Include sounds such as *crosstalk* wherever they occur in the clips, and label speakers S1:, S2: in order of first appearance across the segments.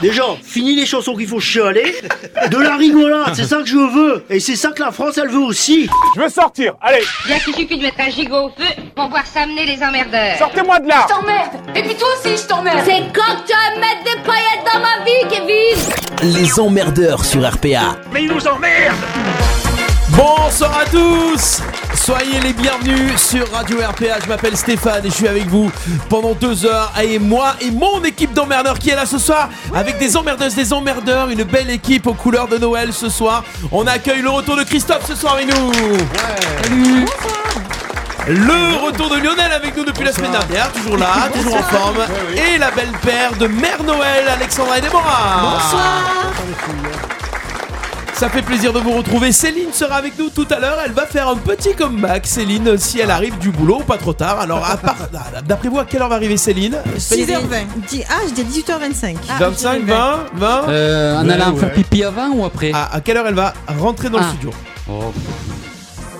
S1: Déjà, fini les chansons qui font chialer. De la rigolade, c'est ça que je veux. Et c'est ça que la France, elle veut aussi.
S2: Je veux sortir, allez,
S3: Bien qu'il suffit de mettre un gigot au feu pour voir s'amener les emmerdeurs.
S2: sortez-moi de là
S4: t'emmerde Et puis toi aussi, je t'emmerde
S5: C'est quand tu vas mettre des paillettes dans ma vie, Kevin
S6: Les emmerdeurs sur RPA.
S1: Mais ils nous emmerdent
S6: Bonsoir à tous Soyez les bienvenus sur Radio RPA, je m'appelle Stéphane et je suis avec vous pendant deux heures et moi et mon équipe d'emmerdeurs qui est là ce soir avec des emmerdeuses, des emmerdeurs, une belle équipe aux couleurs de Noël ce soir. On accueille le retour de Christophe ce soir avec nous Le retour de Lionel avec nous depuis la semaine dernière, toujours là, toujours en forme. Et la belle paire de Mère Noël, Alexandra et Déborah ça fait plaisir de vous retrouver. Céline sera avec nous tout à l'heure. Elle va faire un petit comeback. Céline, si elle arrive du boulot, pas trop tard. Alors, à part, Ah, d'après vous, à quelle heure va arriver Céline
S7: 6h20. Ah, je dis 18h25.
S6: 25, 20, 20
S8: Euh, en allant faire pipi avant ou après
S6: à, à quelle heure elle va rentrer dans le
S8: Ah.
S6: studio
S8: Oh, pff.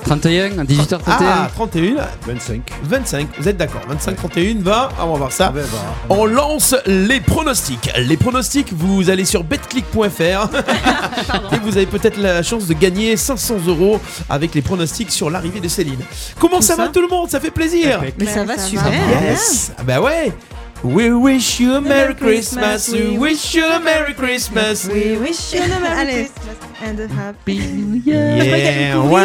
S8: 31, 18h31.
S6: Ah, 31,
S9: 25.
S6: 25. Vous êtes d'accord 25, 31, 20. On va voir ça.
S9: Ben, bah,
S6: On lance les pronostics. Les pronostics, vous allez sur betclic.fr et vous avez peut-être la chance de gagner 500 euros avec les pronostics sur l'arrivée de Céline. Comment ça, va tout le monde Ça fait plaisir.
S7: Mais ça va super.
S6: Yes. Ah Bah ouais. We wish you a Merry Christmas. We wish you a Merry Christmas.
S7: Oui, oui, je suis
S10: *laughs*
S7: Allez.
S6: Yeah. Wow.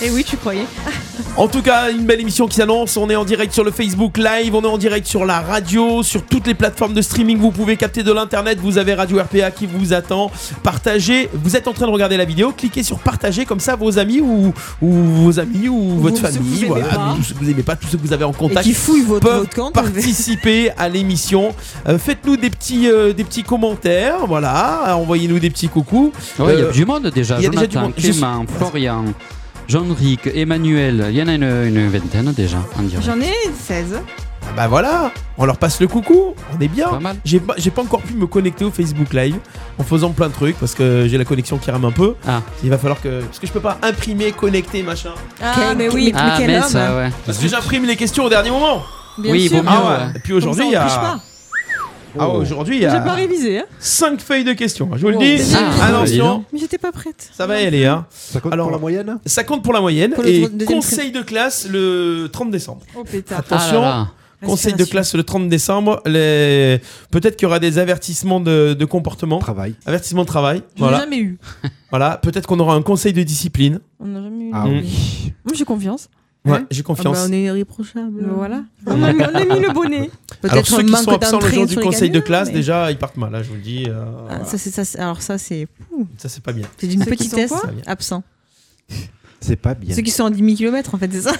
S7: Et Eh oui, tu croyais.
S8: Ah.
S6: En tout cas, une belle émission qui s'annonce. On est en direct sur le Facebook Live, on est en direct sur la radio, sur toutes les plateformes de streaming. Vous pouvez capter de l'internet. Vous avez Radio RPA qui vous attend. Partagez. Vous êtes en train de regarder la vidéo. Cliquez sur partager comme ça vos amis ou, ou vos amis ou votre
S7: ceux que
S6: famille.
S7: vous aimez
S6: voilà,
S7: pas.
S6: tous ceux que vous aimez pas, tous ceux que vous avez en
S7: Et
S6: contact
S7: qui fouille votre,
S6: peuvent
S7: votre compte.
S6: participer à l'émission. Euh, Faites-nous des petits, euh, des petits commentaires. Voilà, envoyez-nous des petits coucous.
S8: Ouais, il y
S6: Euh,
S8: a du monde déjà.
S6: il y a déjà
S8: Jonathan,
S6: du monde. Je
S8: Clément, Florian, Jean-Ric, Emmanuel. Il y en a une, une vingtaine déjà en direct.
S7: J'en ai 16.
S6: Ah Bah voilà, on leur passe le coucou, on est bien.
S8: Pas mal.
S6: J'ai pas, j'ai pas encore pu me connecter au Facebook Live en faisant plein de trucs parce que j'ai la connexion qui rame un peu.
S8: Ah.
S6: Il va falloir que. Parce que je peux pas imprimer, connecter, machin.
S7: Ah, mais oui,
S8: Ah,
S7: mais quel
S8: mais
S7: homme.
S8: ça, ouais.
S6: Parce que j'imprime les questions au dernier moment. Ah
S7: Bien
S8: Oui,
S7: sûr.
S8: vaut mieux,
S7: Comme
S8: ouais. Oh.
S6: Et puis aujourd'hui,
S7: ça, on
S6: il y
S7: triche
S6: a.
S7: pas.
S6: Ah, aujourd'hui, il y
S7: J'ai pas
S6: a
S7: révisé. Hein. Oh,
S6: 5 feuilles de questions. hein, Je vous le
S7: Wow.
S6: dis.
S8: Ah, bah, dis
S6: Attention,
S8: donc.
S7: Mais j'étais pas prête.
S6: ça va y aller. Hein.
S9: ça compte
S6: Alors-
S9: pour la moyenne
S6: Ça compte pour la moyenne.
S7: Pour le
S6: Et
S7: deuxième tri-
S6: conseil de classe le 30 décembre.
S7: Oh pétard.
S8: Ah là
S6: Attention.
S8: là.
S6: Conseil de
S7: Respiration.
S6: classe le 30 décembre. Les... Peut-être qu'il y aura des avertissements de, de comportement.
S9: Travail.
S6: Avertissement de travail.
S7: Je l'ai
S6: Voilà.
S7: jamais eu.
S6: *laughs* Voilà, peut-être qu'on aura un conseil de discipline.
S7: On n'a jamais eu.
S9: Ah
S6: Mm.
S9: oui.
S7: Moi, j'ai confiance.
S6: Ouais,
S7: Hein
S6: j'ai confiance.
S7: est irréprochable. Voilà. On a, mis, on a mis le bonnet.
S6: *laughs* Alors ceux qui sont absents le jour
S7: aujourd'hui
S6: du conseil de classe, déjà ils partent mal. Là, je vous le dis, euh, voilà.
S7: Ah, Ça, c'est ça. c'est- Alors ça, c'est
S6: ça c'est pas bien.
S7: c'est d'une
S9: Ceux qui
S7: petitesse
S6: sont quoi
S7: absent.
S9: C'est pas bien.
S7: Ceux qui sont en 10 000 km en fait, c'est ça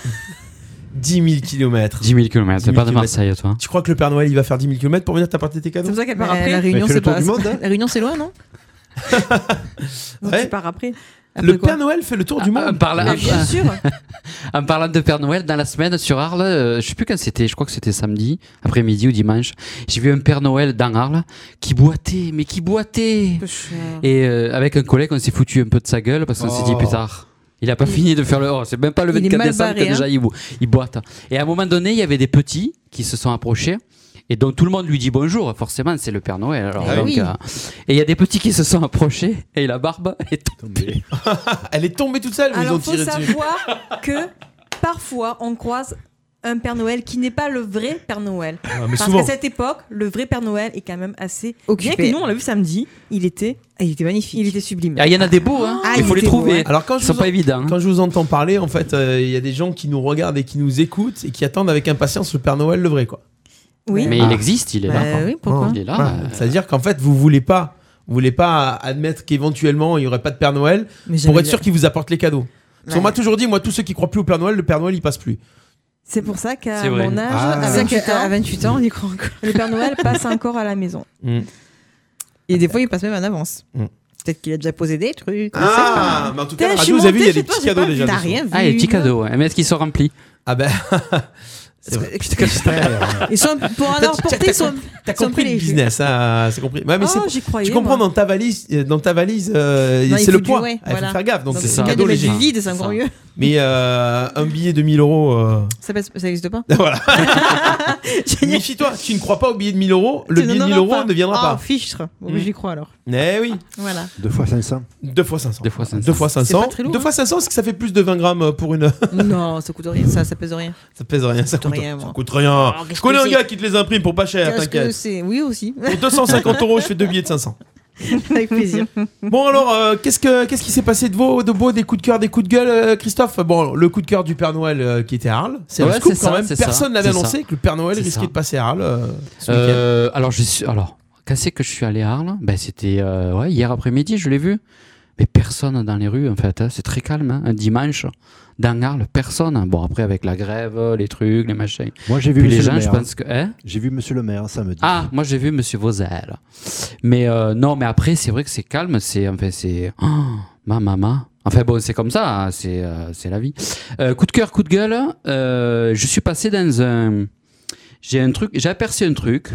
S6: 10 000 km.
S8: 10 000 km.
S6: 10
S8: T'es
S6: 000
S8: pas de
S6: kilomètres.
S8: Marseille, toi
S6: Tu crois que le Père Noël il va faire 10 000 km pour venir t'apporter tes
S7: C'est
S6: cadeaux
S7: pour ça qu'elle
S4: part
S7: part
S4: après.
S7: après. La Réunion,
S9: fait le
S7: c'est
S9: tour
S7: pas.
S9: du monde, hein.
S7: La Réunion, c'est loin, non *laughs* Donc
S6: Ouais.
S7: tu pars après. Après
S6: Le
S7: quoi
S6: Père Noël fait le tour du
S8: Ah, En
S6: monde.
S8: parlant,
S7: Mais bien sûr.
S8: *laughs* en parlant de Père Noël, dans la semaine sur Arles, euh, je sais plus quand c'était, je crois que c'était samedi, après-midi ou dimanche, j'ai vu un Père Noël dans Arles qui boitait, mais qui boitait. Et euh, avec un collègue, on s'est foutu un peu de sa gueule parce qu'on s'est dit
S9: Oh.
S8: plus tard. Il a pas fini de faire le. Oh, c'est même pas le
S7: Il est
S8: 24
S7: mal
S8: décembre que
S7: barré, hein.
S8: déjà il, bo- il boite. Et à un moment donné, il y avait des petits qui se sont approchés et dont tout le monde lui dit bonjour. Forcément, c'est le Père Noël. Alors,
S7: Eh
S8: donc,
S7: oui.
S8: euh, et il y a des petits qui se sont approchés et la barbe est tombée.
S6: *laughs* Elle est tombée toute seule. ou ils ont
S10: Alors, faut
S6: tiré dessus.
S10: savoir que parfois, on croise un Père Noël qui n'est pas le vrai Père Noël.
S6: Ah, mais
S10: Parce
S6: souvent.
S10: qu'à cette époque, le vrai Père Noël est quand même assez.
S7: Occupé.
S10: Bien que nous, on l'a vu samedi, il était,
S7: Ah, il était magnifique.
S10: il était sublime.
S8: Ah, Il y en a des beaux, hein.
S7: Ah,
S8: il faut
S7: il
S8: les
S7: était beau,
S8: trouver.
S7: ouais.
S6: Alors quand
S8: Ils
S6: je,
S8: sont
S6: vous
S8: pas évidents. hein.
S6: quand je vous entends parler, en fait, euh, il y a des gens qui nous regardent et qui nous écoutent et qui attendent avec impatience le Père Noël le vrai quoi.
S10: Oui.
S8: Mais
S6: Ah.
S8: il existe, il est là.
S7: Bah oui, pourquoi
S8: Il est là. euh,
S6: C'est à dire qu'en fait vous voulez pas, vous voulez pas admettre qu'éventuellement il y aurait pas de Père Noël
S7: Mais j'avais
S6: pour être
S7: le-
S6: sûr qu'il vous apporte les cadeaux. Parce qu'on
S7: Ouais.
S6: m'a toujours dit, moi, tous ceux qui croient plus au Père Noël, le Père Noël, il passe plus.
S10: C'est pour ça qu'à
S8: C'est vrai.
S10: mon âge,
S6: Ah.
S10: à
S7: C'est ça
S10: 28
S7: qu'à à
S10: ans,
S7: 28 ans, on y croit encore.
S10: le Père Noël passe encore à la maison.
S7: Et des fois, il passe même en avance.
S6: Mm.
S7: Peut-être qu'il a déjà posé des trucs. on sait pas.
S6: Ah, mais en tout cas,
S10: Putain,
S6: la
S10: je suis
S6: radio, vous avez vu, il y a
S10: montée
S6: des
S10: chez toi,
S6: petits
S10: j'ai
S6: cadeaux
S10: pas vu.
S6: déjà.
S7: T'as
S6: dessous.
S7: rien vu.
S10: *laughs*
S8: Ah, les petits cadeaux. ouais. Mais est-ce qu'ils sont remplis
S6: Ah ben, C'est vrai. *laughs* T'as
S7: Ils sont, pour en avoir porté, ils sont. ils
S6: compris
S7: sont
S6: le
S7: privilégiés.
S6: business, hein, c'est compris. Ouais, mais c'est-
S10: oh, j'y croyais.
S6: tu comprends
S10: moi.
S6: dans ta valise, euh, dans ta valise, euh,
S7: Non, il
S6: c'est
S7: faut
S6: le
S7: du-
S6: poids.
S7: ouais,
S6: Ah, Il
S7: voilà.
S6: faut faire gaffe. Donc
S7: Donc,
S6: c'est
S8: c'est ça.
S6: un
S7: cas
S6: cadeau
S7: de mettre
S6: léger.
S7: du vide, c'est encore
S8: Ça.
S7: mieux.
S6: Mais euh, un billet de 1000 euros.
S7: *laughs*
S6: euh,
S7: Ça passe- ça n'existe pas.
S6: Voilà.
S7: Génial.
S6: Méfie-toi, tu ne crois pas au billet de 1000 euros, le
S7: Tu
S6: billet de
S7: n'en
S6: 1000
S7: auras
S6: euros
S7: pas.
S6: ne viendra
S7: Ah,
S6: pas.
S7: fichtre. Bon,
S6: Mm.
S7: mais J'y crois alors.
S6: Eh oui,
S7: Voilà.
S9: Deux fois 500.
S6: 2 fois 500.
S8: Deux fois 500.
S6: 2 fois 500.
S7: pas très lourd,
S6: Deux fois 500, c'est que ça fait plus de 20 grammes euh, pour une.
S7: *laughs* non, ça coûte rien. Ça, ça pèse rien.
S6: ça pèse rien, ça
S7: Ça coûte
S6: coûte
S7: rien,
S6: ça
S7: moi.
S6: coûte rien.
S7: Alors, qu'est-ce
S6: Je connais
S7: que
S6: un
S7: c'est
S6: gars qui te les imprime pour pas cher,
S7: Qu'est-ce que
S6: t'inquiète.
S7: c'est Oui, aussi.
S6: Pour 250 euros, je fais deux billets de 500.
S7: *laughs* Avec plaisir.
S6: Bon alors, euh, qu'est-ce que qu'est-ce qui s'est passé de beau, de beau, des coups de cœur, des coups de gueule, euh, Christophe Bon, le coup de cœur du Père Noël euh, qui était à Arles, c'est un
S8: Ouais,
S6: scoop
S8: c'est
S6: quand
S8: ça,
S6: même.
S8: c'est
S6: Personne
S8: ça,
S6: n'avait
S8: c'est
S6: annoncé que le Père Noël
S8: C'est
S6: risquait
S8: ça.
S6: de passer à Arles. euh, ce week-end.
S8: Euh, alors, je suis... alors, quand c'est que je suis allé à Arles ben, C'était euh, ouais, hier après-midi, je l'ai vu. Mais personne dans les rues, en fait. hein. C'est très calme. hein. Un dimanche, dans Arles, personne. Bon, après, avec la grève, les trucs, les machins.
S9: Moi, j'ai vu
S8: Puis les
S9: Monsieur le
S8: gens, je
S9: Maire. hein.
S8: pense que. hein
S9: J'ai vu Monsieur le Maire samedi.
S8: Ah, moi j'ai vu Monsieur Vauzel. Mais euh, non, mais après c'est vrai que c'est calme, c'est enfin c'est oh, ma maman. Enfin bon, c'est comme ça, hein, c'est euh, c'est la vie. Euh, coup de cœur, coup de gueule. euh, je suis passé dans un, j'ai un truc, j'ai aperçu un truc.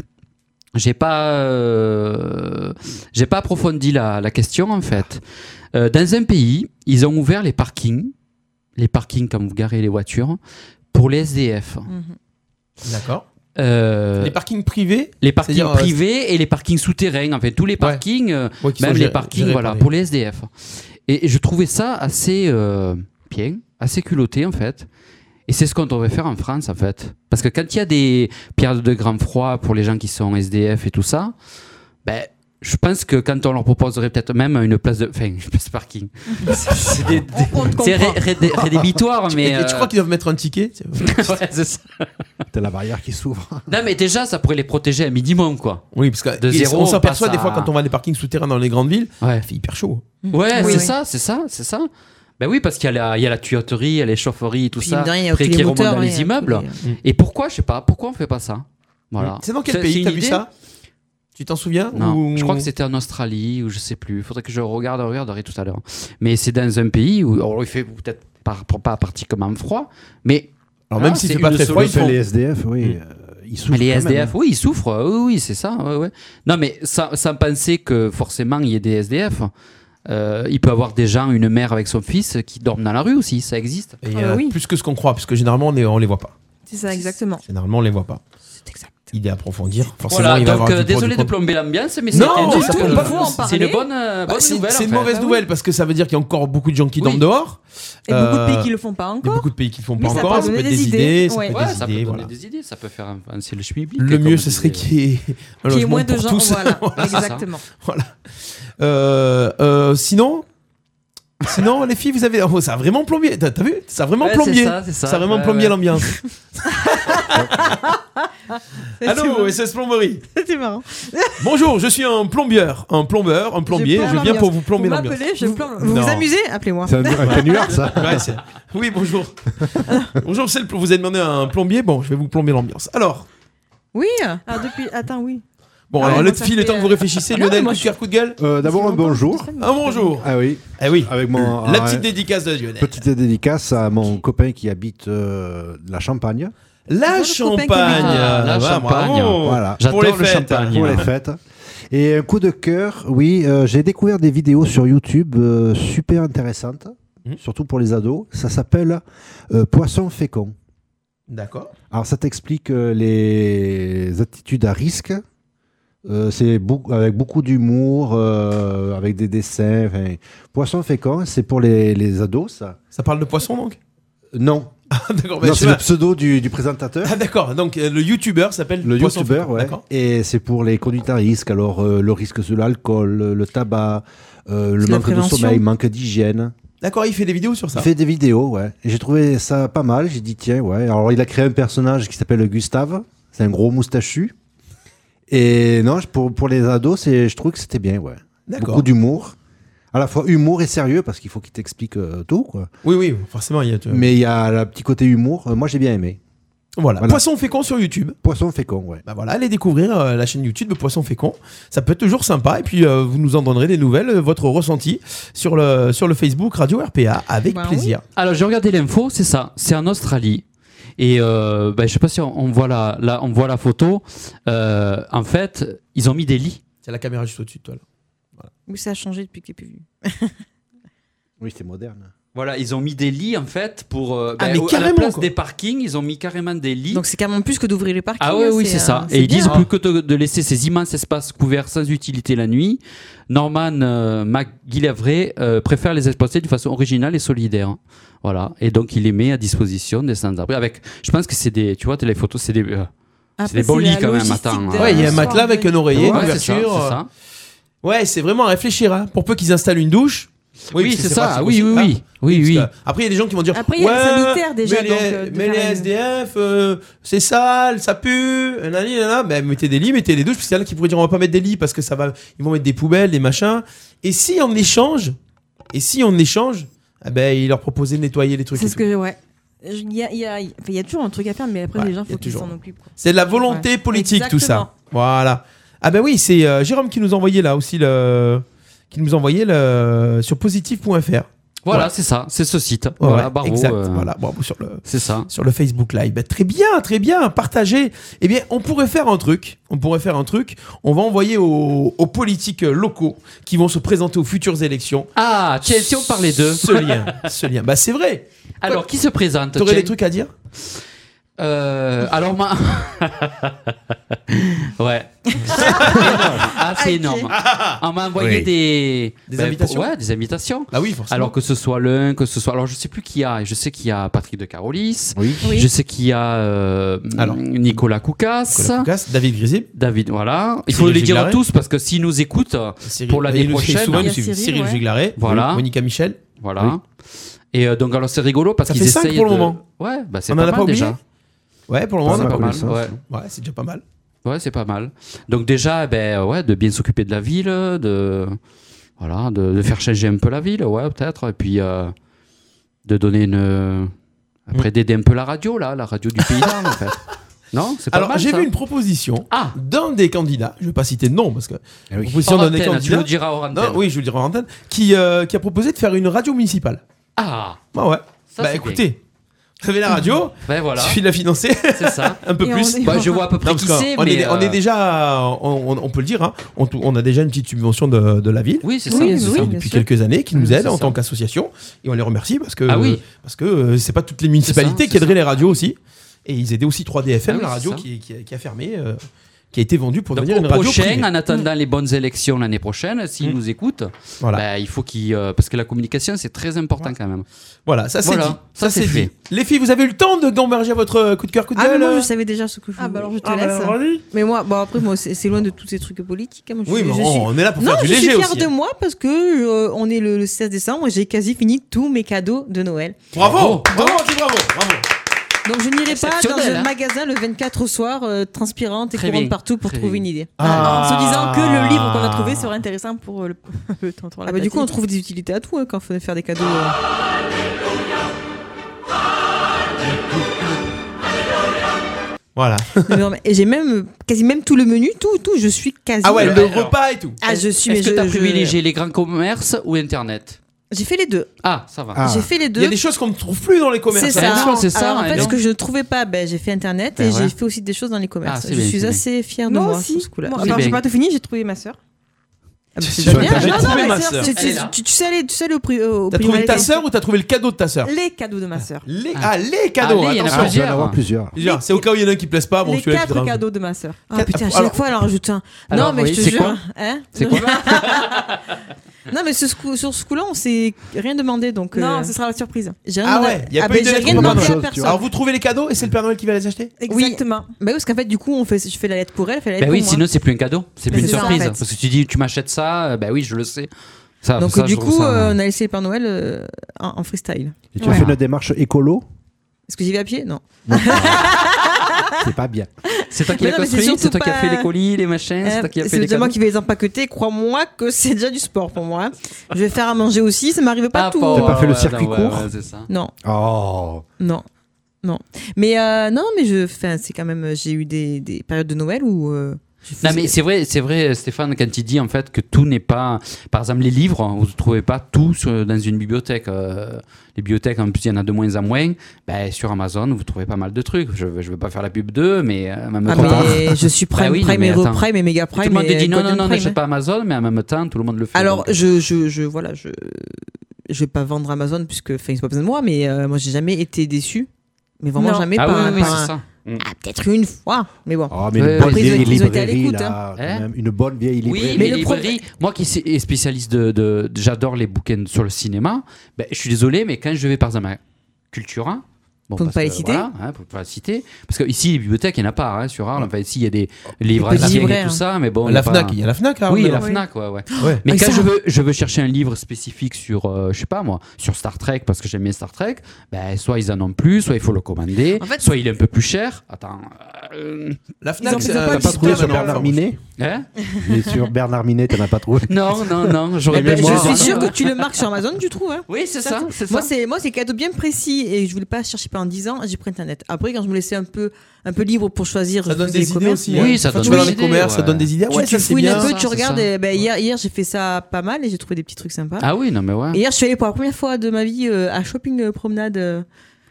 S8: J'ai pas, euh, j'ai pas approfondi la, la question en fait. Euh, dans un pays, ils ont ouvert les parkings, les parkings quand vous garez les voitures pour les SDF.
S6: D'accord.
S8: Euh,
S6: Les parkings privés,
S8: les parkings
S6: C'est-à-dire, euh,
S8: privés et les parkings souterrains, enfin tous les parkings, euh,
S6: ouais, qui
S8: même
S6: sont
S8: les
S6: gérés-
S8: parkings
S6: gérés
S8: voilà,
S6: par les-
S8: pour les SDF. Et, et je trouvais ça assez euh, bien, assez culotté en fait. Et c'est ce qu'on devrait faire en France en fait. Parce que quand il y a des pierres de grand froid pour les gens qui sont SDF et tout ça, ben, je pense que quand on leur proposerait peut-être même une place de... Enfin, *laughs* une place de parking. C'est- c'est des- des- c'est ré- ré- dé- rédhibitoire, mais...
S6: Et tu crois qu'ils doivent mettre un ticket
S8: euh, *laughs* ouais, c'est ça.
S9: T'as la barrière qui s'ouvre.
S8: Non mais déjà, ça pourrait les protéger à minimum quoi.
S6: Oui, parce que
S8: De
S6: ils-
S8: zéro,
S6: on
S8: on
S6: s'aperçoit
S8: passe
S6: des fois
S8: à-
S6: quand on va à des parkings souterrains dans les grandes villes,
S8: Ouais.
S6: c'est hyper chaud.
S8: Ouais,
S7: Oui,
S8: c'est
S7: oui.
S8: ça, c'est ça, c'est ça. Ben oui, parce qu'il y, a la- il y a la tuyauterie, il y a les chaufferies, tout
S7: Puis,
S8: ça,
S7: mine de rien, il y a
S8: après,
S7: tous
S8: qui
S7: les
S8: remontent
S7: moteurs,
S8: dans
S7: ouais,
S8: les
S7: tous
S8: immeubles.
S7: les-
S8: Et pourquoi, je sais pas, pourquoi on fait pas ça Voilà.
S6: C'est dans quel
S8: une
S6: pays t'as vu
S8: idée
S6: ça Tu t'en souviens
S8: Non,
S6: Ou-
S8: je crois que c'était en Australie ou je sais plus. Faudrait que je regarde, regarderai tout à l'heure. Mais c'est dans un pays où alors, il fait peut-être pas, pas particulièrement froid, mais
S6: Alors même
S8: Ah,
S6: si
S8: c'est
S6: c'est pas
S8: une
S6: très froid, ils
S9: Parce que
S6: font-
S9: les SDF, oui, euh, ils souffrent.
S8: Mais les
S9: quand même,
S8: SDF,
S9: hein.
S8: oui, ils souffrent, euh, oui, oui, c'est ça. ouais, ouais. Non, mais sans, sans penser que forcément il y ait des SDF, euh, il peut avoir des gens, une mère avec son fils qui dorment dans la rue aussi, ça existe.
S6: Et,
S10: Ah,
S6: euh,
S10: oui.
S6: plus que ce qu'on croit, parce que généralement on, est- on les voit pas.
S10: C'est ça, exactement.
S6: Généralement on les voit pas.
S7: C'est exact.
S6: Idée à approfondir. Forcément,
S8: Voilà,
S6: il va y
S8: donc
S6: avoir
S8: euh,
S6: du pour,
S8: désolé
S6: du
S8: de
S6: contre.
S8: plomber l'ambiance, mais
S6: Non,
S8: c'était-
S6: du tout,
S8: c'est-
S6: il
S10: faut en
S8: c'est
S10: parler.
S8: une bonne, euh,
S6: Bah,
S8: bonne
S6: c'est
S8: nouvelle.
S6: c'est
S8: en
S6: une
S8: fait.
S6: mauvaise nouvelle parce que ça veut dire qu'il y a encore beaucoup de gens qui
S8: Oui.
S6: dorment dehors.
S10: Et beaucoup de
S6: Euh,
S10: pays qui le font pas
S6: Il y a
S10: encore.
S6: beaucoup de pays qui le font
S10: Mais
S6: pas
S10: ça
S6: encore. Ça
S10: peut
S6: peut
S10: donner
S6: être
S10: des
S6: des
S10: idées.
S6: idées. ça peut
S10: Ouais.
S6: être
S8: Ouais,
S6: des
S8: ça peut
S6: idées,
S8: donner
S6: voilà.
S8: des idées, ça peut faire un, un- c'est le schmilblick,
S6: Le
S8: comme
S6: mieux,
S8: on
S6: ce
S8: dit,
S6: serait
S8: euh.
S6: qu'il y ait un
S10: Qu'il y ait
S6: logement
S10: moins de
S6: pour
S10: gens.
S6: tous. *laughs*
S10: Voilà,
S8: c'est ça.
S10: exactement.
S6: Voilà. Euh, euh, sinon, sinon les filles, vous avez. Oh, ça a vraiment plombé. T'as t'as vu Ça a vraiment
S8: Ouais, c'est
S6: plombé.
S8: ça, c'est ça.
S6: a vraiment
S8: Ouais,
S6: plombé
S8: ouais.
S6: l'ambiance. Ah
S10: hein.
S6: Allô, SS Plomberie.
S7: C'était marrant.
S6: Bonjour, je suis un plombieur, un plombeur, un plombier.
S10: plombe
S6: Je viens
S10: l'ambiance.
S6: pour vous
S10: Vous
S6: plomber l'ambiance.
S10: m'appelez, je plombe.
S7: Vous
S6: Non.
S7: vous amusez Appelez-moi.
S9: C'est un, un canular, ça. *laughs*
S6: Ouais, c'est- oui, bonjour. bonjour, c'est le plom- vous avez demandé à un plombier. Bon, je vais vous plomber l'ambiance. Alors,
S7: Oui.
S10: Ah, depuis. Attends, oui.
S6: bon,
S10: Ah
S6: alors
S10: ouais,
S6: les
S10: moi, ça
S6: filles, le
S10: fait, ah,
S6: temps que vous réfléchissez,
S7: non,
S6: Lionel,
S7: moi,
S6: coup de cœur, coup de gueule.
S9: Euh, D'abord un bonjour.
S6: Un bonjour.
S9: Ah oui,
S6: Eh oui,
S9: avec mon.
S6: la
S9: ah,
S6: petite
S9: ouais.
S6: dédicace de Lionel.
S9: Petite dédicace à mon copain qui habite euh, la Champagne. bah,
S6: La
S10: Bonjour, copain
S6: champagne.
S10: qui habite-
S8: Ah, la
S6: Voilà,
S8: champagne.
S6: bravo.
S9: Voilà.
S6: Pour les
S8: J'adore le
S6: fêtes.
S8: champagne.
S9: pour les fêtes. Et un coup de cœur, oui, euh, j'ai découvert des vidéos sur YouTube euh, super intéressantes,
S6: Mhm.
S9: surtout pour les ados. Ça s'appelle euh, Poisson fécond.
S6: D'accord.
S9: Alors ça t'explique euh, les attitudes à risque. Euh, c'est beaucoup- avec beaucoup d'humour, euh, avec des dessins. enfin, Poisson fécond, c'est pour les, les ados, ça
S6: Ça parle de poisson donc *laughs*
S9: Non,
S6: Ah, D'accord, bah,
S9: non
S6: je sais
S9: c'est le
S6: pas.
S9: pseudo du, du présentateur.
S6: Ah, d'accord. Donc euh, le youtubeur s'appelle
S9: Le
S6: Poisson
S9: youtubeur,
S6: Fécond.
S9: ouais.
S6: D'accord.
S9: Et c'est pour les conduites à risque. Alors, euh, le risque sur l'alcool, le, le tabac, euh, le
S7: C'est la
S9: manque de
S7: prévention.
S9: sommeil, manque d'hygiène.
S6: D'accord, il fait des vidéos sur ça.
S9: Il fait des vidéos, ouais. Et j'ai trouvé ça pas mal. J'ai dit, tiens, ouais. Alors, il a créé un personnage qui s'appelle Gustave. C'est un gros moustachu. Et non, je- pour, pour les ados, c'est, je trouve que c'était bien, ouais.
S6: D'accord.
S9: Beaucoup d'humour. À la fois humour et sérieux, parce qu'il faut qu'il t'explique euh, tout, quoi.
S6: Oui, oui, forcément. Il y a, euh, tu vois.
S9: Mais il y a le petit côté humour. Euh, Moi, j'ai bien aimé.
S6: Voilà.
S9: Voilà.
S6: Poisson fécond sur YouTube.
S9: Poisson fécond, ouais.
S6: Bah voilà, allez découvrir euh, la chaîne YouTube de Poisson Fécond. Ça peut être toujours sympa. Et puis, euh, vous nous en donnerez des nouvelles, euh, votre ressenti sur le, sur le Facebook Radio RPA avec
S7: Bah oui.
S6: plaisir.
S8: Alors j'ai regardé l'info, c'est ça, c'est en Australie. Et euh, ben, je sais pas si on, on voit, la, la- on voit la photo. Euh, en fait, ils ont mis des lits.
S6: C'est la caméra juste au-dessus de toi. là.
S7: Oui, ça a changé depuis qu'il est plus venu.
S9: Oui, c'est moderne.
S8: Voilà, ils ont mis des lits en fait pour euh,
S7: Ah,
S8: ben,
S7: mais
S8: au- à la
S7: carrément,
S8: place
S7: quoi.
S8: des parkings, ils ont mis carrément des lits.
S7: Donc c'est carrément plus que d'ouvrir les parkings.
S8: Ah ouais,
S7: hein,
S8: oui, c'est ça.
S7: euh,
S8: Et ils
S7: bien.
S8: disent plus que de, de laisser ces immenses espaces couverts sans utilité la nuit, Norman euh, McGillivray euh, préfère les exploiter de façon originale et solidaire. Voilà. Et donc il les met à disposition des sans-abri. Avec, je pense que c'est des, tu vois, t'as les photos, c'est des. euh,
S7: Après,
S8: c'est des bons
S7: Ah, bah, la
S8: lits, quand même,
S7: logistique
S8: attends, hein.
S7: de-
S8: ouais.
S6: Ouais, il y a un
S7: soir,
S6: matelas
S7: ouais.
S6: avec un oreiller, une
S8: ouais, c'est ça,
S6: ouverture.
S8: c'est
S6: euh,
S8: ça.
S6: Ouais, c'est vraiment à réfléchir. hein. Pour peu qu'ils installent une douche.
S8: Oui,
S6: parce que
S8: c'est ça.
S6: pas si
S8: Oui, oui,
S6: possible, hein.
S8: oui, oui, oui.
S6: Parce que Après, il y a des gens qui vont dire.
S10: Après, il y a les
S6: Ouais,
S10: sanitaires, déjà,
S6: Mais
S10: donc,
S6: les,
S10: euh, de
S6: mais les
S10: faire une-
S6: SDF, euh, c'est sale, ça pue. nanani, nanana. Ben, mettez des lits, mettez des douches. Parce qu'il y en a qui pourraient dire on va pas mettre des lits parce que ça va. Ils vont mettre des poubelles, des machins. Et si on échange, et si on échange, ah ben, il leur proposait de nettoyer les trucs. et
S10: C'est ce
S6: tout.
S10: que ouais. Je- Il y a, il y a- enfin, il y a toujours un truc à faire, mais après
S6: Ouais,
S10: les gens
S6: il y a
S10: faut qu'ils
S6: toujours.
S10: s'en occupent. quoi.
S6: C'est de la volonté
S10: Ouais.
S6: politique tout ça.
S10: Exactement.
S6: Voilà. Ah ben oui, c'est euh, Jérôme qui nous envoyait là aussi le qui nous envoyait le sur positif.fr.
S8: Voilà,
S6: Ouais.
S8: c'est ça. C'est ce site.
S6: Ouais,
S8: voilà, Barreau.
S6: exact.
S8: euh,
S6: Voilà, bravo sur le
S8: C'est ça.
S6: sur le Facebook Live. Ben, très bien, très bien, partagez. Eh bien, on pourrait faire un truc. On pourrait faire un truc. On va envoyer aux, aux politiques locaux qui vont se présenter aux futures élections.
S8: Ah, tiens, si on parlait d'eux.
S6: Ce lien, ce lien. Bah c'est vrai.
S8: Alors, qui se présente
S6: T'aurais
S8: tiens
S6: des trucs à dire
S8: Euh, alors, ma... *laughs* ouais. ah, c'est énorme. On m'a envoyé
S6: Oui.
S8: des...
S6: Des
S8: Ben,
S6: invitations
S8: Ouais, des invitations.
S6: Bah oui, forcément.
S8: Alors que ce soit l'un, que ce soit... Alors, je sais plus qui y a. Je sais qu'il y a Patrick de Carolis.
S9: Oui.
S10: Oui.
S8: Je sais qu'il y a euh,
S6: Alors.
S8: Nicolas Koukas.
S6: Nicolas Foucasse, David Grisil,
S8: David, voilà. Il
S6: Cyril
S8: faut les dire à
S6: Giglaré.
S8: tous parce que s'ils nous écoutent, euh,
S6: Cyril-
S8: Pour l'année
S6: il nous suit
S8: prochaine. hein.
S6: souvent, il nous
S10: Il y
S6: suit.
S10: a Cyril,
S6: Cyril
S10: ouais.
S6: Juglaré,
S8: Voilà.
S6: Monica Michel.
S8: voilà. Et euh, donc, alors, c'est rigolo parce
S6: Ça
S8: qu'ils
S6: fait cinq
S8: essayent
S6: pour le
S8: de-
S6: moment.
S8: Ouais, bah, c'est
S6: On en
S8: pas
S6: a
S8: mal
S6: pas oublié
S8: déjà.
S6: Ouais, pour le
S9: Pas
S6: moment,
S8: C'est
S9: mal,
S8: pas mal,
S9: connaissance.
S8: ouais.
S6: Ouais, c'est déjà pas mal.
S8: Ouais, c'est pas mal. Donc déjà, eh ben ouais, de bien s'occuper de la ville, de voilà, de, de faire changer un peu la ville, ouais, peut-être, et puis euh, de donner
S6: Mm.
S8: une après d'aider un peu la radio là, la radio du pays d'Arles en
S6: *laughs*
S8: fait. Non, c'est pas
S6: Alors,
S8: mal.
S6: j'ai
S8: ça.
S6: vu une proposition
S8: Ah,
S6: d'un des candidats, je vais pas citer de nom parce que
S9: Eh oui.
S6: proposition
S8: hors
S6: d'un des
S8: antenne, tu
S6: candidats.
S8: le diras hors
S6: Non,
S8: antenne.
S6: oui, je vous le dirai en antenne, qui, euh, qui a proposé de faire une radio municipale.
S8: Ah,
S6: Bah ouais.
S8: Ça,
S6: bah
S8: c'est
S6: écoutez, vous avez la radio,
S8: ben voilà,
S6: suffit de la financer
S8: c'est ça.
S6: *laughs* un peu
S10: Et
S6: plus.
S10: on est-
S8: Bah, je vois à peu
S6: Non,
S8: près
S6: parce
S8: qui
S6: qu'on-
S8: c'est,
S6: on,
S8: mais
S6: est, on est
S8: euh,
S6: déjà, on, on- on peut le dire, hein, on, tou- on a déjà une petite subvention de, de la ville.
S8: Oui, c'est ça.
S7: Oui,
S8: c'est
S7: oui.
S8: ça.
S7: bien
S6: depuis
S7: sûr.
S6: quelques années qui nous
S8: Oui,
S6: aident
S8: c'est
S6: en
S8: ça.
S6: tant qu'association et on les remercie parce que
S8: Ah oui.
S6: parce que euh, c'est pas toutes les municipalités
S8: C'est ça,
S6: qui
S8: c'est
S6: aideraient les radios aussi et ils aidaient aussi 3DFM
S8: Ah oui,
S6: la
S8: c'est
S6: radio
S8: ça.
S6: qui, qui a- qui a fermé euh, qui a été vendue pour
S8: Donc,
S6: devenir
S8: au
S6: une radio
S8: prochain,
S6: privée.
S8: en attendant les bonnes élections l'année prochaine, s'ils
S6: Mm.
S8: nous écoutent,
S6: Voilà.
S8: bah, il faut qu'ils. euh, parce que la communication, c'est très important quand même.
S6: Voilà, Ah, ça c'est
S8: Voilà,
S6: dit.
S8: ça,
S6: Ça,
S8: c'est
S6: c'est
S8: fait.
S6: dit. Les filles, vous avez eu le temps de d'emmerger votre coup de cœur, coup de
S7: Ah, mais
S6: gueule
S7: moi,
S6: euh
S7: je savais déjà ce que je
S10: Ah, bah alors je te
S1: Ah, bah,
S10: laisse.
S1: vas-y.
S7: Mais moi, bon, après, moi, c'est c'est loin de tous ces trucs politiques. hein. Moi, je
S6: Oui,
S7: suis-
S6: mais
S7: je
S6: on,
S7: suis-
S6: on est là pour
S7: Non,
S6: faire du
S7: je suis
S6: léger
S7: fière
S6: aussi.
S7: de moi parce que euh, on est le, le 16 décembre et j'ai quasi fini tous mes cadeaux de Noël.
S6: Bravo, bravo, Andy, bravo, bravo.
S7: Donc je n'irai pas dans
S8: Exceptionnel,
S7: un
S8: hein.
S7: magasin le 24 au soir, euh, transpirante et
S8: Très
S7: courante
S8: bien,
S7: partout pour
S8: très
S7: trouver
S8: bien.
S7: une idée.
S10: En se disant que le livre qu'on a
S6: Ah.
S10: trouvé serait intéressant pour euh, le, *laughs* le temps pour la
S7: Ah bah, du coup, on
S10: patine.
S7: trouve des utilités à tout hein, quand on fait faire des cadeaux. euh.
S6: Voilà.
S7: *laughs* Non, mais- et j'ai même euh, quasi même tout le menu, tout, tout. Je suis quasi.
S6: Ah ouais, le
S8: alors.
S6: repas et tout.
S7: euh, Ah, je suis. mais
S8: Est-ce que
S7: je-
S8: tu as
S7: je-
S8: privilégié les grands commerces ou Internet
S7: J'ai fait les deux.
S8: Ah, ça va.
S9: Ah.
S7: J'ai fait les deux.
S6: Il y a des choses qu'on ne trouve plus dans les commerces.
S7: C'est
S8: hein.
S7: ça. Ah,
S8: Non, c'est ça,
S7: Alors, en
S8: hein,
S7: fait,
S8: non.
S7: ce que je ne trouvais pas, ben, j'ai fait Internet
S8: Ben
S7: et
S8: voilà.
S7: j'ai fait aussi des choses dans les commerces.
S8: Ah, c'est
S7: je
S8: bien,
S7: suis
S8: c'est
S7: assez fière de
S10: Moi
S7: moi
S10: aussi.
S7: sur ce coup-là.
S10: Moi,
S8: C'est
S10: alors, j'ai
S8: bien.
S10: pas tout fini, j'ai trouvé ma sœur.
S7: Ah, bah, c'est
S9: Sur
S7: déjà bien.
S9: Internet.
S6: J'ai
S7: Non,
S6: trouvé
S7: non,
S6: ma
S7: ma sœur,
S6: sœur.
S7: tu-
S8: Elle est
S7: tu-
S8: là.
S7: tu- tu sais aller tu sais aller au prix. au
S6: T'as
S7: prix
S6: trouvé
S7: Malais,
S6: ta
S7: t'as-
S6: sœur ou t'as trouvé le cadeau de ta sœur
S10: Les cadeaux de ma sœur.
S6: Les... Ah, les cadeaux,
S8: Ah, les, il y en
S9: Ah, il
S8: a
S6: attention.
S9: doit
S8: plusieurs.
S9: y en avoir plusieurs.
S6: Plusieurs. C'est au cas où il y en a un qui plaise pas. Bon,
S10: Les
S6: celui-là,
S10: quatre
S6: je dirais-
S10: cadeaux de ma sœur.
S7: Ah putain, à chaque
S6: Alors-
S7: fois, alors rajoute un.
S8: Alors,
S7: non, mais
S8: oui,
S7: je te
S8: c'est
S7: jure.
S8: quoi
S7: hein
S8: C'est quoi
S7: *laughs* Non, mais ce coup- sur ce coup-là, on s'est rien demandé. Donc,
S10: Non,
S7: euh,
S10: ce sera la surprise.
S7: j'ai rien
S6: Ah
S7: demandé-
S6: ouais, il y a
S7: Ah
S6: pas
S7: ben,
S6: eu de
S7: j'ai
S6: lettre
S7: rien
S6: pour
S7: demandé
S9: Papa
S7: à
S9: Noël.
S7: personne.
S6: Alors vous trouvez les cadeaux et c'est le Père Noël qui va les acheter
S10: Exactement.
S7: Bah oui, parce qu'en fait, du coup, on fait, je fais la lettre pour elle, elle fait la lettre
S8: Ben oui,
S7: pour moi.
S8: sinon c'est plus un cadeau, c'est plus
S7: Mais
S8: une
S7: c'est ça,
S8: surprise.
S7: en fait.
S8: Parce que tu dis, tu m'achètes ça, euh, ben oui, je le sais. Ça,
S7: Donc,
S8: ça, je hein.
S7: du
S8: trouve
S7: coup,
S8: ça-
S7: euh, on a laissé le Père Noël euh, en, en freestyle.
S9: Et tu as fait une démarche écolo
S7: Est-ce que j'y vais à pied Non.
S9: Non.
S7: *laughs*
S9: C'est pas bien.
S8: c'est toi qui
S7: mais
S8: l'as
S7: non, mais c'est
S8: construit, c'est
S7: surtout
S8: toi qui as
S7: pas-
S8: fait les colis, les machins, c'est
S7: Euh,
S8: toi qui as fait
S7: C'est
S8: les
S7: déjà
S8: cadeaux.
S7: moi qui vais les empaqueter. Crois-moi que c'est déjà du sport pour moi. Je vais faire à manger aussi. Ça m'arrive pas
S8: Ah,
S7: tout.
S8: pour-
S9: T'as pas fait le
S8: ouais,
S9: circuit
S8: ouais,
S9: court
S8: ouais, c'est ça.
S7: Non,
S9: Oh.
S7: non, non. Mais euh, non, mais je, enfin, c'est quand même. J'ai eu des, des périodes de Noël où euh,
S8: Non mais c'est vrai, c'est vrai Stéphane quand il dit en fait que tout n'est pas, par exemple les livres, hein, vous ne trouvez pas tout sur- dans une bibliothèque. Euh, les bibliothèques en plus il y en a de moins en moins. Ben, sur Amazon vous trouvez pas mal de trucs. Je ne veux pas faire la pub d'eux, mais euh, en même
S7: Ah,
S8: temps.
S7: mais
S8: *laughs*
S7: je suis Prime,
S8: Bah oui, non,
S7: Prime
S8: mais
S7: et
S8: attends.
S7: Reprime et Mega Prime.
S8: tout le monde
S7: et
S8: dit non, non,
S7: Golden
S8: non,
S7: Prime.
S8: n'achète pas Amazon, mais en même temps tout le monde le fait.
S7: Alors,
S8: donc.
S7: je, je, je, voilà, je, je vais pas vendre Amazon puisque, enfin, c'est pas besoin de moi, mais euh, moi, j'ai jamais été déçu. Mais vraiment
S10: Non.
S7: jamais.
S8: ah
S7: pas,
S8: oui, oui, oui,
S7: pas-
S8: c'est ça. Mm.
S7: Ah, peut-être une fois, mais bon. Euh,
S9: Ah, mais
S8: Ouais,
S9: une bonne
S8: ouais, ils ont-
S9: vieille
S7: ils ont été à
S9: librairie,
S7: l'écoute,
S9: là, quand
S8: Hein
S9: même. Une bonne vieille librairie.
S8: Oui,
S7: Mais
S8: mais,
S7: le
S8: les librairies, moi qui suis- est spécialiste de, de- de- j'adore les bouquins sur le cinéma, ben, je suis désolé, mais quand je vais par exemple à Cultura, bon,
S7: Pour ne
S8: parce
S7: pas les
S8: que,
S7: citer.
S8: voilà, hein, pour ne pas les citer, parce que ici les bibliothèques, il n'y en a pas hein, sur Arles. Enfin, ici il y a des livres
S7: petits
S8: anciens et
S7: libraires.
S8: tout ça, mais bon, il y
S6: La
S8: a pas-
S6: Fnac, il y a la Fnac là.
S8: oui,
S6: maintenant.
S8: la
S10: oui.
S8: Fnac, ouais, ouais.
S6: Ouais.
S8: Mais
S7: Ah,
S8: quand
S7: ça.
S8: je veux, je veux chercher un livre spécifique sur, euh, je sais pas moi, sur Star Trek parce que j'aime bien Star Trek, ben soit ils en ont plus, soit il faut le commander,
S7: En fait-
S8: soit il est un peu plus cher. Attends, euh,
S6: La
S7: Ils
S6: Fnac,
S7: ont-
S6: c'est
S7: ils ont
S6: un
S7: pas
S9: T'as pas
S7: Super
S9: trouvé sur
S7: Mario
S9: Bernard Minet
S8: hein
S9: *laughs* Mais sur Bernard Minet, t'en as pas trouvé.
S8: Non, non, non,
S7: Eh
S8: j'aurais
S7: ben,
S8: bien moi,
S7: je
S8: hein.
S7: suis sûr que tu le marques sur Amazon, tu trouves. Hein.
S8: Oui, c'est ça, c'est ça.
S7: Moi, c'est moi, c'est cadeau bien précis et je voulais pas chercher pas en 10 ans. J'ai pris internet. Après, quand je me laissais un peu, un peu libre pour choisir,
S6: Ça
S7: je
S6: donne
S7: faisais les
S6: des idées
S7: commerces,
S6: aussi.
S7: mais-
S8: hein. Oui, ça
S6: Quand tu
S8: donne
S6: vas dans
S8: des
S6: les
S8: idées,
S6: commerces, ça
S8: ouais.
S6: donne des idées. Ah
S7: Tu,
S6: Ouais,
S7: tu
S6: ça c'est
S7: fouilles un
S6: bien.
S7: peu,
S8: Ça,
S7: tu
S8: c'est
S7: regardes.
S8: ça.
S7: et ben, hier, hier j'ai fait ça pas mal et j'ai trouvé des petits trucs sympas.
S8: Ah oui, non mais ouais.
S7: Et Hier, je suis allée pour la première fois de ma vie euh, à Shopping euh, Promenade. euh,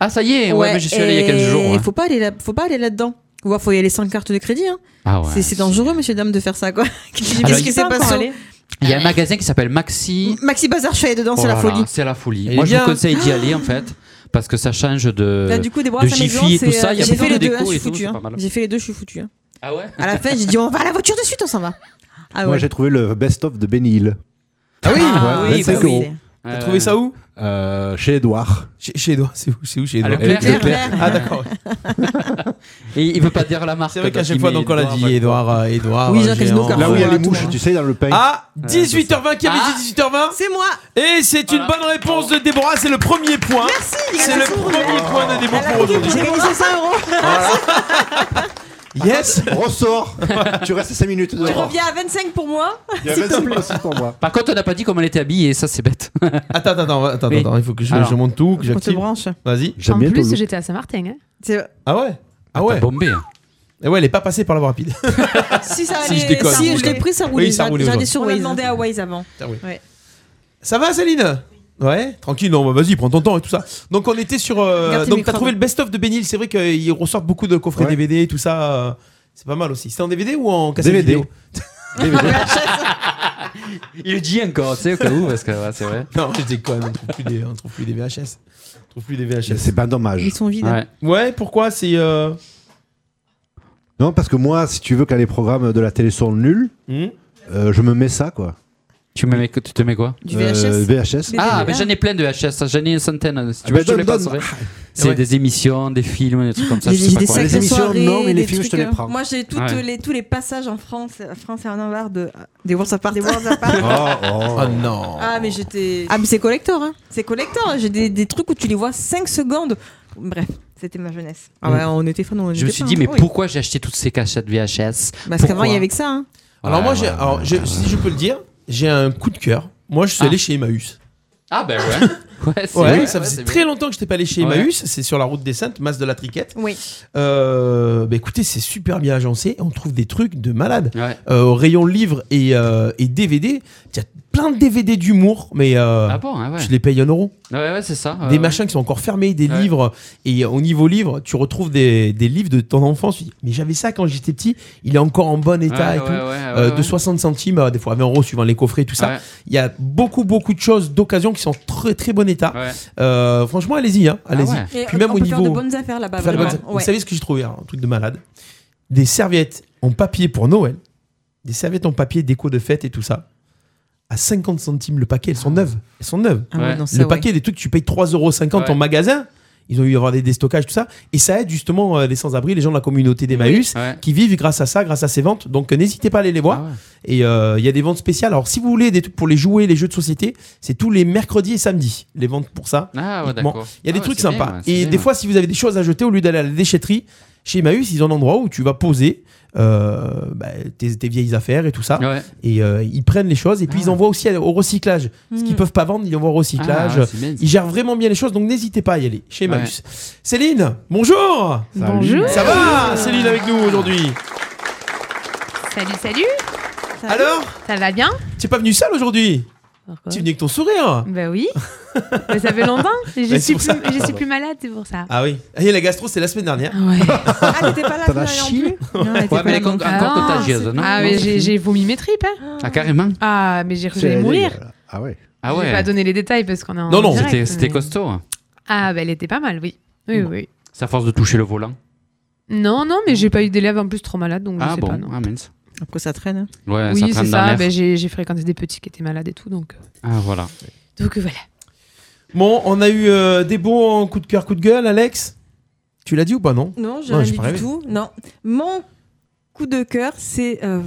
S8: Ah ça y est, ouais, mais j'y suis allé il y a
S7: et
S8: 15 jours. ouais.
S7: Faut pas aller là, faut pas aller là-dedans. Ou alors, faut y aller sans carte de crédit. hein.
S8: Ah ouais.
S7: C'est- c'est dangereux, monsieur dame, de faire ça, quoi. *laughs*
S8: Alors,
S7: Qu'est-ce qui
S8: il-
S7: s'est passé
S8: Il y a un magasin qui s'appelle Maxi.
S7: Maxi Bazar, je suis allée dedans,
S8: Oh
S7: c'est la
S8: là
S7: folie.
S8: là, C'est la folie.
S6: Il est
S8: Moi je
S6: bien.
S8: vous conseille d'y aller en fait parce que ça change de.
S7: Là, du coup, des bras
S8: de
S7: à la maison,
S8: Jiffy et
S7: c'est,
S8: tout ça, il y a
S7: j'ai
S8: beaucoup
S7: fait les
S8: de
S7: deux, hein,
S8: déco
S7: je suis
S8: et tout,
S7: foutu.
S8: c'est
S7: hein.
S8: pas mal.
S7: J'ai fait les deux, je suis foutu. hein.
S8: Ah ouais.
S7: À la fin, j'ai dit on va à la voiture de suite, on s'en va. Ah ouais.
S9: Moi, j'ai trouvé le best-of de Benny Hill.
S6: Ah oui,
S7: Ah
S9: ouais,
S7: oui,
S9: 25
S7: bah oui.
S9: euros.
S6: T'as trouvé ça où
S9: Euh, chez Edouard.
S6: Chez chez Edouard. C'est où C'est où chez
S8: À
S6: Edouard
S8: Leclerc.
S6: Leclerc.
S7: Leclerc.
S6: Ah d'accord.
S8: *laughs* Et il veut pas dire la marque.
S6: C'est vrai qu'à
S8: donc
S6: chaque
S8: il
S6: fois,
S8: met
S6: donc on l'a
S8: Edouard,
S6: dit,
S8: ouais.
S6: Edouard, euh, Edouard.
S7: Oui,
S6: euh,
S7: Jean Casino,
S6: géant.
S7: Carrefour.
S9: Là où il y a
S7: Ah,
S9: les
S7: tout le
S9: mouches,
S7: monde.
S9: tu sais, dans le pain.
S6: Ah, 18h20, qui avait
S8: Ah.
S6: dit 18h20
S7: C'est moi.
S6: Et c'est une bonne réponse de Déborah, c'est le premier point.
S7: Merci. les gars,
S6: C'est le
S7: merci.
S6: premier point de Déborah pour
S7: J'ai
S6: aujourd'hui.
S7: gagné 500 euros.
S6: Yes *laughs*
S9: Ressors Tu restes 5
S8: *laughs*
S9: minutes
S10: Tu
S9: dehors.
S10: reviens à 25 pour moi.
S9: Il y a 25 aussi pour moi.
S8: Par contre, on n'a pas dit comment elle était habillée, ça c'est bête.
S6: Attends, attends, attends, attends,
S8: Oui.
S6: attends, il faut que je,
S8: Alors.
S6: je monte tout, que
S7: On te
S6: j'active.
S7: branche.
S6: Vas-y.
S9: J'aime
S2: en
S9: bien ton
S2: plus,
S9: look.
S2: j'étais à Saint-Martin. hein.
S7: C'est-
S6: Ah ouais Ah
S8: T'as
S6: ouais
S8: Bombé. hein.
S6: Et ouais, elle est pas passée par la voie rapide. *laughs*
S7: Si ça
S6: Si,
S7: allait-
S6: je déconne.
S7: Ah, Si je l'ai pris, ça roulait. Ah
S6: ça roulait
S7: J'ai- j'ai
S6: aujourd'hui.
S7: des sur
S10: On l'a
S7: Waze. hein.
S10: demandé à Waze avant.
S6: Ça va, Céline Ouais, tranquille, non, bah vas-y, prends ton temps et tout ça. Donc on était sur. euh,
S7: Regarde tes
S6: donc
S7: micros.
S6: t'as trouvé le best-of de Benil, c'est vrai qu'ils ressortent beaucoup de coffrets
S9: Ouais.
S6: DVD et tout ça. euh, c'est pas mal aussi. C'était en DVD ou en cassette
S9: DVD.
S8: *laughs*
S6: vidéo
S8: Il le dit encore, tu sais, au cas où, parce que ouais, c'est vrai.
S6: *laughs* Non, je déconne, on trouve plus des, on trouve plus des VHS. On trouve plus des VHS.
S9: C'est bien dommage.
S7: Ils sont vides. hein.
S8: Ouais.
S6: Ouais, pourquoi C'est. euh,
S9: Non, parce que moi, si tu veux quand les programmes de la télé sont nuls,
S6: hmm
S9: euh, je me mets ça, quoi.
S8: Tu me mets, tu te mets quoi
S7: Du
S9: Euh,
S7: VHS.
S9: VHS.
S8: Ah, mais j'en ai plein de VHS, j'en ai une centaine. Si tu
S9: Ah,
S8: veux,
S9: bah,
S8: je te les
S9: donne, donne.
S8: passerai. C'est
S6: Ouais.
S8: des émissions, des films, des trucs comme ça.
S7: Des-
S8: je sais pas
S7: des
S8: quoi.
S7: sacs-
S9: Les
S7: Sacrée
S9: émissions,
S7: soirée,
S9: non, mais les
S7: des
S9: films, je te
S7: trucs,
S9: les
S7: euh,
S9: prends.
S10: Moi, j'ai toutes
S8: Ouais.
S10: les, tous les passages en France, euh, France et en Navarre de euh,
S7: Des Worlds Apart.
S10: des Worlds Apart.
S8: *laughs*
S9: Oh,
S6: Oh non
S10: Ah, mais j'étais.
S7: Ah, mais c'est collector. hein.
S10: C'est collector. J'ai des, des trucs où tu les vois 5 secondes. Bref, c'était ma jeunesse.
S7: Ah ouais, on était fans. on
S8: Je me
S7: était
S8: suis
S7: pas,
S8: dit,
S7: hein.
S8: mais
S7: Oui.
S8: pourquoi j'ai acheté toutes ces cachettes VHS
S7: Parce qu'avant, il y
S8: Pourquoi
S7: avait que ça. hein.
S6: Alors
S8: Ouais,
S6: moi, j'ai,
S8: ouais,
S6: alors, je- si je peux le dire, j'ai un coup de cœur. Moi, je suis
S8: Ah.
S6: allé chez Emmaüs.
S8: Ah, ben
S6: *laughs*
S8: ouais. ouais, c'est
S6: Ouais,
S8: vrai,
S6: ça
S8: ouais,
S6: faisait
S8: c'est
S6: très longtemps que je n'étais pas allé chez
S8: Ouais.
S6: Emmaüs. C'est sur la route des Saintes, masse de la Triquette.
S10: Oui.
S6: Euh, bah écoutez, c'est super bien agencé. On trouve des trucs de malade.
S8: bien. Ouais.
S6: Euh, au rayon livres et, euh, et DVD, il y a plein de DVD d'humour, mais euh,
S8: Ah bon, hein, ouais.
S6: je les paye un euro.
S8: Ouais, ouais, c'est ça.
S6: des
S8: ouais.
S6: machins qui sont encore fermés, des
S8: Euh, Ouais.
S6: livres. Et au niveau livres, tu retrouves des, des livres de ton enfance. Tu dis, mais j'avais ça quand j'étais petit. Il est encore en bon état
S8: Ouais,
S6: et
S8: ouais,
S6: tout.
S8: ouais, ouais,
S6: Euh,
S8: ouais.
S6: de 60 centimes, euh, des fois 20 euros suivant les coffrets et tout ça.
S8: Ouais,
S6: Il y a beaucoup, beaucoup de choses d'occasion qui sont en très, très bon état.
S8: ouais. Ah
S6: Euh, franchement, allez-y, hein, allez-y.
S8: ouais.
S10: Et
S6: Puis
S10: on-
S6: même
S10: on
S6: au
S10: peut
S6: niveau.
S10: faire de bonnes affaires là-bas.
S6: Faire de
S10: vraiment.
S6: bonnes- Vous
S10: Ouais.
S6: savez ce que j'ai trouvé hein, Un truc de malade. Des serviettes en papier pour Noël. Des serviettes en papier déco de fête et tout ça. À 50 centimes le paquet, elles sont neuves. Elles sont neuves.
S7: Ah ouais,
S8: Ouais.
S7: non, ça,
S6: Le
S7: ouais.
S6: paquet des trucs, tu payes 3,50€
S8: Ouais.
S6: en magasin. Ils ont eu à avoir des déstockages, tout ça. Et ça aide justement euh, les sans-abri, les gens de la communauté d'Emmaüs,
S8: ouais.
S6: qui vivent grâce à ça, grâce à ces ventes. Donc euh, n'hésitez pas à aller les voir.
S8: Ah ouais.
S6: Et euh, il y a des ventes spéciales. Alors si vous voulez des trucs pour les jouets, les jeux de société, c'est tous les mercredis et samedis, les ventes pour ça.
S8: Ah, ouais,
S6: Uniquement.
S8: d'accord.
S6: Il y a des
S8: Ah ouais,
S6: trucs
S8: c'est bien,
S6: sympas.
S8: ouais, c'est
S6: et
S8: bien,
S6: des
S8: ouais.
S6: fois, si vous avez des choses à jeter, au lieu d'aller à la déchetterie, chez Emmaüs, ils ont un endroit où tu vas poser euh, bah, tes, tes vieilles affaires et tout ça.
S8: Ouais.
S6: Et euh, ils prennent les choses et puis
S8: Ah.
S6: ils envoient aussi au recyclage. Ce qu'ils
S10: Mhm.
S6: peuvent pas vendre, ils envoient au recyclage.
S8: Ah, ouais, c'est bien, ça.
S6: ils gèrent vraiment bien les choses, donc n'hésitez pas à y aller chez
S8: Ouais.
S6: Emmaüs. Céline, bonjour
S9: Salut.
S2: Bonjour.
S6: Ça va Céline avec nous aujourd'hui
S2: Salut, salut. Ça va
S6: Alors
S2: Ça va bien
S6: T'es pas venu sale aujourd'hui Tu es venu avec ton sourire *laughs*
S2: Bah oui. Mais ça fait longtemps. Je
S6: Mais c'est
S2: suis,
S6: pour
S2: plus,
S6: ça.
S2: je suis plus malade, c'est pour ça.
S6: Ah oui. Ah, et la gastro, c'est la semaine dernière.
S2: Ah, t'étais pas là,
S6: T'en as *laughs* chié
S8: Ouais, mais elle est con- encore contagieuse, non
S2: Ah, mais j'ai j'ai vomi mes tripes. hein.
S8: Ah, carrément
S2: Ah, mais j'ai je vais mourir.
S8: Ah ouais
S2: Je
S8: Ah
S2: vais pas
S8: ouais
S2: donner les détails parce qu'on est en.
S8: Non, non,
S2: direct,
S8: c'était
S2: mais-
S8: c'était costaud. hein.
S2: Ah, bah elle était pas mal, oui. Oui, oui. oui.
S8: C'est à force de toucher le volant.
S2: Non, non, mais j'ai pas eu d'élèves en plus trop malades, donc je
S8: Ah
S2: sais
S8: bon,
S2: pas. Non.
S8: ah mince.
S7: Après, ça
S10: hein.
S7: traîne.
S8: Ouais, ça
S2: oui,
S8: traîne
S2: c'est
S8: dans
S2: ça.
S8: l'air.
S2: bah, j'ai j'ai fréquenté des petits qui étaient malades et tout, donc. euh,
S8: Ah voilà.
S2: Donc euh,
S10: *laughs*
S2: voilà.
S6: Bon, on a eu euh, des bons coups de cœur, coups de gueule, Alex Tu l'as dit ou pas, non
S10: Non, j'ai
S6: Non,
S10: rien
S6: j'ai
S10: dit
S6: pas
S10: du
S6: rêvé.
S10: tout. Non. Mon coup de cœur, c'est. euh,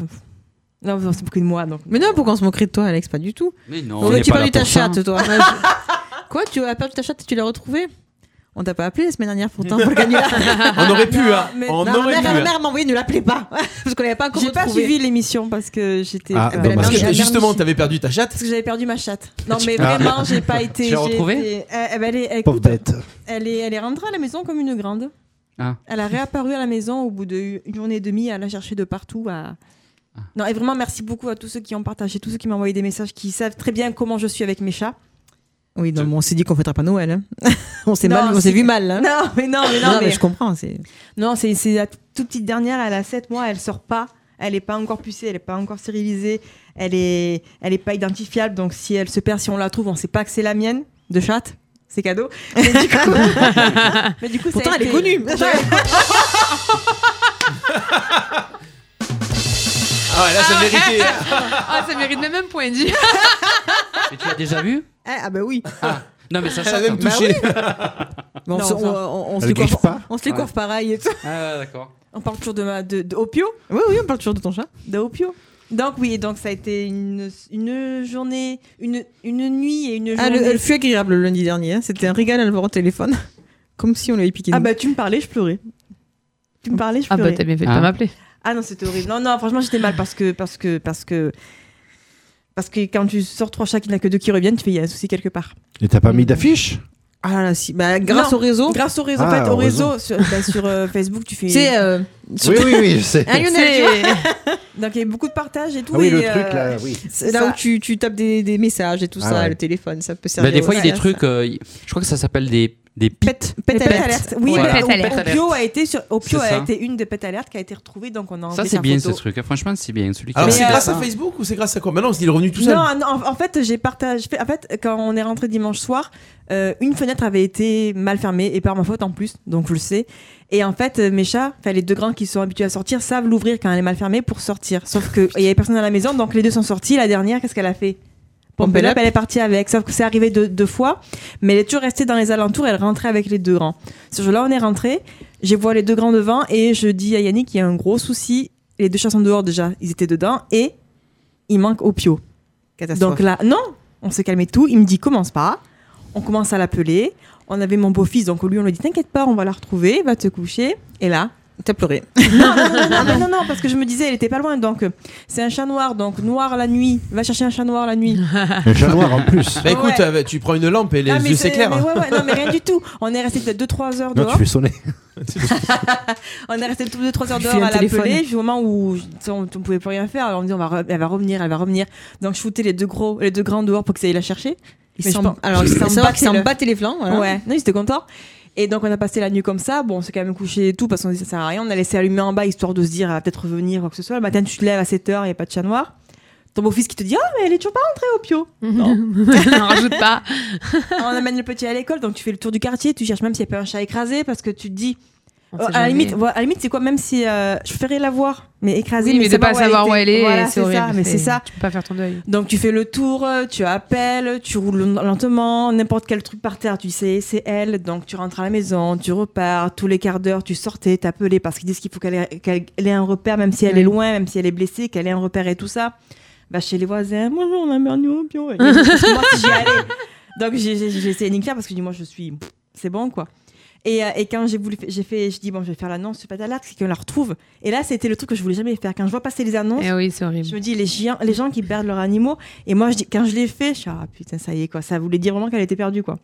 S10: Non, vous c'est beaucoup de moi. Donc.
S7: Mais non, pourquoi on se moquerait de toi, Alex Pas du tout.
S8: Mais non,
S7: On
S8: on
S6: *laughs*
S7: a
S8: n'est
S7: tu
S8: pas
S7: as
S8: là
S7: perdu ta
S8: pour ça.
S7: chatte,
S10: *laughs*
S7: toi. Ouais, je- Quoi Tu as perdu ta chatte et tu l'as retrouvée On t'a pas appelé la semaine dernière pourtant pour le canular.
S6: *laughs* On aurait pu, hein.
S7: mais-
S6: On
S7: Non,
S6: aurait
S7: ma mère,
S6: pu,
S7: ma
S6: hein.
S7: mère m'a envoyé, ne l'appelez pas. *laughs* Parce qu'on n'avait pas encore
S10: J'ai pas
S7: retrouvé.
S10: suivi l'émission parce que j'étais.
S6: Ah,
S9: bah,
S10: euh,
S6: dommage.
S10: la mère-
S6: Parce que
S10: la mère
S6: justement,
S10: Michi-
S6: t'avais perdu ta chatte
S10: Parce que j'avais perdu ma chatte. Non, mais
S6: Ah. *laughs*
S10: vraiment, j'ai pas été.
S6: Tu l'as
S10: j'ai
S6: retrouvée
S10: été- Euh, eh ben, elle, est, écoute,
S9: Pauvre bête.
S10: elle est, elle est rentrée à la maison comme une grande.
S8: Ah.
S10: Elle a réapparu à la maison au bout d'une journée et demie à la chercher de partout. À...
S6: Ah.
S10: Non, et vraiment, merci beaucoup à tous ceux qui ont partagé, tous ceux qui m'ont envoyé des messages, qui savent très bien comment je suis avec mes chats.
S7: Oui, non, mais on s'est dit qu'on fêtera pas Noël. hein. *laughs* on s'est
S10: Non,
S7: mal, on
S10: c'est-
S7: s'est vu mal. hein.
S10: Non, mais non, mais non, mais-
S7: je comprends. C'est
S10: Non, c'est c'est la toute petite dernière, elle a 7 mois, elle sort pas, elle est pas encore pucée, elle est pas encore stérilisée, elle est, elle est pas identifiable, donc si elle se perd, si on la trouve, on sait pas que c'est la mienne de chatte. C'est cadeau. Mais
S7: *laughs*
S10: du coup, *laughs* mais du coup, ça
S7: Pourtant,
S10: a
S7: elle est
S10: été-
S2: *laughs*
S10: *laughs*
S7: connue.
S10: Pourtant, Ah, elle est connue.
S6: Ah ouais, là, c'est mérité.
S2: Ah, ça mérite le même point de
S10: *laughs*
S2: vue.
S8: Mais tu l'as déjà vu
S10: Eh,
S7: Ah, ah bah oui.
S8: Non, mais ça
S6: Ça
S8: chatte.
S6: va me
S8: hein.
S6: toucher.
S7: *laughs* Mais on,
S10: Non,
S7: se, on,
S10: enfin,
S7: on- on
S9: elle
S7: se les
S9: griffe
S7: coiffe
S9: pas.
S7: On se les
S8: Ouais.
S7: coiffe pareil. et tout.
S8: Ah, d'accord.
S10: On parle toujours de, ma, de, de Opio,
S7: Oui, oui, on parle toujours de ton chat.
S10: de Opio. Donc oui, donc ça a été une, une journée, une, une nuit et une journée.
S7: Ah, le, elle fut agréable le lundi dernier. hein. C'était un régal à le voir au téléphone. *laughs* Comme si on lui avait piqué.
S10: Ah
S7: une-
S10: bah tu me parlais, je pleurais. Tu me parlais, je
S2: Ah, bah
S10: pleurais.
S2: t'as bien fait de
S7: Hein
S8: Ah.
S2: pas m'appeler.
S10: Ah non, c'était horrible. Non, non, franchement, j'étais mal parce que, parce que, parce que, parce que quand tu sors trois chats qu'il n'y en a que deux qui reviennent, tu fais il y a un souci quelque part.
S9: Et t'as pas mis d'affiche
S7: Ah là là, si. Bah, grâce
S10: Non.
S7: au réseau.
S10: Grâce au réseau, en
S9: Ah,
S10: fait, au
S9: au
S10: réseau, sur, bah, sur, euh, Facebook, tu fais.
S7: C'est. euh, sur-
S9: Oui, oui, oui, je
S7: *laughs*
S9: sais.
S7: Hein, Lionel, tu vois
S10: *laughs* Donc il y a eu beaucoup de partages et tout.
S9: Ah oui,
S10: et,
S9: le
S10: euh,
S9: truc là, oui.
S7: C'est là
S10: Ça-
S7: où tu, tu tapes des, des messages et tout
S9: Ah
S7: ça,
S9: ouais.
S7: le téléphone, ça peut servir.
S8: Bah, des fois, il y a
S7: aussi
S8: des
S7: à *laughs*
S8: trucs.
S7: ça.
S8: euh, y- je crois que ça s'appelle des, des pets.
S7: Pet
S10: les pet
S7: alert.
S10: alertes. Oui,
S8: Voilà.
S10: mais
S2: Pet alert.
S10: Opio a été sur Opio
S8: C'est
S10: a
S8: ça.
S10: été une des pet alertes qui a été retrouvée, donc on a
S8: Ça,
S10: enlevé
S8: c'est
S10: sa
S8: bien ce
S10: photo.
S8: truc. hein. Franchement, c'est bien. Celui qui
S6: Alors,
S8: a-
S10: Mais,
S6: c'est
S10: euh,
S6: grâce à
S10: ça.
S8: *laughs*
S6: Facebook ou c'est grâce à quoi Maintenant, il est revenu tout seul.
S10: Non, non, en en fait, j'ai partagé. En fait, quand on est rentré dimanche soir, euh, une fenêtre avait été mal fermée et par ma faute en plus, donc je le sais. Et en fait, euh, mes chats, enfin les deux grands qui sont habitués à sortir, savent l'ouvrir quand elle est mal fermée pour sortir. Sauf que il y avait personne à la maison, donc les deux sont sortis. La dernière, qu'est-ce qu'elle a fait
S7: Pompée
S10: Pompelop,
S7: l'up.
S10: elle est partie avec. Sauf que c'est arrivé deux, deux fois, mais elle est toujours restée dans les alentours. Elle rentrait avec les deux grands. Ce jour-là, on est rentré. Je vois les deux grands devant et je dis à Yannick, il y a un gros souci. Les deux chats sont dehors déjà. Ils étaient dedans et il manque au pio.
S7: Catastrophe.
S10: Donc là, non, on se calmait tout. Il me dit commence pas. On commence à l'appeler. On avait mon beau-fils, donc lui on lui dit t'inquiète pas, on va la retrouver, va te coucher. Et là,
S7: t'as pleuré.
S10: *laughs* non, non, non, non, mais non, non, parce que je me disais, elle était pas loin, donc euh, c'est un chat noir, donc noir la nuit. Va chercher un chat noir la nuit.
S9: Un chat noir en plus.
S6: Bah écoute,
S10: *laughs* Ouais.
S6: euh, tu prends une lampe et les
S10: Ah, mais
S6: yeux
S10: c'est-
S6: s'éclairent.
S10: mais ouais, ouais, non, mais rien du tout. On est resté peut-être 2-3 heures
S9: Non,
S10: dehors.
S9: tu fais sonner.
S10: On est resté tous les deux trois heures
S7: Tu fais
S10: dehors
S7: un
S10: à l'appeler
S7: téléphone.
S10: du moment où je- tu sais, on ne pouvait plus rien faire. Alors on me dit on va re- elle va revenir, elle va revenir. Donc je foutais les deux gros, les deux grands dehors pour que ça aille la chercher.
S7: Ils
S10: Mais je
S7: s'en-
S10: pense-
S7: alors,
S10: je
S7: il faut
S10: sens
S7: savoir
S10: pas
S7: qu'ils s'en
S10: qu'elle-
S7: battent les flancs. voilà.
S10: Ouais, non, ils étaient contents. Et donc on a passé la nuit comme ça. Bon, on s'est quand même couché et tout parce qu'on dit ça sert à rien. On a laissé allumer en bas histoire de se dire elle va peut-être revenir quoi que ce soit. Le matin tu te lèves à 7h, il n'y a pas de chat noir. Ton beau-fils qui te dit ah mais elle est toujours pas rentrée au
S2: *laughs*
S10: pio.
S2: N'en rajoute pas.
S10: *laughs* on amène le petit à l'école donc tu fais le tour du quartier, tu cherches même s'il n'y a pas un chat écrasé parce que tu te dis
S2: On
S10: euh,
S2: sait
S10: à la
S2: jamais.
S10: limite ouais, à la limite c'est quoi même si euh, je ferais la voir mais écrasée
S2: Oui, mais de pas savoir où elle
S10: était.
S2: est,
S10: Voilà,
S2: c'est horrible.
S10: ça, mais c'est ça.
S2: Tu peux pas faire ton deuil.
S10: Donc tu fais le tour, euh, tu appelles, tu roules lentement, n'importe quel truc par terre, tu sais, c'est elle. Donc tu rentres à la maison, tu repars, tous les quarts d'heure, tu sortais, t'appelais parce qu'ils disent qu'il faut qu'elle ait, qu'elle ait un repère, même si elle
S2: Oui.
S10: est loin, même si elle est blessée, qu'elle ait un repère et tout ça. Bah chez les voisins, bonjour, on a perdu au
S2: *laughs*
S10: pion. Et parce que moi, si j'y allais- Donc j'ai j'ai- j'ai essayé de niquer parce que je dis, moi je suis, c'est bon quoi. Et, euh, et quand j'ai voulu, j'ai fait, je dis bon, je vais faire l'annonce, c'est pas d'alerte, c'est qu'on la retrouve. Et là, c'était le truc que je voulais jamais faire. Quand je vois passer les annonces,
S2: Eh oui, c'est horrible.
S10: je me dis, les, chiens, les gens qui perdent leurs animaux. Et moi, je dis, quand je l'ai fait, je suis, ah putain, ça y est, quoi. Ça voulait dire vraiment qu'elle était perdue, quoi.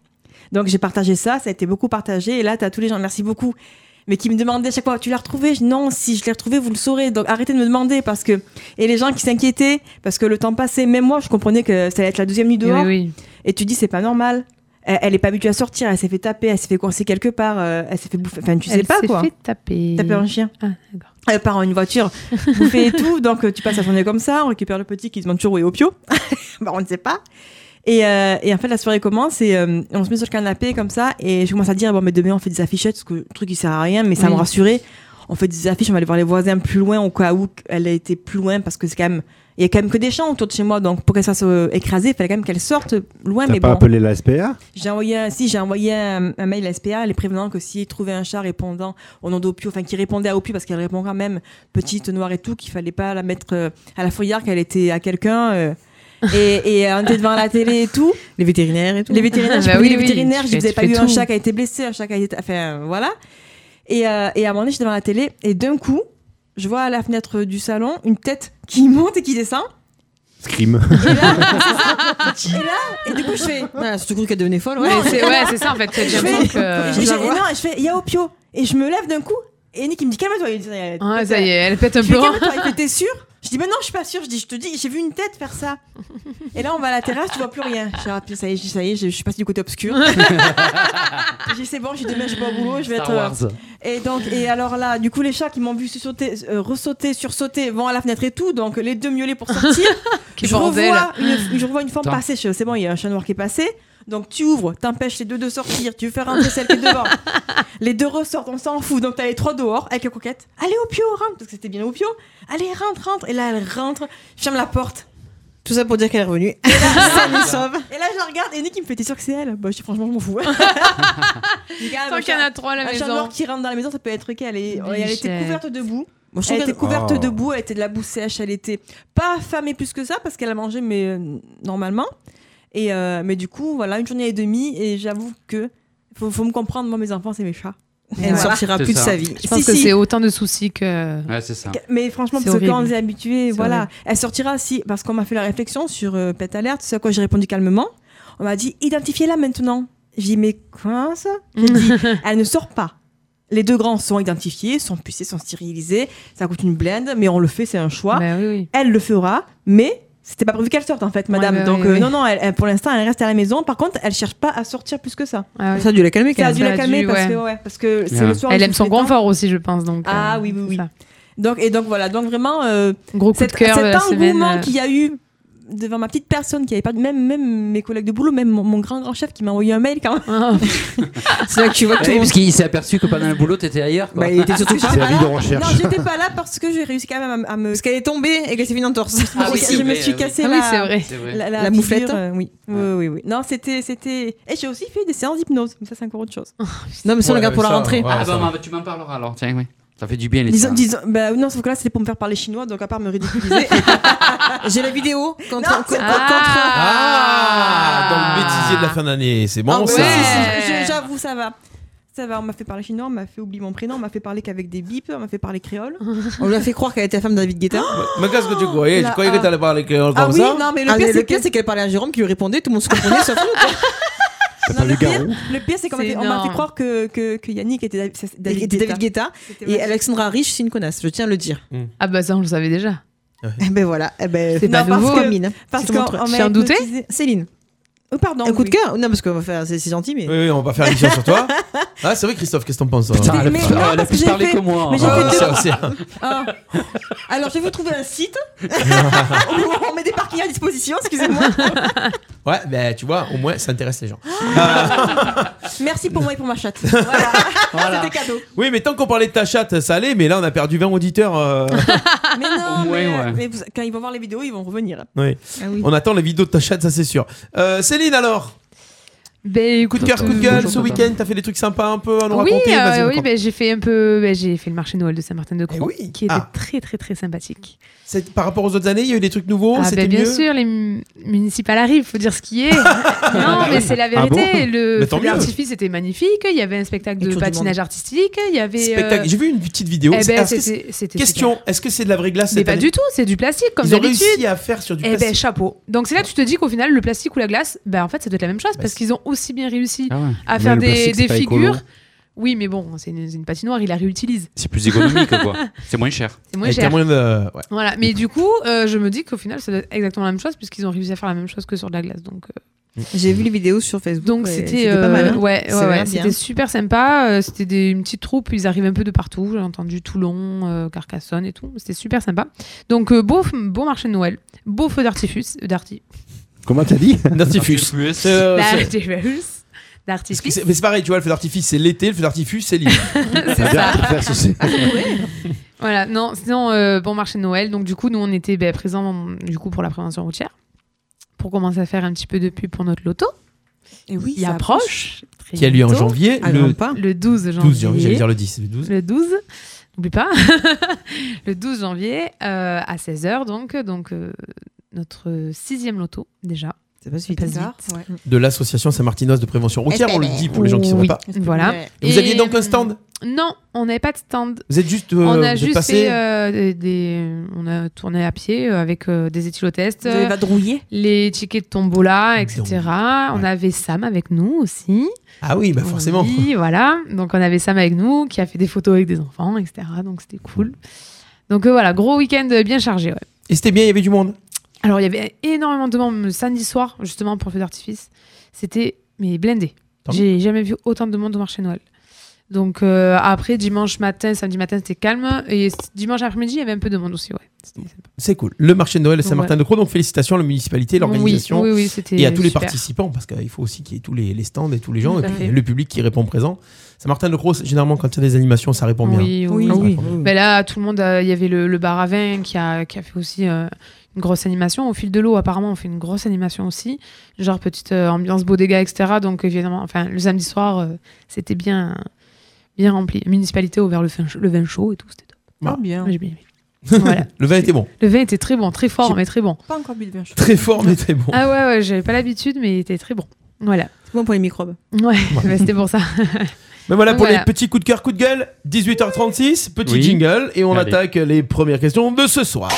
S10: Donc, j'ai partagé ça, ça a été beaucoup partagé. Et là, t'as tous les gens, merci beaucoup. mais qui me demandait à chaque fois, tu l'as retrouvé Je dis, Non, si je l'ai retrouvé, vous le saurez. Donc arrêtez de me demander parce que et les gens qui s'inquiétaient parce que le temps passait. Même moi, je comprenais que ça allait être la deuxième nuit dehors.
S2: Eh Oui, oui.
S10: Et tu dis c'est pas normal. Elle, elle est pas habituée à sortir. Elle s'est fait taper. Elle s'est fait coincer quelque part. euh, elle s'est fait bouffer. Enfin, tu sais
S2: Elle
S10: pas
S2: s'est
S10: quoi.
S2: fait taper.
S10: Taper un chien.
S2: Ah, d'accord.
S10: Elle part en
S2: *laughs*
S10: une voiture, bouffée et tout. Donc, euh, tu passes la journée comme ça. On récupère le petit qui se demande toujours où est Opio. *laughs* bah, on ne sait pas. Et, euh, et en fait, la soirée commence et euh, on se met sur le canapé comme ça. Et je commence à dire Bon, mais demain, on fait des affichettes, parce que le truc, il sert à rien, mais ça
S2: Oui.
S10: me rassurait. On fait des affiches, on va aller voir les voisins plus loin au cas où elle a été plus loin, parce que c'est quand même. Il y a quand même que des champs autour de chez moi, donc pour qu'elle se fasse euh, écraser, il fallait quand même qu'elle sorte loin.
S9: T'as
S10: mais
S9: pas
S10: bon.
S9: appelé la SPA
S10: J'ai envoyé, un- si, j'ai envoyé un, un mail à SPA, les prévenant que s'ils trouvaient un chat répondant au nom d'Opio, enfin qui répondait à Opio parce qu'elle répond quand même, petite, noire et tout, qu'il fallait pas la mettre euh, à la fourrière, qu'elle était à quelqu'un. euh, et, et on était devant la télé
S2: *laughs*
S10: et tout.
S7: Les vétérinaires et tout.
S10: Les vétérinaires, j'ai
S2: Bah
S10: appelé
S2: oui,
S10: les
S2: oui,
S10: vétérinaires,
S2: tu
S10: je
S2: fais-
S10: dis, vous avez
S2: tu
S10: pas
S2: fais
S10: eu un
S2: tout.
S10: chat qui a été blessé, un chat qui a été. Enfin, voilà. Et, euh, et à un moment donné, j'étais devant la télé, et d'un coup, je vois à la fenêtre du salon une tête qui monte et qui descend.
S2: *laughs*
S9: Scream.
S10: Et là, et là, et du coup, je fais.
S7: Ah, surtout cru qu'elle devenait folle, ouais.
S2: Ouais, c'est ouais, c'est ça en fait.
S10: *laughs*
S2: C'est
S10: Je
S2: James
S10: fais-
S2: Bond, euh,
S10: Et je, je- et non, et je fais, il y a Opio. Et je me lève d'un coup, et Nick il me dit, calme-toi. Il dit,
S2: Ah, ça y est, elle pète un
S10: Je fais,
S2: plomb.
S10: calme-toi. Il fait, t'es sûr Je dis, mais non, je suis pas sûre. Je dis, je te dis, j'ai vu une tête faire ça. Et là, on va à la terrasse, tu vois plus rien. Je dis, ah, puis ça y est, ça y est, je je suis passée du côté
S8: *laughs*
S10: obscur. J'ai dit, c'est bon, je dis, demain, je vais pas au boulot, je vais être.
S8: Star Wars.
S10: Et donc, et alors là, du coup, les chats qui m'ont vu sauter, euh, ressauter, sursauter, vont à la fenêtre et tout, donc les deux miaulés pour sortir.
S2: Quel
S10: je,
S2: bordel.
S10: revois une, je revois une forme
S8: Attends.
S10: passer. je- C'est bon, il y a un chat noir qui est passé. Donc tu ouvres, t'empêches les deux de sortir, tu veux faire rentrer celle qui est devant. les deux ressortent, on s'en fout. Donc t'as les trois dehors avec la coquette. Allez au pio, rentre, parce que c'était bien au pio. Allez, rentre, rentre. Et là, elle rentre, je ferme la porte.
S7: Tout ça pour dire qu'elle est revenue. *laughs*
S10: *laughs* Et là, je la regarde et Nick, il me fait T'es sûr que c'est elle Bah, je dis, franchement, je
S2: *laughs*
S10: m'en fous. Je dis, Ah,
S2: Tant
S10: bah,
S2: qu'il y en a trois à la
S10: un chat noir
S2: maison.
S10: qui rentre dans la maison, ça peut être qu'elle est, elle était
S2: Bichette.
S10: couverte debout.
S7: Moi, je trouve
S10: Elle était
S7: qu'elle-
S10: couverte
S9: Oh.
S10: debout, elle était de la boue sèche, elle était pas affamée plus que ça parce qu'elle a mangé mais euh, normalement. Et euh, mais du coup, voilà, une journée et demie et j'avoue que faut, faut me comprendre, moi mes enfants c'est
S7: *laughs*
S10: mes chats.
S7: elle ne
S10: Voilà.
S7: sortira
S8: C'est
S7: plus de
S8: ça.
S7: sa vie.
S2: Je pense
S10: Si,
S2: que
S10: si.
S2: c'est autant de soucis que.
S8: Ouais, c'est ça.
S10: Mais franchement,
S2: C'est
S10: parce que quand on
S2: horrible.
S10: est habitué,
S2: C'est
S10: voilà,
S2: horrible.
S10: elle sortira si parce qu'on m'a fait la réflexion sur euh, Pet Alert, ce à quoi j'ai répondu calmement. On m'a dit identifiez-la maintenant. J'ai dit mais quoi ça
S2: *laughs*
S10: J'ai dit, elle ne sort pas. Les deux grands sont identifiés, sont pucés, sont stérilisés. Ça coûte une blinde, mais on le fait, c'est un choix.
S2: Bah oui, oui.
S10: elle le fera, mais c'était pas prévu qu'elle sorte en fait, madame.
S2: Ouais, bah ouais,
S10: Donc
S2: ouais,
S10: euh,
S2: ouais.
S10: non, non, elle- elle- pour l'instant, elle reste à la maison. Par contre, elle cherche pas à sortir plus que ça.
S2: Ah oui.
S7: Ça a dû la calmer,
S10: Ça
S7: quand
S10: a
S7: même.
S10: dû
S2: ça
S10: la
S2: a
S10: calmer
S2: dû,
S10: parce
S2: ouais.
S10: que ouais, parce que c'est
S8: Ouais.
S10: le soir. où
S2: Elle
S10: je
S2: aime
S10: suis
S2: son
S10: fréquente.
S2: confort aussi, je pense. Donc, euh.
S10: Ah oui, oui,
S2: c'est
S10: oui.
S2: ça.
S10: Donc et donc voilà, donc vraiment euh,
S2: Gros coup
S10: cet,
S2: de cœur
S10: cet
S2: de la semaine.
S10: engouement
S2: euh,
S10: qu'il y a eu devant ma petite personne qui avait perdu, même même mes collègues de boulot, même mon, mon grand grand chef qui m'a envoyé un mail quand même.
S2: ah,
S7: C'est là que tu vois que tout
S8: Oui,
S7: le monde-
S8: parce qu'il s'est aperçu que pendant le boulot, t'étais ailleurs. Quoi.
S7: Bah, il était
S10: *laughs*
S7: surtout
S9: C'est la vie de
S10: Non,
S9: recherche.
S10: j'étais pas là parce que j'ai réussi quand même à, m- à me.
S7: Parce qu'elle est tombée et qu'elle s'est finie en torse.
S8: Ah oui,
S10: je
S8: c'est
S10: me
S8: vrai,
S10: suis
S8: oui.
S10: cassé
S2: ah
S10: la.
S2: oui, c'est vrai.
S8: C'est vrai.
S10: La,
S7: La
S10: figure,
S7: mouflette.
S10: euh, oui. oui, oui, oui. Non, c'était, c'était. Et j'ai aussi fait des séances d'hypnose, mais ça c'est encore autre
S2: Oh,
S10: chose.
S7: Non, mais ça, on le garde pour la
S6: ça,
S7: rentrée.
S6: ouais,
S8: Ah
S6: ça.
S8: bah, bah, tu m'en parleras alors. Tiens, oui. Ça fait du bien les
S10: Disons,
S8: ça.
S10: disons, bah non, sauf que là c'était pour me faire parler chinois, donc à part me ridiculiser.
S7: Ah, J'ai la vidéo contre.
S10: Non, c'est
S7: contre-
S6: Ah, dans le bêtisier de la fin d'année, c'est bon
S7: Ah ouais.
S6: ça.
S10: Si, si,
S2: Ouais.
S10: si, je- j'avoue, ça va. Ça va, on m'a fait parler chinois, on m'a fait oublier mon prénom, on m'a fait parler qu'avec des bips, on m'a fait parler créole.
S7: On lui a fait croire qu'elle était la femme de David Guetta.
S6: Mais qu'est-ce que tu croyais Je
S10: Là,
S6: croyais que
S10: ah.
S6: t'allais parler créole
S10: Ah
S6: comme
S10: oui,
S6: ça.
S10: non, mais le
S7: Ah, mais
S10: pire,
S7: le
S10: c'est que-
S7: pire, c'est qu'elle parlait à Jérôme qui lui répondait, tout le monde se comprenait, sauf nous. quoi.
S9: T'as pas vu Garou
S10: le hein. pire, c'est qu'on m'a
S2: C'est
S10: fait- on m'a fait
S2: énorme.
S10: croire que, que, que Yannick était David, ça,
S7: Et-
S10: c'est *laughs*
S7: et
S10: David Guetta.
S7: David Guetta.
S10: C'était
S7: Et
S10: vrai.
S7: Alexandra Rich, c'est une connasse, je tiens à le dire.
S2: Ah bah ça, on le savait déjà.
S7: Eh ben voilà. Eh ben,
S2: C'est pas
S7: non, parce
S2: nouveau. hein.
S7: que- Mine.
S10: Parce
S7: C'est mon
S10: qu'on
S7: truc.
S10: on m'a
S2: J'ai un douté.
S10: hypnotisé-
S7: Céline,
S10: Oh, pardon.
S7: un coup de
S10: oui.
S7: cœur Non, parce qu'on va faire, c'est c'est gentil, mais.
S6: Oui, oui, on va faire l'émission sur
S10: *laughs*
S6: toi. Ah, c'est vrai, Christophe, qu'est-ce que t'en penses hein
S8: Putain, elle a
S10: Mais
S8: plus-
S10: non,
S8: elle a
S10: parce
S8: plus
S10: que
S8: parlé
S10: j'ai
S8: que
S10: fait-
S8: moi.
S10: mais j'ai
S6: Ah,
S10: fait
S6: ça aussi.
S10: Ah. Alors, je vais vous trouver
S8: *laughs*
S10: un site. on met des parkings à disposition, excusez-moi.
S6: *laughs* Ouais, ben tu vois, au moins ça intéresse les gens.
S10: Ah, Merci pour moi et pour ma chatte. Voilà.
S8: Voilà.
S10: C'était cadeau.
S6: Oui, mais tant qu'on parlait de ta chatte, ça allait, mais là on a perdu 20 auditeurs.
S10: *laughs*
S6: euh,
S10: Mais non,
S8: Au moins,
S10: mais,
S8: ouais.
S10: mais vous- quand ils vont voir les vidéos, ils vont revenir.
S6: oui.
S7: Ah oui.
S6: On attend les vidéos de ta chatte, ça c'est sûr. Euh, Céline alors,
S2: Ben,
S6: coup de cœur, coup de gueule, ce week-end, t'as fait des trucs sympas un peu à nous
S2: oui,
S6: raconter
S2: euh,
S6: Vas-y,
S2: oui
S6: raconte.
S2: ben, j'ai fait un peu, ben, j'ai fait le marché Noël de Saint-Martin-de-Croix,
S6: Eh oui.
S2: qui était
S6: Ah.
S2: très très très sympathique.
S6: C'est- Par rapport aux autres années, il y a eu des trucs nouveaux,
S2: ah
S6: Oh, c'était
S2: ben, bien
S6: mieux.
S2: sûr, les mu- municipales arrivent, faut dire ce qui est. non, mais c'est la vérité.
S6: Ah bon
S2: le
S6: Mais tant
S2: feu
S6: mieux.
S2: d'artifice était magnifique. Il y avait un spectacle
S7: Et
S2: de
S7: tout du
S2: patinage artistique. Il y avait. euh,
S6: Spectacle. J'ai vu une petite vidéo.
S2: eh
S6: C'est-
S2: ben,
S6: est-ce que c'est-
S2: c'était, c'était
S6: Question,
S2: super.
S6: est-ce que c'est de la vraie glace
S2: Mais
S6: cette
S2: pas
S6: année
S2: du tout, c'est du plastique comme
S6: Ils ont
S2: d'habitude.
S6: réussi à faire sur du
S2: Eh ben
S6: plastique.
S2: chapeau. Donc c'est là que tu te dis qu'au final le plastique ou la glace, ben en fait ça doit être la même chose
S6: Bah,
S2: parce
S6: c'est-
S2: qu'ils ont aussi bien réussi
S8: Ah ouais.
S2: à
S9: Mais
S2: faire
S9: le
S2: des,
S9: plastique, c'est
S2: des
S9: pas écolo.
S2: figures. Oui, mais bon, c'est une, c'est une patinoire, il la réutilise.
S8: C'est plus économique, quoi. C'est moins cher.
S2: C'est moins
S6: Avec un
S2: cher.
S6: moyen de. ouais.
S2: Voilà, mais du coup, euh, je me dis qu'au final, ça doit être exactement la même chose puisqu'ils ont réussi à faire la même chose que sur de la glace. Donc, euh,
S7: J'ai vu les vidéos sur Facebook.
S2: donc
S7: ouais,
S2: c'était
S7: pas mal.
S2: euh,
S7: hein.
S2: ouais,
S7: Ça
S2: ouais,
S7: a
S2: ouais,
S7: l'air
S2: c'était
S7: bien.
S2: super sympa. euh, c'était des- une petite troupe, ils arrivent un peu de partout. J'ai entendu Toulon, euh, Carcassonne et tout. C'était super sympa. Donc euh, beau, beau marché de Noël, beau feu d'artifice, euh, d'arti.
S9: Comment t'as dit
S6: *laughs* D'artifice. C'est,
S2: Bah,
S6: euh, c'est-
S2: *laughs* d'artifice,
S6: parce que
S2: d'artifice.
S6: c'est- mais c'est pareil, tu vois, le feu d'artifice, c'est l'été, le feu d'artifice, c'est l'hiver.
S2: *laughs* C'est ça.
S9: Faire ceci.
S2: Ah, Voilà, non, sinon, euh, bon marché de Noël. Donc, du coup, nous, on était ben, présents du coup, pour la prévention routière, pour commencer à faire un petit peu de pub pour notre loto.
S7: Et oui,
S2: Il
S7: ça
S2: approche. très
S6: Qui a lieu en
S2: bientôt,
S6: janvier,
S7: Ah,
S6: le
S7: non, pas.
S2: Le 12 janvier.
S6: 12 janvier, j'allais dire le 10, le 12.
S2: Le 12, n'oublie pas. *laughs* le 12 janvier, euh, à 16h, donc, donc euh, notre sixième loto, déjà.
S7: C'est pas si
S2: passe
S7: vite.
S2: vite.
S6: De l'association Saint-Martinos de prévention routière, on le dit pour les gens qui ne
S2: Eh ben, Oui,
S6: savent pas.
S2: Voilà.
S6: Et vous
S2: Et, euh,
S6: aviez donc un stand
S2: Non, on n'avait pas de stand.
S6: Vous êtes juste, euh,
S2: on
S6: vous
S2: a
S6: êtes
S2: juste
S6: passé
S2: fait euh, des, des- On a tourné à pied euh, avec euh, des éthylotests.
S10: Vous avez vadrouillé
S2: les tickets de tombola, etc.
S6: Donc,
S2: On avait Sam avec nous aussi.
S6: Ah oui, bah forcément. *laughs*
S2: Oui, voilà. Donc on avait Sam avec nous qui a fait des photos avec des enfants, etc. Donc c'était cool. Donc euh, voilà, gros week-end euh, bien chargé. ouais.
S6: Et c'était bien, il y avait du monde.
S2: Alors il y avait énormément de monde le samedi soir justement pour le feu d'artifice. C'était mais blindé.
S6: Tant
S2: J'ai jamais vu autant de monde au marché de Noël. Donc euh, après dimanche matin, samedi matin c'était calme et c- dimanche après-midi il y avait un peu de monde aussi. Ouais. C'était sympa.
S6: C'est cool. Le marché de Noël à
S2: Ouais.
S6: Saint-Martin-de-Croix, donc félicitations à la municipalité, l'organisation.
S2: Oui, oui, oui, c'était
S6: Et à tous les
S2: super.
S6: participants, parce qu'il faut aussi qu'il y ait tous les, les stands et tous les gens,
S2: Tout
S6: et
S2: à
S6: puis
S2: fait.
S6: le public qui répond présent. Saint-Martin-de-Croix, généralement, quand il y a des animations, ça répond bien.
S2: Oui, oui,
S7: Ah
S6: oui.
S7: oui.
S2: Ben là, tout le monde, euh, il y avait le, le bar à vin qui a, qui a fait aussi euh, une grosse animation. Au fil de l'eau, apparemment, on fait une grosse animation aussi. Genre petite euh, ambiance beau dégâts, etc. Donc, évidemment, enfin, le samedi soir, euh, c'était bien, bien rempli. La municipalité a ouvert le, fin- le vin chaud et tout. C'était top.
S6: Ah,
S10: bien.
S2: J'ai
S6: *laughs*
S2: bien aimé. voilà.
S6: Le vin était bon.
S2: Le vin était très bon, très fort,
S10: J'ai-
S2: mais très bon.
S10: Pas encore bu de vin chaud.
S6: Très fort, mais très bon.
S2: Ah ouais, ouais, j'avais pas l'habitude, mais il était très bon. Voilà.
S7: C'est bon pour les microbes.
S2: *laughs* Ouais, ben, c'était pour ça.
S6: Mais voilà
S2: Donc
S6: pour
S2: voilà.
S6: les petits coups de cœur, coups de gueule. 18h36, petit
S8: Oui.
S6: jingle, et on
S8: Allez.
S6: attaque les premières questions de ce soir.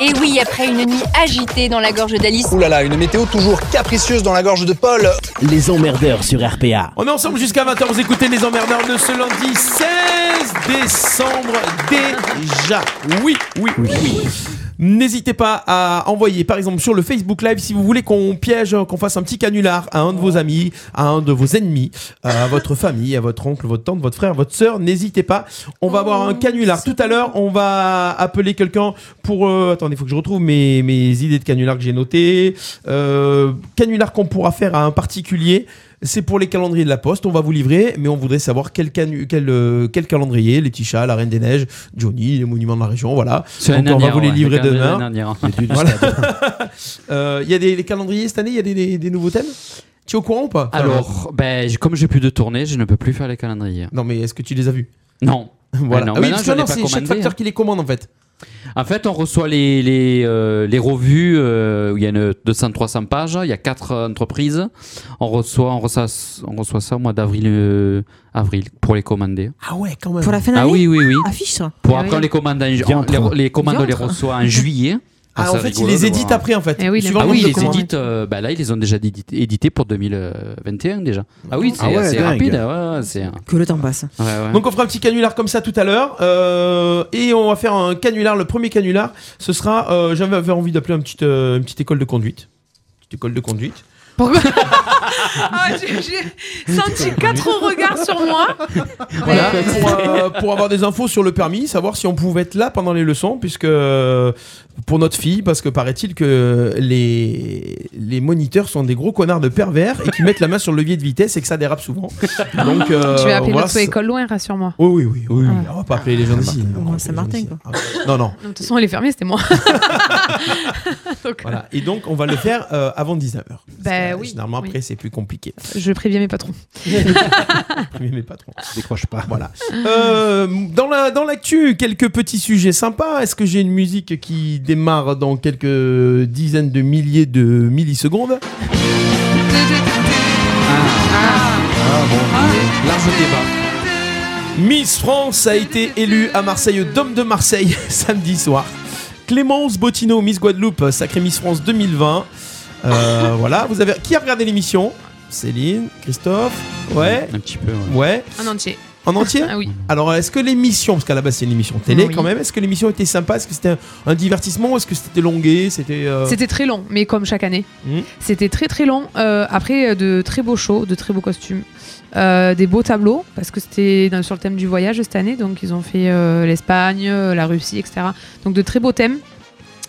S5: Et oui, après une nuit agitée dans la gorge d'Alice,
S11: Ouh là là, une météo toujours capricieuse dans la gorge de Paul.
S1: Les emmerdeurs sur RPA.
S6: On est ensemble jusqu'à 20h, vous écoutez les emmerdeurs de ce lundi 16 décembre déjà. Oui, oui, oui. N'hésitez pas à envoyer par exemple sur le Facebook Live si vous voulez qu'on piège, qu'on fasse un petit canular à un de vos amis, à un de vos ennemis, à votre famille, à votre oncle, votre tante, votre frère, votre sœur. N'hésitez pas. On va avoir un canular tout à l'heure. On va appeler quelqu'un pour... euh, attendez, il faut que je retrouve mes, mes idées de canular que j'ai notées. Euh, canular qu'on pourra faire à un particulier. C'est pour les calendriers de la poste, on va vous livrer, mais on voudrait savoir quel, canu- quel, euh, quel calendrier, les Tisha, la Reine des Neiges, Johnny, les monuments de la région, voilà.
S8: C'est
S6: Donc
S8: un
S6: on va
S8: nanière,
S6: vous les
S8: ouais,
S6: livrer
S8: c'est quand même
S6: demain.
S8: un nanière.
S6: *laughs* Voilà. *laughs* Euh, Il y a des les calendriers cette année, il y a des, des- des nouveaux thèmes Tu es au courant ou pas
S8: Alors, ben, j- comme j'ai plus de tournée, je ne peux plus faire les calendriers.
S6: Non, mais est-ce que tu les as vus
S8: Non.
S6: *laughs* Voilà.
S8: non,
S6: Ah oui,
S8: maintenant,
S6: parce
S8: je
S6: que
S8: l'ai
S6: non,
S8: pas
S6: c'est chaque
S8: commandé,
S6: facteur
S8: hein.
S6: qui les commande en fait.
S8: En fait, on reçoit les, les, euh, les revues, euh, où il y a une 200-300 pages, il y a quatre euh, entreprises. On reçoit, on reçoit, on reçoit ça au mois d'avril euh, avril pour les commander.
S6: Ah ouais, quand même.
S7: Pour la fin
S8: Ah
S7: d'année
S8: oui, oui, oui.
S7: Affiche hein. ça.
S8: Pour
S2: Ah
S8: après, on
S2: oui.
S8: les commande en, ju-
S9: Diantre.
S8: on- les, les commandes, on les
S7: Diantre.
S8: reçoit en juillet.
S6: Ah, en
S8: c'est
S6: fait, ils
S8: rigolo
S6: les
S8: de
S6: éditent
S8: voir.
S6: après en fait.
S2: Eh oui,
S6: Suivant
S8: hein. Ah
S6: le
S8: oui,
S6: nombre
S8: les
S6: de commandes.
S8: édites, euh, bah là, ils les ont déjà édit- édités pour 2021 déjà. Ah oui, c'est
S9: Ah ouais,
S8: c'est
S9: dingue.
S8: rapide. hein, ouais, ouais, c'est- ouais,
S7: Que le temps passe.
S8: ouais.
S6: *laughs* Donc on fera un petit canular comme ça tout à l'heure euh, et on va faire un canular. Le premier canular, ce sera euh, j'avais envie d'appeler un petit, euh, une petite école de conduite. Petite école de conduite.
S2: Pourquoi Ah, j'ai- J'ai senti quatre regards sur moi.
S6: Voilà,
S2: Mais-
S6: pour, euh,
S12: *laughs*
S6: pour avoir des infos sur le permis, savoir si on pouvait être là pendant les leçons, puisque euh, pour notre fille, parce que paraît-il que les, les moniteurs sont des gros connards de pervers et qui mettent la main sur le levier de vitesse et que ça dérape
S2: *laughs*
S6: souvent. Donc, euh,
S2: Tu vas appeler
S6: voilà,
S2: notre école loin, rassure-moi.
S6: Oui, oui, oui, oui, oui.
S2: Ah. bah,
S6: on va pas appeler les gens d'ici. On
S7: Au
S6: va
S7: moins,
S6: appeler
S7: c'est
S6: les gens
S7: Martin,
S6: d'ici. Ah,
S2: *laughs*
S6: Non, non.
S2: De toute façon, les fermiers, c'était
S7: *laughs*
S2: moi. Donc,
S6: Voilà. Et donc, on va le faire euh, avant 19h.
S2: Bah oui,
S6: euh, Généralement,
S2: oui.
S6: après, c'est plus compliqué.
S2: *laughs* je préviens mes
S7: *laughs*
S2: patrons.
S6: *laughs* Premier mes patrons.
S9: Décroche pas.
S6: Voilà. Euh, dans la dans l'actu, quelques petits sujets sympas. Est-ce que j'ai une musique qui démarre dans quelques dizaines de milliers de millisecondes
S12: Ah.
S8: Large débat.
S6: Ah, Miss France a été élue à Marseille, Dôme de Marseille, *laughs* samedi soir. Clémence Bottineau, Miss Guadeloupe, sacrée Miss France 2020. Euh, voilà, vous avez qui a regardé l'émission Céline, Christophe, Ouais.
S8: Un petit peu, ouais.
S6: Ouais.
S2: En entier.
S6: En entier
S2: Ah oui.
S6: Alors, est-ce que l'émission, parce qu'à la base c'est une émission télé
S2: Oui.
S6: quand même, est-ce que l'émission était sympa Est-ce que c'était un, un divertissement ou est-ce que c'était longué C'était. euh,
S2: C'était très long, mais comme chaque année.
S6: Hmm.
S2: C'était très très long. euh, après, euh, de très beaux shows, de très beaux costumes, euh, des beaux tableaux, parce que c'était dans- sur le thème du voyage cette année, donc ils ont fait euh, l'Espagne, euh, la Russie, etc. Donc de très beaux thèmes,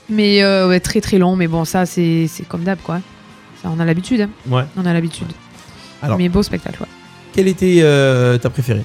S2: mais euh, ouais, très très long. Mais bon, ça c'est c'est comme d'hab, quoi. Ça, on a l'habitude. hein.
S6: Ouais.
S2: On a l'habitude.
S6: Alors.
S2: Mais beau spectacle, ouais.
S6: Quelle était euh, ta préférée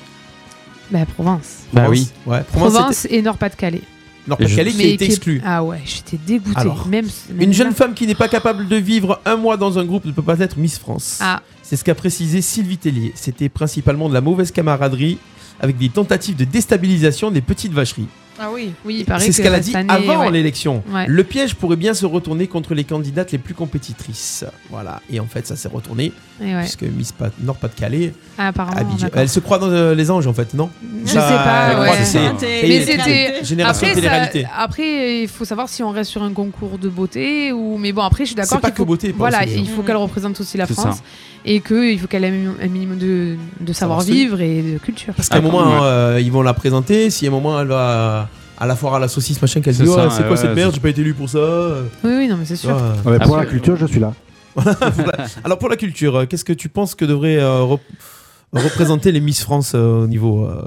S2: Bah, Provence.
S6: Bah oui. Ouais, Provence,
S2: Provence, et Nord-Pas-de-Calais.
S6: Nord-Pas-de-Calais qui a
S2: Mais
S6: été exclu.
S2: Ah ouais, j'étais dégoûtée.
S6: Alors,
S2: même,
S6: Une jeune femme qui n'est pas capable de vivre un mois dans un groupe ne peut pas être Miss France.
S2: Ah.
S6: C'est ce qu'a précisé Sylvie Tellier. C'était principalement de la mauvaise camaraderie avec des tentatives de déstabilisation des petites vacheries.
S2: Ah oui, oui, il paraît
S6: C'est ce
S2: que
S6: qu'elle a
S2: cette
S6: dit
S2: année,
S6: avant
S2: ouais.
S6: l'élection.
S2: Ouais.
S6: Le piège pourrait bien se retourner contre les candidates les plus compétitrices. Voilà. Et en fait, ça s'est retourné.
S2: Et ouais.
S6: Puisque Miss Pa- Nord-Pas-de-Calais,
S2: Ah, apparemment,
S6: Abidjan.
S2: d'accord.
S6: Elle se croit dans euh, les anges, en fait, non
S2: Je sais pas.
S6: elle croit
S2: ouais.
S6: que c'est- ça y
S2: Mais
S6: est,
S2: c'était.
S6: Génération
S2: après, ça-
S6: télé-réalité.
S2: après, il faut savoir si on reste sur un concours de beauté ou. Mais bon, après, je suis d'accord.
S6: C'est pas
S2: qu'il faut-
S6: que beauté, pour
S2: Voilà,
S6: aussi,
S2: il faut
S6: hein.
S2: qu'elle représente aussi la
S6: C'est ça.
S2: France et qu'il faut qu'elle ait un minimum- un minimum de, de savoir-vivre et de culture.
S6: Parce qu'à un moment, euh, ils vont la présenter. Si à un moment, elle va à la foire à la saucisse, machin, qu'elle se
S8: C'est
S6: dit
S8: ça,
S6: Ouais, C'est
S8: ouais,
S6: quoi cette
S8: ouais,
S6: merde
S8: c'est-
S6: J'ai pas été élu pour ça.
S2: Oui, oui, non, mais c'est sûr.
S6: Ah.
S9: Ouais, pour la
S6: Absolument.
S9: culture, je suis là.
S6: Alors, pour la culture, euh, qu'est-ce que tu penses que devrait euh, rep- représenter les Miss France euh, au niveau. euh,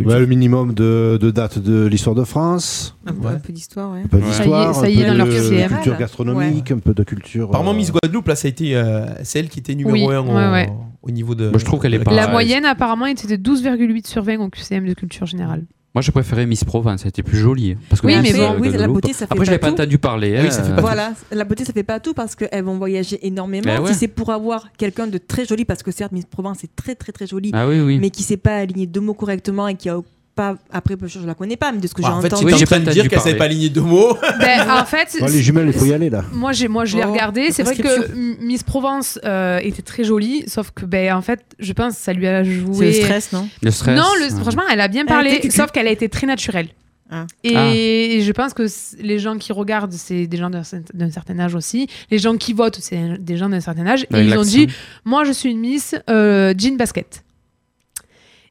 S9: Ouais, le minimum de, de dates de l'histoire de France.
S7: Un peu, un peu d'histoire, ouais.
S9: Un peu d'histoire,
S2: ça y est,
S9: un peu
S2: dans leur
S9: de
S2: CRL.
S9: culture gastronomique, un peu de culture.
S6: Apparemment,
S9: euh,
S6: Miss Guadeloupe, là, ça a été euh, celle qui était numéro
S2: Oui,
S6: 1 au,
S2: ouais, ouais.
S6: au niveau de.
S8: Moi, je trouve qu'elle est
S6: de-
S8: pas-
S2: La
S8: Ah,
S2: moyenne, apparemment, était de 12,8 sur 20 en QCM de culture générale.
S8: Moi, je préférais Miss Provence, c'était plus joli. Parce que
S2: Oui,
S8: Miss,
S2: mais bon,
S8: euh,
S2: oui,
S10: la
S8: Guadeloupe-
S10: beauté, ça fait
S8: Après, je
S10: pas
S8: l'ai pas
S10: tout.
S8: entendu parler.
S6: Ah
S8: hein. euh,
S6: Oui, ça fait pas tout.
S10: Voilà, la beauté ça fait pas tout parce qu'elles vont voyager énormément.
S8: Ben ouais.
S10: Si c'est pour avoir quelqu'un de très joli, parce que certes Miss Provence est très très très jolie,
S8: Ah oui, oui.
S10: mais qui sait pas aligner deux mots correctement et qui a pas après je la connais pas, mais de ce que
S7: Bah,
S6: Ouais,
S10: j'ai
S6: en fait,
S10: entendu.
S6: il est en train
S8: j'ai
S6: de
S8: pas
S6: dire
S8: entendu
S6: qu'elle savait
S8: parler.
S6: pas aligner deux mots.
S2: Ben,
S6: *laughs*
S2: en fait,
S9: bon, les jumelles, il faut y aller là.
S2: Moi, j'ai, moi, je l'ai
S10: Oh,
S2: regardé.
S10: la
S2: C'est vrai que
S10: prescription.
S2: M- Miss Provence euh, était très jolie, sauf que, ben, en fait, je pense que ça lui a joué.
S10: C'est le stress, non
S8: Le stress.
S2: Non, le- franchement, elle a bien
S10: Elle
S2: parlé,
S10: était cucu.
S2: sauf qu'elle a été très naturelle.
S10: Ah.
S2: Et,
S8: Ah.
S2: et je pense que c- les gens qui regardent, c'est des gens d'un cer- d'un certain âge aussi. Les gens qui votent, c'est un- des gens d'un certain âge. Et
S8: Avec
S2: ils ont
S8: l'accent.
S2: dit Moi, je suis une Miss euh, jean basket.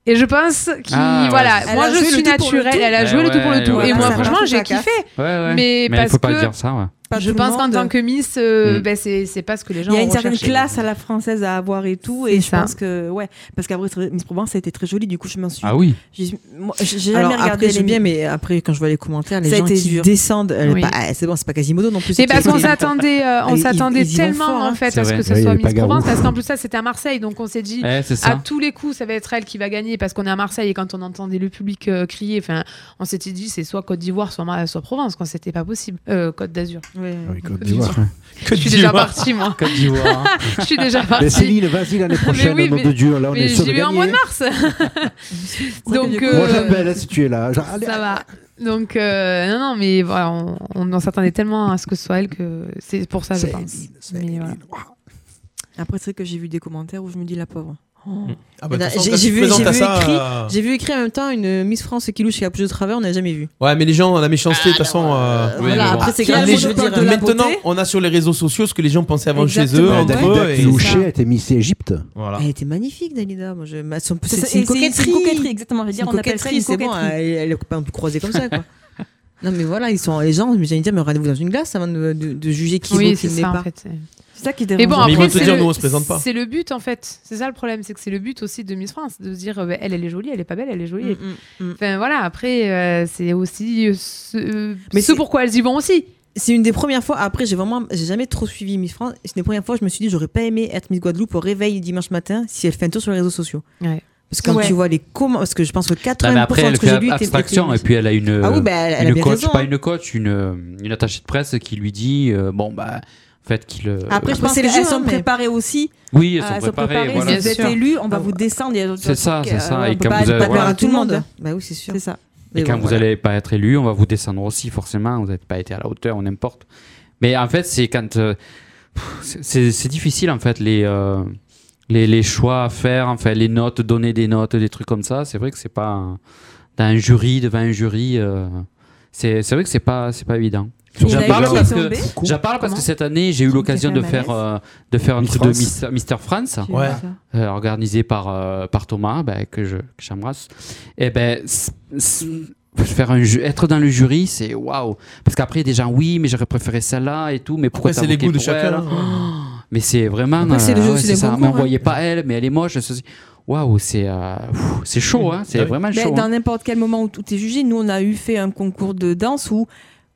S2: Et je pense qu'il.
S8: Ah, ouais,
S2: voilà,
S8: c'est
S10: ça.
S2: moi,
S10: Elle a
S2: je
S10: joué le
S2: suis
S10: tout pour le
S2: naturelle.
S10: tout.
S2: Elle a
S8: Eh
S2: joué le tout pour le
S8: ouais,
S2: tout.
S8: ouais,
S2: et moi,
S8: ouais.
S2: franchement, j'ai
S10: Ça casse.
S2: kiffé.
S8: Ouais, ouais.
S2: Mais,
S8: il
S2: parce
S8: faut pas
S2: que
S8: dire ça, ouais.
S10: Pas
S2: je
S10: tout le
S2: pense qu'en
S10: monde.
S2: tant que Miss, euh,
S8: Mm.
S2: ben, c'est c'est pas ce que les gens
S10: Il y a une
S2: ont
S10: certaine
S2: recherché.
S10: classe à la française à avoir et tout,
S2: C'est
S10: et je
S2: ça.
S10: pense que ouais, parce qu'après Miss Provence ça a été très joli, du coup je m'en suis.
S8: Ah oui.
S10: j'ai- moi, J'ai jamais
S7: Alors,
S10: regardé
S7: après,
S10: les
S7: j'aime bien, mais après, quand je vois les commentaires, les
S10: Ça a
S7: gens
S10: été
S7: qui
S10: dur.
S7: descendent, elle est
S2: Oui.
S7: pas- ah, c'est bon, c'est pas Quasimodo non plus.
S2: C'est Eh parce qu'on
S7: qui-
S2: s'attendait, euh, on
S7: Ils-
S2: s'attendait
S7: ils y vont
S2: tellement
S7: fort, hein.
S2: en fait
S8: C'est
S2: à ce
S8: vrai.
S2: que ce
S9: Ouais, il
S2: soit
S9: est
S2: Miss
S9: pas garou.
S2: Provence, parce qu'en plus ça c'était à Marseille, donc on s'est dit.
S8: Eh, c'est
S2: À
S8: ça.
S2: tous les coups, ça va être elle qui va gagner parce qu'on est à Marseille et quand on entendait le public euh, crier, enfin, on s'était dit c'est soit Côte d'Ivoire, soit, Mar- soit Provence, quand c'était pas possible. Euh, Côte d'Azur.
S10: Ouais.
S9: Ah oui, *laughs* Côte d'Ivoire.
S6: Que
S2: Je suis
S6: tu
S2: déjà
S6: vois.
S2: partie, moi.
S8: Côte d'Ivoire. hein.
S2: *laughs* Je suis déjà
S9: Mais
S2: partie.
S9: Céline, vas-y l'année prochaine,
S2: oui,
S9: au nom
S2: mais-
S9: de Dieu, là on
S2: Mais
S9: est sûr de
S2: j'y vais en mois de
S9: gagner. *laughs*
S2: mars. Donc,
S10: du coup,
S9: Moi
S2: euh,
S9: j'appelle, hein, si tu es là. Genre, allez,
S2: Ça va. Donc, euh, non, non, mais voilà, on, on en s'attendait tellement à ce que ce soit elle que c'est pour ça, je
S9: Céline,
S2: pense. Mais
S9: Céline,
S2: voilà.
S9: ouah.
S10: Après c'est vrai que j'ai vu des commentaires où je me dis la pauvre.
S7: Mm.
S10: Oh.
S6: Ah bah, de toute façon,
S7: J'ai
S6: quand
S7: j'ai
S6: tu
S7: vu,
S6: présentes
S7: j'ai
S6: à
S7: vu
S6: ça,
S7: écrit,
S6: euh,
S7: j'ai vu écrit en même temps une Miss France qui louche et la plus de travers, on n'a jamais vu.
S6: Ouais, mais les gens, la méchanceté, de toute façon. euh,
S8: Oui,
S7: voilà,
S8: mais bon.
S7: après c'est
S10: Qui a
S7: grave,
S10: le
S7: je veux
S10: monopole
S7: dire.
S10: de la
S6: Maintenant,
S10: beauté
S6: on a sur les réseaux sociaux ce que les gens pensaient avant chez eux,
S7: Exactement,
S6: entre
S7: ouais.
S6: eux.
S9: Dalida
S6: et-
S9: Clouchet a été Miss Égypte.
S6: Voilà.
S7: Elle était magnifique, Dalida. Moi, je... ma- son-
S10: bah, C'est-
S7: C'est
S10: c'est-
S7: c'est une coquetterie.
S10: une coquetterie, exactement. Je veux
S7: C'est
S10: dire,
S7: une
S10: on appelle ça
S7: coquetterie,
S10: une
S7: c'est bon.
S10: coquetterie.
S7: Elle elle est pas un peu croisée comme ça, quoi. *laughs* Non, mais voilà, ils sont les gens. J'allais dire, mais regardez-vous dans une glace avant de, de- de juger qui est
S2: Oui,
S7: beau,
S2: c'est
S7: qui ne l'est
S2: ça, en
S7: pas.
S2: fait. c'est-
S10: C'est ça qui
S2: Mais
S10: dérange.
S2: bon,
S6: Mais ils vont
S2: après,
S6: te
S2: c'est
S6: dire,
S2: le-
S6: nous, on se présente pas.
S2: C'est le but, en fait. C'est ça le problème, c'est que c'est le but aussi de Miss France, de se dire, euh, ben, elle, elle est jolie, elle est pas belle, elle est jolie.
S7: Mm, mm, mm.
S2: Enfin, voilà, après, euh, c'est aussi euh, ce, euh,
S7: Mais
S2: ce
S7: c'est-
S2: pourquoi elles y vont aussi.
S7: C'est une des premières fois. Après, j'ai vraiment, j'ai jamais trop suivi Miss France. C'est une des premières fois. où Je me suis dit, j'aurais pas aimé être Miss Guadeloupe au réveil dimanche matin si elle fait un tour sur les réseaux sociaux.
S2: Ouais.
S7: Parce que quand
S10: Ouais.
S7: tu vois les comment, parce que je pense que 80%
S8: Non, mais après,
S7: de
S8: elle
S7: ce que j'ai
S8: fait
S7: lu était-
S8: abstraction
S7: était-
S8: et puis elle a une,
S7: Ah oui, bah, elle- elle a
S8: une
S7: bien
S8: coach,
S7: raison,
S8: pas
S7: hein.
S8: une coach, une, une attachée de presse qui lui dit euh, bon, bah, en fait, qu'il. euh,
S10: Après, je pense
S7: c'est le
S10: qu'elles
S7: jeu, hein,
S10: sont
S7: mais-
S10: préparées aussi.
S8: oui,
S7: Euh,
S8: elles
S10: à
S8: sont
S10: se
S8: préparées.
S10: préparer.
S8: voilà.
S10: Si vous
S2: Bien
S10: êtes
S2: sûr.
S10: élu,
S7: Ah,
S10: on va vous descendre. il y a-
S8: C'est ça,
S10: euh,
S8: c'est ça,
S10: On
S8: et
S10: ne peut
S8: comme vous
S10: pas aller
S8: avez-
S10: pas plaire
S7: Voilà.
S10: à tout le monde.
S7: Bah oui, c'est sûr.
S10: C'est ça.
S7: Mais
S8: Et quand
S7: bon,
S8: vous
S7: voilà.
S8: n'allez pas être élu, on va vous descendre aussi, forcément. Vous n'êtes pas été à la hauteur, on importe. Mais en fait, c'est quand. euh, pff, c'est- c'est c'est difficile, en fait, les, euh, les, les choix à faire, enfin, les notes, donner des notes, des trucs comme ça. C'est vrai que c'est pas. un- Dans un jury, devant un jury, euh, c'est c'est vrai que c'est pas, c'est pas évident. J'en
S6: Il y en a eu
S8: parle,
S6: qui
S8: parce
S6: sont
S8: que,
S6: tombés.
S8: j'en parle parce que cette année, j'ai eu l'occasion de
S6: Quelqu'un
S8: faire,
S6: malaise.
S8: euh, de faire un
S6: Miss
S8: truc de
S6: France.
S8: Miss- Mister France,
S6: J'ai Ouais. vu
S8: euh, organisé par, euh, par Thomas, ben, que je- que j'embrasse. Et ben, c'est- c'est- faire un ju- être dans le jury, c'est waouh. Parce qu'après, il y a des gens, oui, mais j'aurais préféré celle-là et tout, mais pourquoi
S6: Après,
S8: t'as
S6: c'est les
S8: voté
S6: goûts de
S8: pour
S6: chacun, hein.
S8: elle
S6: là.
S5: hein
S8: Oh, Mais c'est vraiment. euh,
S6: Après, c'est le jeu, c'est des
S8: ça.
S6: concours,
S8: Mais on
S6: hein.
S8: voyait pas elle, mais elle est moche. ceci. Waouh, c'est euh, pfff, c'est chaud, hein, c'est
S6: Ah oui.
S8: vraiment
S7: Mais
S8: chaud.
S7: dans
S8: hein.
S7: n'importe quel moment où tout est jugé, nous on a eu fait un concours de danse où,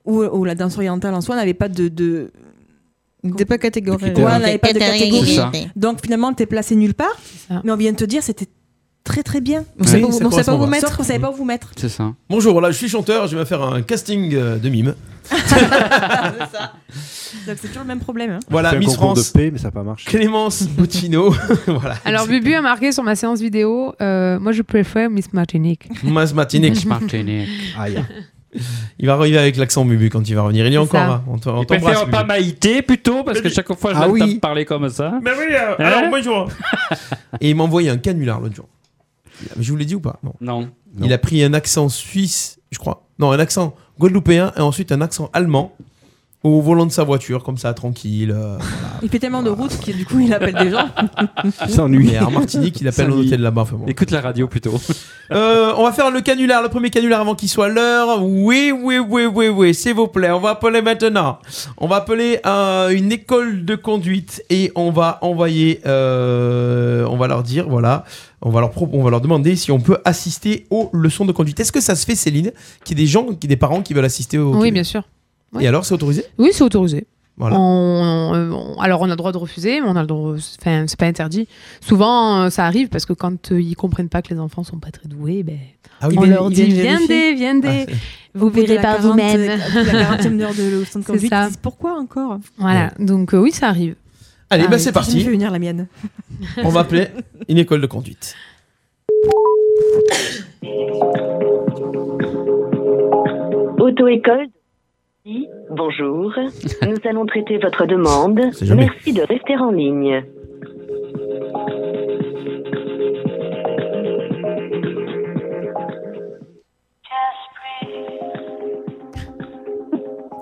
S7: où, où la danse orientale en soi n'avait pas de. de... T'es pas catégorie.
S10: critères.
S7: Ouais, on n'avait pas de
S10: C'est
S7: catégorie.
S10: ça.
S7: Donc finalement, t'es placé nulle part. Mais on vient de te dire, c'était très très bien.
S6: On Oui, sait pas où- ça
S7: on savait pas où
S6: correspond,
S7: vous
S6: ouais.
S7: mettre. On savait pas où vous mettre.
S8: C'est ça.
S6: Bonjour, voilà, je suis chanteur, je vais faire un casting euh, de mime.
S7: Donc c'est toujours le même problème. hein.
S6: Voilà,
S9: fait un
S6: Miss
S9: concours
S6: France.
S9: de paix, mais ça n'a pas marché. *laughs*
S6: Clémence Boutino. *laughs* voilà.
S2: Alors, Bubu a marqué sur ma séance vidéo, euh, moi je préfère Miss Martinique.
S6: Mas Martinique.
S2: Miss
S8: Martinique.
S6: Il va arriver avec l'accent Bubu quand il va revenir. Il est
S2: C'est
S6: encore
S2: ça.
S6: là. On te- on
S8: Il
S6: t'embrasse,
S8: préfère
S6: Bubu.
S8: pas Maïté plutôt, parce que chaque fois je
S6: Ah
S8: l'entends
S6: oui.
S8: parler comme ça. Hein
S6: Mais oui, euh, alors bonjour. Et il m'a envoyé un canular l'autre jour. Il a- Je vous l'ai dit ou pas non. Il a pris un accent suisse, je crois. Non, un accent guadeloupéen et ensuite un accent allemand au volant de sa voiture, comme ça, tranquille. euh, voilà.
S7: Il fait tellement de routes que du coup il appelle des *laughs* gens.
S6: Ah, Mais en Martinique, il appelle un hôtel là-bas. enfin bon.
S8: Écoute la radio *laughs* plutôt.
S6: Euh, on va faire le canular, le premier canular avant qu'il soit l'heure. Oui, oui, oui, oui, oui, s'il vous plaît. On va appeler maintenant. On va appeler à une école de conduite et on va envoyer. euh, on va leur dire, voilà. On va leur, pro- on va leur demander si on peut assister aux leçons de conduite. Est-ce que ça se fait, Céline, qu'il y ait des gens, qu'il y ait des parents qui veulent assister aux.
S2: Oui, bien sûr.
S6: Et alors, c'est autorisé
S2: Oui, c'est autorisé.
S6: Voilà.
S2: On- on- on- alors, on a le droit de refuser, mais on a le droit. Enfin, c'est pas interdit. Souvent, euh, ça arrive parce que quand euh, ils comprennent pas que les enfants sont pas très doués, ben,
S6: Ah oui,
S2: on
S6: mais
S2: leur
S6: ils
S2: dit
S6: viennent
S2: viens des,
S6: vérifier.
S2: viens des.
S6: Ah,
S2: vous
S7: Au bout de
S2: verrez
S7: la
S2: par
S7: 40,
S2: vous-même.
S7: euh, de la
S10: *laughs*
S7: 40e heure de leçon
S2: C'est
S7: de conduite,
S2: ça.
S7: ils disent, pourquoi encore
S2: Voilà. Donc, euh, oui, ça arrive.
S6: Allez,
S2: Ah,
S6: bah,
S2: oui.
S6: c'est parti.
S7: Je vais venir la mienne.
S6: On va appeler une école de conduite. hein
S13: Auto-école Oui,
S6: *laughs*
S13: Bonjour, nous allons traiter votre demande.
S6: sait jamais.
S13: Merci de rester en ligne.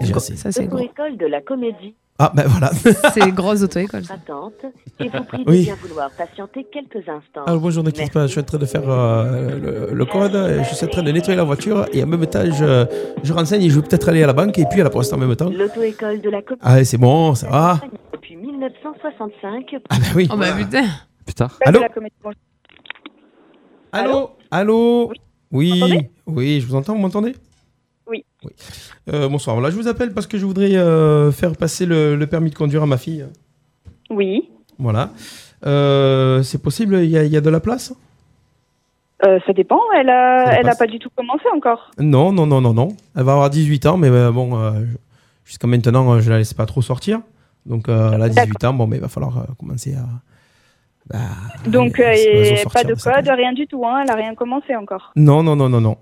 S6: J'ai assez.
S13: Auto-école de la comédie.
S6: Ah, ben voilà.
S2: *laughs*
S6: *laughs*
S2: C'est grosse auto-école.
S13: Attente et vous prie de
S6: Oui.
S13: bien vouloir patienter quelques instants.
S6: Alors bonjour, n'inquiète pas, je suis en train de faire euh, le, le code, et je suis en train de nettoyer la voiture et en même temps je, je renseigne et je vais peut-être aller à la banque et puis à la poste en même temps.
S13: L'auto-école de la comédie.
S6: Ah c'est bon, ça va
S13: Depuis 1965.
S6: Ah bah oui. Oh bah
S2: putain.
S8: Putain.
S6: Allô
S13: Bonjour.
S6: Allô Allô Oui, oui, je vous entends, vous m'entendez
S13: Oui.
S6: Euh, bonsoir, voilà, je vous appelle parce que je voudrais euh, faire passer le, le permis de conduire à ma fille.
S13: Oui.
S6: Voilà. Euh, c'est possible, il y, a- il y a de la place
S14: Euh, ça dépend, elle a,
S6: Ça
S14: elle a
S6: dépasse.
S14: pas du tout commencé encore.
S6: Non, non, non, non, non. Elle va avoir 18 ans, mais euh, bon, euh, jusqu'à maintenant, euh, je la laisse pas trop sortir. Donc, euh, elle a 18 ans, bon, mais il va falloir euh, commencer à. bah,
S14: Donc,
S6: elle-
S14: euh,
S6: elle va
S14: et
S6: sortir
S14: pas de
S6: de sa-
S14: code, rien du tout, hein, elle a rien commencé encore.
S6: Non, non, non, non, non.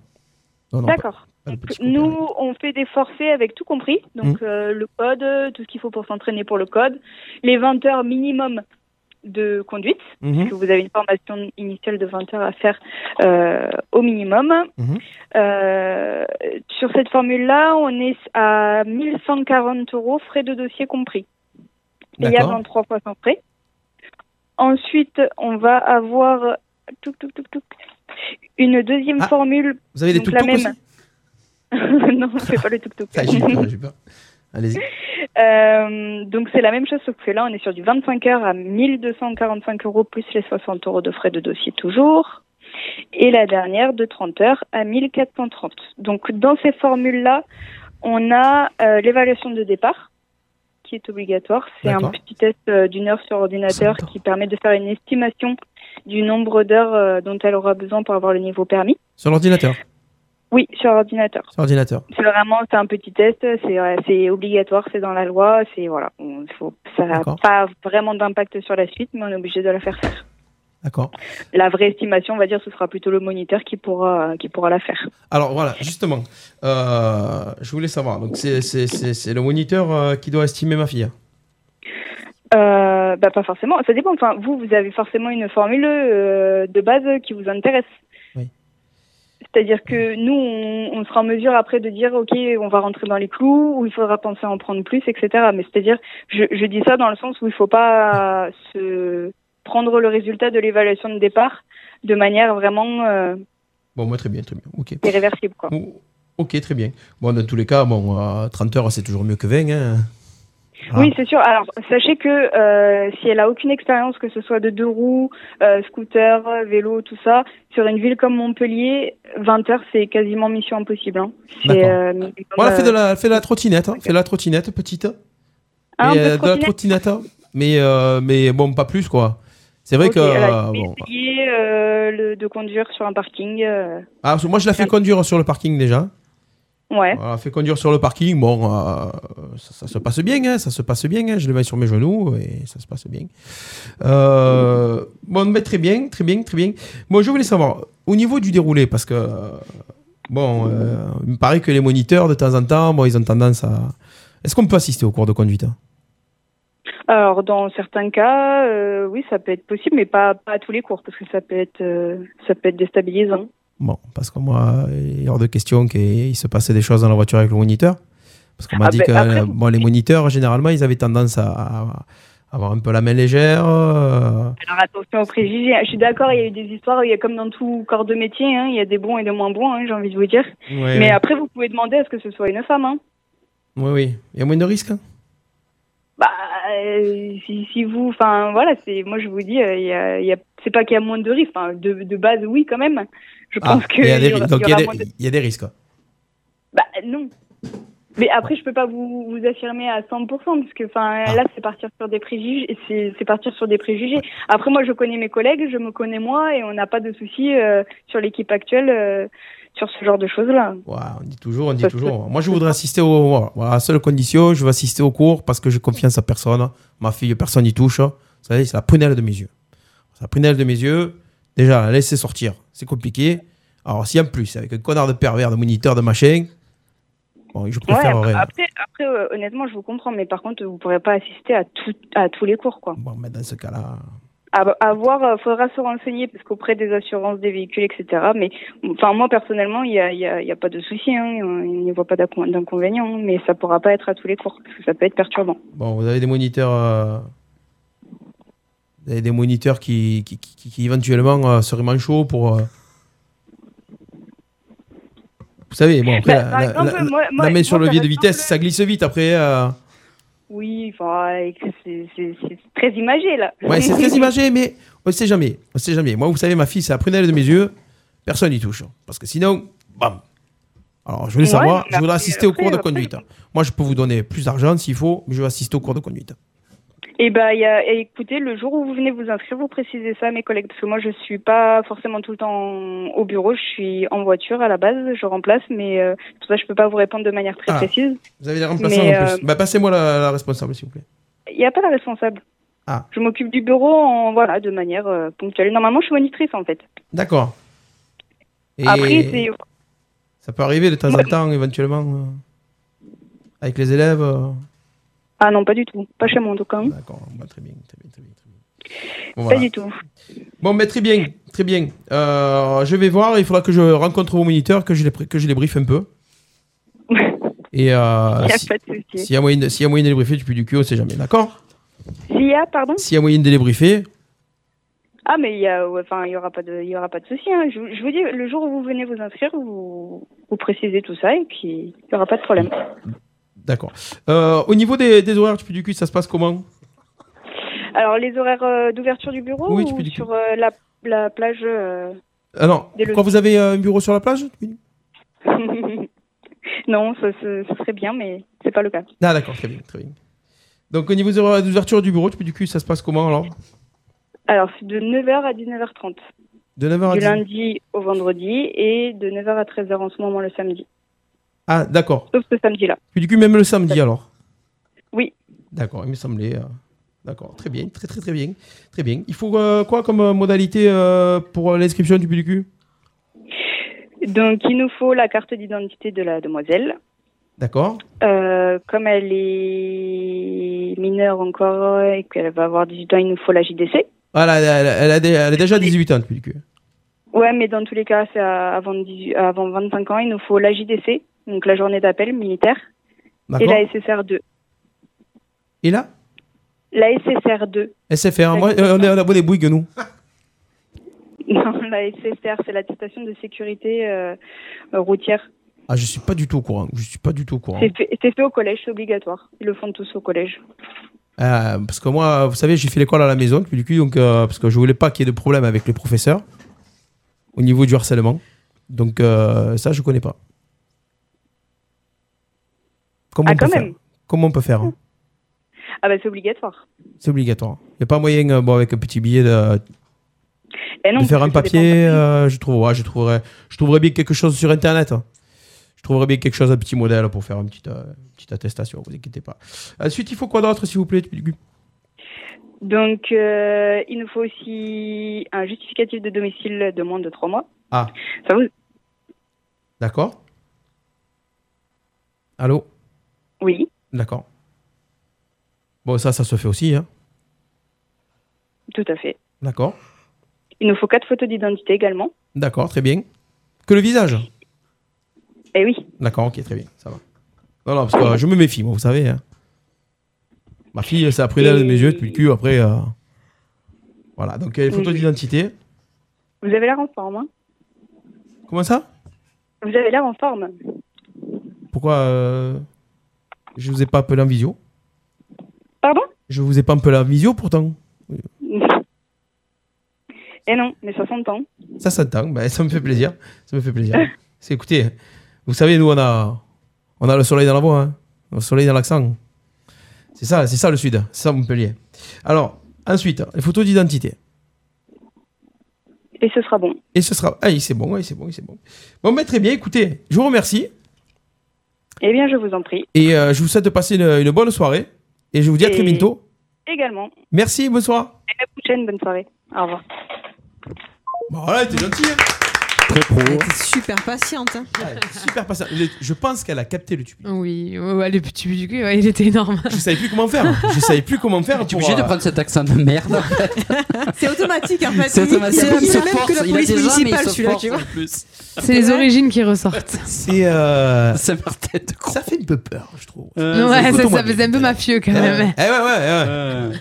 S6: Non, non,
S14: D'accord.
S6: pas- pas de
S14: Donc,
S6: petit Mm. coup.
S14: Nous, on fait des forfaits avec tout compris, donc euh, le code, euh, tout ce qu'il faut pour s'entraîner pour le code, les 20 heures minimum de conduite,
S6: Mm-hmm.
S15: Mhm.
S14: puisque vous avez une formation initiale de 20 heures à faire euh, au minimum.
S6: Mm-hmm.
S14: Euh, sur cette formule-là, on est à 1140 euros, frais de dossier compris.
S15: D'accord.
S14: Payable en trois fois sans frais. Ensuite, on va avoir touc, touc, touc, touc, une deuxième formule.
S6: Ah, vous avez des
S14: donc la
S6: tuk-tuk
S14: même. *laughs* Non, on fait pas le tuk-tuk.
S6: Ah, j'ai peur, j'ai peur. Allez-y.
S14: Euh, donc c'est la même chose, sauf que là, on est sur du 25 heures à 1245 euros plus les 60 euros de frais de dossier toujours. Et la dernière de 30 heures à 1430. Donc dans ces formules-là, on a euh, l'évaluation de départ qui est obligatoire. C'est un
S15: D'accord.
S14: petit test euh, d'une heure sur ordinateur qui permet de faire une estimation du nombre d'heures euh, dont elle aura besoin pour avoir le niveau permis.
S6: Sur l'ordinateur.
S14: Oui, sur ordinateur.
S6: Sur l'ordinateur.
S14: C'est vraiment c'est un petit test, c'est euh, c'est obligatoire, c'est dans la loi, c'est voilà, on- faut, ça n'a
S6: D'accord.
S14: pas vraiment d'impact sur la suite, mais on est obligé de la faire faire.
S6: D'accord.
S14: La vraie estimation, on va dire, ce sera plutôt le moniteur qui pourra qui pourra la faire.
S6: Alors voilà, justement, euh, je voulais savoir. Donc, c'est- c'est c'est- c'est le moniteur euh, qui doit estimer ma fille.
S14: Euh, bah pas forcément, ça dépend. Enfin, vous vous avez forcément une formule euh, de base qui vous intéresse. C'est-à-dire que nous, on, on sera en mesure après de dire, OK, on va rentrer dans les clous, ou il faudra penser à en prendre plus, etc. Mais c'est-à-dire, je, je dis ça dans le sens où il ne faut pas se prendre le résultat de l'évaluation de départ de manière vraiment euh,
S6: Bon, moi, très bien, très bien. Ok.
S14: irréversible. Quoi.
S6: Ok, très bien. Bon, dans tous les cas, bon, à 30 heures, c'est toujours mieux que 20. hein. Ah.
S14: Oui, c'est sûr. Alors, sachez que euh, si elle a aucune expérience, que ce soit de deux roues, euh, scooter, vélo, tout ça, sur une ville comme Montpellier, 20 heures, c'est quasiment mission impossible. Hein. C'est,
S6: D'accord.
S14: euh, minimum,
S6: Voilà, fais de
S14: euh,
S6: la, fais de la trottinette, hein. fais de la trottinette petite.
S14: Ah, un
S6: Et,
S14: peu
S6: euh, de
S14: de
S6: la
S14: trottinette.
S6: trottinette, hein. mais, euh, mais bon, pas plus quoi. C'est vrai
S14: Ok,
S6: que.
S14: alors,
S6: euh,
S14: je vais
S6: bon.
S14: essayer, euh, le- de conduire sur un parking. euh,
S6: Ah, moi, je la fais conduire sur le parking déjà.
S14: Ouais.
S6: Voilà, fait conduire sur le parking, bon, euh, ça, ça se passe bien, hein, ça se passe bien. hein. je le mets sur mes genoux et ça se passe bien. Euh, bon, mais très bien, très bien, très bien. Moi, je voulais savoir, au niveau du déroulé, parce que, euh, bon, euh, il me paraît que les moniteurs, de temps en temps, bon, ils ont tendance à. Est-ce qu'on peut assister au cours de conduite hein
S14: Alors, dans certains cas, euh, oui, ça peut être possible, mais pas, pas à tous les cours, parce que ça peut être, euh, ça peut être déstabilisant.
S6: Bon, parce que moi, il est hors de question qu'il se passait des choses dans la voiture avec le moniteur. Parce qu'on m'a
S14: Ah
S6: dit
S14: ben,
S6: que
S14: après-
S6: euh, bon, les moniteurs, généralement, ils avaient tendance à, à avoir un peu la main légère. euh,
S14: Alors attention aux préjugés. Je suis d'accord, il y a eu des histoires, il y a comme dans tout corps de métier, hein, il y a des bons et des moins bons, hein, j'ai envie de vous dire.
S6: Ouais,
S14: Mais
S6: ouais.
S14: après, vous pouvez demander à ce que ce soit une femme. hein.
S6: Oui, oui. Il y a moins de risques. hein.
S14: Bah, euh, si, si vous, enfin voilà, c'est moi je vous dis, euh, il y a, il y a- c'est pas qu'il y a moins de risques. Enfin, de, de base, oui quand même. Je
S6: Ah,
S14: pense que
S6: il y a des
S14: il y aura-
S6: ris- donc
S14: il
S6: il
S14: y
S6: y a
S14: aura
S6: des-
S14: moins de-
S6: il y a des risques.
S14: Bah non. Mais après, je peux pas vous, vous affirmer à 100% parce que, enfin,
S6: Ah.
S14: là, c'est partir sur des préjugés. et C'est c'est partir sur des préjugés. Après, moi, je connais mes collègues, je me connais moi, et on n'a pas de soucis euh, sur l'équipe actuelle euh, sur ce genre de choses-là.
S6: Ouah, on dit toujours, on dit
S14: Ça se
S6: toujours. Moi, je voudrais assister au. voilà, Voilà, seule condition, je veux assister au cours parce que j'ai confiance à personne. Ma fille, personne n'y touche. Vous savez, c'est la prunelle de mes yeux. C'est la prunelle de mes yeux. Déjà, la laisser sortir, c'est compliqué. Alors, si en plus, avec un connard de pervers, de moniteur, de machin, bon, je
S14: Ouais,
S6: préfère
S14: après, après, après, euh, honnêtement, je vous comprends, mais par contre, vous pourrez pas assister à tout, à tous les cours, quoi.
S6: Bon, mais dans ce cas-là.
S14: À, à voir, euh, faudra se renseigner parce qu'auprès des assurances, des véhicules, etc. Mais enfin, moi personnellement, il n'y a, il y a, il y a pas de souci. Hein, il n'y voit pas d'incon- d'inconvénient, hein, mais ça pourra pas être à tous les cours parce que ça peut être perturbant.
S6: Bon, vous avez des moniteurs. euh, Vous avez des moniteurs qui, qui, qui- qui- qui éventuellement euh, seraient manchots pour. euh, Vous savez, bon, après,
S14: Bah,
S6: la-
S14: par
S6: la,
S14: exemple,
S6: la- la-
S14: moi- moi-
S6: la main
S14: moi,
S6: sur le
S14: par
S6: levier de vitesse, ça glisse vite après.
S14: *laughs*
S6: euh,
S14: Oui, enfin, ouais, c'est c'est- c'est très imagé là.
S6: Ouais, c'est très
S14: *laughs*
S6: imagé, mais on ne sait jamais. On sait jamais. Moi, vous savez, ma fille, c'est la prunelle de mes yeux. Personne n'y touche. Parce que sinon, bam. Alors, je voulais
S15: Ouais,
S6: savoir,
S15: mais
S6: je voudrais
S15: après-
S6: assister au
S15: après,
S6: cours de
S15: après-
S6: conduite. Moi, je peux vous donner plus d'argent s'il faut, mais je vais assister au cours de conduite.
S14: Et bah, il y a, et écoutez, le jour où vous venez vous inscrire, vous précisez ça à mes collègues, parce que moi, je suis pas forcément tout le temps au bureau, je suis en voiture à la base, je remplace, mais euh, c'est pour ça, que je peux pas vous répondre de manière très
S6: Ah.
S14: précise.
S6: Vous avez les remplaçants
S14: Mais,
S6: en plus.
S14: euh,
S6: Bah, passez-moi la, la responsable, s'il vous plaît.
S14: Il n'y a pas la responsable.
S6: Ah.
S14: Je m'occupe du bureau en, voilà, de manière euh, ponctuelle. Normalement, je suis monitrice, en fait.
S6: D'accord. Et
S14: Après, c'est...
S6: ça peut arriver de temps en temps, éventuellement, euh, avec les élèves. euh.
S14: Ah non, pas du tout. Pas chez moi, en tout cas.
S6: D'accord, très bien, très bien, très bien.
S14: Pas
S6: Bon, voilà.
S14: du tout.
S6: Bon, mais très bien, très bien. Euh, je vais voir, il faudra que je rencontre vos moniteurs, que je les, pré- que je les briefe un
S14: *laughs*
S6: peu. Et euh,
S14: Il y a
S6: si-
S14: pas de souci.
S6: s'il y a moyen de s'il y a moyen de les briefer depuis du cul, on sait jamais, d'accord
S14: S'il y a, pardon
S6: S'il y a moyen de les briefer,
S14: Ah, mais il y a, ouais, enfin, il y aura pas de, il y aura pas de souci. hein. Je, vous- je vous dis, le jour où vous venez vous inscrire, vous, vous précisez tout ça et puis il y aura pas de problème.
S6: d'accord. Euh, au niveau des, des horaires depuis du cul, ça se passe comment
S14: Alors, les horaires euh, d'ouverture du bureau
S6: Oui, tu
S14: ou
S6: peux dire.
S14: sur euh, la, la plage euh,
S6: Ah non,
S14: des
S6: quand vous avez euh, un bureau sur la plage
S14: locaux *laughs* Non, ça, ça- ça serait bien, mais c'est pas le cas.
S6: Ah d'accord, très bien, très bien. Donc au niveau des horaires d'ouverture du bureau depuis du cul, ça se passe comment alors
S14: Alors, c'est de 9h à 19h30,
S6: De 9h à
S14: du
S6: 10
S14: lundi au vendredi et de 9h à 13h en ce moment le samedi.
S6: Ah d'accord.
S14: Sauf ce samedi-là.
S6: Puis du cul, même le samedi alors
S14: Oui.
S6: D'accord, il me semblait. euh, D'accord, très bien, très très très bien. Très bien. Il faut euh, quoi comme euh, modalité euh, pour euh, l'inscription du PDQ
S14: Donc, il nous faut la carte d'identité de la demoiselle.
S6: D'accord.
S14: Euh, comme elle est mineure encore et qu'elle va avoir 18 ans, il nous faut la JDC.
S6: Ah, Voilà, elle, a- elle a, elle a dé- elle a déjà 18 ans, le PDQ.
S14: Ouais, mais dans tous les cas, c'est à- avant, 18 avant 25 ans, il nous faut la JDC, donc la journée d'appel militaire, et
S6: D'accord.
S14: la SSR2.
S6: Et là
S14: La SSR2,
S6: SFR. Moi, euh, on est à la bonne des Bouygues, nous.
S14: *laughs* non, la SSR, c'est l'attestation de sécurité euh, euh, routière.
S6: Ah, je suis pas du tout au courant. Je suis pas du tout au courant.
S14: C'est fait, c'est fait au collège, c'est obligatoire. Ils le font tous au collège.
S6: Euh, parce que moi, vous savez, j'ai fait l'école à la maison, puis du coup, donc, euh, parce que je voulais pas qu'il y ait de problème avec les professeurs au niveau du harcèlement. Donc, euh, ça, je connais pas. Comment
S14: Ah,
S6: on peut
S14: quand
S6: faire
S14: même.
S6: Comment on peut faire hein
S14: Ah bah c'est obligatoire.
S6: C'est obligatoire. Il n'y a pas moyen, euh, bon, avec un petit billet, de,
S14: Eh
S6: de faire un
S14: parce que ça dépend.
S6: papier. euh, je, trouve, ouais, je, trouverais, je trouverais bien quelque chose sur Internet. hein. Je trouverais bien quelque chose, un petit modèle pour faire une petite, euh, petite attestation, vous inquiétez pas. Ensuite, il faut quoi d'autre, s'il vous plaît Gugu
S14: Donc euh, il nous faut aussi un justificatif de domicile de moins de 3 mois.
S6: Ah,
S14: Ça vous...
S6: d'accord. Allô
S14: Oui.
S6: D'accord. Bon, ça, ça se fait aussi, hein.
S14: Tout à fait.
S6: D'accord.
S14: Il nous faut quatre photos d'identité également.
S6: D'accord, très bien. Que le visage
S14: Eh oui.
S6: D'accord, ok, très bien, ça va. Non, non, parce que euh, je me méfie, moi, vous savez. hein. Ma fille, ça a pris l'aile de mes yeux depuis le cul, après. euh, Voilà, donc euh, les photos
S14: Oui.
S6: d'identité.
S14: Vous avez l'air en forme. hein.
S6: Comment ça
S14: Vous avez l'air en forme. *laughs*
S6: Pourquoi euh, je vous ai pas appelé en visio
S14: Pardon
S6: Je vous ai pas appelé en visio pourtant.
S14: Eh non, mais ça s'entend.
S6: Ça s'entend, ben, ça me fait plaisir. Ça me fait plaisir. Parce que, écoutez, vous savez, nous, on a, on a le soleil dans la voix, hein. le soleil dans l'accent. C'est ça, c'est ça le Sud, c'est ça Montpellier. Alors, ensuite, les photos d'identité.
S14: Et ce sera bon.
S6: Et ce sera. Ah, oui, c'est bon, oui, c'est bon, oui, c'est bon. Bon, ben, très bien, écoutez, je vous remercie
S14: Eh bien, je vous en prie.
S6: et euh, je vous souhaite de passer une, une bonne soirée et je vous dis à très
S14: Et-
S6: bientôt.
S14: Également.
S6: Merci, bonsoir.
S14: À la prochaine. Bonne soirée. Au *laughs* revoir.
S6: Bon, voilà, t'es gentil. hein.
S12: Très pro.
S7: Elle était super patiente. hein.
S6: Ouais, super patient. Le- Je pense qu'elle a capté le tubi.
S2: Oui, ouais, ouais, le petit but du cul, ouais, il était énorme.
S6: Je savais plus comment faire. Je savais plus comment faire.
S8: T'es
S6: pour,
S8: obligé de
S6: euh,
S8: prendre cet accent de merde.
S7: *laughs* C'est automatique hein. en fait.
S8: C'est automatique.
S7: *laughs* C'est
S8: Il se
S7: le même
S8: force,
S7: que la
S8: il a
S7: police
S8: des gens, mais il
S7: municipale
S8: se
S7: celui-là,
S8: force
S7: tu vois.
S8: en plus.
S2: C'est les origines qui ressortent.
S6: C'est. Euh...
S8: Ça de Euh,
S6: Ça fait un peu peur, je trouve.
S7: Euh,
S2: *laughs* ouais, ça,
S6: Écoute-moi
S2: ça faisait un peu mafieux quand même.
S6: Eh ouais, ouais,
S8: Euh.
S6: ouais.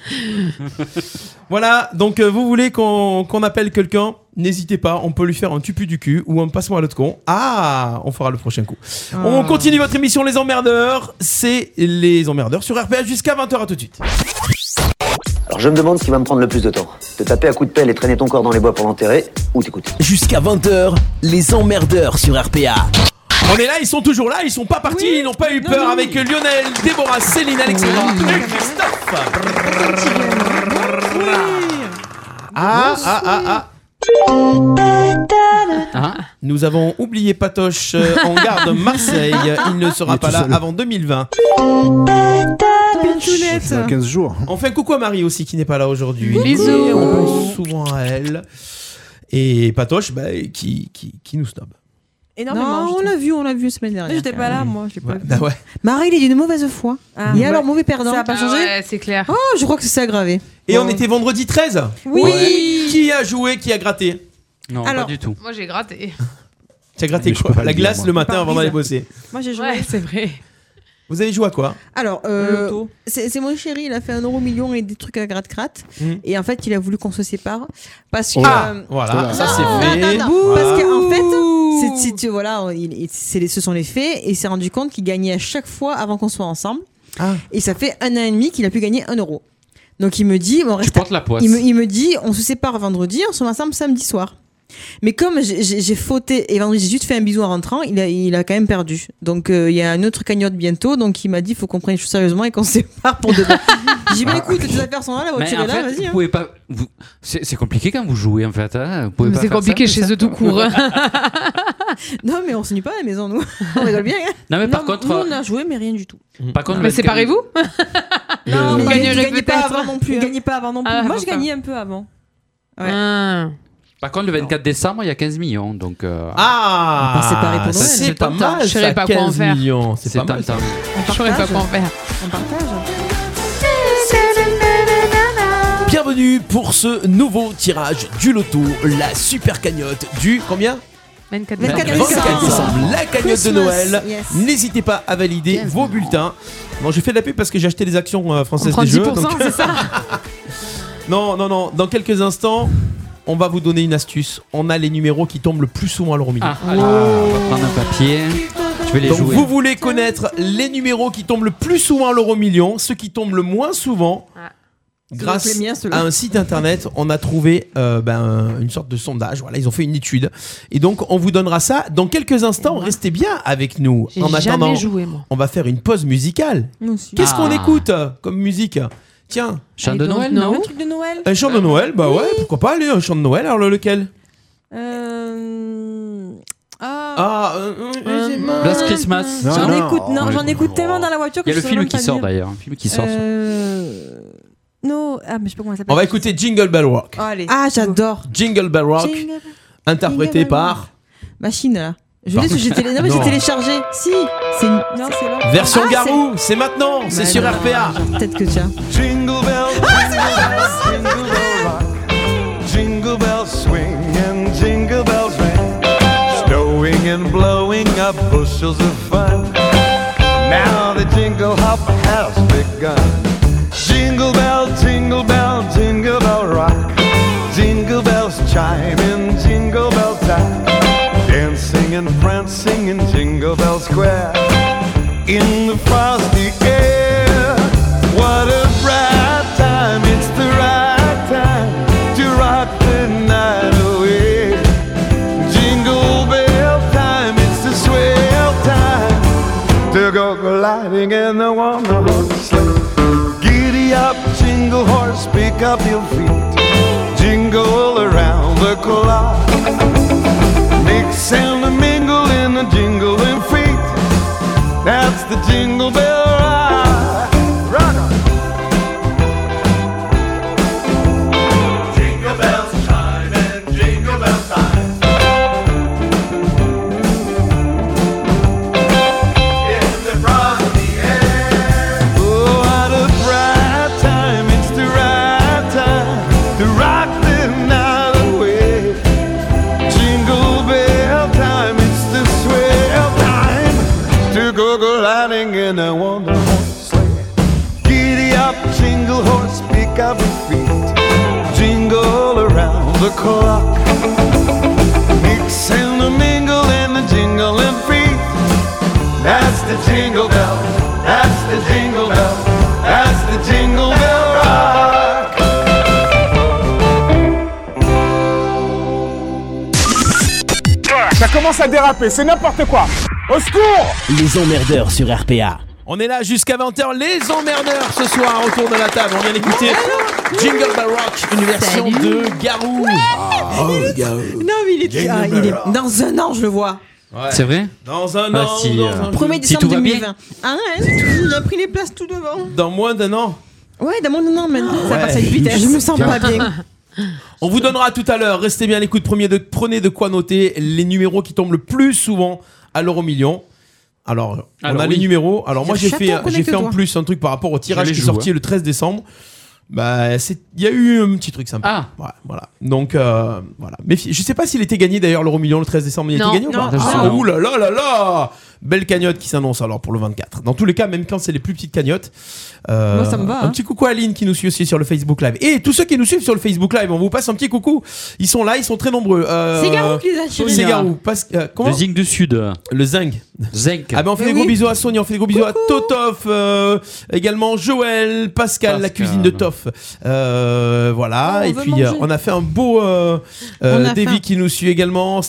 S6: voilà, donc euh, vous voulez qu'on qu'on appelle quelqu'un N'hésitez pas, on peut lui faire un tupu du cul ou un passe-moi à l'autre con. Ah, on fera le prochain coup.
S2: Ah.
S6: On continue votre émission Les Emmerdeurs. C'est Les Emmerdeurs sur RPA jusqu'à 20h. À tout de suite.
S13: Alors je me demande ce qui va me prendre le plus de temps. Te taper à coups de pelle et traîner ton corps dans les bois pour l'enterrer, ou t'écouter.
S16: Jusqu'à 20h, les emmerdeurs sur RPA.
S6: On est là, ils sont toujours là, ils sont pas partis, ils n'ont pas eu peur avec Lionel, Déborah, Céline, Alexandra et Christophe. Ah, ah, ah, ah. Nous avons oublié Patoche euh, en gare de Marseille. Il ne
S12: Il
S6: sera
S12: est
S6: pas
S12: tout
S6: là
S12: seul.
S6: avant 2020.
S12: C'est dans 15 jours.
S6: On fait un coucou à Marie aussi qui n'est pas là aujourd'hui.
S12: Bisous.
S6: On pense souvent à elle. Et Patoche bah, qui, qui, qui nous snob.
S10: Énormément.
S7: Non,
S10: je
S7: on
S10: trouve.
S7: l'a vu, on l'a vu la semaine dernière.
S10: J'étais pas là, moi. j'ai
S6: *laughs*
S10: pas
S6: Ouais, bah ouais.
S7: Marie, il est d'une mauvaise foi.
S10: Ah.
S7: Et
S10: Ouais.
S7: alors, mauvais perdant.
S10: Ça a pas changé Ah
S2: c'est clair.
S7: Oh, je crois que c'est aggravé.
S6: Et on était vendredi 13
S7: Oui.
S6: Qui a joué, qui a gratté Non,
S2: Alors,
S6: du tout.
S2: Moi j'ai gratté.
S6: Tu as gratté
S12: Mais je
S6: quoi
S12: peux pas
S6: La
S12: le dire,
S6: glace
S12: moi.
S6: le matin avant
S7: Pare-brise.
S6: d'aller bosser.
S7: Moi, j'ai joué.
S2: Ouais, c'est vrai.
S6: Vous avez joué à quoi
S7: Alors, euh,
S10: loto.
S7: c'est c'est mon chéri, il a fait un euro million et des trucs à gratte-gratte.
S6: Hmm.
S7: Et en fait, il a voulu qu'on se sépare. Parce que.
S6: Ah,
S7: euh,
S6: voilà, ça
S7: non,
S6: c'est fait.
S7: non, non, non, Parce
S6: Voilà.
S7: qu'en fait, c'est- si tu- voilà, il- il- c'est- ce sont les faits. Et il s'est rendu compte qu'il gagnait à chaque fois avant qu'on soit ensemble.
S6: Ah.
S7: Et ça fait un an et demi qu'il a pu gagner un euro. Donc il me dit, on reste
S8: portes la poisse.
S7: il, me, il me dit, on se sépare vendredi, on se met ensemble samedi soir. Mais comme j'ai- j'ai j'ai fauté et vendredi j'ai juste fait un bisou en rentrant, il a, il a quand même perdu. Donc euh, il y a une autre cagnotte bientôt, donc il m'a dit, faut qu'on prenne les choses sérieusement et qu'on se sépare
S8: *laughs*
S7: pour demain. j'ai dit, mais écoute, tes affaires sont là, la
S8: Mais
S7: voiture
S8: en
S7: est là,
S8: fait,
S7: vas-y.
S8: vous
S7: hein.
S8: pouvez pas. vous- C'est c'est compliqué quand vous jouez en fait. hein. Vous pouvez
S2: Mais
S8: pas
S2: c'est
S8: faire ça,
S2: compliqué
S8: tout
S2: chez
S8: ça.
S2: eux tout court.
S7: *laughs* hein. Non, mais on se nuit pas à la maison, nous. *laughs* on rigole bien. hein.
S8: Non, mais par contre,
S7: nous,
S8: euh,
S7: on a joué, mais rien du tout.
S6: Mm.
S8: Par
S10: Ah,
S8: contre,
S2: Mais
S8: le-
S2: séparez-vous
S7: Non,
S2: Vous
S7: mais
S2: gagnerez
S7: il gagnait pas
S2: peut-être.
S7: avant non plus.
S10: Il
S7: hein.
S10: gagnait pas avant non plus.
S7: Ah,
S10: Moi, je
S7: enfin.
S10: gagnais un peu avant.
S8: Par contre, le 24 décembre, il y a 15 millions. Donc, euh,
S6: Ah,
S8: on peut séparer pour Noël.
S6: C'est
S8: C'est
S6: pas
S8: tentant.
S6: mal,
S8: Je saurais
S6: ça,
S8: pas quoi en
S6: 15
S8: faire.
S6: millions. C'est
S8: C'est
S6: pas mal.
S8: tentant.
S6: ça.
S2: *laughs* Je saurais pas quoi en faire.
S7: On partage.
S6: Bienvenue bienvenue pour ce nouveau tirage du loto, la super cagnotte du combien
S2: 24
S6: 24 décembre, la cagnotte de
S2: Christmas,
S6: Noël.
S2: yes.
S6: N'hésitez pas à valider vos bulletins. Bon, j'ai fait de la pub parce que j'ai acheté des actions euh, françaises
S2: prend
S6: des jeux.
S2: 10%,
S6: donc-
S2: c'est ça
S6: *laughs* non, non, non. Dans quelques instants, on va vous donner une astuce. On a les numéros qui tombent le plus souvent à
S12: Ah,
S6: l'euro million.
S8: allez, Ah, on va prendre un papier. Je vais les
S6: Donc
S8: jouer.
S6: vous voulez connaître les numéros qui tombent le plus souvent à l'euro million, ceux qui tombent le moins souvent. Grâce
S10: Celui-là, c'est le mien, celui-là.
S6: à un site internet, on a trouvé euh, ben, une sorte de sondage. Voilà, ils ont fait une étude. Et donc, on vous donnera ça dans quelques instants. Restez bien avec nous.
S2: J'ai
S6: en
S2: jamais
S6: attendant,
S2: joué, moi.
S6: on va faire une pause musicale.
S2: Moi aussi.
S6: Qu'est-ce qu'on
S2: Ah.
S6: écoute euh, comme musique Tiens.
S8: Chant de I don't Noël, know. non
S10: Le truc de Noël
S6: Un chant de Noël Bah ouais, pourquoi pas aller un chant de Noël Alors, lequel
S10: Euh... Ah,
S6: Ah, euh, euh, j'ai mal.
S8: Last Christmas. Non,
S10: J'en
S8: Oh,
S10: écoute, non,
S8: non,
S10: j'en écoute tellement dans la voiture que
S8: Il y a
S10: je
S8: le
S10: sais
S8: film
S10: même
S8: qui
S10: pas
S8: sort
S10: dire.
S8: d'ailleurs, un film qui sort. sur-
S10: Euh... No, ah mais je sais pas comment ça s'appelle.
S6: On va écouter Jingle Bell Rock.
S10: Oh, allez. Ah j'adore.
S6: Jingle Bell Rock, interprété par
S7: Machine là. Je
S6: Pardon.
S7: l'ai sous- j'ai télé- non, mais j'ai
S6: Non.
S7: téléchargé. Si, c'est une...
S10: Non, c'est là.
S6: version
S7: Ah,
S6: Garou. C'est maintenant, c'est
S7: Bah
S6: sur
S7: non,
S6: RPA.
S7: genre, Peut-être que tiens.
S12: *laughs* Jingle bell, jingle bell rock, jingle bells swing and jingle bells ring, snowing and blowing up bushels of fun. Now the jingle hop has begun. Jingle bell, jingle bell, jingle bell rock, jingle bells chime in jingle bell time, dancing and prancing in Jingle Bell Square in the frosty air. What a bright time, it's the right time to rock the night away. Jingle bell time, it's the swell time to go gliding in the one horse sleigh. Giddy up, jingle horse, pick up your feet, jingle around the clock. Mix and mingle in the jingling feet. That's the jingle bell rock. Rock on. Jingle bells chime and jingle bells time. In the frosty air. Oh, what a bright time. It's the right time to rock the night away. Jingle bell time. It's the swell time to go gliding in a wonderful sleigh. Giddy up, jingle horse, pick up your feet, jingle around the clock. Mix and a mingle and the jingle and feet. That's the jingle bell. That's the jingle bell. That's the jingle bell rock.
S17: Ça commence à déraper, c'est n'importe quoi. Au secours
S18: Les emmerdeurs sur RPA.
S6: On est là jusqu'à 20h, les emmerdeurs ce soir autour de la table. On vient d'écouter Jingle Bell Rock, une version de Garou.
S7: Non, mais il Ah, est... ah, il est... Dans un an, je le vois.
S8: C'est vrai
S6: Dans un
S8: Ah,
S6: an,
S8: si,
S6: dans
S8: euh,
S6: un-
S7: 1er
S8: Si
S7: décembre
S8: tout va bien.
S7: 2020. Ah ouais, il a pris les places tout devant.
S6: Dans moins d'un an.
S7: Ouais, dans mon an maintenant. Ça
S6: Ouais.
S7: passe à une vitesse. Je me sens pas bien.
S6: On vous donnera tout à l'heure. Restez bien à l'écoute. Premier de, prenez de quoi noter les numéros qui tombent le plus souvent à l'euro million. Alors, on
S8: Alors,
S6: a
S8: oui.
S6: les numéros. Alors, moi, j'ai
S8: Chaton,
S6: fait, j'ai fait en
S8: connecte-toi.
S6: plus un truc par rapport au tirage
S8: Je les
S6: qui est
S8: joue,
S6: sorti
S8: hein.
S6: le 13 décembre. Bah, c'est- il y a eu un petit truc sympa. Ah. voilà. Donc, euh, voilà. Mais fi- je sais pas s'il était gagné d'ailleurs l'euro million le 13 décembre. Il
S8: Non.
S6: était gagné ou pas
S8: Non.
S6: Ah,
S8: Ah, non.
S6: ouh là là là là Belle cagnotte qui s'annonce alors pour le 24. Dans tous les cas, même quand c'est les plus petites cagnottes. euh,
S15: Moi, ça me va,
S6: Un
S15: hein.
S6: petit coucou à Aline qui nous suit aussi sur le Facebook Live. Et tous ceux qui nous suivent sur le Facebook Live, on vous passe un petit coucou. Ils sont là, ils sont très nombreux. Euh,
S8: C'est Garou qui les a tirés.
S6: C'est Garou. Parce, que- euh, comment
S8: Le Zing du Sud.
S6: Le Zing.
S8: Zing.
S6: Ah ben on fait des gros bisous à Sonia, on fait des gros bisous à Totof, euh, également Joël, Pascal, la cuisine de Toff. Euh, voilà,
S15: Oh, on
S6: et
S15: veut
S6: puis
S15: manger.
S6: euh, on a fait un beau euh, euh,
S15: On a
S6: Davy
S15: faim.
S6: qui nous suit également,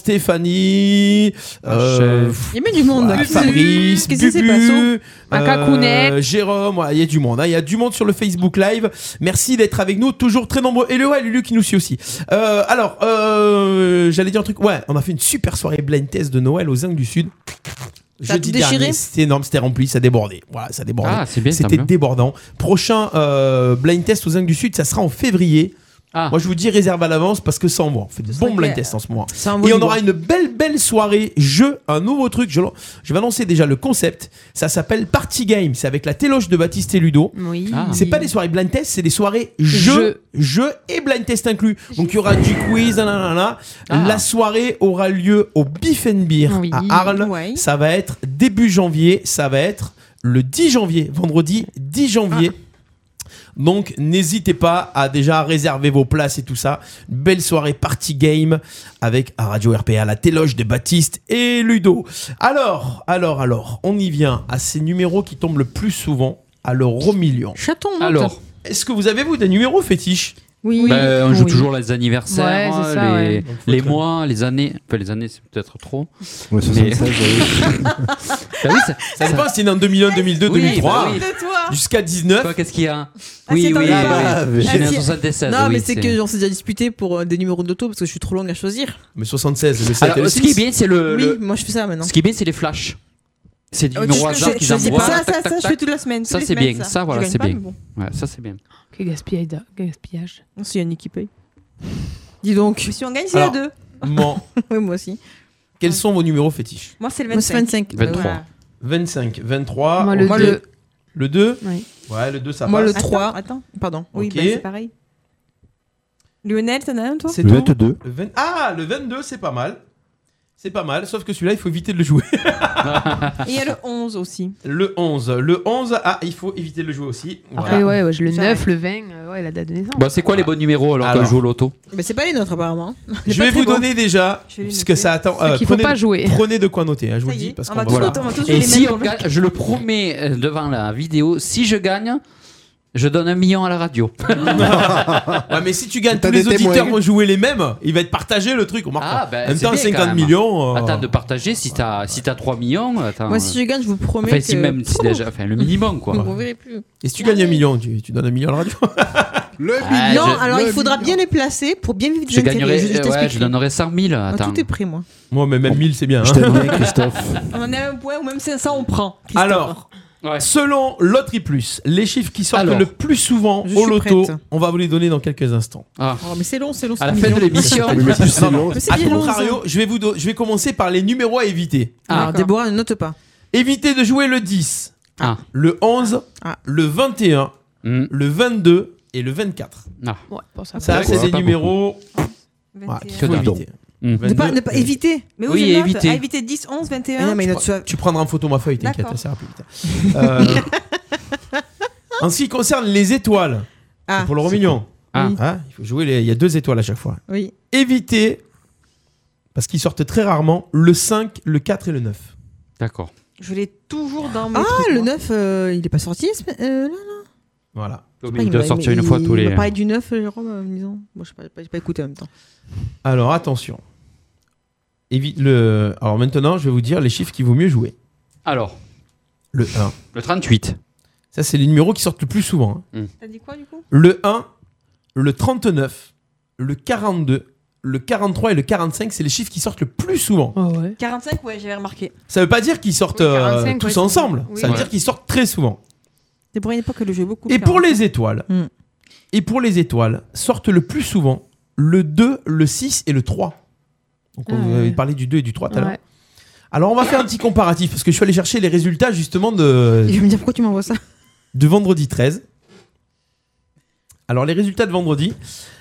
S6: Stéphanie, euh,
S8: chef.
S7: *laughs* Il y a même du monde.
S6: voilà,
S7: Qu'est-ce que-
S6: Fabrice,
S7: qu'est-ce qui s'est
S6: Bubu,
S7: passé Un
S6: euh,
S7: cacounette.
S6: Jérôme, voilà, il y a du monde, hein, il y a du monde sur le Facebook Live. Merci d'être avec nous, toujours très nombreux. Et le ouais, Lulu qui nous suit aussi. Euh, alors, euh, j'allais dire un truc. Ouais, on a fait une super soirée blind test de Noël aux Indes du Sud.
S15: T'as
S6: Jeudi
S15: tout déchiré
S6: dernier, c'était énorme, c'était rempli, ça débordait. Voilà, ça débordait.
S8: Ah, c'est bien, tant
S6: C'était
S8: mieux.
S6: débordant. Prochain euh, blind test aux Indes du Sud, ça sera en février.
S8: Ah.
S6: Moi, je vous dis réserve à l'avance parce que sans moi, on fait des bons blind
S15: que-
S6: tests en ce moment.
S15: c'est un
S6: Et on
S15: volleyball.
S6: aura une belle, belle soirée jeu, un nouveau truc. Je, l'an- je vais annoncer déjà le concept. Ça s'appelle Party Game. C'est avec la téloche de Baptiste et Ludo.
S2: Oui.
S6: C'est pas des soirées blind test, c'est des soirées jeu, jeu et blind test inclus. Donc il y aura du quiz, nanana.
S15: Ah.
S6: La soirée aura lieu au Beef and Beer à Arles. Ça va être début janvier, ça va être le 10 janvier, vendredi 10 janvier.
S15: Ah.
S6: Donc n'hésitez pas à déjà réserver vos places et tout ça. Belle soirée party game avec à Radio RPA la téloge de Baptiste et Ludo. Alors, alors, alors, on y vient à ces numéros qui tombent le plus souvent à l'euro million.
S7: Chaton.
S8: Alors.
S6: est-ce que vous avez vous des numéros fétiches
S7: Oui.
S8: Bah, on joue toujours les anniversaires, hein,
S6: Ouais, c'est ça,
S8: les,
S6: ouais.
S8: les mois, les années. Enfin, les années, c'est peut-être trop.
S9: Ouais,
S8: *laughs*
S9: 76,
S8: Bah oui, ça,
S6: Ça dépend si c'est en 2001, 2002,
S8: Oui,
S6: 2003.
S8: bah oui.
S6: Jusqu'à 19.
S8: Toi, qu'est-ce qu'il y a
S7: Ah, c'est
S8: Oui,
S7: dans
S8: oui,
S7: les-
S8: oui, oui. Je suis né en
S7: Ah, si.
S8: 76.
S7: Non,
S8: oui,
S7: mais c'est que on s'est déjà disputé pour euh, des numéros d'auto parce que je suis trop longue à choisir.
S6: Mais 76, le 7
S8: Alors,
S6: et le
S8: ce qui est
S6: 6.
S8: bien, c'est le,
S7: Oui,
S8: le-
S7: moi je fais ça maintenant.
S8: Ce qui est bien, c'est les flashs. C'est du
S7: Oh,
S8: numéro
S7: tu-
S8: hasard
S7: je-
S8: qu'ils
S7: je sais
S8: envoient.
S7: pas. Ça,
S8: tac,
S7: ça,
S8: tac,
S7: ça, je
S8: tac.
S7: fais toute la semaine,
S8: Ça,
S7: toutes les
S8: c'est
S7: semaines,
S8: bien.
S7: ça.
S8: Ça,
S7: Je
S8: voilà,
S7: gagne
S8: c'est
S7: pas,
S8: bien.
S7: mais bon.
S8: Ouais, ça, c'est bien.
S2: Quel gaspillage. gaspillage.
S7: S'il y a une qui paye. Dis donc.
S10: Si on gagne,
S6: c'est
S7: c'est
S6: à
S7: à
S6: Alors,
S7: deux.
S6: deux.
S10: *laughs*
S6: Bon,
S7: Oui, moi aussi.
S6: quels sont vos numéros fétiches
S10: Moi, c'est le
S7: Moi, c'est
S10: 25.
S7: 25. 23. Bah,
S6: 25, 23.
S7: Moi, le
S6: ok.
S7: deux.
S6: Le 2
S7: Oui.
S6: Ouais, le 2, ça
S7: moi
S6: passe.
S7: le 3. Attends, pardon.
S10: Oui,
S6: Ok.
S10: bah, c'est pareil. Lionel, t'en as un, toi
S6: C'est tout. Le 20 Ah, le 22, c'est pas mal. C'est pas mal, sauf que celui-là, il faut éviter de le jouer.
S10: Et il y a le 11 aussi.
S6: le 11. Le 11, ah, il faut éviter de le jouer aussi. Voilà.
S2: Après, ouais, ouais, je le 9,
S7: J'arrête.
S2: le 20, euh, ouais, la date de naissance.
S8: Bon, c'est quoi les bons numéros alors qu'on
S6: Alors.
S8: joue au loto
S7: Mais c'est pas les nôtres apparemment.
S6: Je vais vous donner déjà,
S7: vais les
S6: puisque ça attend.
S8: euh,
S7: Ceux qu'il faut
S6: Euh, prenez,
S7: pas jouer.
S6: prenez de quoi noter, hein, je vous
S7: Ça
S6: le
S7: y
S6: dis.
S7: est,
S6: Parce
S7: on
S6: qu'on
S7: va
S6: va
S7: tous
S6: voir.
S7: noter, on va tous
S8: Et si
S7: mêmes hein.
S8: on gagne, je le promets euh, devant la vidéo, si je gagne, je donne un million à la radio.
S6: *laughs* Ouais, mais si tu gagnes,
S8: T'as
S6: tous les
S8: des témoins.
S6: auditeurs vont jouer les mêmes. Il va être partagé le truc, on marque. pas.
S8: Ben,
S6: en même
S8: c'est
S6: temps,
S8: bien, quand
S6: 50
S8: même.
S6: millions. euh,
S8: Attends de partager si t'as si t'as 3 millions. Attends, euh.
S7: Moi, si je gagne, je vous promets
S8: Enfin, si
S7: que-
S8: même si déjà, enfin, le minimum quoi.
S7: Vous ne reverrez plus.
S6: Et si tu gagnes un million, tu, tu donnes un million à la radio
S8: Le
S7: non, alors il faudra bien les placer pour bien vivre des
S8: Je
S7: intérêts.
S8: gagnerais,
S7: je, je
S8: euh, ouais,
S7: t'explique.
S8: je donnerais 100 000.
S7: Ah,
S8: Attends.
S7: tout est prêt, moi.
S6: Moi, mais même 1000, c'est bien. hein.
S8: Je t'aime bien, Christophe.
S10: On en a un point ou même 500, on prend.
S6: *laughs* Alors, selon Loterie Plus, les chiffres qui sortent
S8: Alors.
S6: le plus souvent
S7: Je
S6: au
S7: suis
S6: loto,
S7: prête.
S6: on va vous les donner dans quelques instants.
S8: Ah.
S7: Oh, mais c'est long, c'est long.
S6: À
S7: c'est
S6: la fin
S7: mignon.
S6: de l'émission.
S7: Mais c'est
S6: Non, non.
S7: long. Mais c'est
S6: À
S7: bien long,
S6: contrario,
S7: ça.
S6: je vais, vous do- je vais commencer par les numéros à éviter.
S7: Alors, Déborah, ne note pas.
S6: Évitez de jouer le 10,
S8: Ah.
S6: le 11, le 21, le 22 et le 24.
S2: Ouais, pour ça.
S6: Ça, c'est des numéros ouais, qu'il faut
S8: Que dalle.
S6: éviter.
S8: Mm.
S7: Ne pas,
S6: 22.
S7: ne pas éviter.
S10: Mais où
S6: Oui,
S10: je note
S6: éviter.
S10: Ah, éviter 10, 11, 21.
S7: Ah non, mais il note
S6: Tu, tu prendras en photo ma feuille, t'inquiète, ça ira plus vite. Euh, en ce qui concerne les étoiles,
S7: Ah,
S6: c'est pour le
S7: c'est
S6: million,
S7: Ah. Oui.
S6: Hein, il faut jouer, les- il y a deux étoiles à chaque fois.
S7: Oui.
S6: Évitez, parce qu'ils sortent très rarement, le 5, le 4 et le 9.
S8: D'accord.
S10: Je l'ai toujours dans mes
S7: Ah,
S10: trucs.
S7: le 9, euh, il est pas sorti ce- euh, là, là.
S6: Voilà.
S7: Ah,
S8: il doit sortir une fois tous
S7: Il
S8: les.
S7: m'a parlé du 9, euh, Jérôme, euh, disons. Moi, je n'ai pas, j'ai pas écouté en même temps.
S6: Alors attention. Évite le... Alors maintenant, je vais vous dire les chiffres qu'il vaut mieux jouer.
S8: Alors,
S6: Le 1.
S8: Le 38.
S6: Ça, c'est les numéros qui sortent le plus souvent. hein.
S8: Hmm.
S10: T'as dit quoi du coup
S6: Le 1, le 39, le 42, le 43 et le 45, c'est les chiffres qui sortent le plus souvent.
S10: 45, ouais, j'avais remarqué.
S6: Ça veut pas dire qu'ils sortent
S10: Oui,
S6: euh,
S10: 45,
S6: tous
S10: ouais, c'est-
S6: ensemble.
S10: oui.
S6: Ça veut
S10: Ouais.
S6: dire qu'ils sortent très souvent.
S10: C'est pour une époque que le jeu beaucoup.
S6: Et
S10: le
S6: pour
S10: 40.
S6: les étoiles,
S15: Mm.
S6: et pour les étoiles, sortent le plus souvent le 2, le 6 et le 3. Donc on
S15: Ah ouais.
S6: avait parlé du 2 et du 3 tout à l'heure.
S15: Ouais.
S6: Alors on va faire un petit comparatif parce que je suis allé chercher les résultats
S15: *laughs*
S6: justement de,
S7: Il va me dire pourquoi tu m'envoies
S10: *laughs*
S7: ça.
S6: de vendredi 13. Alors les résultats de vendredi,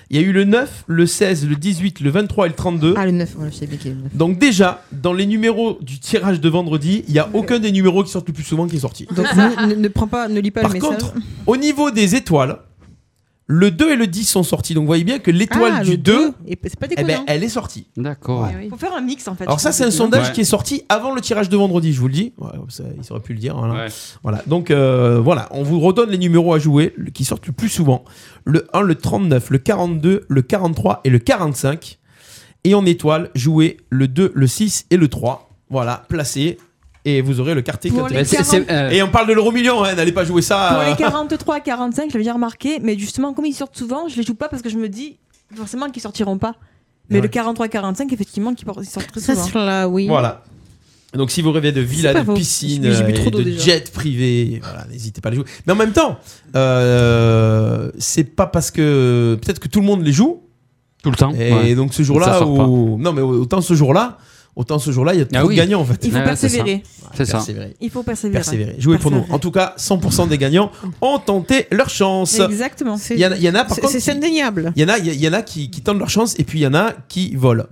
S6: il y a eu le 9, le 16, le 18, le 23 et le 32.
S7: Ah, le 9, voilà, je savais bien qu'il est le 9.
S6: Donc déjà, dans les numéros du tirage de vendredi, il n'y a aucun des numéros qui sortent le plus souvent qui est sorti.
S7: Donc, ne, ne- ne prends pas, ne lis pas
S6: Par
S7: le message.
S6: contre, au niveau des étoiles, le 2 et le 10 sont sortis. Donc vous voyez bien que l'étoile
S7: Ah,
S6: du
S7: le
S6: 2,
S7: Et c'est pas
S6: eh
S7: déconnant.
S6: ben, elle est sortie.
S8: D'accord.
S10: Faut faire un mix en fait.
S6: Alors
S10: je
S6: ça
S10: pense.
S6: c'est un sondage
S8: Ouais.
S6: qui est sorti avant le tirage de vendredi, je vous le dis. Ouais, ça, ils auraient pu le dire. Voilà. Voilà. Donc euh, voilà, on vous redonne les numéros à jouer le- qui sortent le plus souvent. Le 1, le 39, le 42, le 43 et le 45. Et en étoile, jouez le 2, le 6 et le 3. Voilà, placez et vous aurez le quartier.
S10: Pour les C'est- c'est- 40. euh,
S6: Et on parle de l'euro million, hein, n'allez pas jouer ça.
S10: Pour
S6: euh,
S10: les 43 à 45, je l'avais déjà remarqué, mais justement, comme ils sortent souvent, je les joue pas parce que je me dis forcément qu'ils sortiront pas. Mais
S6: Ouais.
S10: le 43 45, effectivement, qu'ils por- ils sortent très
S7: Ça,
S10: souvent.
S7: c'est là, oui.
S6: Voilà. Donc si vous rêvez de villa,
S19: pas
S6: de
S19: faux.
S6: piscine,
S19: J'ai bu
S6: et
S19: trop d'eau
S6: de
S19: déjà.
S6: jet privé, voilà, n'hésitez pas à les jouer. Mais en même temps, euh, c'est pas parce que peut-être que tout le monde les joue
S8: tout le temps.
S6: Et
S8: ouais.
S6: donc ce
S8: Ça
S6: jour-là,
S8: sort pas.
S6: où... non mais autant ce jour-là, autant ce jour-là, il y a trop
S8: Ah
S6: de
S8: oui.
S6: gagnants en fait.
S8: Il faut Ouais, c'est persévérer. ça.
S6: Ouais,
S8: C'est ça.
S6: persévérer.
S10: Il faut persévérer.
S6: Persévérer. Jouez pour nous. En tout cas, 100% des gagnants ont tenté leur chance.
S10: Exactement.
S6: Il y en a, il y en a par
S7: C'est-
S6: contre.
S7: C'est indéniable.
S6: Il y en a, il y en a qui, qui tentent leur chance et puis il y en a qui volent.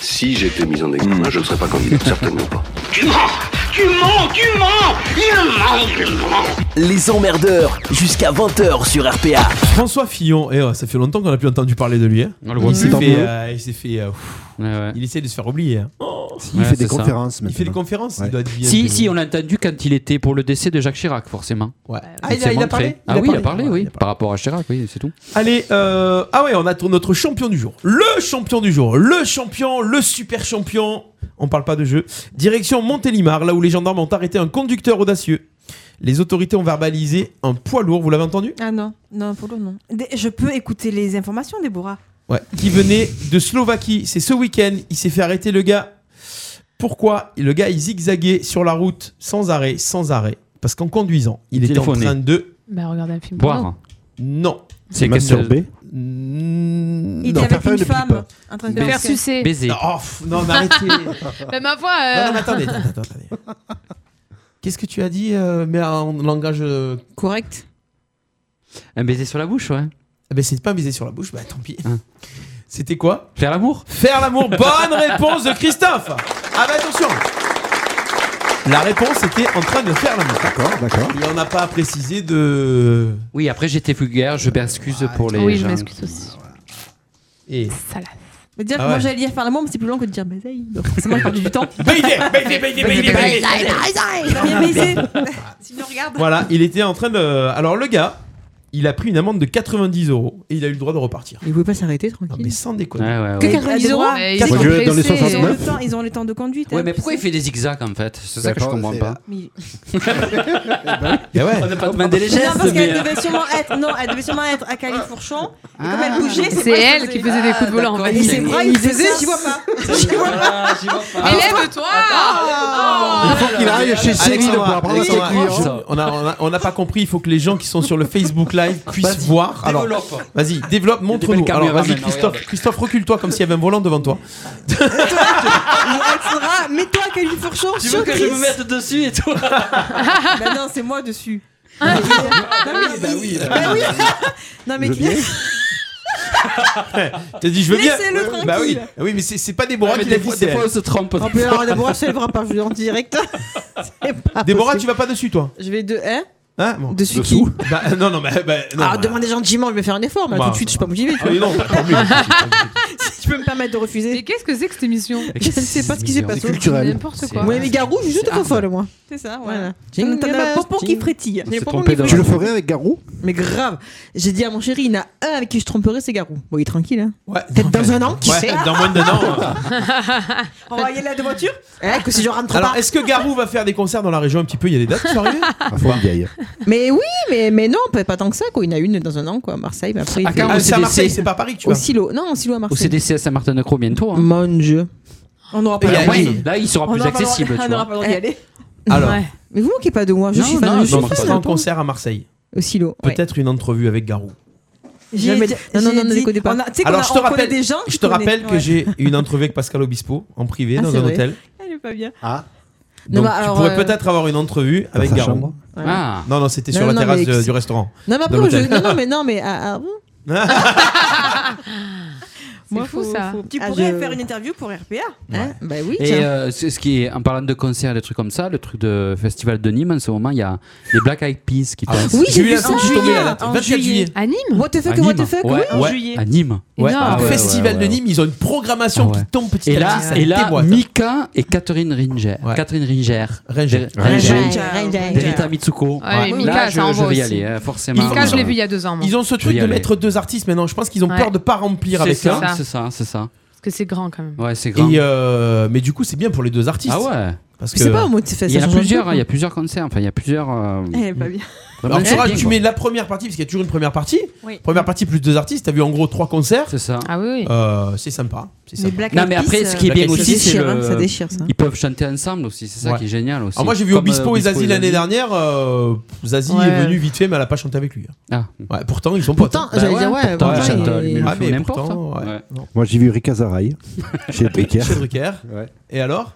S9: Si j'étais mis en
S6: Hmm.
S9: examen, je ne serais pas candidat, certainement *laughs* pas.
S12: Tu mens Tu mens Tu mens Il ment, il ment
S13: Les emmerdeurs, jusqu'à 20h sur RPA.
S6: François Fillon, et ça fait longtemps qu'on n'a plus entendu parler de lui. hein.
S8: On le voit
S6: il s'est
S8: plus.
S6: fait,
S8: Tant mieux.
S6: euh, il s'est fait, euh, pff, il essaie de se faire oublier. hein.
S8: Il Ouais, fait des c'est ça. conférences
S6: Il fait des
S8: maintenant.
S6: conférences.
S8: Ouais.
S6: Il doit être bien
S8: Si,
S6: payé.
S8: si, on l'a entendu quand il était pour le décès de Jacques Chirac, forcément.
S6: Ah, il
S8: s'est
S6: a- il a
S8: montré.
S6: parlé
S8: Ah
S6: Il a
S8: oui, il a
S6: parlé.
S8: parlé, oui. Par rapport à Chirac, oui, c'est tout.
S6: Allez, euh, ah ouais, on a t- notre champion du jour. Le champion du jour, le champion, le super champion. On parle pas de jeu. Direction Montélimar, là où les gendarmes ont arrêté un conducteur audacieux. Les autorités ont verbalisé un poids lourd, vous l'avez entendu
S10: Ah non, non, pour le non. Des- Je peux écouter les informations, Déborah.
S6: Ouais. Qui venait de Slovaquie. C'est ce week-end, il s'est fait arrêter le gars. Pourquoi Le gars, il zigzaguait sur la route sans arrêt, sans arrêt. Parce qu'en conduisant, il, était en
S8: téléphonait.
S6: train de
S2: Bah, regarde un film. porno.
S6: Non.
S8: C'est
S6: masturbé
S8: masturbé
S6: Il
S2: était avec une femme en train de faire sucer. Baiser.
S6: Non, oh, pff, non, mais
S2: *laughs*
S6: arrêtez. non,
S2: Mais ma foi. euh,
S6: non, mais attendez, attendez, attendez. Qu'est-ce que tu as dit, euh, mais en langage euh,
S7: correct
S8: Un baiser sur la bouche, ouais. Ah.
S6: Ah ben, c'est pas un baiser sur la bouche, bah tant pis. C'était quoi
S8: Faire l'amour
S6: Faire
S8: *laughs*
S6: l'amour. Bonne réponse de Christophe. Ah bah attention. La réponse était en train de faire l'amour. D'accord,
S20: d'accord.
S6: Et on n'a pas précisé de.
S8: Oui, après j'étais vulgaire, je m'excuse pour les
S2: Ah Oui, je
S8: gens.
S2: m'excuse aussi.
S6: Et...
S2: Salace.
S10: Mais dire
S8: Ah
S10: que moi
S8: ouais. Bah,
S10: j'allais dire faire l'amour, mais c'est plus long que de dire baiser. Donc forcément, j'ai perdu du temps.
S6: Baiser, baiser, baiser, baiser, baiser.
S10: Baiser,
S6: *laughs*
S2: *laughs*
S10: baiser. Sinon, regarde.
S6: Voilà, il était en train de. Alors le gars, il a pris une amende de 90 euros et il a eu le droit de repartir.
S7: Il pouvait pas s'arrêter tranquille.
S6: mais sans déconner.
S10: Que 90 euros
S6: Ouais,
S10: Ils
S6: ils
S10: ont
S6: sont
S10: le
S6: pressés.
S10: temps- Ah, Ils ont le temps de conduite.
S8: Ouais,
S10: hein,
S8: mais
S10: tu
S8: pourquoi
S10: *laughs* sais.
S8: il fait des zigzags en fait C'est ça que je
S6: D'accord,
S8: comprends
S6: c'est-
S8: pas.
S10: Mais-
S6: Eh ouais.
S8: On n'a pas demandé les
S10: Non,
S8: gestes.
S10: parce
S8: mais- euh,
S10: qu'elle devait sûrement être, non, elle devait sûrement être à Califourchon. Et
S8: Ah.
S10: comme elle bougeait,
S2: C'est
S10: pas-
S2: elle qui faisait des coups de volant.
S10: Et ses bras, il faisait, j'y vois *laughs* pas. J'y vois
S8: *laughs*
S10: pas.
S2: *laughs* Élève-toi Oh.
S6: Il faut qu'il arrive chez Cyril
S7: *laughs*
S20: Alexandra,
S6: pour apprendre à ses
S20: Alexandra,
S6: clients. On a- on a- On n'a pas compris, il faut que les gens qui sont sur le Facebook Live puissent voir. Alors,
S8: développe.
S6: vas-y, développe, montre-nous.
S8: belles
S6: Alors,
S8: caméras
S6: vas-y,
S8: maintenant,
S6: Christophe,
S8: regarde.
S6: Christophe recule-toi comme s'il y avait un volant devant toi.
S10: Alexandra, mets-toi à Califourchon.
S8: Tu veux que je me mette dessus et tout
S10: *laughs* Bah non, c'est moi dessus. Non,
S7: Ah,
S10: mais-
S6: Bah oui,
S10: Bah oui.
S7: *laughs*
S10: Non, mais qui-
S6: T'as dit, je veux bien.
S10: Laissez-le tranquille.
S6: Bah oui, Ah oui mais c'est c'est pas Déborah
S7: Ah, mais
S6: qui
S7: des
S6: l'a dit.
S7: fois-
S6: c'est
S7: des fois,
S6: elle.
S7: on se trompe. Ah, mais alors, Déborah, c'est vrai, pas, je vous dis en direct.
S6: Déborah, tu vas pas dessus, toi
S7: Je vais de. Hein
S6: Hein bon.
S7: Dessus qui
S6: Bah, Non, non, mais. bah, non,
S7: Alors
S6: bah.
S7: demandez gentiment, je vais faire un effort, mais là,
S6: Bah,
S7: tout de suite, je suis pas motivée. tu
S6: Ah oui,
S7: vois.
S6: non, tant mieux.
S7: Si tu peux me permettre de refuser.
S2: Mais qu'est-ce que c'est que cette émission
S7: *laughs* Je ne sais pas ce qui s'est passé.
S2: N'importe quoi.
S7: Ouais, les garous, je suis tout un folle, moi.
S10: C'est ça,
S7: Voilà.
S10: *laughs* Jingle
S7: T'en as un
S10: bells,
S7: pompon Euh, bah, qui
S10: jingle.
S7: frétille.
S10: On
S7: J'ai
S10: s'est
S7: un pompon
S10: trompé
S7: qui
S10: de-
S7: frétille.
S10: Tu le
S20: ferais avec Garou
S7: Mais grave. J'ai dit à mon chéri, il y en a un avec qui je tromperais, c'est Garou. Bon, il est tranquille, hein.
S6: Ouais.
S7: Peut-être dans un an, qui
S6: Ouais,
S7: sait
S6: dans moins d'un an.
S2: hein.
S7: *laughs*
S2: Ah,
S10: On va y aller là de voiture
S7: Eh, que si je rentre
S6: Alors,
S7: pas.
S6: est-ce que Garou va faire des concerts dans la région un petit peu Il y a des dates qui sont
S8: *laughs*
S6: arrivées
S8: Ah,
S7: Mais oui, mais, mais non, pas pas tant que ça, quoi. Il y en a une dans un an, quoi, à Marseille. mais après, il
S8: Ah,
S7: fait-
S8: quand Ah, au c'est à CDC. Marseille, c'est
S6: pas Paris,
S8: tu vois.
S7: Au silo. Non, au silo à
S8: Au
S7: Marseille.
S8: CDC à Saint-Martin-de-Croix bientôt. hein.
S7: Mon dieu.
S10: On n'aura
S8: pas
S7: pas
S8: le droit.
S7: le
S8: Ouais, là, il sera plus accessible, tu vois.
S10: d'y aller.
S6: Alors.
S7: Mais vous manquez pas de moi, je suis fan
S6: non,
S7: je suis
S6: donc,
S7: fan,
S6: il sera en
S7: attends.
S6: concert à Marseille.
S7: Au silo. ouais.
S6: Peut-être une entrevue avec Garou.
S10: J'ai
S7: Jamais-
S10: dit-
S7: Non, non,
S10: j'ai
S7: non, ne
S10: dit-
S7: déconnez pas.
S10: on a- tu sais qu'on
S6: Alors
S10: a-
S6: je te
S10: on connaît
S6: rappelle,
S10: des gens
S6: je
S10: qui
S6: te rappelle
S10: connaissent-
S6: que
S10: ouais.
S6: j'ai une entrevue avec Pascal Obispo en privé
S10: Ah,
S6: dans
S10: c'est
S6: un
S10: vrai.
S6: hôtel.
S10: Elle est pas bien.
S6: Ah.
S7: Non,
S6: Donc
S7: bah, alors,
S6: tu pourrais
S7: euh,
S6: peut-être avoir une entrevue avec
S20: sa
S6: Garou.
S20: chambre
S7: Ouais.
S8: Ah.
S6: Non non, c'était
S7: Non,
S6: sur la
S7: non,
S6: terrasse
S7: mais
S6: de-
S7: c'est-
S6: du restaurant.
S7: Non, mais
S6: de
S7: après, je...
S6: l'hôtel.
S7: non, non, mais non, mais. ah, ah, bon
S6: *laughs*
S10: Moi,
S2: fou,
S10: faut-
S2: ça.
S10: faut- Tu
S7: Ah,
S10: pourrais
S7: je-
S10: faire une interview pour RPA.
S7: Hein Bah oui,
S8: Et
S7: tiens.
S8: euh, ce ce qui est, en parlant de concerts, des trucs comme ça, le truc de festival de Nîmes, en ce moment, il y a les Black Eyed Peas
S6: Ah
S8: qui passent.
S7: Oui, j'ai vu ça.
S2: À Nîmes
S7: What the
S8: À
S7: fuck,
S8: Nîmes.
S7: what the fuck
S8: ouais,
S7: oui.
S8: ouais, À Nîmes.
S6: Ouais,
S8: Ah
S6: au
S8: ouais,
S6: festival
S8: ouais, Ah, ouais,
S6: de Nîmes, ils ont une programmation qui tombe petit
S8: Et
S6: à
S8: là,
S6: petit. ça
S8: et là
S6: déboîte.
S8: Mika et Catherine Ringer. Catherine Ringer.
S6: Ringer.
S7: Ringer.
S8: Derita Mitsuko.
S2: Ouais, mais Mika,
S8: là,
S2: ça
S8: je,
S2: envoie
S8: je vais y
S2: aussi.
S8: aller, hein, forcément.
S2: Mika, je l'ai vu il y a deux ans. moi.
S6: Ils ont ce
S8: Je
S6: truc
S8: vais y
S6: de
S8: aller.
S6: mettre deux artistes maintenant. Je pense qu'ils ont
S2: Ouais.
S6: peur de pas remplir
S8: C'est
S6: avec
S8: ça,
S6: ça.
S2: ça.
S8: c'est ça, c'est ça.
S2: Parce que c'est grand quand même.
S8: Ouais, c'est grand.
S6: Et euh, mais du coup, c'est bien pour les deux artistes.
S8: Ah ouais.
S6: Parce
S7: Mais
S6: que
S7: c'est pas au motif, ça
S8: Il y en
S7: change
S8: a
S7: un peu,
S8: plusieurs, hein,
S7: quoi. Eh,
S8: il y a plusieurs concerts, enfin il y a plusieurs. euh,
S2: Mm.
S10: Elle est pas bien.
S6: Alors,
S8: Ouais,
S6: tu, auras-
S8: bien,
S6: tu
S8: quoi.
S6: mets la première partie, parce qu'il y a toujours une première partie.
S8: Oui.
S6: Première partie plus deux artistes. T'as vu en gros trois concerts. C'est
S8: ça.
S2: Ah oui.
S6: c'est sympa. c'est
S8: Mais
S6: sympa.
S8: Black Non, mais Eyed Peas, après, ce qui est euh, bien ça aussi, c'est déchire, le- hein, ça déchire, ça. ils peuvent chanter ensemble aussi, c'est ça qui est génial aussi.
S6: Alors moi j'ai vu
S8: Comme,
S6: Obispo
S8: euh,
S6: et
S8: Obispo
S6: Zazie
S8: et Zazie.
S6: l'année dernière. euh, Zazie
S8: Ouais.
S6: est venue vite fait, mais elle a pas chanté avec lui. Ouais, pourtant ils sont potes.
S7: Pourtant,
S6: hein.
S7: j'allais dire, ouais,
S6: pourtant,
S7: ouais,
S6: ils chantent,
S7: ouais,
S6: ils
S7: il-
S6: le
S7: il
S6: font
S7: fait
S6: n'importe
S7: n'importe
S6: quoi. hein, Ouais.
S9: Moi, j'ai vu Rika Zaraï
S6: *laughs*
S9: chez Becker.
S6: Chez Drucker. Et alors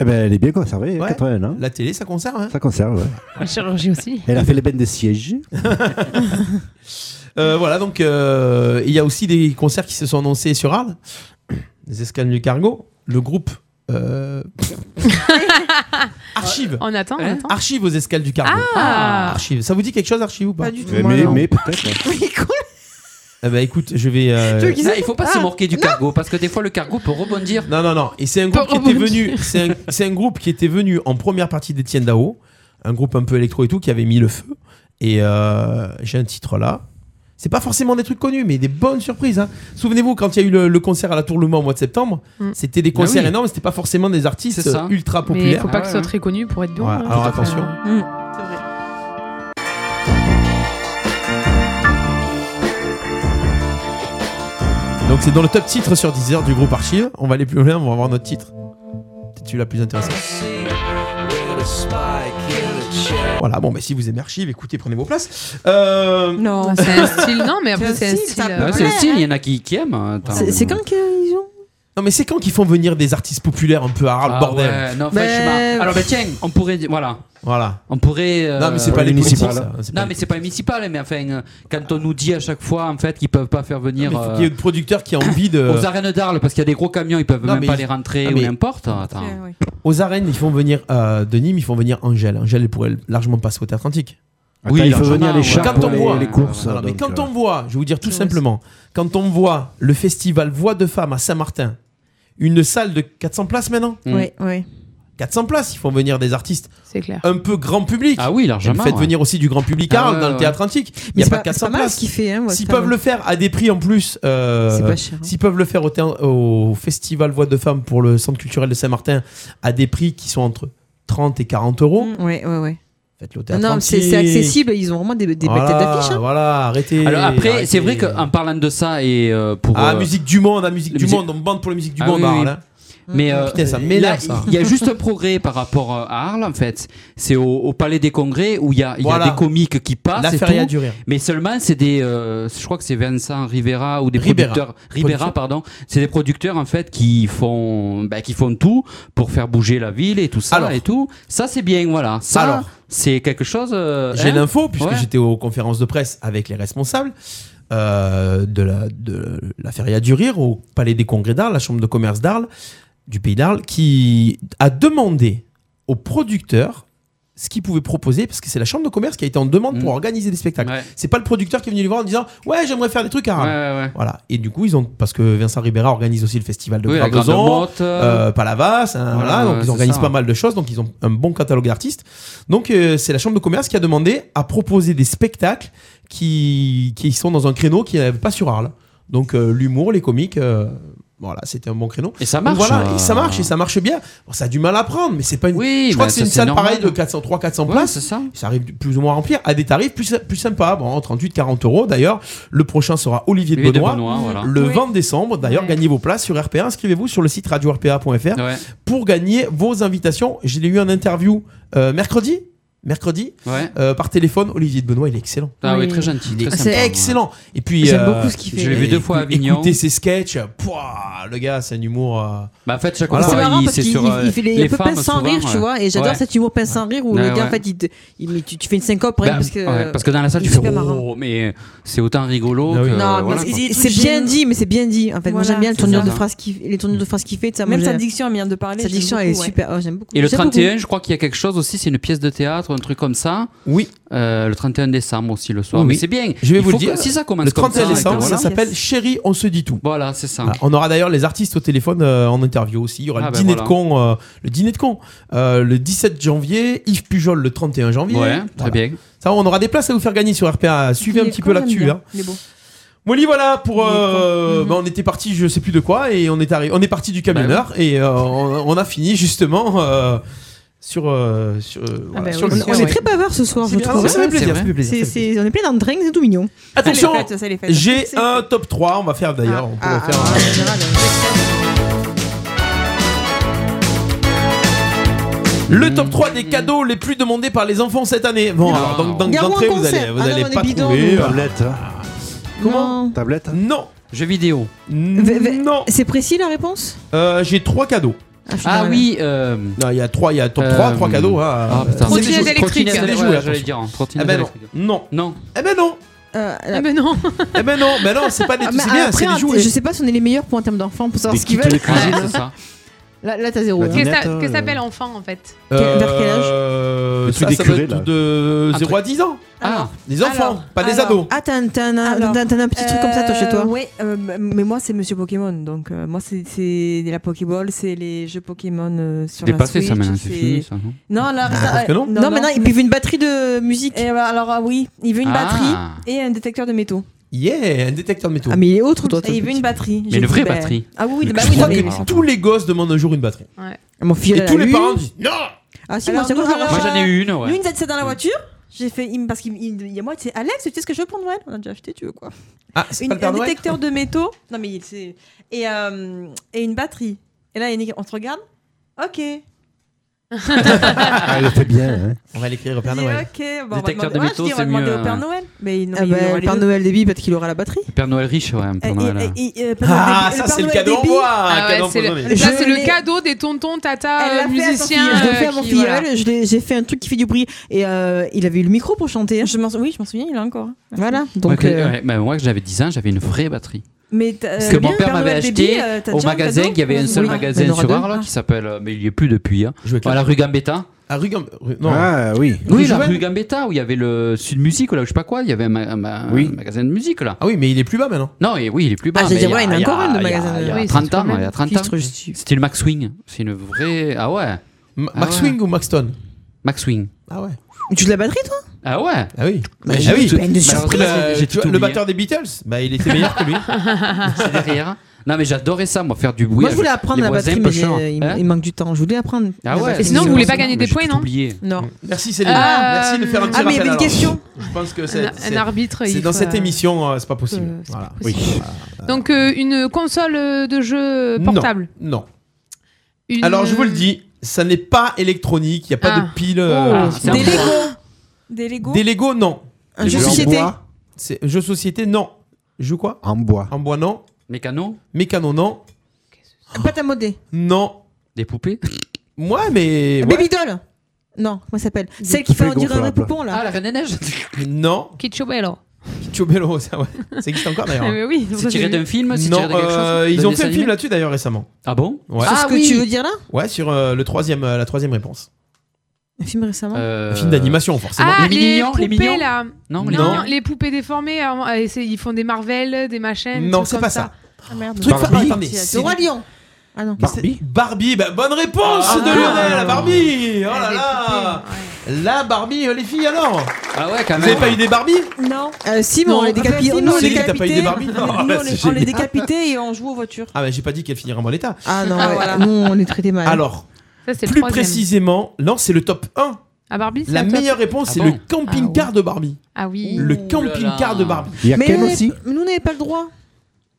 S9: Eh ben, elle est bien conservée,
S6: Ouais.
S9: 81 ans.
S6: La télé, ça conserve. hein
S9: Ça conserve, ouais.
S2: La chirurgie aussi.
S9: Elle a fait les bennes de siège.
S6: Euh, voilà, donc euh, il y a aussi des concerts qui se sont annoncés sur Arles. Les Escales du Cargo, le groupe. euh, Archive.
S2: On attend,
S6: Hein
S2: on attend.
S6: Archive aux Escales du Cargo.
S2: Ah.
S6: Archive. Ça vous dit quelque chose, Archive ou pas Pas
S7: du
S9: tout, Mais- moi, mais- non. mais peut-être.
S6: Eh ben, écoute, je vais. euh,
S8: Non, il faut pas
S2: Ah.
S8: se moquer du cargo parce que des fois le cargo peut rebondir.
S6: Non, non, non. Et c'est un groupe qui était venu. C'est un, c'est un groupe qui était venu en première partie d'Étienne Dao, un groupe un peu électro et tout, qui avait mis le feu. Et euh, j'ai un titre là. C'est pas forcément des trucs connus, mais des bonnes surprises. hein. Souvenez-vous, quand il y a eu le, le concert à la Tour Le Mans au mois de septembre,
S2: Mm.
S6: c'était des
S8: Ben
S6: concerts
S8: oui.
S6: énormes, c'était pas forcément des artistes euh, ultra populaires.
S2: Mais faut pas que ce soit très connu pour être bon.
S6: Ouais,
S2: hein.
S6: alors attention.
S2: Mm.
S6: Donc c'est dans le top titre sur Deezer du groupe Archive. On va aller plus loin, on va voir notre titre. C'est celui la plus intéressante. Voilà, bon, bah, si vous aimez Archive, écoutez, prenez vos places. Euh...
S2: Non, c'est un style,
S8: *laughs*
S2: non, mais après, c'est un style. euh,
S8: Ouais, c'est le style, il y en a qui, qui aiment. hein. Attends.
S7: qu'ils ont
S6: Non, mais c'est quand qu'ils font venir des artistes populaires un peu à Arles,
S8: *laughs* Ah
S6: bordel
S8: ouais, non,
S2: Ben,
S8: franchement. Alors, bah, tiens, on pourrait. dire- Voilà.
S6: Voilà.
S8: On pourrait. euh,
S6: Non, mais c'est pas les municipales.
S8: municipales.
S6: ça. hein, C'est pas
S8: Non, mais c'est pas les municipales, mais enfin, euh, quand on nous dit à chaque fois, en fait, qu'ils peuvent pas faire venir. euh,
S6: Mais faut qu'il y ait des producteurs qui ont envie de.
S8: Aux arènes d'Arles, parce qu'il y a des gros camions, ils peuvent
S6: Non,
S8: même
S6: mais
S8: pas
S6: ils-
S8: les rentrer
S6: Ah,
S8: ou
S6: mais-
S8: n'importe. Attends.
S6: Aux arènes, ils font venir euh, de Nîmes, ils font venir Angèle. Angèle elle pourrait largement passer au Atlantique.
S9: Oui, Attends, il faut venir les
S2: Ah,
S9: chars
S6: quand
S9: pour
S6: on
S9: les-
S6: voit,
S9: les courses,
S6: Voilà, mais
S9: donc,
S6: quand
S9: euh,
S6: on voit, je vais vous dire tout simplement, quand on voit le festival Voix de femmes à Saint-Martin, une salle de 400 places maintenant.
S7: Ouais, ouais.
S6: 400 places, ils font venir des artistes
S2: C'est clair.
S6: un peu grand public. Ah
S8: oui,
S6: largement. Faites
S8: ouais.
S6: venir aussi du grand public
S8: Ah
S6: Arles
S8: ouais,
S6: dans
S8: ouais.
S6: le théâtre antique. Il n'y a pas, 400 places.
S7: hein,
S6: S'ils peuvent le faire à des prix en plus, euh,
S7: C'est pas cher, hein.
S6: s'ils peuvent le faire au, thé- au festival Voix de Femmes pour le centre culturel de Saint-Martin à des prix qui sont entre 30 et 40 euros,
S7: Mm, Ouais, ouais, ouais.
S6: faites-le au
S7: Non,
S6: théâtre
S7: non, c'est
S6: antique.
S7: c'est accessible, ils ont vraiment des, des belles
S6: Voilà,
S7: têtes d'affiche. hein.
S6: Voilà, arrêtez.
S8: Alors après, c'est vrai
S6: arrêtez.
S8: qu'en parlant de ça et euh, pour.
S6: Ah,
S8: euh,
S6: musique du monde, ah, musique
S8: la
S6: du
S8: musique-
S6: monde, on me bande pour la musique du
S8: Ah
S6: monde,
S8: oui,
S6: Arles,
S8: oui.
S6: hein.
S8: Mais euh,
S6: Putain, ça
S8: là,
S6: m'énerve ça.
S8: il y a juste un progrès par rapport euh, à Arles en fait. C'est au, au Palais des Congrès où il y a, il y a
S6: Voilà.
S8: des comiques qui passent.
S6: La
S8: et
S6: feria
S8: tout,
S6: du rire.
S8: Mais seulement c'est des, euh, je crois que c'est Vincent Rivera ou des
S6: Ribera.
S8: producteurs
S6: Producteur.
S8: Ribera pardon. C'est des producteurs en fait qui font, bah, qui font tout pour faire bouger la ville et tout ça
S6: Alors.
S8: et tout. Ça c'est bien voilà. Ça
S6: Alors.
S8: c'est quelque chose. euh,
S6: J'ai
S8: hein
S6: l'info, puisque
S8: Ouais.
S6: j'étais aux conférences de presse avec les responsables euh, de, la, de la Feria du Rire au Palais des Congrès d'Arles, la Chambre de commerce d'Arles, du pays d'Arles, qui a demandé aux producteurs ce qu'ils pouvaient proposer, parce que c'est la Chambre de commerce qui a été en demande
S8: Mm.
S6: pour organiser des spectacles. C'est pas le producteur qui est venu les voir en disant Ouais, j'aimerais faire des trucs à Arles. Voilà. Et du coup, ils ont, parce que Vincent Ribera organise aussi le festival de
S8: Oui, la Grande
S6: Barbizon,
S8: Motte, euh,
S6: euh, Palavas, hein, voilà,
S8: ouais,
S6: donc
S8: c'est
S6: ils organisent
S8: ça.
S6: pas mal de choses, donc ils ont un bon catalogue d'artistes. Donc euh, c'est la chambre de commerce qui a demandé à proposer des spectacles qui, qui sont dans un créneau qui n'avait pas sur Arles. Donc euh, l'humour, les comiques, euh, voilà, c'était un bon créneau.
S8: Et ça
S6: Donc,
S8: marche,
S6: voilà,
S8: euh.
S6: et ça marche et ça marche bien. Bon, ça a du mal à prendre, mais c'est pas une. je
S8: mais
S6: crois que c'est
S8: bah, ça,
S6: une
S8: c'est
S6: salle
S8: normal.
S6: pareille de 400, 300, 400
S8: Ouais,
S6: places.
S8: c'est ça.
S6: Ça arrive plus ou moins à remplir à des tarifs plus, plus sympas. Bon, 38, 40 euros d'ailleurs. Le prochain sera Olivier de
S8: Olivier de
S6: Benoît,
S8: Benoît, voilà.
S6: le
S8: Oui.
S6: 20 décembre. D'ailleurs, gagnez vos places sur RPA. Inscrivez-vous sur le site radio-rpa.fr pour gagner vos invitations. J'ai eu un interview euh, mercredi. Mercredi,
S8: Ouais.
S6: euh, par téléphone, Olivier de Benoît, il est excellent.
S8: Ah oui, Oui. très gentil,
S6: Il est
S8: très sympa.
S6: excellent. Et puis, euh,
S8: J'aime beaucoup ce qu'il fait. Je l'ai vu deux fois à Avignon.
S6: Écoutez ses sketchs. Pouah, le gars, c'est un humour. euh,
S8: Bah en fait chaque
S6: Voilà.
S8: fois
S6: C'est marrant
S8: il-
S6: parce
S8: c'est
S6: qu'il-
S8: sur
S6: il-
S8: euh,
S7: il fait les,
S8: les
S7: un peu
S8: femmes,
S7: pince sans
S8: souvent, euh.
S7: rire, tu
S8: ouais.
S7: vois, et j'adore
S8: Ouais.
S7: cet humour pince sans rire où
S8: Ouais,
S7: le gars,
S8: ouais.
S7: en fait, il te- il met- tu, tu fais une syncope rien
S8: Bah,
S7: parce que.
S8: ouais, parce que dans la salle,
S7: il
S8: tu
S7: est
S8: fais
S7: super marrant.
S8: oh, mais c'est autant rigolo.
S6: Ah
S8: que,
S7: Non, mais
S8: voilà,
S7: c'est-
S8: quoi.
S7: c'est- c'est bien dit, mais c'est bien dit. En fait, moi
S10: Voilà,
S7: j'aime bien le
S10: c'est
S7: tournure
S8: ça.
S7: de phrase qui, les tournures de phrases qu'il fait. ça, moi,
S10: Même sa
S7: j'aime-
S10: diction, elle vient de parler.
S7: Sa
S10: j'aime
S7: diction, elle est
S10: beaucoup, ouais.
S7: super. oh, j'aime beaucoup.
S8: Et le
S7: J'aime
S8: 31,
S7: beaucoup.
S8: je crois qu'il y a quelque chose aussi, c'est une pièce de théâtre, un truc comme ça.
S6: Oui.
S8: le 31 décembre aussi, le soir.
S6: oui.
S8: Oh, Mais c'est bien.
S6: Je vais
S8: Il
S6: vous le
S8: faut
S6: dire.
S8: que- Si ça commence
S6: Le
S8: comme
S6: 31
S8: ça.
S6: décembre,
S8: voilà.
S6: ça s'appelle Chérie, on se dit tout.
S8: Voilà, c'est ça.
S6: Voilà. Bah, On aura d'ailleurs les artistes au téléphone euh, en interview aussi. Il y aura
S8: Ah,
S6: le,
S8: ben
S6: dîner
S8: voilà.
S6: de con, euh, le dîner de con. euh, le 17 janvier, Yves Pujol le 31 janvier.
S8: Ouais, très bien.
S6: Ça, on aura des places à vous faire gagner sur RPA. Suivez un
S10: Il est
S6: petit
S10: con,
S6: peu
S10: j'aime
S6: là-dessus.
S10: bien.
S6: hein.
S10: Il est beau.
S6: Molly, voilà pour. euh, bah, on était parti, je sais
S8: Ben
S6: plus de quoi, et on est arrivé, on est parti du camionneur et euh, on, on a fini justement. euh, sur, euh, sur, euh, voilà,
S7: bah
S6: sur le
S7: oui, on-
S6: site.
S7: on est très baveurs ce soir,
S6: C'est
S7: je
S6: bien,
S7: trouve.
S6: ça fait
S7: Ouais,
S6: plaisir,
S7: c'est
S6: ça fait
S7: vrai.
S6: plaisir,
S7: C'est-
S6: ça fait
S7: c'est- On est plein dans le drink, c'est tout mignon.
S6: Attention,
S7: Ça les fêtes, ça les fêtes.
S6: j'ai un top 3, on va faire d'ailleurs, on pourrait faire un- Le top 3 des cadeaux les plus demandés par les enfants cette année. Bon, alors, donc, donc,
S9: Il y a
S6: d'entrée,
S9: moins
S6: vous
S9: concert.
S6: allez, vous
S9: Ah non,
S6: allez
S9: on est
S6: pas
S9: bidons,
S6: trouver.
S9: nous.
S6: euh,
S9: Tablette.
S7: Comment
S9: Tablette
S6: Non.
S8: Jeux vidéo.
S6: Non.
S7: C'est précis la réponse
S6: euh, J'ai trois cadeaux.
S7: Ah, je suis Ah dans la-
S8: oui, euh,
S6: Non, il y a trois, il y a top 3, trois cadeaux. hein.
S8: ah, putain. Trottinette
S6: C'est des jouets,
S8: électrique.
S6: trottinette,
S8: Ouais,
S6: des jouets,
S8: j'allais
S6: attention.
S8: dire, hein, trottinette
S6: Eh ben non.
S8: électrique.
S6: Non.
S8: Non.
S6: Eh ben non
S7: Eh
S2: ben non
S6: Eh ben non, ben non, c'est pas des
S7: Ah,
S6: c'est
S7: mais
S6: bien,
S7: après,
S6: c'est des
S7: un-
S6: jouets.
S7: Je sais pas si on est les meilleurs pour en termes d'enfants pour savoir
S6: Des
S7: ce qu'ils
S6: kits
S7: veulent.
S6: électriques, c'est ça.
S7: Là, là, t'as zéro.
S6: La
S7: hein.
S2: Qu'est-ce
S6: Dinette,
S2: que
S6: euh,
S2: s'appelle enfant en fait
S7: vers quel âge
S6: Euh,
S9: Le truc
S6: ça,
S9: des
S6: ça doit
S9: curés,
S6: être
S9: là.
S6: de
S9: Un
S6: 0 à
S9: truc-
S6: 10 ans.
S8: Ah.
S6: Des enfants,
S10: Alors,
S6: pas des
S10: alors.
S6: ados.
S7: Ah, t'as un, t'as un-
S10: Alors,
S7: t'as- t'as un petit truc comme ça, toi, chez toi
S10: euh, Ouais, euh, m- mais moi c'est Monsieur Pokémon, donc euh, moi c'est- c'est la Pokéball, c'est les jeux Pokémon euh, sur
S8: C'est
S10: la
S8: passé,
S10: Switch.
S8: ça, maintenant, c'est fini, ça, non
S10: Non, alors,
S8: Ah, parce que non.
S7: Non, maintenant, il veut une batterie de musique.
S10: alors ah oui, il veut une
S8: Ah.
S10: batterie et un détecteur de métaux.
S6: Yeah, un détecteur de métaux.
S7: Ah, mais il est autre, toi.
S10: Et il veut une batterie.
S6: Mais
S10: J'ai
S6: une
S10: dit,
S6: vraie
S10: bah,
S6: batterie.
S10: Ah oui, oui, bah
S6: je
S10: oui,
S6: crois
S10: non,
S6: que
S10: mais-
S6: tous les gosses demandent un jour une batterie.
S7: Mon fils,
S6: Et
S7: elle a
S6: tous les
S7: eu.
S6: parents disent non
S7: Ah, si,
S10: Alors,
S7: moi, c'est
S10: nous,
S7: quoi
S10: alors,
S8: Moi, j'en ai eu une, ouais.
S10: Nous, nous, c'est dans la voiture. J'ai fait, il me- parce qu'il il- il y a moi, c'est Alex, tu sais ce que je veux pour Noël On a déjà acheté, tu veux quoi
S6: Ah, c'est
S10: Une-
S6: pas le Père
S10: Un
S6: Noël
S10: détecteur de métaux. Non, mais il c'est. Et, euh, et une batterie. Et là, Yannick, on se regarde.
S8: *laughs*
S10: Ok.
S9: Ah, il le fait bien. Hein.
S6: On va l'écrire au Père
S10: Il dit,
S6: Noël.
S10: Ok, bon, on va
S8: Détecteur
S10: demander-
S8: de
S10: ouais,
S8: métaux,
S10: je dis, on va
S8: c'est
S10: demander
S8: mieux,
S10: au Père
S8: euh,
S10: Noël. Mais non,
S7: Ah,
S10: il
S7: bah,
S10: aura
S7: le
S10: les
S7: Père
S10: deux.
S7: Noël débit, peut-être qu'il aura la batterie.
S8: Père Noël riche, ouais, un Père
S10: Et-
S8: Noël. euh.
S10: et- et- et-
S6: Ah,
S10: le
S6: ça,
S10: Père
S6: c'est le
S10: Noël
S6: cadeau en
S10: débit.
S6: bois, un
S2: Ah ouais,
S6: cadeau
S2: c'est le,
S6: empoisonné.
S2: là,
S7: Je
S2: c'est le
S7: l'ai-
S2: cadeau des tontons,
S10: Elle
S2: tata,
S10: l'a
S2: euh,
S10: fait à son
S2: musiciens.
S7: Je l'ai fait
S2: euh,
S7: à mon
S2: qui,
S7: filleul,
S2: voilà.
S7: je l'ai- j'ai fait un truc qui fait du bruit. Et euh, il avait eu le micro pour chanter. hein.
S10: Je m'en sou- oui, je m'en souviens, il a encore. hein.
S7: Voilà.
S8: Moi,
S7: Donc,
S8: que-
S7: euh,
S8: ouais, bah, moi, que j'avais 10 ans, j'avais une vraie batterie.
S10: Mais t'as-
S8: Parce
S10: euh,
S8: que
S10: bien,
S8: mon père m'avait
S10: Noël débit,
S8: acheté
S10: euh, t'as
S8: au
S10: déjà un
S8: magasin,
S10: cadeau
S8: il y avait un seul
S7: il y
S10: Oui.
S7: en
S8: magasin
S7: aura
S8: sur
S7: deux.
S8: Arles qui s'appelle, euh, mais il n'y est plus depuis. Hein.
S6: Je vais
S8: À la rue Gambetta.
S6: Ah, rue Gam- rue- non. *laughs*
S9: Ah oui.
S8: Oui, la
S6: Jouven
S8: rue Gambetta où il y avait le Sud Musique ou là, je sais pas quoi, il y avait un, ma- un ma-
S9: Oui.
S8: un magasin de musique là.
S6: Ah oui, mais il est plus bas maintenant.
S8: Non, et oui, il est plus bas.
S7: Ah, j'allais
S8: mais
S7: dire,
S8: il y a-
S7: ouais, il y en a
S8: il y a-
S7: encore un, le
S8: il y a-
S7: magasin de-
S8: Il y a
S7: Oui, c'est
S8: 30 ans,
S7: quand même
S8: il y a 30 ans.
S7: juste, juste.
S8: C'était le Max Swing. C'est une vraie. Ah ouais.
S6: M- Max Swing ou Maxton
S8: Max Swing.
S6: Ah ouais.
S7: Tu te la batterie, toi
S8: Ah ouais.
S6: Ah oui.
S8: Mais
S6: Ah
S8: j'ai
S6: oui.
S8: tout- plein de
S6: Bah,
S8: surprises.
S6: le-
S8: J'ai
S6: tu vois,
S8: tout
S6: le
S8: oublié.
S6: batteur des Beatles, bah, il était meilleur que lui.
S8: *laughs* C'est derrière. Non, mais j'adorais ça, moi, faire du bruit.
S7: Moi, je voulais
S8: avec
S7: apprendre
S8: les
S7: la
S8: voisins
S7: batterie,
S8: pas
S7: mais j'ai-
S8: chers.
S7: il,
S8: Hein
S7: il manque du temps. Je voulais apprendre.
S8: Ah
S7: la
S8: ouais.
S7: batterie.
S2: Et sinon, vous voulez pas
S8: Non,
S2: gagner
S8: mais
S2: des
S8: j'ai
S2: points,
S8: tout
S2: non
S8: oublié.
S7: Non.
S6: Merci Céline.
S2: Ah,
S6: Merci de faire un petit
S7: ah, mais il y
S6: rappel,
S7: avait une
S6: alors.
S7: question.
S6: Je pense que
S2: Un-
S6: c'est.
S2: un
S6: c'est-
S2: arbitre,
S6: C'est
S2: il
S6: dans
S2: faut,
S6: cette
S2: euh,
S6: émission, euh, c'est pas possible.
S2: c'est
S6: Voilà.
S2: possible. Donc euh, une console euh, de jeu portable.
S6: Non. non.
S2: Une-
S6: Alors je vous le dis, ça n'est pas électronique, il n'y a pas
S2: Ah.
S6: de pile. euh,
S8: Ah, c'est un
S10: Des
S8: bois.
S10: Lego. Des Lego.
S6: Des Lego, non.
S7: Un
S6: Des
S7: jeu
S6: jeux en
S7: société.
S6: bois. C'est jeu société, non. Jeu quoi
S9: En bois.
S6: En bois, non.
S8: Mécano
S6: Mécano, non.
S7: Pâte à modeler.
S6: Non.
S8: Des poupées
S6: Moi, mais. ouais.
S7: Baby doll. Non, comment elle s'appelle Celle qui fait
S9: poupées
S7: on dirait un vrai
S9: gonflables.
S7: poupon
S8: Ah,
S7: là.
S8: la Reine des Neiges
S6: Non.
S2: Kichobello.
S6: Chobello, *laughs* ça, ouais. ça existe encore d'ailleurs.
S2: Ah, mais oui,
S8: C'est tiré d'un film C'est
S6: Non,
S8: tiré de quelque
S6: euh,
S8: chose
S6: ils
S8: D'un
S6: ont
S8: dessin
S6: fait un film
S8: animé
S6: là-dessus d'ailleurs récemment.
S8: Ah bon
S6: Ouais.
S7: C'est
S8: Ah
S7: ce que
S8: oui.
S7: tu veux dire là
S6: Ouais, sur euh, le troisième, euh, la troisième réponse.
S7: Un film récemment
S8: Euh,
S6: Un film d'animation, forcément.
S2: Ah,
S8: Les
S2: les,
S8: mignons, les
S2: poupées
S8: mignons
S2: là.
S8: Non,
S6: les
S2: les,
S6: mignons.
S2: poupées déformées. euh, euh, c'est- ils font des Marvel, des machins. des
S6: Non,
S2: trucs
S6: c'est
S2: comme
S6: pas ça.
S10: Ah, merde.
S6: Truc
S9: Barbie.
S6: fa- ah, attendez,
S7: Le
S6: c'est-
S7: roi lion. Ah non.
S9: Barbie
S6: Barbie, bah, bonne réponse
S9: Ah.
S6: de Lionel, la Barbie. Oh là là. La Barbie, euh, les filles alors.
S8: Ah ouais, quand
S6: Vous avez
S8: même.
S6: pas eu des Barbies
S10: Non.
S7: Euh, Simon, on les
S10: Ah, bah,
S7: décapite.
S10: si,
S7: Nous, on les
S6: Céline, t'as pas eu
S7: décapite.
S6: des Barbies
S10: Nous,
S6: *laughs*
S10: on
S6: bah,
S10: les-
S6: c'est
S10: on les
S6: génial.
S10: décapitait et on joue aux voitures.
S6: Ah, mais j'ai pas dit qu'elle finirait en bon état.
S7: Ah non,
S10: Ah,
S7: ouais.
S10: voilà.
S7: nous on est traité mal.
S6: Alors,
S2: Ça, c'est le
S6: plus
S2: troisième.
S6: précisément, non, c'est le top 1.
S2: À Barbie, c'est
S6: La
S2: à toi.
S6: meilleure réponse,
S8: Ah
S6: c'est
S8: bon
S6: le camping-car de Barbie.
S2: Ah oui.
S6: Le
S8: là
S6: camping-car
S8: là.
S6: de Barbie.
S9: Il y a
S7: mais
S9: Ken
S7: nous, on est-
S9: aussi
S7: mais nous, on n'avait pas le droit.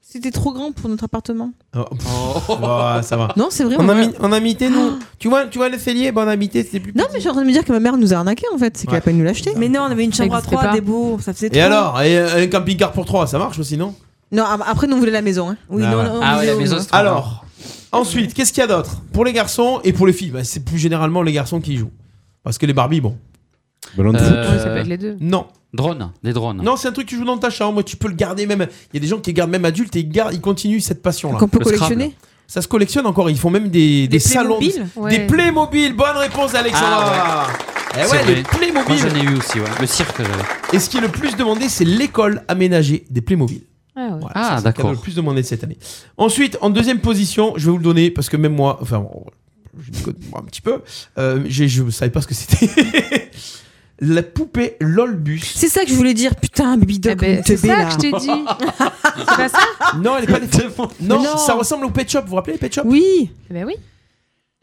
S7: C'était trop grand pour notre appartement.
S6: Oh, pff, oh, ça va.
S7: Non, c'est vrai.
S6: En,
S7: on-
S6: ami- en amitié, non. tu vois, tu vois le cellier, ben, en amitié, c'est plus.
S7: Non, mais je suis en train de me dire que ma mère nous a arnaqué en fait. C'est qu'elle a
S6: Ouais.
S7: pas nous l'acheter.
S10: Mais non, on avait une chambre à
S2: existait
S10: trois,
S2: pas.
S10: des beaux, ça faisait
S6: Et
S10: trop.
S6: alors, et, euh, un camping-car pour trois, ça marche aussi, non
S7: Non, a- après, nous on voulait la maison. hein.
S10: Oui,
S6: Ah
S10: non,
S6: ouais.
S10: non,
S8: Ah
S10: on
S8: ouais,
S10: disait
S8: la
S10: au-
S8: maison, c'est trop grand.
S6: Alors, ensuite, qu'est-ce qu'il y a d'autre Pour les garçons et pour les filles, bah, c'est plus généralement les garçons qui y jouent. Parce que les Barbie, bon.
S9: Ballon de foot.
S8: Euh,
S2: Ouais, ça peut être les deux.
S6: Non.
S8: Drones, des drones.
S6: Non, c'est un truc que tu joues dans ta chambre. Tu peux le garder même. Il y a des gens qui le gardent même adulte et ils, gardent, ils continuent cette passion-là.
S7: Qu'on peut
S8: Le
S7: collectionner.
S6: Ça se collectionne encore. Ils font même des, des, salons.
S10: Playmobil
S2: Ouais.
S6: Des Playmobil. Bonne réponse, Alexandra. Eh
S8: Ah, C'est
S6: ouais,
S8: vrai.
S6: les
S8: Moi, j'en
S6: Playmobil.
S8: ai eu aussi, ouais. Le cirque, j'avais.
S6: Et ce qui est le plus demandé, c'est l'école aménagée des Playmobil.
S2: Ah ouais.
S6: Voilà,
S8: Ah,
S6: ça, c'est le
S8: d'accord.
S6: cadeau Le plus demandé de cette année. Ensuite, en deuxième position, je vais vous le donner parce que même moi, enfin, bon, je déconne, moi, un petit peu, euh, j'ai- je ne savais pas ce que c'était. *laughs* La poupée Lolbus.
S7: C'est ça que je voulais dire. Putain, baby
S2: Eh
S7: doll,
S2: ben,
S7: comme
S2: c'est
S7: une teubée,
S2: ça
S7: là.
S2: que je t'ai dit.
S6: *laughs*
S2: c'est pas ça
S6: Non, elle est pas défendue. Non,
S7: Mais non.
S6: ça ressemble au Pet Shop. Vous vous rappelez les Pet Shop
S7: Oui.
S2: Eh Ben oui.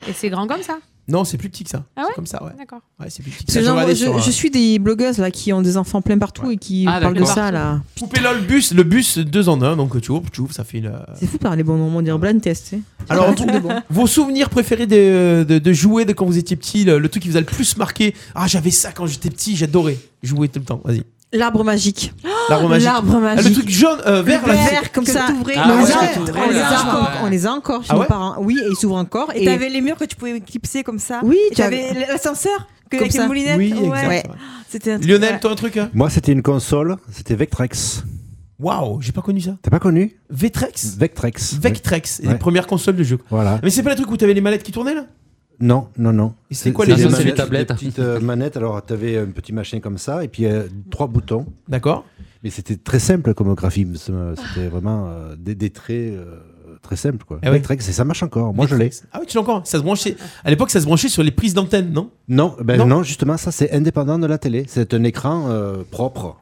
S2: Et c'est grand comme ça.
S6: Non, c'est plus petit que ça.
S2: Ah
S6: c'est comme ça, ouais.
S2: D'accord.
S6: Ouais, c'est plus petit.
S7: Parce que genre, moi, je, je suis des blogueuses là qui ont des enfants plein partout et qui
S6: Ah,
S7: parlent de
S6: d'accord.
S7: ça là.
S6: Poupée LOL bus, le bus deux en un, donc tu ouvres, tu ouvres, ça fait une.
S7: C'est fou de parler bon moment, dire blind test. tu sais.
S6: Alors,
S7: Un
S6: en
S7: truc
S6: tout-
S7: de bon.
S6: vos souvenirs préférés de, de, de jouer de quand vous étiez petit, le, le truc qui vous a le plus marqué. Ah, j'avais ça quand j'étais petit, j'adorais jouer tout le temps. Vas-y.
S7: L'arbre magique.
S6: L'arbre magique. Ah, le truc jaune, euh, vert, là,
S7: Le
S6: c'est-
S7: vert comme
S6: que
S7: ça.
S6: t'ouvrais.
S7: Mais
S6: Ah,
S7: on
S6: ouais,
S7: les a-
S6: que t'ouvrais,
S7: on les
S6: là.
S7: a encore- On les a encore chez
S6: Ah
S7: nos
S6: ouais Ah
S7: parents. Oui, et ils s'ouvrent encore.
S10: Et t'avais les murs que tu pouvais clipser comme ça.
S7: Oui,
S10: Et
S7: t'avais-
S10: t'avais l'ascenseur que
S7: Comme
S10: avec les
S7: ça.
S10: moulinettes.
S7: Oui,
S10: ouais.
S7: exact, ouais.
S10: C'était un truc-
S6: Lionel,
S10: ouais.
S6: toi un truc hein
S9: Moi, c'était une console, c'était Vectrex.
S6: Waouh, j'ai pas connu ça.
S9: T'as pas connu
S6: Vectrex
S9: Vectrex.
S6: Vectrex, les
S9: Ouais.
S6: premières consoles de jeu.
S9: Voilà.
S6: Mais c'est pas le truc où t'avais les mallettes qui tournaient là
S9: Non, non, non.
S6: Et c'est quoi les
S9: des
S6: jeux
S9: manettes,
S6: C'est les tablettes.
S9: des petites euh, manettes. Alors, t'avais un petit machin comme ça, et puis euh, trois boutons.
S6: D'accord.
S9: Mais c'était très simple comme graphisme.
S7: Ah.
S9: C'était vraiment euh, des, des traits euh, très simples, quoi.
S6: Ah ouais.
S9: Vectrex, et ça marche encore. Moi, je l'ai.
S6: Ah oui, tu l'as encore. Ça se branchait. À l'époque, ça se branchait sur les prises d'antenne, non
S9: Non, ben
S6: Non.
S9: non. justement, ça, c'est indépendant de la télé. C'est un écran euh, propre.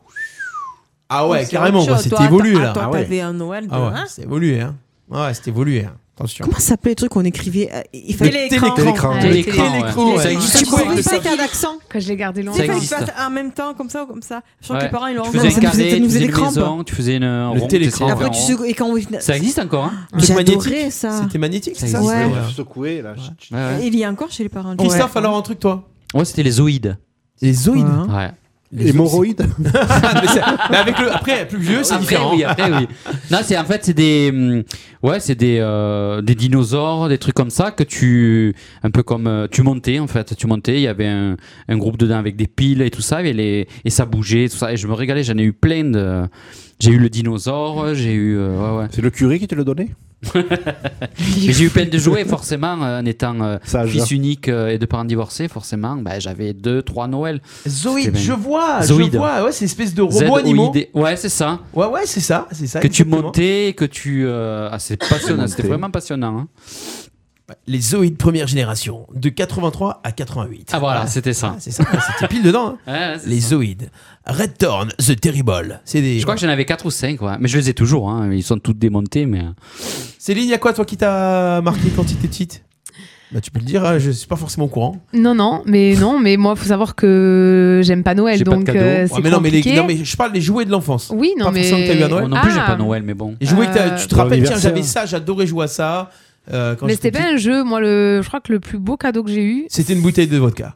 S6: Ah
S10: Oh,
S6: ouais,
S10: c'est
S6: carrément,
S10: autre
S6: ouais,
S10: chose.
S6: c'était
S10: Toi,
S6: évolué
S10: attends,
S6: là.
S10: attends,
S6: ah ouais.
S10: t'avais un Noël de-
S6: Ah ouais,
S10: hein
S6: c'était évolué. Hein. Ah ouais, c'était évolué. Hein. Attention.
S7: Comment ça s'appelait le truc qu'on écrivait euh, il fallait-
S6: télécran. Télécran, Ouais, télécran, télécran, ouais. télécran, ouais. Ça existe
S7: Tu
S6: encore,
S7: pouvais
S6: le
S7: pas
S6: sac.
S7: faire d'accent.
S2: Quand je l'ai gardé
S10: Tu
S2: longtemps.
S10: sais, quand
S8: existe.
S10: tu fais en même temps, comme ça ou comme ça. Je crois que les parents, ils l'ont
S8: tu faisais un carnet, tu faisais une maison, tu faisais une euh,
S6: Le
S8: ronde, t'essayais
S6: télécran.
S8: de faire
S6: Après,
S8: un
S6: tu
S8: rond.
S7: sais- et quand on-
S8: Ça existe encore, hein
S6: Le truc
S7: J'adorais
S6: magnétique.
S7: ça.
S6: C'était magnétique,
S8: Ça
S6: c'est ça
S8: existait,
S6: Ouais.
S8: ouais.
S9: Secoué, là.
S8: Ouais, ouais.
S7: Il y a encore chez les parents.
S6: Christophe, alors un truc, toi
S8: Ouais, c'était les zoïdes.
S6: Les zoïdes
S8: Ouais.
S9: Les Hémorroïdes
S6: mais, c'est- mais avec le, après, plus vieux, c'est
S8: Ah. Après,
S6: différent.
S8: oui, après, oui. Non, c'est en fait c'est des hum, ouais, c'est des euh, des dinosaures, des trucs comme ça que tu un peu comme euh, tu montais en fait, tu montais, il y avait un, un groupe dedans avec des piles et tout ça et les et ça bougeait tout ça et je me régalais, j'en ai eu plein de j'ai eu le dinosaure, j'ai eu euh, ouais, ouais.
S9: C'est le curé qui te le
S8: *laughs*
S9: donnait
S8: Mais j'ai eu peine de jouer, forcément, euh, en étant euh,
S9: Sage.
S8: fils unique euh, et de parents divorcés, forcément, bah, j'avais deux, trois Noël.
S6: Zoïde,
S8: C'était bien.
S6: je vois,
S8: Zoïde.
S6: Ah, je vois. Ouais, c'est une espèce de robot animaux.
S8: Z-O-I-D. Ouais, c'est ça.
S6: Ouais, ouais, c'est ça, c'est ça.
S8: Que tu
S6: exactement.
S8: montais, que tu. euh, Ah, c'est passionnant, c'était
S6: Montais.
S8: vraiment passionnant. hein.
S6: Ah, Les zoïdes première génération, de 83 à 88.
S8: Ah, voilà, c'était ça.
S6: c'est ça, c'était pile dedans. hein.
S8: *laughs* Ouais, ouais, c'est
S6: les
S8: ça.
S6: zoïdes. Red Thorn, The Terrible. C'est des.
S8: Je crois que j'en avais quatre ou cinq, ouais. mais je les ai toujours. hein. Ils sont toutes démontés, mais. euh.
S6: Céline, il y a quoi, toi, qui t'a marqué quand tu étais petite bah, Tu peux le dire, hein, je suis pas forcément au courant.
S2: Non, non, mais non, mais moi, faut savoir que j'aime pas Noël,
S6: J'ai pas de
S2: donc
S6: cadeau.
S2: euh,
S6: Ouais,
S2: c'est
S6: Ah, mais non, mais les-
S2: compliqué.
S6: non, mais je parle des jouets de l'enfance.
S2: Oui, non,
S6: pas
S2: mais-
S6: forcément que t'as eu à Noël.
S8: Moi non plus, j'ai
S2: Ah.
S8: pas
S2: Euh,
S8: Noël, mais bon.
S6: Les jouets que t'as- tu te
S8: Bon
S6: rappelles, tiens,
S8: anniversaire.
S6: j'avais ça, j'adorais jouer à ça. euh, quand
S2: Mais
S6: j'étais
S2: c'était pas un jeu. Moi, le, je crois que le plus beau cadeau que j'ai eu,
S6: petit. C'était une bouteille de vodka.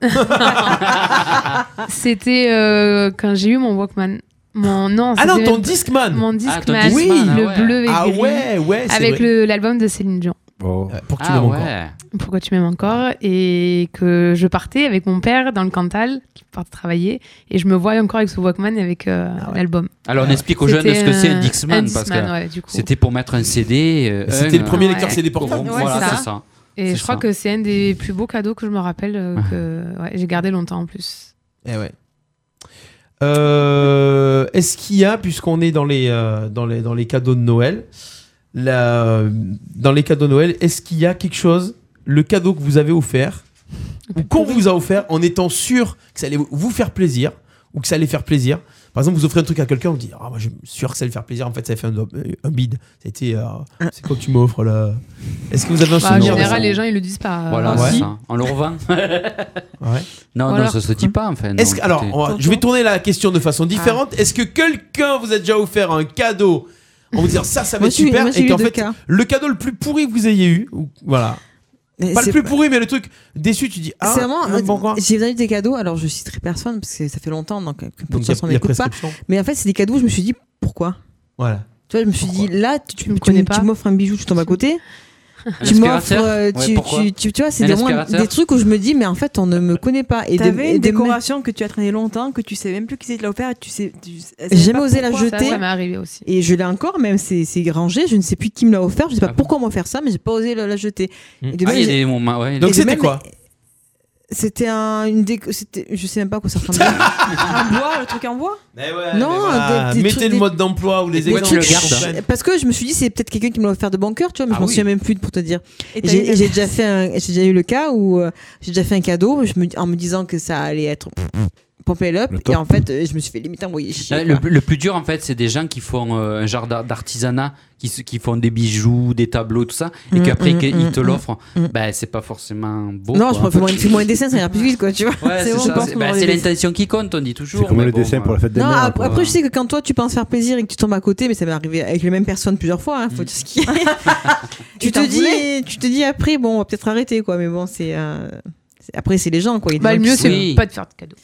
S7: Ah.
S2: c'était euh, quand j'ai eu mon Walkman. Mon, non,
S6: Ah non,
S2: c'était
S6: ton
S2: même-
S6: Discman.
S2: Mon Discman,
S6: Discman,
S2: oui,
S6: ah
S2: le
S6: ouais.
S2: bleu et
S6: Ah
S2: gris,
S6: ouais, ouais, c'est
S2: avec
S6: vrai.
S2: le- l'album de Céline Dion.
S9: Oh.
S6: Euh, Pour que tu
S8: Ah
S6: l'aimes
S8: ouais.
S6: encore.
S2: Pourquoi tu m'aimes encore Et que je partais avec mon père dans le Cantal, qui part travailler, et je me voyais encore avec ce Walkman et avec euh,
S6: Ah
S2: l'album.
S8: Alors on explique aux jeunes
S2: C'était
S8: ce que c'est un
S2: un
S8: Dixman, parce
S2: Discman,
S8: que
S2: ouais, du coup.
S8: c'était pour mettre un CD. euh,
S6: C'était
S8: un,
S6: le premier
S8: euh,
S6: lecteur
S8: ouais.
S6: CD portable.
S2: Ouais,
S8: Voilà,
S2: c'est ça.
S8: c'est ça.
S2: Et
S8: C'est
S2: je crois
S8: ça.
S2: que c'est un des plus beaux cadeaux que je me rappelle, euh, que ouais, j'ai gardé longtemps en plus.
S6: Eh ouais. Euh, Est-ce qu'il y a, puisqu'on est dans les, euh, dans, les, dans les cadeaux de Noël, la- dans les cadeaux de Noël, est-ce qu'il y a quelque chose, le cadeau que vous avez offert, ou qu'on vous a offert en étant sûr que ça allait vous faire plaisir, ou que ça allait faire plaisir par exemple, vous offrez un truc à quelqu'un, vous dites Ah, moi, je suis sûr que ça allait faire plaisir. En fait, ça a fait un, un bide. C'était. euh, c'est quoi que tu m'offres là Est-ce que vous avez un
S2: Bah,
S6: souvenir
S2: en
S6: de ça
S2: général, les gens, ils le disent pas. euh,
S8: Voilà,
S2: aussi.
S8: c'est ça. On le revend. Non,
S2: Voilà.
S8: non, ça se dit pas, en fait.
S6: Est-ce
S8: non,
S6: que- alors,
S8: écoutez.
S6: on va- je vais tourner la question de
S7: Ah.
S6: façon différente. Est-ce que quelqu'un vous a déjà offert un cadeau en vous disant ça, ça va
S7: Moi,
S6: être
S7: j'ai eu-
S6: super
S7: moi, j'ai
S6: et
S7: eu
S6: qu'en
S7: deux
S6: fait,
S7: cas.
S6: le cadeau le plus pourri que vous ayez eu, ou- voilà.
S7: Mais
S6: pas le
S7: c'est
S6: plus
S7: pas-
S6: pourri, mais le truc déçu, tu dis ah,
S7: c'est vraiment euh,
S6: non, bon, quoi.
S7: j'ai donné des cadeaux alors je citerai personne parce que ça fait longtemps donc, euh, que peu de
S6: Donc,
S7: chance,
S6: y a-
S7: on
S6: y a
S7: n'écoute pas
S6: prescription.
S7: mais en fait c'est des cadeaux où je me suis dit pourquoi
S6: Voilà.
S7: tu vois je me suis dit là tu, tu- tu
S2: connais
S7: m-
S2: pas
S7: tu m'offres un bijou tu tombes à côté
S8: Un
S7: tu m'offres
S8: aspirateur
S7: euh,
S8: Ouais,
S7: tu,
S8: pourquoi
S7: tu, tu- tu vois c'est
S8: Un
S7: des, moments-
S8: aspirateur
S7: des trucs où je me dis mais en fait on ne me connaît pas et
S10: T'avais
S7: des, et
S10: une
S7: des me-
S10: décoration que tu as traînée longtemps, que tu sais même plus qui c'est de l'a offert, et tu sais. tu sais- elle
S7: J'ai
S10: savait
S7: jamais
S10: pas
S7: osé la
S10: pourquoi.
S7: jeter. Ça, ça m'est
S2: arrivé aussi.
S7: et je l'ai encore même c'est c'est rangé je ne sais plus qui me l'a offert
S6: Ah
S7: je sais pas pourquoi on m'a offert ça mais j'ai pas osé la, la jeter
S8: Ah,
S6: Hmm.
S7: Et
S8: il
S7: de même,
S8: y a
S7: j'ai-
S8: des moments, ouais.
S6: eh ben, Donc,
S7: Et de
S6: c'était
S7: même,
S6: quoi
S7: c'était un une déco c'était je sais même pas à quoi
S8: *laughs*
S7: ça ressemblait
S10: En bois, le truc en bois
S7: non
S6: Mais voilà,
S7: des- des
S6: mettez
S7: trucs-
S6: le
S7: des-
S6: mode d'emploi ou les
S7: Des
S6: exemples.
S7: trucs
S6: qui
S7: ch-
S6: comprennent.
S7: parce que je me suis dit c'est peut-être quelqu'un qui me l'a offert de bon cœur tu vois mais
S6: Ah
S7: je m'en
S6: oui.
S7: souviens même plus pour te dire
S10: Et
S7: Et
S10: t'as eu
S7: j'ai
S10: la-
S7: et j'ai déjà fait un- j'ai déjà eu le cas où euh, j'ai déjà fait un cadeau je me- en me disant que ça allait être Pump It Up.
S8: Le top.
S7: Et en fait, euh, je me suis fait limite envoyer chier.
S8: Le,
S7: quoi.
S8: le plus dur, en fait, c'est des gens qui font euh, un genre d'ar- d'artisanat, qui, se- qui font des bijoux, des tableaux, tout ça, et
S7: Mm,
S8: qu'après,
S7: mm,
S8: qu'ils
S7: mm,
S8: te
S7: mm,
S8: l'offrent.
S7: mm.
S8: Ben, c'est pas forcément beau.
S7: non,
S8: quoi.
S7: je préfère moins- fais moins un dessin, ça ira plus vite, quoi, tu vois. *laughs*
S8: Ouais, c'est
S7: bon,
S8: ça,
S7: quoi.
S8: c'est- ben, c'est l'intention qui compte, on dit toujours.
S9: C'est comme
S8: mais
S9: le
S8: bon,
S9: dessin pour la fête des
S7: Non,
S9: mères.
S7: ap-
S9: quoi.
S7: après, je sais que quand toi tu penses faire plaisir et que tu tombes à côté, mais ça m'est arrivé avec les mêmes personnes plusieurs fois, hein,
S2: Mm.
S7: faut dire
S2: *laughs*
S7: ce qui est. tu, te dis, tu te dis après, bon, on va peut-être arrêter, quoi, mais bon, c'est. euh, c'est- Après, c'est les gens, quoi. Il y a des
S2: Bah,
S7: gens
S2: le
S7: qui
S2: mieux,
S7: sont-
S2: c'est pas de faire de cadeaux.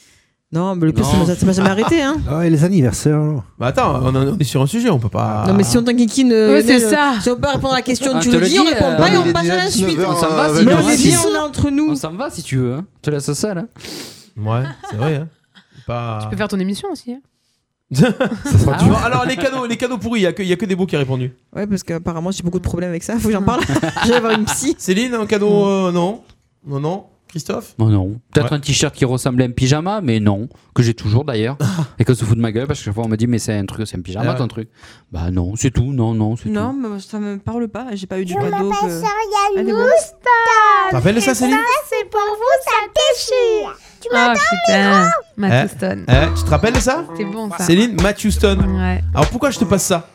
S7: Non, mais le plus,
S6: Non.
S7: ça m'a- ça
S6: *laughs*
S7: m'a jamais arrêté, hein.
S9: Ah, et les anniversaires, alors
S6: Bah attends, on, en- on est sur un sujet, on peut pas.
S7: Non, mais si on t'enquiquine. euh,
S2: Ouais, c'est
S7: Lionel,
S2: ça.
S7: Si on peut répondre à la question,
S8: Ah,
S7: tu
S8: te
S7: le
S8: le
S7: dis,
S8: dis,
S7: on répond
S8: euh,
S7: pas et
S8: non,
S7: on
S8: mais
S7: passe à la suite.
S8: On s'en
S9: euh,
S8: va,
S7: Mais
S8: si tu
S7: on est
S8: veux.
S7: bien, on est entre nous.
S8: On s'en va si tu veux. hein. Je te laisse seul. hein.
S6: Ouais, c'est vrai. Hein. Pas...
S2: Tu peux faire ton émission aussi. hein. Ah
S6: Tu vois, alors les cadeaux, les cadeaux pourris, il y a que, il y a que des beaux qui a répondu.
S7: Ouais, parce qu'apparemment, j'ai beaucoup de problèmes avec ça, faut que
S2: *laughs*
S7: j'en parle. Je vais avoir une psy.
S6: Céline, un cadeau euh, non, non, non. Christophe.
S8: Non, non. Peut-être un t-shirt qui ressemblait à un pyjama, mais non. Que j'ai toujours
S7: *laughs*
S8: d'ailleurs. et qu'on se fout de ma gueule parce que chaque fois on me dit, mais c'est un truc, c'est un pyjama
S6: Ah ouais.
S8: ton truc. Bah non, c'est tout. Non, non, c'est
S10: Non, mais moi, ça me parle pas. J'ai pas eu du
S12: Je
S10: cadeau.
S12: m'appelle
S2: euh,
S10: que- Ah,
S12: Soria
S10: Elle est
S12: Louston.
S6: T'appelles ça,
S12: Et
S6: Céline
S12: c'est pour vous, ça déchire. Tu m'attends,
S2: Ah,
S8: Ah.
S2: putain.
S6: Eh,
S2: Matt Houston.
S6: eh, tu te rappelles de ça
S2: C'est bon ça.
S6: Céline, Matt Houston.
S2: Ouais.
S6: Alors pourquoi je te passe ça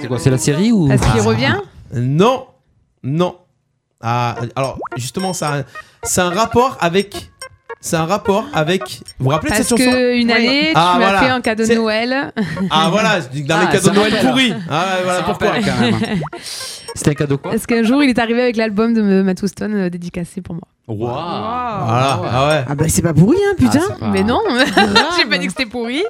S8: C'est quoi, c'est la série ou
S2: Parce qu'il revient
S6: Ah. Non, non. Ah, alors justement, ça, a un- c'est un rapport avec, c'est un rapport avec. Vous vous rappelez de
S2: Parce
S6: cette chanson
S2: qu'une année, tu
S6: Ah,
S2: m'as
S6: voilà.
S2: fait un cadeau de Noël.
S6: Ah voilà, je dis que dans
S8: Ah,
S6: les cadeaux
S8: ça
S6: de Noël
S8: rappelle.
S6: pourris. Ah ouais, voilà
S8: Ça
S6: pourquoi.
S8: rappelle quand
S6: *laughs*
S8: même. hein. C'était un cadeau quoi
S2: Parce qu'un jour, il est arrivé avec l'album de Matt Houston euh, dédicacé pour moi.
S8: Waouh
S6: Voilà, ah ouais.
S7: Ah bah c'est pas pourri hein putain.
S8: Ah.
S2: Mais non, *laughs* j'ai pas dit que c'était pourri.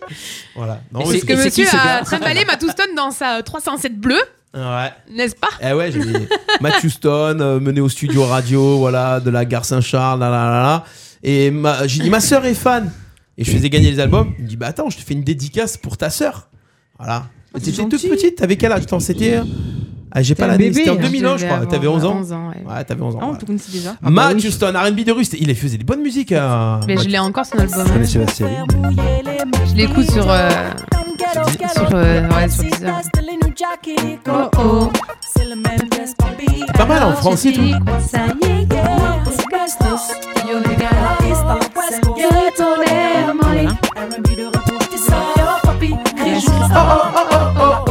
S6: Voilà.
S8: Et
S6: oui,
S8: Ah. c'est-
S2: Parce que
S8: et c'est qui,
S2: monsieur
S8: ce
S2: a
S8: gars
S6: *laughs*
S2: trimballé Matt Houston dans sa 307 bleue,
S6: Ouais.
S2: n'est-ce pas
S6: Eh ouais,
S12: *laughs*
S6: j'ai dit Matt Houston, euh, mené au studio radio, voilà, de la gare Saint-Charles, là, là, là, là. Et ma- j'ai dit, ma sœur est fan. Et je faisais gagner les albums. Il me dit, bah attends, je te fais une dédicace pour ta sœur. Voilà.
S2: Ah,
S6: T'étais toute petite, t'avais quel âge Attends, c'était. euh, Ah, j'ai pas
S7: un
S6: l'année,
S7: bébé,
S6: c'était en
S7: hein,
S6: 2000
S7: je
S6: ans, je
S7: devais
S6: crois.
S7: avoir
S6: T'avais 11 ans
S2: 11 ans, ouais. bah
S6: t'avais 11 ans.
S10: Ah, on
S6: voilà.
S10: te connaissait déjà.
S6: Matt Houston, RB de Russe, il a faisait des bonnes musiques. hein.
S2: Mais je l'ai encore son album.
S9: Je connais la série.
S2: Je l'écoute sur. euh, sur, euh, ouais, sur Deezer.
S6: *laughs* Oh, oh. C'est pas mal en français, tout.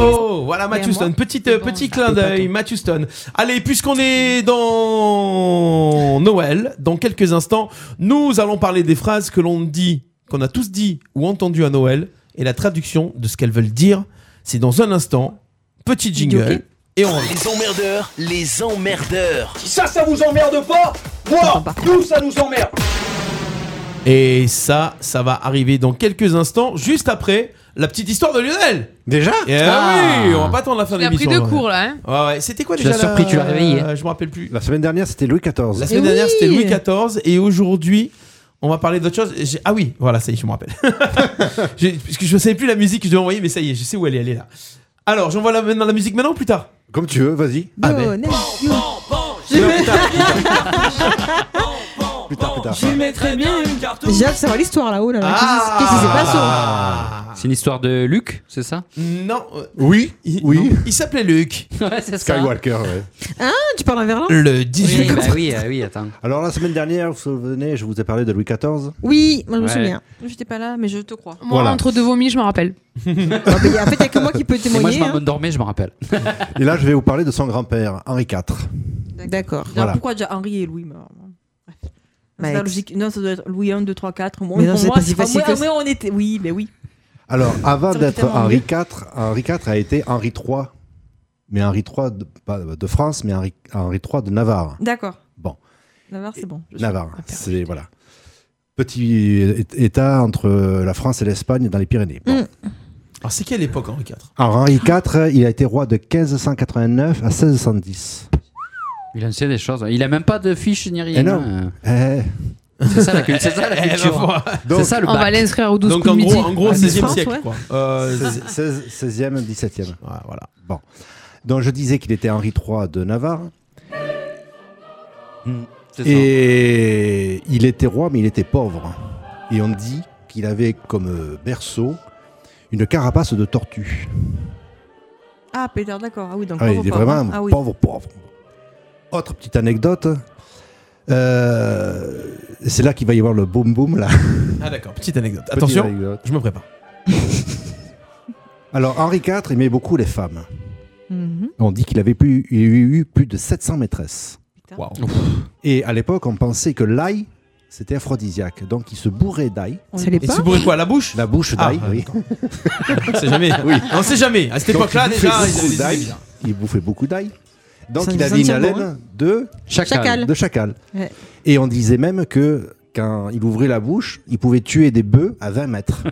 S6: Oh, oh, voilà Matt Houston, petit, euh, petit clin d'œil, Matt Houston. Allez, puisqu'on est dans Noël, dans quelques instants, nous allons parler des phrases que l'on dit, qu'on a tous dit ou entendu à Noël, et la traduction de ce qu'elles veulent dire. C'est dans un instant, petit jingle, et on revient.
S13: Les emmerdeurs, les emmerdeurs.
S21: Si ça, ça vous emmerde pas, moi, nous, ça nous emmerde.
S6: Et ça, ça va arriver dans quelques instants, juste après la petite histoire de Lionel.
S9: Déjà
S6: Eh
S9: Ah.
S6: oui, on va pas attendre la fin de
S2: Il a pris
S6: l'émission.
S2: deux
S6: ouais.
S2: cours là. hein.
S6: Ouais, ouais. C'était quoi
S9: Tu
S6: déjà
S9: l'as surpris, tu l'as réveillé.
S6: Euh, Je me rappelle plus.
S9: La semaine dernière, c'était Louis XIV.
S6: La semaine
S7: Eh
S6: dernière,
S7: oui
S6: c'était Louis XIV et aujourd'hui, on va parler d'autre chose. J'ai- Ah oui, voilà, ça y est, je me
S9: *laughs*
S6: rappelle. J'ai- Parce que je ne savais plus la musique que je devais envoyer, mais ça y est, je sais où elle est, elle est là. Alors, j'envoie la, la musique maintenant ou plus tard
S9: Comme tu veux, vas-y.
S6: Ah ben.
S7: Bonnet.
S2: *laughs*
S9: Plus tard, plus tard.
S6: mettrais bien une carte.
S7: J'ai hâte de savoir l'histoire là-haut là.
S6: Ah.
S7: Euh, Qu'est-ce qui s'est passé
S8: Ah. C'est une histoire de Luc, c'est ça
S2: *laughs*
S6: Non. euh,
S9: Oui,
S6: il-
S9: oui.
S6: non, il s'appelait Luc.
S8: Ouais, c'est ça.
S9: Skywalker, ouais.
S7: Hein Tu parles en verlan
S6: Le 18.
S8: Oui, bah oui, euh, *laughs* oui, attends.
S9: Alors la semaine dernière, vous vous souvenez, je vous ai parlé de Louis XIV.
S7: Oui, moi je me
S8: Ouais.
S7: souviens.
S10: J'étais pas là, mais je te crois.
S2: Moi,
S9: Voilà.
S2: entre deux vomis, je m'en
S7: *laughs*
S2: rappelle. bah.
S7: Ah, mais en fait, il y a que moi
S8: *laughs*
S7: qui peux
S8: Et moi, je
S7: témoigner. hein.
S8: m'endormais, je me rappelle.
S9: Et là, je vais vous parler de son grand-père, Henri IV.
S7: D'accord.
S10: Alors,
S9: Voilà.
S10: Pourquoi déjà Henri et Louis mais alors, bon. Bref.
S7: Bah,
S10: C'est la
S7: ex-
S10: logique. Non, ça doit être Louis 1, 2, 3, 4. Moi,
S7: Mais non,
S10: pour
S7: c'est
S10: moi,
S7: pas si facile
S10: au moins-
S7: que
S10: au moins, on était. Oui, mais oui.
S9: Alors, avant
S10: Ça aurait été
S9: d'être
S10: tellement
S9: Henri
S10: mieux.
S9: IV, Henri IV a été Henri III. Mais Henri III, de, pas de France, mais Henri, Henri III de Navarre.
S10: D'accord.
S9: Bon,
S10: Navarre, c'est bon. Je suis-
S9: Navarre, c'est... Voilà. Petit euh, état entre la France et l'Espagne dans les Pyrénées. Bon.
S6: Alors, c'est quelle époque, Henri IV
S9: Alors, Henri IV, il a été roi de 1589 à 1610.
S8: Il a sait des choses. hein. Il a même pas de fiche ni rien.
S9: Eh non. Eh,
S8: hein. C'est ça la culture. C'est ça la
S6: *laughs* Eh,
S8: culture.
S6: ma foi.
S9: donc,
S8: C'est ça le
S2: On va
S8: bac.
S2: l'inscrire au 12
S6: Donc,
S2: coups
S6: en
S2: de
S6: gros,
S2: midi.
S6: en gros
S7: Ah,
S6: 16e
S7: mais
S6: siècle,
S7: France,
S6: quoi. Euh,
S9: 16, 16e, 17e.
S6: ouais, voilà.
S9: Bon. Donc je disais qu'il était Henri III de Navarre.
S8: C'est ça.
S9: Et il était roi, mais il était pauvre. Et on dit qu'il avait comme euh, berceau une carapace de tortue.
S10: Ah, Pétard, d'accord. Ah oui, donc
S9: Ah, il
S10: pauvre,
S9: est
S10: pauvre,
S9: vraiment
S10: hein. Ah oui.
S9: pauvre, pauvre. Autre petite anecdote. Euh, c'est là qu'il va y avoir le boom boom là. *laughs*
S6: Ah d'accord, petite anecdote.
S9: Petite
S6: Attention,
S9: anecdote.
S6: je me prépare.
S9: Alors Henri IV aimait beaucoup les femmes.
S2: Mm-hmm.
S7: Mhm.
S9: On dit qu'il avait plus- il a eu plus de 700 maîtresses. Et à l'époque, on pensait que l'ail, c'était aphrodisiaque. Donc il se bourrait d'ail.
S7: On Ça l'est
S6: Il se bourrait quoi La bouche
S9: La bouche
S6: Ah,
S9: d'ail,
S6: ah,
S9: oui.
S6: On sait jamais. On sait jamais. À cette
S9: Donc,
S6: époque-là,
S9: il
S6: déjà,
S9: bouffait
S6: ils
S9: beaucoup
S6: avaient des hein.
S9: d'ail.
S6: idées bien.
S9: Il bouffait beaucoup d'ail. Donc
S6: Ça
S9: il
S6: nous
S9: avait une
S6: sentir bon,
S9: haleine
S6: hein.
S9: de
S6: Chacal. Chacal.
S9: De chacal.
S7: Ouais.
S9: Et on disait même que quand il ouvrait la bouche, il pouvait tuer des bœufs à 20 mètres.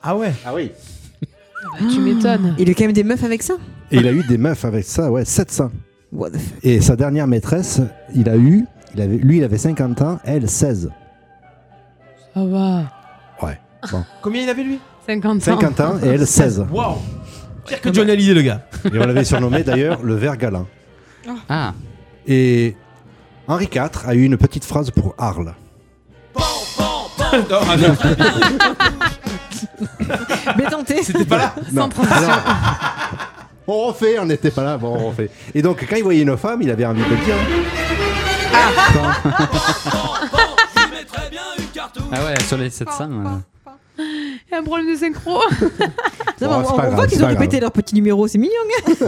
S6: Ah ouais
S9: Ah oui.
S2: Tu m'étonnes.
S7: Il y a quand même des meufs avec ça
S9: Et il a eu des meufs avec ça, ouais, 700.
S7: What the fuck
S9: Et sa dernière maîtresse, il a eu, il avait, lui il avait 50 ans, elle 16.
S7: Ah
S2: Ça
S7: bah.
S2: va.
S9: Ouais. Bon.
S6: Combien il avait lui
S2: 50 ans.
S9: 50 ans et
S2: *laughs*
S9: elle 16.
S6: Waouh Pire que Johnny Hallyday, le gars.
S9: *laughs* Et on l'avait surnommé d'ailleurs le vert galant.
S8: Ah.
S9: Et Henri IV a eu une petite phrase pour
S7: *laughs*
S9: Arles.
S6: Non, ah, non.
S7: Mais tenté
S6: C'était pas là
S9: Non. *laughs* Alors, on refait, on n'était pas là, bon, on refait. Et donc, quand il voyait une femme, il avait envie de
S6: *laughs*
S9: dire.
S6: *laughs*
S8: Ah ouais, sur les 700. euh,
S2: Il y a un problème de synchro.
S7: *laughs*
S6: Oh,
S7: Ça va,
S9: Bon, c'est
S7: bah, on,
S9: pas
S7: on
S9: grave,
S7: voit
S9: c'est
S7: qu'ils ont
S9: pas
S7: répété
S9: grave.
S7: leur petit numéro, c'est mignon. hein.
S9: Ah,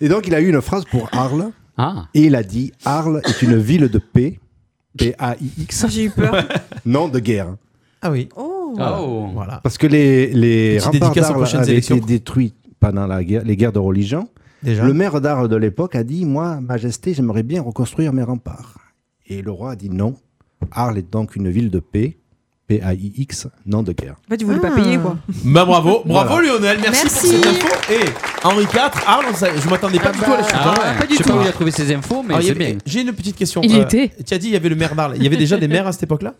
S9: Et donc, il a eu une phrase pour Arles.
S8: Ah.
S9: Et il a dit Arles est une ville de paix. P-A-I-X.
S7: J'ai eu peur.
S9: *laughs* Non, de guerre.
S6: Ah oui.
S7: Oh.
S6: Oh.
S8: Voilà.
S6: Voilà.
S9: Parce que les, les
S6: Petite
S9: remparts
S6: dédicace aux
S9: d'Arles
S6: prochaines
S9: avaient
S6: élections.
S9: été détruits pendant la guerre, les guerres de religion.
S6: Déjà.
S9: Le maire d'Arles de l'époque a dit Moi, Majesté, j'aimerais bien reconstruire mes remparts. Et le roi a dit Non, Arles est donc une ville de paix. P-A-I-X, non de guerre.
S7: En fait, tu voulais pas payer, quoi.
S6: Bah bravo, bravo
S9: Voilà.
S6: Lionel, merci,
S7: Merci.
S6: pour cette info. Et Henri IV, ah non, ça- je m'attendais pas du tout à la suite.
S8: Ah
S6: hein.
S8: ouais, je sais pas où il a trouvé ces infos, mais
S6: Alors, il y
S8: c'est
S6: avait-
S8: bien.
S6: J'ai une petite question.
S2: Il y
S6: Euh,
S2: était.
S6: Tu as dit il y avait le maire d'Arles. Il y avait déjà des maires à cette époque-là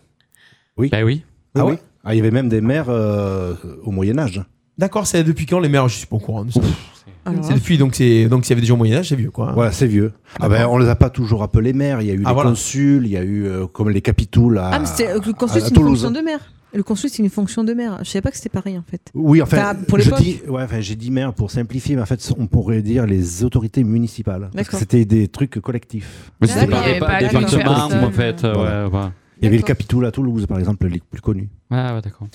S9: Oui.
S8: Bah oui.
S9: Ah,
S6: Ah
S9: oui
S6: ouais
S9: Ah, Il y avait même des maires euh, au Moyen-Âge.
S6: D'accord, c'est depuis quand les maires Je suis pas au courant. de ça.
S7: Alors.
S6: C'est depuis, donc c'est donc s'il y avait des gens au Moyen-Âge, c'est vieux quoi.
S9: Voilà, c'est vieux. Ah ben, on les a pas toujours appelés maires. Il y a eu
S6: Ah,
S9: les
S6: voilà.
S9: consuls, il y a eu euh, comme les capitouls à,
S7: Ah, mais c'est- euh, le consul,
S9: à- à
S7: c'est une
S9: Toulouse.
S7: fonction de maire. Le consul, c'est une fonction de maire. Je savais pas que c'était pareil, en fait.
S9: Oui, enfin,
S7: Enfin, pour
S9: je
S7: l'époque.
S9: dis, ouais, enfin, j'ai dit maire pour simplifier, mais en fait, on pourrait dire les autorités municipales. Parce que
S7: D'accord. Ah
S9: c'était des trucs collectifs.
S8: Mais c'était
S2: D'accord.
S8: par
S2: Il
S8: des
S2: y avait pas
S8: par-
S2: de
S8: des départements,
S2: personne.
S8: en fait. euh,
S9: Voilà.
S8: Ouais, voilà.
S9: Il y avait le Capitoul à Toulouse, par exemple, le plus connu.
S8: Ah ouais, d'accord.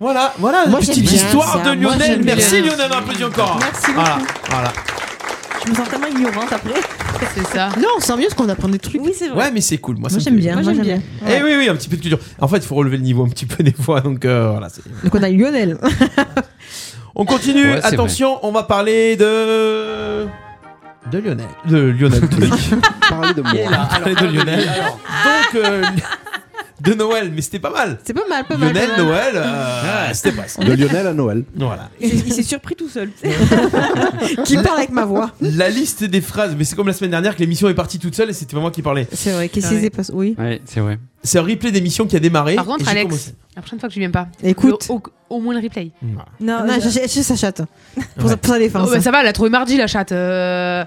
S6: Voilà, voilà,
S7: Moi,
S6: petite
S7: j'aime bien
S6: histoire
S7: ça.
S6: de
S7: Moi,
S6: Lionel.
S7: j'aime
S6: Merci
S7: bien.
S6: Lionel, on applaudit encore.
S7: Merci beaucoup.
S6: Voilà, voilà.
S7: Je me sens tellement ignorante après.
S2: C'est ça.
S7: Non, on sent mieux parce qu'on apprend des trucs.
S10: Oui, c'est vrai.
S6: Ouais, mais c'est cool. Moi, ça
S7: Moi,
S6: me
S7: j'aime
S6: plaît.
S7: bien.
S10: Moi,
S7: Moi,
S10: j'aime
S7: j'aime
S6: Eh oui, oui, un petit peu de culture. En fait, il faut relever le niveau un petit peu des fois. Donc euh, voilà. c'est-
S7: Donc, on a Lionel.
S6: On continue.
S8: Ouais, c'est
S6: Attention, on va parler de de Lionel, de Lionel Toulic.
S9: *laughs* Parlez de moi.
S6: Parler de Lionel. Donc euh, de Noël, mais c'était pas mal.
S7: C'est pas mal, pas mal.
S6: Lionel,
S7: pas mal.
S6: Noël, euh, c'était pas ça.
S9: De Lionel à Noël.
S6: Voilà.
S10: Il s'est- il s'est surpris tout seul.
S7: Qui parle avec ma voix.
S6: La liste des phrases, mais c'est comme la semaine dernière que l'émission est partie toute seule et c'était pas moi qui parlais.
S7: C'est vrai, qu'est-ce
S10: Ah
S7: qui
S10: ouais.
S7: s'est passé Oui.
S8: Ouais, c'est vrai.
S6: C'est un replay d'émission qui a démarré.
S2: Par
S6: et
S2: contre,
S6: j'ai
S2: Alex,
S6: commencé. Mm.
S2: la prochaine fois que je viens pas,
S7: Écoute.
S2: le- au, au moins le replay.
S6: Voilà.
S10: Non,
S7: Non,
S10: je-
S7: j'ai acheté sa chatte. Pour, sa, pour sa
S2: Oh,
S7: défense. hein.
S2: bah, ça va, elle a trouvé mardi la chatte. euh,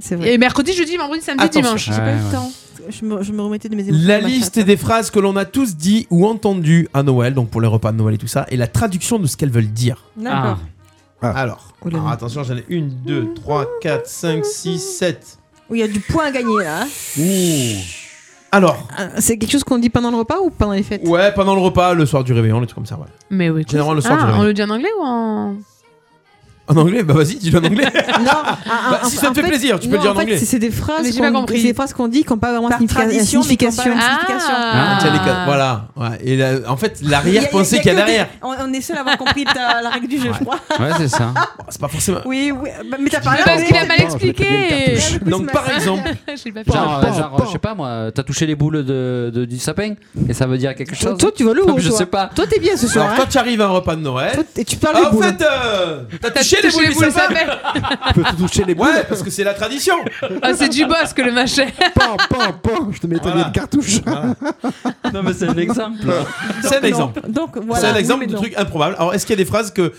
S7: C'est vrai.
S2: Et mercredi, jeudi, vendredi, samedi,
S6: Attention.
S2: dimanche.
S10: J'ai pas eu
S8: Ouais,
S10: le temps. Je me, je me remettais de mes émotions.
S6: La
S10: ma
S6: liste
S10: chatte.
S6: des phrases que l'on a tous dit ou entendues à Noël, donc pour les repas de Noël et tout ça, et la traduction de ce qu'elles veulent dire. Ah.
S10: D'accord.
S6: Alors,
S7: Oh là
S6: alors
S7: là.
S6: attention, j'en ai 1, 2, 3, 4, 5, 6, 7.
S10: Oui, il y a du point à gagner là. hein.
S6: Alors,
S7: Ah, C'est quelque chose qu'on dit pendant le repas ou pendant les fêtes Mm.
S6: ouais, pendant le repas, le soir du réveillon, les trucs comme ça, voilà.
S2: Mais oui.
S6: Généralement, le soir du
S2: Ah, on
S6: réveillon.
S2: le dit en anglais ou en.
S6: En anglais Bah vas-y, dis-le en anglais.
S7: *laughs* Non, ah, ah,
S6: Bah, si ça te fait plaisir, tu peux
S7: non,
S6: le dire en
S7: fait,
S6: anglais.
S7: c'est- C'est des phrases
S2: Mais j'ai pas
S7: qu'on
S2: compris.
S7: c'est des phrases qu'on dit qui n'ont pas vraiment
S10: Par
S7: significa-
S10: tradition, mais qui ont pas
S7: signification.
S10: la signification.
S6: Ah, tiens, les quatre, voilà. Ouais. Et là, en fait, l'arrière-pensée
S10: Il
S6: qu'il y a
S10: que des-
S6: derrière.
S10: On, on est seul à avoir compris ta- la règle du jeu, je crois.
S8: Ouais, c'est
S10: *laughs*
S8: ça.
S6: Bon, c'est pas forcément.
S10: Oui, oui. bah, Mais t'as parlé
S2: Parce
S10: avec-
S2: qu'il a mal
S9: Attends, je vais te donner une
S2: expliqué.
S9: cartouche.
S6: Donc, par exemple,
S2: J'ai pas fait.
S8: Genre, euh,
S9: Pan, pan,
S8: genre,
S9: pan.
S8: je sais pas moi, t'as touché les boules de, de- du sapin et ça veut dire quelque
S7: Toi,
S8: chose.
S7: toi, tu vas le
S8: *laughs*
S7: haut.
S8: Je
S7: toi.
S8: sais pas.
S7: Toi, t'es bien ce soir.
S6: alors
S7: hein.
S6: toi, tu arrives à un repas de Noël.
S7: Toi, t- et tu parles
S6: Ah,
S7: les
S6: en
S7: boules.
S6: fait, euh, t'as touché les
S2: Toucher
S6: boules
S2: les
S6: du
S2: boules, ça
S6: sapin
S2: fait.
S6: *laughs*
S9: Tu peux te toucher les boules.
S6: Ouais, parce que c'est la tradition.
S2: Ah, c'est du boss que le machin.
S9: Pan, pan, pan. Je te mets
S6: Voilà.
S9: une cartouche.
S8: Non, mais c'est un exemple.
S6: C'est un
S10: Non.
S6: exemple.
S10: Donc
S2: *laughs*
S10: voilà.
S6: C'est un
S10: Oui,
S6: exemple
S10: mais
S6: de
S10: non.
S6: truc improbable. Alors, est-ce qu'il y a des phrases que.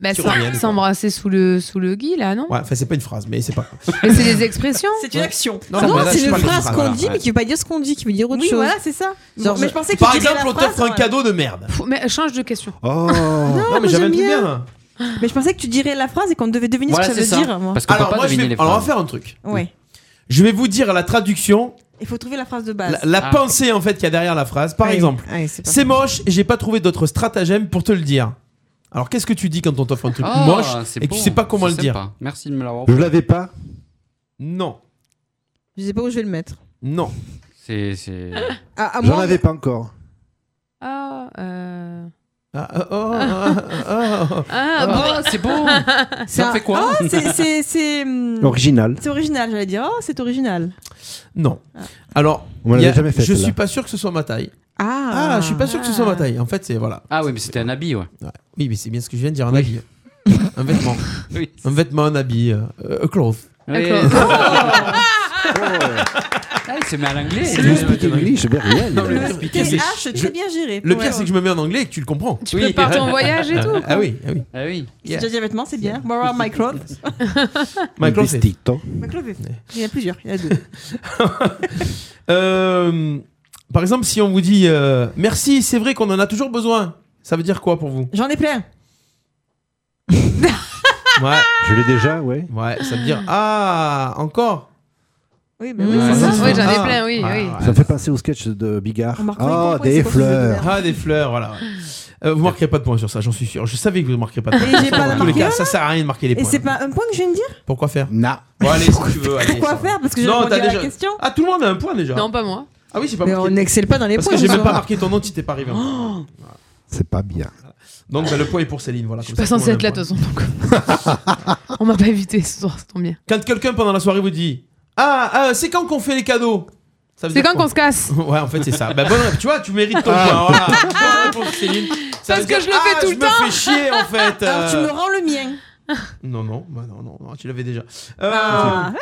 S2: Bah,
S6: Sur
S2: s'em-
S6: rien, quoi.
S2: s'embrasser sous le, sous le gui, là, non
S6: Ouais, enfin, c'est pas une phrase, mais c'est pas.
S2: Mais c'est des expressions.
S10: C'est une action.
S7: Non,
S6: mais là, je
S7: c'est une
S6: parle d'une
S7: phrase qu'on
S6: voilà.
S7: dit, mais qui veut pas dire ce qu'on dit, qui veut dire autre
S10: Oui,
S7: chose.
S10: voilà, c'est ça.
S7: Genre,
S10: mais
S7: je-
S10: je pensais que
S6: Par
S10: tu dirais
S6: exemple,
S10: la
S6: on t'offre un
S2: euh,
S10: phrase,
S6: cadeau de merde.
S2: Pff, Mais euh, change de
S10: *gasps*
S2: question.
S9: Oh.
S6: Non, mais j'avais
S7: moi,
S6: un
S7: j'aime
S6: truc
S7: bien.
S6: bien.
S10: ouais. Mais je pensais que tu dirais la phrase et qu'on devait deviner
S8: Voilà,
S10: ce que
S8: c'est
S10: ça
S8: ça.
S10: veut dire. moi.
S8: Parce qu'on peut
S6: Alors,
S8: pas
S6: moi, je
S8: deviner
S6: vais.
S8: les
S6: Alors, on va
S8: phrases.
S6: faire un truc.
S10: Ouais.
S6: Je vais vous dire la traduction,
S10: Il faut trouver la phrase de base.
S6: la, la pensée en fait qu'il y a derrière la phrase. Par
S10: Ouais.
S6: exemple,
S10: Ouais, Ah c'est pas
S6: c'est moche et j'ai pas trouvé d'autres stratagèmes pour te le dire. Alors qu'est-ce que tu dis quand on t'offre un truc
S8: Ah,
S6: moche
S8: c'est
S6: et
S8: beau,
S6: tu sais pas comment
S8: c'est
S6: le dire
S8: sympa. Merci de me l'avoir.
S9: Je l'avais pas.
S6: Non.
S7: Je sais pas où je vais le mettre.
S6: Non.
S8: C'est. c'est-
S7: Ah, à
S9: J'en
S7: moi-
S9: avais pas encore.
S2: Ah, euh...
S6: Ah, oh,
S2: Ah, bon.
S8: c'est
S10: *laughs*
S2: *laughs*
S8: beau.
S10: C'est
S9: Ça
S10: un-
S9: fait quoi
S10: Ah, c'est- c'est- c'est, hum,
S9: Original.
S10: C'est original, j'allais dire. Oh, c'est original.
S6: Non. Alors,
S9: On me
S6: il y a-
S9: l'avait jamais fait,
S6: je
S9: celle-là.
S6: suis pas sûr que ce soit ma taille.
S10: Ah.
S6: je suis pas sûr que ce soit ma taille. En fait, c'est voilà.
S8: Ah oui, mais c'était un habit, ouais.
S6: Oui, mais c'est bien ce que je viens de dire, un habit. un
S8: *laughs*
S6: vêtement. Un vêtement, un habit, euh, a cloth.
S8: Oui. cloth. *laughs*
S10: Oh.
S6: *laughs*
S8: Ah, il s'est mis à l'anglais.
S6: C'est
S10: Euh,
S6: le speak
S9: English,
S6: bien.
S8: Non, mais
S6: Le
S8: le-
S10: TH,
S6: pire,
S10: c'est très bien géré.
S6: Le pire, c'est que je me mets en anglais et que tu le comprends.
S10: Tu prépares *laughs* ton voyage et tout, quoi.
S6: Ah oui, ah oui.
S8: Ah oui.
S10: J'ai déjà dit vêtements, c'est bien. Borrow my clothes. *laughs*
S6: My cloth est-
S10: My clothes. Il y en a plusieurs, il y en
S6: *laughs*
S10: a deux.
S6: Euh, par exemple, si on vous dit euh, merci, c'est vrai qu'on en a toujours besoin, ça veut dire quoi pour vous
S10: J'en ai plein.
S6: oh.
S7: *laughs*
S6: Ouais.
S9: Je l'ai déjà, ouais.
S6: Ouais, ça veut dire ah, encore
S10: Oui,
S9: ben oui, Ouais,
S6: Ah,
S9: c'est ça.
S2: Oui, j'en ai plein, oui, oui.
S9: Ah, Ça me fait penser au sketch de Bigard. Ah, des
S2: *laughs*
S9: fleurs.
S6: Ah, des fleurs, voilà. Euh, vous marquerez pas de points sur ça, j'en suis sûr. Je savais que vous ne marquerez pas de
S10: Et
S6: points.
S10: j'ai pas
S6: Dans tous les
S10: marqué,
S6: cas,
S10: voilà.
S6: ça sert à rien de marquer les
S10: Et
S6: points.
S10: c'est pas un point que je viens de dire
S6: Pourquoi faire
S9: Non.
S6: Bon, allez, si tu veux. allez, ça
S10: Pourquoi
S6: va.
S10: faire Parce que j'ai
S6: Non,
S10: répondu
S6: t'as
S10: à la
S6: déjà-
S10: question.
S6: Ah, tout le monde a un point déjà.
S2: Non, pas moi.
S6: Ah oui, j'ai pas
S7: Mais
S6: marqué.
S7: on n'excelle pas dans les
S6: Parce
S7: points,
S6: que j'ai
S7: ce
S6: même pas
S7: soir. *gasps*
S6: marqué ton nom, tu t'es pas arrivé.
S7: Oh.
S9: C'est pas bien.
S6: Donc bah, le point est pour Céline, voilà. Je suis
S2: Pas censé être là, de toute façon. donc. *laughs* On m'a pas évité ce soir, ça tombe bien.
S6: Quand quelqu'un pendant la soirée vous dit Ah, euh, c'est quand qu'on fait les cadeaux Ça veut
S2: C'est
S6: dire
S2: quand
S6: quoi
S2: qu'on se casse
S6: *laughs* Ouais, en fait, c'est ça. Bah, bonne réponse. Tu vois, tu mérites ton
S15: Ah.
S6: point.
S7: *laughs*
S6: Voilà. Bonne réponse, Céline. Ça
S2: Parce
S6: veut
S2: que
S6: dire,
S2: je le
S6: ah,
S2: fais tout le temps.
S6: Je me fais chier, en fait.
S10: Alors tu
S6: euh.
S10: me rends le mien.
S6: Non, non, bah, non, non, non, tu l'avais déjà. Euh,
S10: Ah.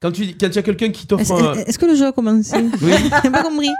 S6: Quand tu dis- quand il y a quelqu'un qui t'offre
S7: Est-ce
S6: un.
S7: est-ce que le jeu a commencé
S6: euh, *laughs* Oui.
S7: *laughs* J'ai
S6: *laughs*
S7: pas compris.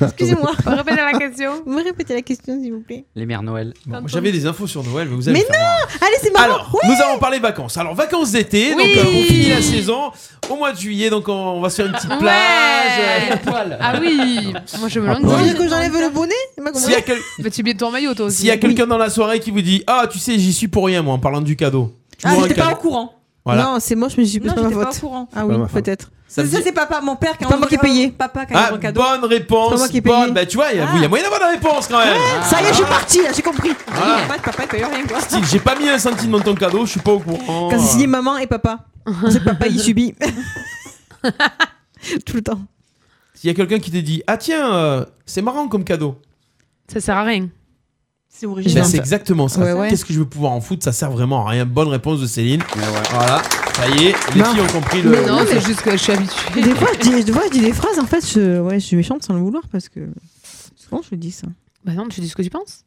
S7: Excusez-moi.
S2: Répétez la question.
S7: Vous pouvez répéter la question, s'il vous plaît
S8: Les mères Noël.
S6: Bon, moi, J'avais des infos sur Noël, mais vous allez
S7: Mais
S6: faire voir.
S7: non Allez, c'est marrant.
S6: Alors, nous avons parlé vacances. Alors, vacances d'été,
S7: Oui.
S6: donc euh, on finit la saison au mois de juillet, donc on, on va se faire une petite
S2: Ouais.
S6: plage. euh,
S2: Ah oui Moi je me
S6: Ah,
S2: langue.
S6: poil.
S7: que j'enlève le bonnet J'ai pas
S6: S'il y a
S7: compris.
S6: quel-
S2: *laughs* Mais tu oublies de ton maillot toi aussi.
S6: S'il y a quelqu'un dans la soirée qui vous dit Ah, tu sais, j'y suis pour rien, moi, en parlant du cadeau. Tu
S10: Ah,
S6: m'auras
S10: j'étais
S6: un
S10: pas au
S6: cadeau.
S10: courant.
S6: Voilà.
S7: Non, c'est moche, mais j'ai plus
S10: Non,
S7: pas ma
S10: j'étais pas
S7: faute.
S10: au courant.
S7: Ah oui,
S6: Pas ma faute.
S7: peut-être.
S10: Ça, ça, c'est papa, mon père qui a Pas moi qui ai payé. Papa qui a
S6: Ah,
S10: envoyé un cadeau.
S6: bonne réponse.
S10: C'est moi qui ai
S6: bonne-
S10: payé.
S6: Bah, tu vois, il y a- il y a moyen d'avoir la réponse quand même. Ah.
S7: Ça y est, je suis partie, là, j'ai compris.
S6: Voilà.
S10: En fait, papa, il paye rien, quoi.
S6: Si, J'ai pas mis un centime dans ton cadeau, je suis pas au courant.
S7: Quand c'est signé maman et papa. C'est que papa,
S6: *laughs*
S7: il subit. Tout le temps.
S6: S'il y a quelqu'un qui te dit Ah, tiens, euh, c'est marrant comme cadeau.
S2: Ça sert à rien.
S10: C'est
S6: Bah,
S2: original.
S6: c'est exactement ça.
S2: Ouais, ouais.
S6: Qu'est-ce que je vais pouvoir en foutre Ça sert vraiment à rien. Bonne réponse de Céline. Voilà, ça y est, les
S7: Non.
S6: filles ont compris le.
S7: Mais non, mais
S2: juste que je suis habituée.
S7: Des fois, je dis, des fois, je dis des phrases, en fait, je, ouais, je suis méchante sans le vouloir parce que souvent, je dis ça.
S2: Bah non, tu dis ce que tu penses.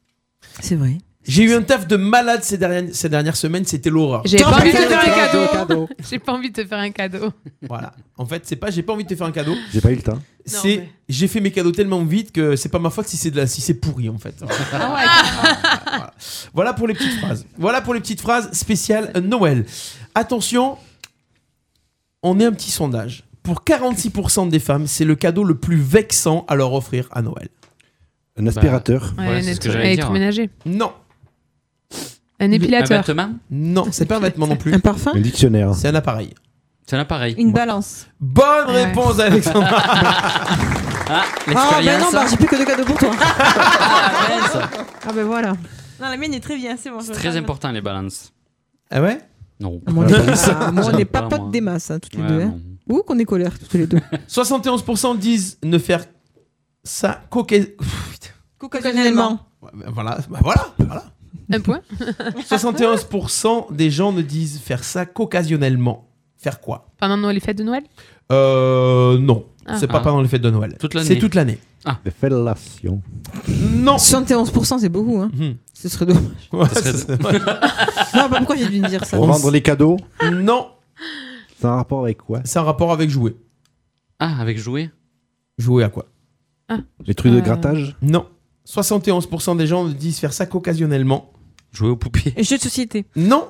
S7: C'est vrai.
S6: J'ai eu un taf de malade ces dernières, ces dernières semaines, c'était l'horreur.
S2: J'ai pas envie de te faire
S6: cadeau, cadeau.
S2: un cadeau. J'ai pas envie de te faire un cadeau.
S6: Voilà. En fait, c'est pas j'ai pas envie de te faire un cadeau.
S9: J'ai pas eu le temps.
S6: C'est j'ai fait mes cadeaux tellement vite que c'est pas ma faute si c'est de la si c'est pourri en fait. voilà pour les petites phrases. Voilà pour les petites phrases spéciales Noël. Attention, on est un petit sondage. Pour 46% des femmes, c'est le cadeau le plus vexant à leur offrir à Noël.
S9: *laughs* Un aspirateur.
S2: Ouais, un électro- électroménager.
S6: Non.
S2: Un épilateur.
S6: Non, c'est pas un vêtement non plus.
S7: Un parfum
S9: Un dictionnaire.
S6: C'est un appareil.
S8: C'est un appareil.
S10: Une balance.
S6: Bonne réponse, Alexandra.
S8: *laughs* Ah,
S7: Ah, bah non,
S8: l'expérience.
S7: bah, j'ai plus que deux cadeaux pour toi. Ah, bah voilà.
S10: Non, la mienne est très bien, c'est bon. je
S8: C'est très
S10: regarde.
S8: important les balances.
S6: Ah ouais
S8: Non.
S7: Moi, on
S8: *laughs*
S6: *laughs*
S7: est pas, moi, on
S8: J'aime
S7: est pas
S8: pas,
S7: potes
S8: moi.
S7: des masses, hein, toutes les
S8: Ouais,
S7: deux. hein. Ou qu'on est colère, toutes les deux.
S6: 71% disent ne faire ça coquet.
S10: Occasionnellement.
S6: Ouais, bah, Voilà, bah, voilà, voilà.
S2: Un
S6: *laughs*
S2: point
S6: 71% des gens ne disent faire ça qu'occasionnellement. Faire quoi
S2: Pendant Noël, les fêtes de Noël
S6: Euh, non.
S2: Ah.
S6: C'est pas
S2: Ah.
S6: pendant les fêtes de Noël.
S8: Toute l'année.
S6: C'est toute l'année.
S9: Des fellations.
S6: Non Hum.
S7: 71%, c'est beaucoup. Hein. Ce serait dommage.
S6: Ouais, *laughs*
S9: Ça serait-
S6: c'est- ouais.
S7: non, bah, pourquoi j'ai dû me dire ça
S9: Pour vendre les cadeaux.
S6: Non.
S9: C'est un rapport avec quoi
S6: C'est un rapport avec jouer.
S8: Ah, avec jouer
S6: Jouer à quoi
S9: Les trucs
S6: Euh,
S7: Euh,
S9: de grattage
S6: Non. 71% des gens ne disent faire ça qu'occasionnellement.
S8: Jouer aux poupées.
S10: Jeux de société.
S6: Non.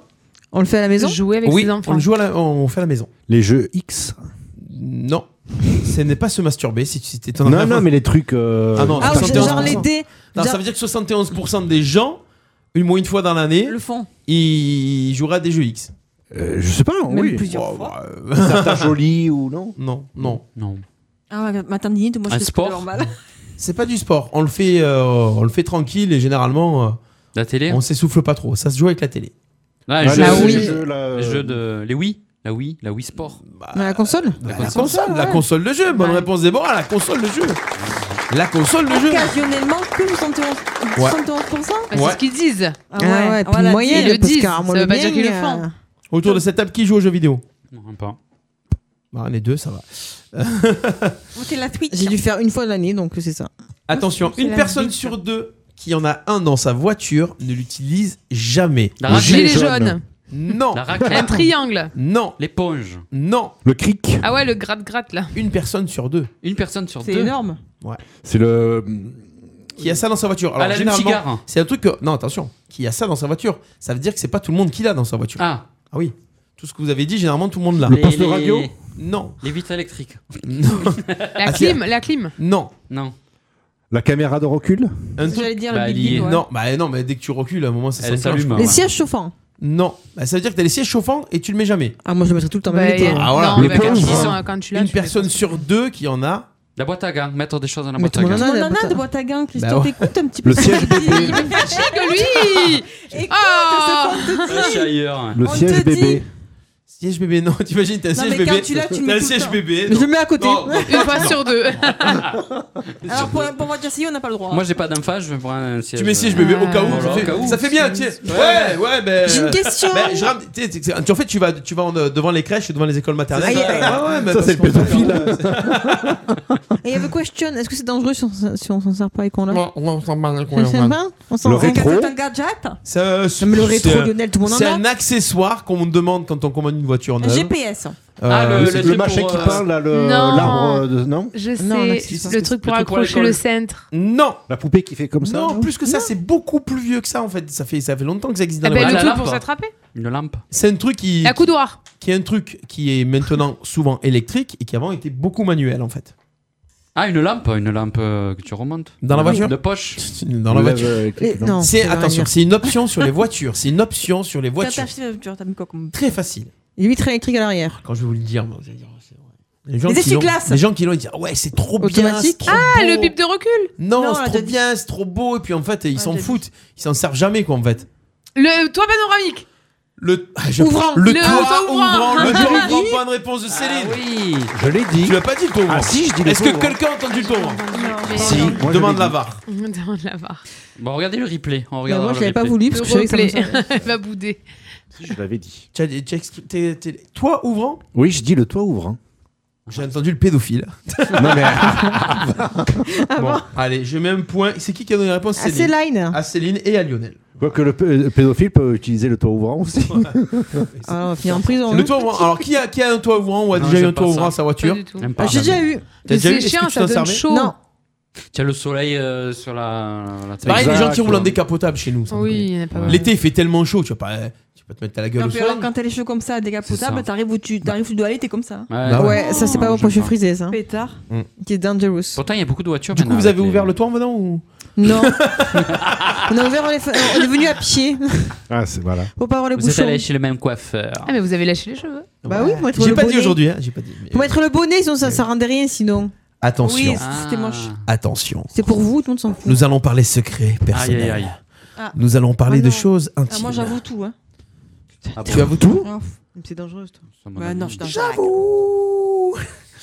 S7: On le fait à la maison
S2: Jouer avec
S6: oui,
S2: ses
S6: on
S2: enfants.
S6: le joue à la- on fait à la maison.
S9: Les jeux X
S6: Non. Ce n'est pas se masturber si tu si t'es en
S9: Non,
S6: avance.
S9: non, mais les trucs. euh,
S6: Ah non,
S7: Ah,
S6: c'est
S7: genre les dés.
S6: Non,
S7: Genre-
S6: ça veut dire que 71% des gens, une moins une fois dans l'année,
S10: Le fond.
S6: ils joueraient à des jeux X.
S9: Euh, je sais pas,
S10: Même
S9: oui.
S10: plusieurs Oh,
S9: *laughs*
S10: fois.
S9: bah, euh, Tata Jolie ou non
S6: *laughs* Non, non.
S8: Non.
S10: Ah, ouais, ma tendinite, moi je
S6: Un
S10: fais ce
S6: sport
S10: normal.
S6: *laughs* C'est pas du sport. On le fait, euh, on le fait tranquille et généralement. euh,
S8: la télé
S6: On s'essouffle pas trop. Ça se joue avec la télé.
S8: Ah, les jeux- les jeux- les jeux de. Les Wii La Wii La Wii Sport
S7: la console
S6: Bah, la console, la console de jeu. Bonne réponse Déborah, la console de jeu. La console de jeu. *laughs*
S10: Occasionnellement, que 71%.
S6: Ouais.
S10: 71%.
S6: c'est Ouais. ce
S2: qu'ils disent.
S10: Ah ouais, ah ouais, la-
S2: ils le disent. Ça veut pas dire qu'ils le font.
S6: Autour de cette table, qui joue aux jeux vidéo
S8: Non, pas.
S6: Bah, les deux, ça va. Euh,
S10: *laughs*
S7: J'ai dû faire une fois l'année, donc c'est ça.
S6: Attention,
S7: C'est
S6: une
S7: la
S6: personne
S7: bite.
S6: sur deux qui en a un dans sa voiture ne l'utilise jamais.
S8: La Le
S2: gilet gilet jaune. jaune.
S6: Non.
S8: La
S2: Un triangle.
S6: Non.
S8: L'éponge.
S6: Non.
S9: Le cric.
S2: Ah ouais, le gratte-gratte là.
S6: Une personne sur deux.
S8: Une personne sur
S2: C'est deux. énorme.
S6: Ouais.
S9: C'est le. euh,
S6: Qui a ça dans sa voiture.
S8: Ah, la
S6: généralement,
S8: lume cigare.
S6: C'est un truc que. Non, attention. Qui a ça dans sa voiture. Ça veut dire que c'est pas tout le monde qui l'a dans sa voiture.
S8: Ah.
S6: Ah oui. Tout ce que vous avez dit, généralement, tout le monde l'a.
S8: Les- les-
S6: Non.
S8: Les vitres *laughs* électriques.
S6: Non.
S2: La clim, la clim.
S6: Ah, Non.
S8: Non.
S9: La caméra de recul
S6: Un
S7: que
S6: truc-
S7: j'allais dire, le Bah, Big elle y Deal, est. ouais.
S6: Non, bah non, mais dès que tu recules, à un moment, ça
S8: Elle
S6: s'enclenche,
S8: s'allume,
S6: quoi.
S7: Les sièges chauffants.
S6: Non, Bah, ça veut dire que t'as les sièges chauffants et tu le mets jamais.
S7: Ah, moi je le mettrais tout le temps.
S2: Bah,
S7: même l'été.
S2: et-
S6: Ah, voilà.
S2: non,
S6: Les
S2: bah, quand,
S6: pauvres.
S2: ils sont- quand tu l'as,
S6: Une
S2: tu l'as.
S6: personne sur deux qui en a.
S8: La boîte à gants, mettre des choses dans la
S6: Mais
S8: boîte à
S6: tout le
S8: gants.
S6: monde
S10: On en a de boîte à gants, Christian,
S8: ouais.
S10: t'écoutes un petit peu.
S8: Le siège
S10: bébé.
S6: *laughs*
S2: lui
S10: Écoute
S2: Ah.
S10: ce qu'on te dit.
S9: Le siège bébé.
S6: Siège bébé, non, *laughs* t'imagines, t'as un
S10: Non,
S6: siège
S10: mais
S6: bébé.
S10: quand tu l'as, tu le mets
S6: T'as un
S10: tout le
S6: siège
S10: temps.
S6: bébé.
S7: Mais je
S6: non.
S7: le mets à côté.
S10: *laughs*
S6: Non, non,
S2: Une fois sur deux.
S10: Alors pour, pour voiture si on n'a pas
S7: Oh.
S10: le droit.
S8: Moi, j'ai pas d'enfant, je vais prendre un siège. euh,
S6: Tu mets siège bébé au cas où.
S8: Voilà,
S6: tu
S8: au
S6: fais-
S8: cas où.
S6: Ça fait bien, tiens. Ouais, ouais, ben.
S8: J'ai une question.
S6: ben, je ram- tu sais, tu sais, tu- en fait, tu vas, tu vas en, euh, devant les crèches et devant les écoles maternelles.
S7: C'est ça.
S6: ouais, ouais, mais
S9: Ça,
S6: parce
S9: c'est le
S6: qu'on-
S7: Et il y avait question est-ce que c'est dangereux si on, s- si on s'en sert pas et qu'on l'a
S6: Ouais, on s'en parle.
S7: On s'en bat On s'en
S6: Le
S7: bat
S6: rétro.
S7: Quand t'as
S10: un gadget
S6: C'est un-
S7: mais le rétro,
S6: c'est un-
S7: Lionel, tout le monde en
S6: C'est
S7: a.
S6: un accessoire qu'on me demande quand on commande une voiture
S10: Un
S6: neuve.
S10: GPS.
S6: Euh,
S9: Ah, le- le
S6: truc
S9: machin
S6: pour,
S9: qui
S6: euh,
S9: parle, là, le-
S2: Non.
S9: l'arbre euh, de. Non
S2: Je sais,
S9: Non, on a-
S2: le truc pour accrocher le centre.
S6: Non
S9: La poupée qui fait comme ça
S6: Non, plus que ça, c'est beaucoup plus vieux que ça en fait. Ça fait, ça fait longtemps que ça existe dans
S2: Ah
S6: les
S2: ben, le
S6: voitures.
S2: truc pour s'attraper.
S8: Une lampe.
S6: C'est un truc qui.
S2: La coudoir.
S6: Qui est un truc qui est maintenant *laughs* souvent électrique et qui avant était beaucoup manuel en fait.
S8: Ah, une lampe, une lampe euh, que tu remontes.
S6: Dans
S8: Une
S6: la voiture
S8: lampe De
S6: *laughs*
S8: poche.
S6: Dans la
S9: euh,
S6: voiture. C'est- attention, c'est une option sur les voitures. C'est une option sur les
S10: T'as
S6: voitures.
S10: acheté la voiture, t'as mis quoi comme.
S6: Très facile.
S7: Les vitres électriques à l'arrière.
S6: Quand je vais vous le dire, moi, vous allez dire, oh, c'est vrai. Les gens,
S7: Les
S6: qui l'ont,
S7: essuie-glaces.
S6: les gens qui l'ont, ils disent ah ouais, c'est trop bien. c'est
S7: Automatique.
S6: trop
S2: Ah,
S6: beau.
S2: le bip de recul.
S6: Non,
S2: Non,
S6: c'est
S2: là,
S6: trop bien, c'est trop beau. Et puis en fait, ils s'en foutent. Ils s'en servent jamais, quoi, en fait.
S2: Le toit panoramique.
S6: Le, ah, je-
S2: Ouvrant.
S6: le,
S2: Le
S6: toit
S2: auto-ouvrant.
S6: ouvrant, le
S2: Je
S6: toit
S2: l'ai
S6: ouvrant.
S2: dit.
S6: Bonne réponse de Céline.
S8: oui.
S9: Je l'ai dit.
S6: Tu l'as pas dit le toit ouvrant.
S9: Ah si, je dis le
S6: Est-ce
S9: toit
S6: que
S9: ouvrant.
S6: quelqu'un a entendu le toit ouvrant
S2: mais-
S6: Si,
S2: Moi, je l'ai
S6: demande
S9: dit.
S6: la barre.
S2: Demande la barre.
S8: Bon, regardez le replay. On
S7: moi,
S8: regardera
S7: je
S8: le
S7: l'avais pas
S8: replay.
S7: voulu.
S2: Le
S7: parce que je savais que ça me
S2: replay.
S7: servait.
S2: Elle *laughs* va bouder.
S9: Je l'avais dit.
S6: T'as- t'as expli- t'es- t'es- Toit ouvrant
S9: Oui, je dis le toit ouvrant.
S6: J'ai entendu le pédophile.
S9: non, mais. euh,
S6: Bon, allez, je mets un point. C'est qui qui a donné la réponse
S7: Ah, c'est Line.
S6: À Céline et à Lionel.
S9: Quoique le p- le pédophile peut utiliser le toit ouvrant aussi.
S7: Alors, on va finir en prison.
S6: Le toit ouvrant. Alors, qui a, qui a un toit ouvrant ou a déjà eu un toit ouvrant à sa voiture
S7: Ah, J'ai déjà eu.
S6: T'as déjà eu- est-ce que tu t'en servais
S7: Non.
S8: Tu as le soleil euh, sur la, la tête.
S6: Pareil, les gens qui roulent en décapotable chez nous. sans
S2: Oui, il y en a pas
S6: déconner.
S2: mal.
S6: L'été, il fait tellement chaud, tu vas pas, tu vas pas te mettre à la gueule
S10: Non,
S6: au
S10: puis
S6: soleil.
S10: alors, quand t'as les cheveux comme ça,
S6: C'est ça.
S10: décapotable, t'arrives où tu t'arrives où tu dois aller, t'es comme ça. Oh.
S7: Ouais, ça c'est pas bon pour cheveux frisés, ça.
S10: Pétard.
S9: Mm.
S7: Qui est dangerous.
S8: Pourtant, il y a beaucoup de voitures.
S6: Du coup, vous avez ouvert le toit en venant ou
S7: Non. on a ouvert, on est, fa- on est venu à pied.
S9: Ah, c'est voilà.
S7: Faut pas avoir le
S8: Vous êtes
S7: bouchon.
S8: allé chez le même coiffeur.
S2: Ah, mais vous avez lâché les cheveux.
S7: Bah oui, pour mettre
S6: J'ai
S7: le
S6: pas dit
S7: bonnet.
S6: aujourd'hui, hein, j'ai pas dit. mais-
S7: Pour mettre le bonnet, sinon ça, ça rendait rien sinon.
S6: Attention. Ah.
S7: Oui, c'était moche.
S6: Attention.
S7: C'est pour vous, tout le monde s'en fout. Ah,
S6: Nous allons parler secret, personnel.
S8: Aïe, aïe, aïe.
S10: Ah.
S6: Nous allons parler
S10: Ah
S6: de
S10: non.
S6: choses
S10: Ah,
S6: intimes.
S10: moi j'avoue tout. Hein.
S6: tu avoues tout
S10: Oh,
S7: Ah, C'est dangereux, toi.
S10: bah, non, je
S6: J'avoue.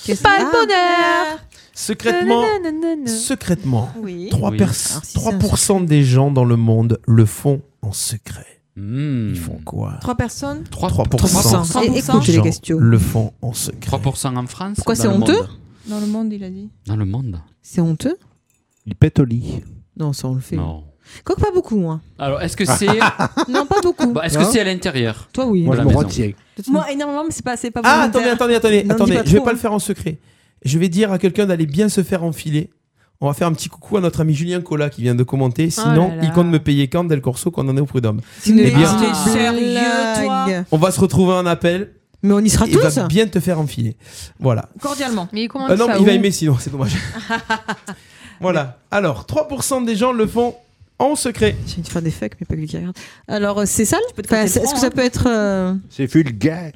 S10: C'est
S2: Pas le
S7: Ah.
S2: bonheur.
S6: Secrètement,
S2: Nananana.
S6: secrètement,
S2: Oui.
S6: 3,
S2: Oui. Alors, si c'est un
S6: 3% des gens dans le monde le font en secret.
S8: Ils
S6: font quoi
S10: Trois personnes.
S6: 3%,
S7: Et-
S6: des
S7: écoute, j'ai
S6: gens
S7: des questions.
S6: le font en secret.
S8: 3% en France.
S7: Pourquoi
S8: dans
S7: c'est
S8: le
S7: honteux
S8: monde.
S10: Dans le monde, il a dit.
S8: Dans le monde.
S7: C'est honteux
S9: Il pète au lit.
S7: Non, ça on le fait.
S8: Non.
S7: Quoique pas beaucoup,
S10: *laughs*
S7: moi.
S8: Alors, est-ce que c'est.
S7: non, pas beaucoup.
S8: Ah. *laughs* Bah, est-ce que c'est à l'intérieur
S7: Toi, oui.
S8: de
S9: Moi,
S8: la
S9: je me
S8: maison
S9: retiens.
S10: Moi énormément, mais c'est pas, c'est pas
S6: Ah, attendez,
S10: volontaire.
S6: attendez, attendez,
S10: Non, dis
S6: attendez.
S10: pas
S6: je vais
S10: trop,
S6: pas
S10: hein.
S6: le faire en secret. Je vais dire à quelqu'un d'aller bien se faire enfiler. On va faire un petit coucou à notre ami Julien Collat qui vient de commenter. Sinon,
S10: là là.
S6: il compte me payer quand Del Corso qu'on en est au prud'homme.
S7: C'est une
S6: Eh bien,
S7: blague.
S10: sérieux, toi
S6: on va se retrouver en appel.
S7: Mais on y sera
S6: il
S7: tous.
S6: va bien te faire enfiler. Voilà.
S10: Cordialement.
S2: Mais il commande
S6: Ah non,
S2: ça
S6: il va *laughs*
S2: où
S6: aimer sinon, c'est dommage. voilà. Alors, 3% des gens le font en secret.
S7: J'ai envie de faire des fakes, mais pas vulgaire. Alors, euh, c'est sale Enfin, c'est- Est-ce que ça
S6: hein.
S7: peut être. euh,
S9: C'est vulgaire.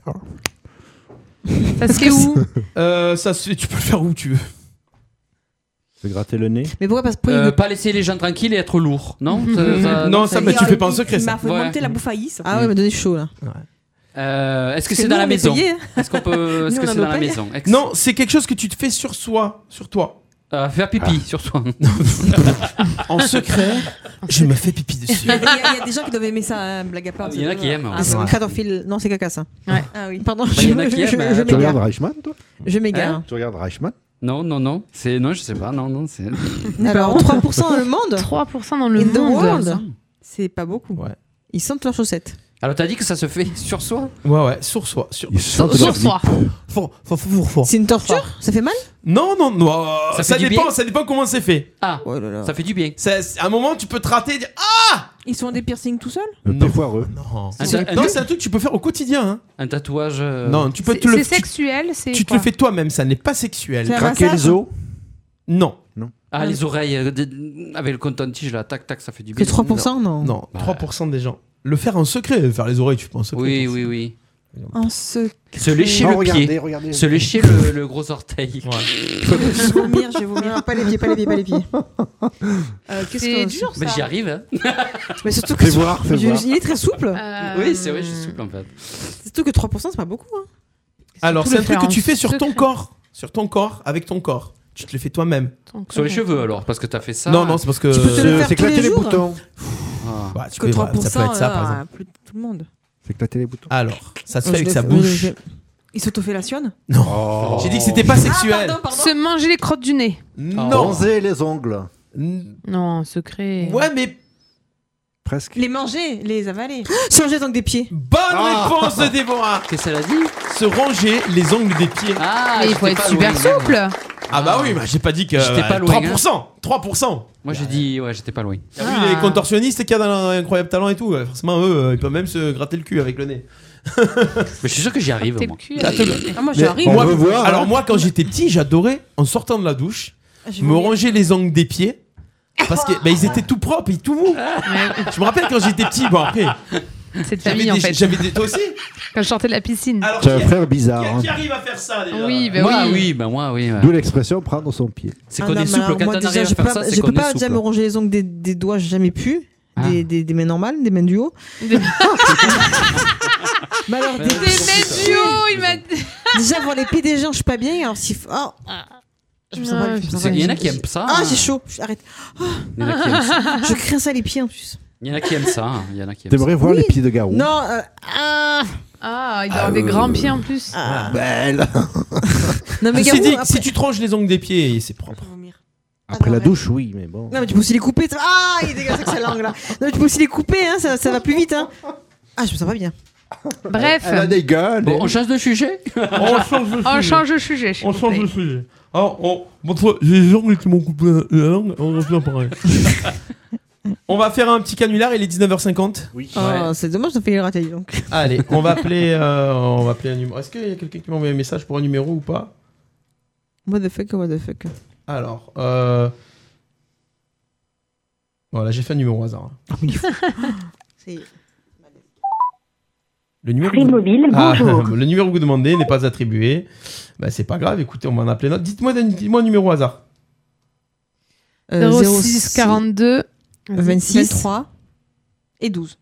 S2: Ça se fait où
S6: Euh, ça, se- tu peux le faire où tu veux.
S9: Se gratter le nez.
S7: Mais pourquoi parce que.
S8: Euh, Pas laisser les gens tranquilles et être lourd, non
S7: *laughs*
S6: Non, euh, ça, mais tu fais pas en secret, ça.
S10: faut monter la bouffe à Is.
S7: Ah ouais, mais donnez chaud là.
S8: Euh, Est-ce que
S7: Parce que
S8: c'est dans
S7: nous,
S8: la
S7: on est
S8: maison
S7: payés.
S8: Est-ce qu'on peut Est-ce
S7: Nous,
S8: que
S7: on a
S8: c'est
S7: nos
S8: dans la
S7: paniers.
S8: maison Ex-
S6: Non, c'est quelque chose que tu te fais sur soi, sur toi.
S8: Euh, Faire pipi sur
S6: *laughs*
S8: toi.
S7: *laughs*
S6: En secret, je me fais pipi dessus.
S7: Il y, a- il y a des gens qui doivent aimer ça,
S10: euh,
S7: hein, blague à part.
S8: Il y en a qui aiment, ouais.
S7: Ah, c'est
S8: Ouais.
S7: Cadorfil. Non, c'est caca ça.
S8: Ouais.
S7: Ah oui, pardon.
S8: Bah,
S7: je
S8: il y en a
S7: me-
S8: qui aiment,
S7: je-
S8: euh,
S7: je
S8: tu
S7: m'égare.
S8: regardes
S9: Reichmann, toi
S7: Je m'égare.
S9: Tu regardes Reichmann
S8: Hein Non, non, non. C'est non, je sais pas. Non, non,
S7: *laughs*
S8: c'est.
S7: Alors, 3% dans le monde
S2: 3% dans le
S7: In the
S2: monde.
S7: world. C'est pas beaucoup. Ils sentent leurs chaussettes.
S8: Alors t'as dit que ça se fait sur soi
S6: Ouais, ouais, sur soi. Sur,
S8: sentent Sur leur soi.
S7: C'est une torture Ça fait mal
S6: Non, non, non. euh,
S8: Ça fait
S6: Ça,
S8: du
S6: dépend,
S8: bien
S6: ça dépend comment c'est fait.
S8: Ah,
S7: Oh
S8: ça fait du bien.
S6: à un moment, tu peux te rater et dire Ah
S10: Ils sont des piercings tout seuls
S9: Le foireux.
S6: Non,
S2: Ah,
S8: Un
S6: c'est
S8: ta-
S6: non,
S8: un-
S6: c'est un truc que tu peux faire au quotidien. hein.
S8: Un tatouage. euh,
S6: Non, tu peux
S2: C'est
S6: te le,
S2: c'est
S6: tu,
S2: sexuel, c'est.
S6: tu te
S2: quoi
S6: le fais toi-même, ça n'est pas sexuel.
S2: C'est un Craquer massage les os
S6: Non.
S8: Ah, les oreilles euh, d- avec le coton-tige là, tac, tac, ça fait du
S6: Que
S8: bien.
S6: 3%,
S7: non
S6: Non,
S8: Bah.
S6: 3% des gens. Le faire en secret, faire les oreilles, tu penses.
S8: Oui, oui, oui.
S10: En secret.
S8: Se lécher
S6: Non,
S8: le
S6: regardez,
S8: pied.
S6: regardez.
S8: Se lécher le, le gros orteil.
S7: Je vais vomir, je vais vomir. Pas les pieds, pas les pieds, pas les pieds.
S9: *laughs*
S7: Euh,
S2: C'est dur ça.
S8: Mais j'y arrive. Hein.
S7: Mais surtout
S8: Fais
S7: que.
S8: voir, fais
S7: je-
S8: voir.
S7: Il est très souple.
S6: Euh,
S8: Oui, c'est vrai, je suis souple en fait.
S7: Euh, Surtout que 3%, c'est pas beaucoup. hein.
S6: Alors,
S7: Surtout
S6: c'est
S7: le
S6: un truc
S7: faire
S6: que tu
S7: en
S6: fais sur ton
S7: secret.
S6: corps. Sur ton corps, avec ton corps. Tu te le fais toi-même.
S8: Sur les cheveux alors, parce que t'as fait ça.
S6: Non, non, c'est parce que.
S8: Tu peux te le
S6: euh,
S8: faire
S6: c'est
S8: tous les
S6: éclater
S8: jours.
S6: Ah. Ouais, tu
S10: Que
S6: peux- ça peut
S10: 3%,
S6: être ça, par
S10: euh,
S6: exemple.
S10: plus de- tout le monde. Euh,
S9: S'éclater les boutons.
S6: Alors, ça se
S10: Oh, Je
S6: fait avec
S10: le
S6: sa
S10: fais-
S6: bouche.
S10: Ils s'autofellationnent
S6: Non. Oh. J'ai dit que c'était pas
S9: Ah,
S6: sexuel.
S2: Se manger les crottes du nez.
S6: Non.
S9: Bronzer les ongles.
S2: Non, secret.
S6: Ouais, mais.
S9: Presque.
S10: Les manger,
S2: *gasps*
S10: les avaler.
S7: Se manger donc des pieds.
S6: Bonne
S10: Ah.
S6: réponse de Déborah
S8: Qu'est-ce qu'elle a dit
S6: Se ronger les ongles des pieds.
S8: Ah,
S2: Mais il faut
S8: j'étais
S2: être
S8: pas
S2: super
S8: loin,
S2: souple.
S6: Ah bah oui, mais j'ai pas dit que. euh,
S8: J'étais pas loin, hein.
S6: 3%. 3%.
S8: Moi j'ai dit, ouais, j'étais pas loin.
S6: T'as vu
S9: Ah.
S6: les contorsionnistes qui ont un incroyable talent et tout ouais, Forcément, eux, euh, ils peuvent même se gratter le cul avec le nez.
S8: *laughs* Mais je suis sûr que j'y arrive.
S2: T'es
S8: moi.
S2: cul. Ah, moi, j'arrive.
S6: Moi,
S2: On veut voir,
S6: alors
S2: hein.
S6: moi, quand j'étais petit, j'adorais, en sortant de la douche,
S7: Ah,
S2: Je
S6: me
S2: voulais-
S6: ranger les ongles des pieds. Parce que bah, ils étaient tout propres et tout mous. Je me rappelle quand j'étais petit, bon après.
S2: C'est de
S6: j'avais
S2: famille
S6: des-
S2: en fait.
S6: J'avais des. Toi aussi
S2: *laughs* Quand je sortais de la piscine.
S9: C'est
S6: Euh,
S9: un frère bizarre. hein.
S6: Qui arrive à faire ça déjà
S2: Oui, bah
S8: Moi,
S6: Ah
S2: oui.
S8: oui, bah moi, oui. ouais.
S9: D'où l'expression prendre son pied.
S8: C'est
S7: Ah
S8: qu'on
S7: non,
S8: est
S7: mais
S8: souple.
S7: alors,
S8: Quand
S7: moi,
S8: t'en
S7: déjà,
S8: arrives
S7: je
S8: à
S7: peux
S8: faire
S7: pas,
S8: ça, c'est
S7: je peux
S8: qu'on
S7: pas
S8: est
S7: déjà me
S8: souple.
S7: ronger les ongles des, des doigts, j'ai jamais pu.
S2: Ah.
S7: Des, des, des mains normales, des mains du
S2: *laughs*
S7: haut. Mais alors,
S2: Des médios, il m'a.
S7: *laughs* Déjà, voir les pieds des gens, je suis pas bien. Alors, si. Oh. Je me sens pas- je me sens
S8: C'est-
S7: pas
S8: il y
S7: bien.
S8: en a qui aiment ça. hein.
S7: Ah,
S2: euh,
S7: j'ai chaud. Je- Arrête. Oh.
S8: Il y en a qui aiment ça.
S7: *laughs* Je crains ça les pieds en plus.
S8: Il y en a qui aiment ça. hein. Il y en a qui aiment
S9: T'aimerais
S8: ça.
S9: voir les pieds de Garou
S7: Non. euh, ah.
S2: Ah, il doit avoir des grands pieds en plus.
S7: Ah,
S9: Belle
S7: Non,
S6: Ceci
S7: mais Garou,
S6: dit,
S7: après-
S6: si tu te ranges les ongles des pieds, c'est propre.
S9: Après la douche, oui, mais bon.
S7: Non, mais tu peux aussi les couper. ça- Ah, il est dégueulasse avec sa langue là. Non, mais tu peux aussi les couper, hein, ça, ça va plus vite. Hein. Ah, je me sens pas bien. *laughs*
S2: Bref.
S9: Elle a des gueules.
S8: Bon, on change de sujet
S6: On change de
S2: On
S6: sujet.
S2: change de sujet. s'il
S6: On
S2: vous
S6: change
S2: plaît.
S6: de sujet. Alors, on... bon, toi, oh, j'ai les ongles qui m'ont coupé la- la langue, on revient hein. pareil. *laughs* on va faire un petit canular, il est 19h50.
S9: Oui.
S7: Ah, c'est dommage, ça fait les ratés, dis donc. *laughs*
S6: Allez, on va appeler, euh, on va appeler un numéro. Est-ce qu'il y a quelqu'un qui m'a envoyé un message pour un numéro ou pas
S7: What the fuck, what the fuck.
S6: Alors, euh... Voilà, j'ai fait un numéro au hasard. hein. Le numéro, que vous-
S12: Mobile,
S6: Ah,
S12: bonjour.
S6: *laughs* le numéro que vous demandez n'est pas attribué. Bah, c'est pas grave, écoutez, on va en appeler un autre. Dites-moi dites un numéro au hasard.
S7: Euh,
S2: 06 42
S7: 26,
S10: 3 et 12.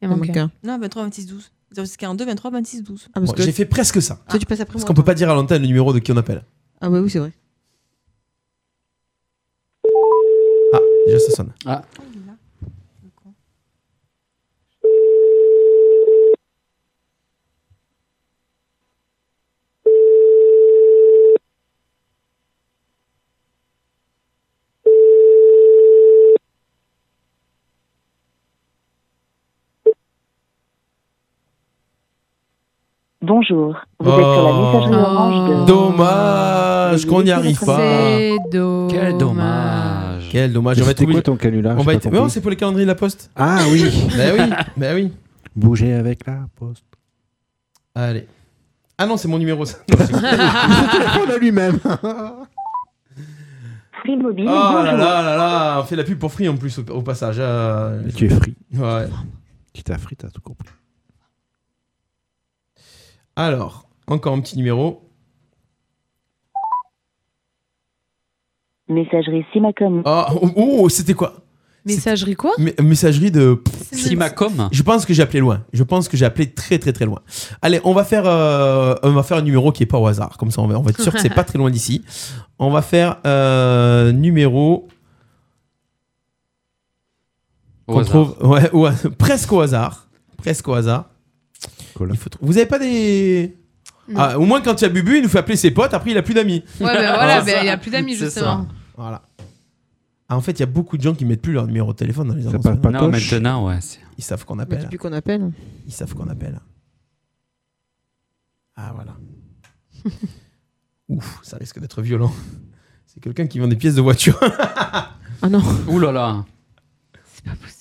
S2: Il en manque
S7: manque un.
S10: Non, 23, 26, 12. 06, 42, 23, 26, 12.
S7: Ah, parce
S6: Bon,
S7: que
S6: J'ai fait presque ça.
S7: toi, tu passes après
S6: Parce
S7: moi.
S6: qu'on peut pas dire à l'antenne le numéro de qui on appelle.
S7: Ah, bah oui, c'est vrai.
S6: Ah, déjà ça sonne.
S8: Ah.
S12: Bonjour, vous
S6: Oh.
S12: êtes sur la messagerie orange de...
S6: Dommage Ah, qu'on n'y arrive pas.
S2: C'est dommage.
S8: Quel dommage.
S6: Quel dommage. On va être
S9: C'était quoi
S6: obligé-
S9: ton canular
S6: On
S9: J'ai
S6: va
S9: pas
S6: être-
S9: compris.
S6: Non, c'est pour les calendriers de la Poste.
S9: Ah
S6: *laughs*
S9: oui
S6: Bah oui, bah oui.
S9: Bouger avec la poste.
S6: Allez.
S9: *laughs*
S6: Ah non, c'est mon numéro. ça. *laughs*
S9: Il se téléphone à lui-même.
S14: Free Mobile.
S6: Oh
S14: *laughs*
S6: là
S14: bonjour.
S6: là là là, on fait la pub pour Free en plus au, au passage. euh,
S9: tu es Free.
S6: Ouais.
S9: Quitte à Free, t'as tout compris.
S6: Alors, encore un petit numéro.
S14: Messagerie Simacom.
S6: Ah, oh, oh, c'était quoi *laughs*
S2: Messagerie quoi
S6: Mais- Messagerie de. pff,
S8: Simacom.
S6: Je pense que j'ai appelé loin. Je pense que j'ai appelé très très très loin. Allez, on va faire, euh, on va faire un numéro qui est pas au hasard. Comme ça, on va, on va être sûr que
S2: *laughs*
S6: c'est pas très loin d'ici. On va faire euh, numéro.
S8: Au
S6: qu'on
S8: hasard.
S6: trouve ouais, au has- presque au hasard, presque au hasard. Il faut tr- Vous avez pas des
S2: Non.
S6: Ah, au moins quand il y a Bubu, il nous fait appeler ses potes. Après, il a plus d'amis.
S2: Ouais, ben voilà, ben, il a plus d'amis,
S6: Ah, C'est
S2: justement. Oh
S6: ça. Voilà. Ah, en fait, il y a beaucoup de gens qui mettent plus leur numéro de téléphone dans les annonces.
S8: parle pas
S6: maintenant.
S8: Non, poche. maintenant, ouais, c'est-
S6: Ils savent qu'on
S7: Mais
S6: appelle. hein.
S7: depuis qu'on appelle.
S6: Ils savent qu'on appelle. Ah
S2: *laughs*
S6: voilà. Ouf, ça risque d'être violent. *laughs* C'est quelqu'un qui vend des pièces de voiture.
S7: *laughs* ah non.
S8: Ouh là là.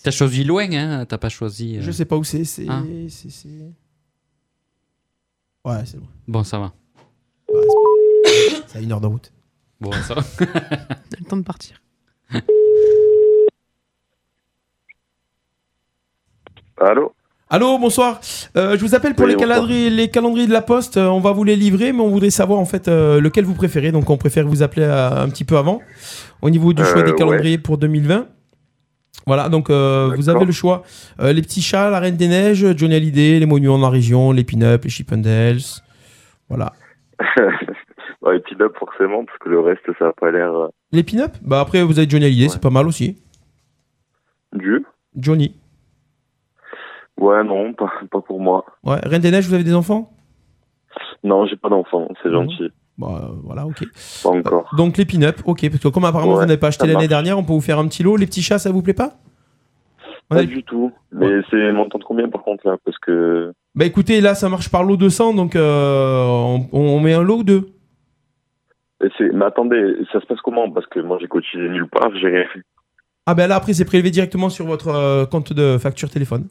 S8: T'as choisi loin, hein T'as pas choisi. euh,
S6: Je sais pas où c'est. C'est.
S8: hein
S6: c'est- c'est- Ouais, c'est bon.
S8: Bon, ça va.
S6: Ça a une heure de route.
S8: Bon, ça
S7: *laughs*
S8: va. Ah,
S2: le temps de partir.
S15: *laughs*
S6: Allô Allô, bonsoir. Euh, je vous appelle pour
S15: Oui,
S6: les,
S15: bonsoir.
S6: calendriers, les calendriers de la poste. Euh, on va vous les livrer, mais on voudrait savoir en fait euh, lequel vous préférez. Donc on préfère vous appeler euh, un petit peu avant au niveau du choix
S15: Euh,
S6: des
S15: ouais.
S6: calendriers pour 2020. Voilà, donc euh, vous avez le choix. Euh, les petits chats, la Reine des Neiges, Johnny Hallyday, les Monuments de la Région, les Pin-Up, les Chippendales.
S15: *laughs*
S6: Voilà.
S15: ouais, et puis Bah, là, forcément, parce que le reste, ça a pas l'air euh,
S6: Les Pin-Up Bah après, vous avez Johnny Hallyday, c'est pas mal aussi.
S15: du.
S6: Johnny.
S15: Ouais, non, pas, pas pour moi.
S6: Ouais, Reine des Neiges, vous avez des enfants
S15: Non, j'ai pas d'enfant, c'est gentil.
S6: Bah, euh, voilà, ok.
S15: Pas encore.
S6: Donc les pin-up, ok, parce que comme apparemment vous
S15: Ouais,
S6: n'avez pas acheté
S15: ça
S6: l'année
S15: marche.
S6: dernière, on peut vous faire un petit lot. Les petits chats, ça vous plaît pas On
S15: Pas
S6: a-
S15: du tout. Mais c'est montant de combien par contre là Parce que.
S6: Bah écoutez, là ça marche par lot 200, donc euh, on, on met un lot ou deux.
S15: Et c'est- Mais attendez, ça se passe comment Parce que moi, j'ai cotisé nulle part, j'ai rien fait.
S6: Ah ben là après c'est prélevé directement sur votre euh, compte de facture téléphone.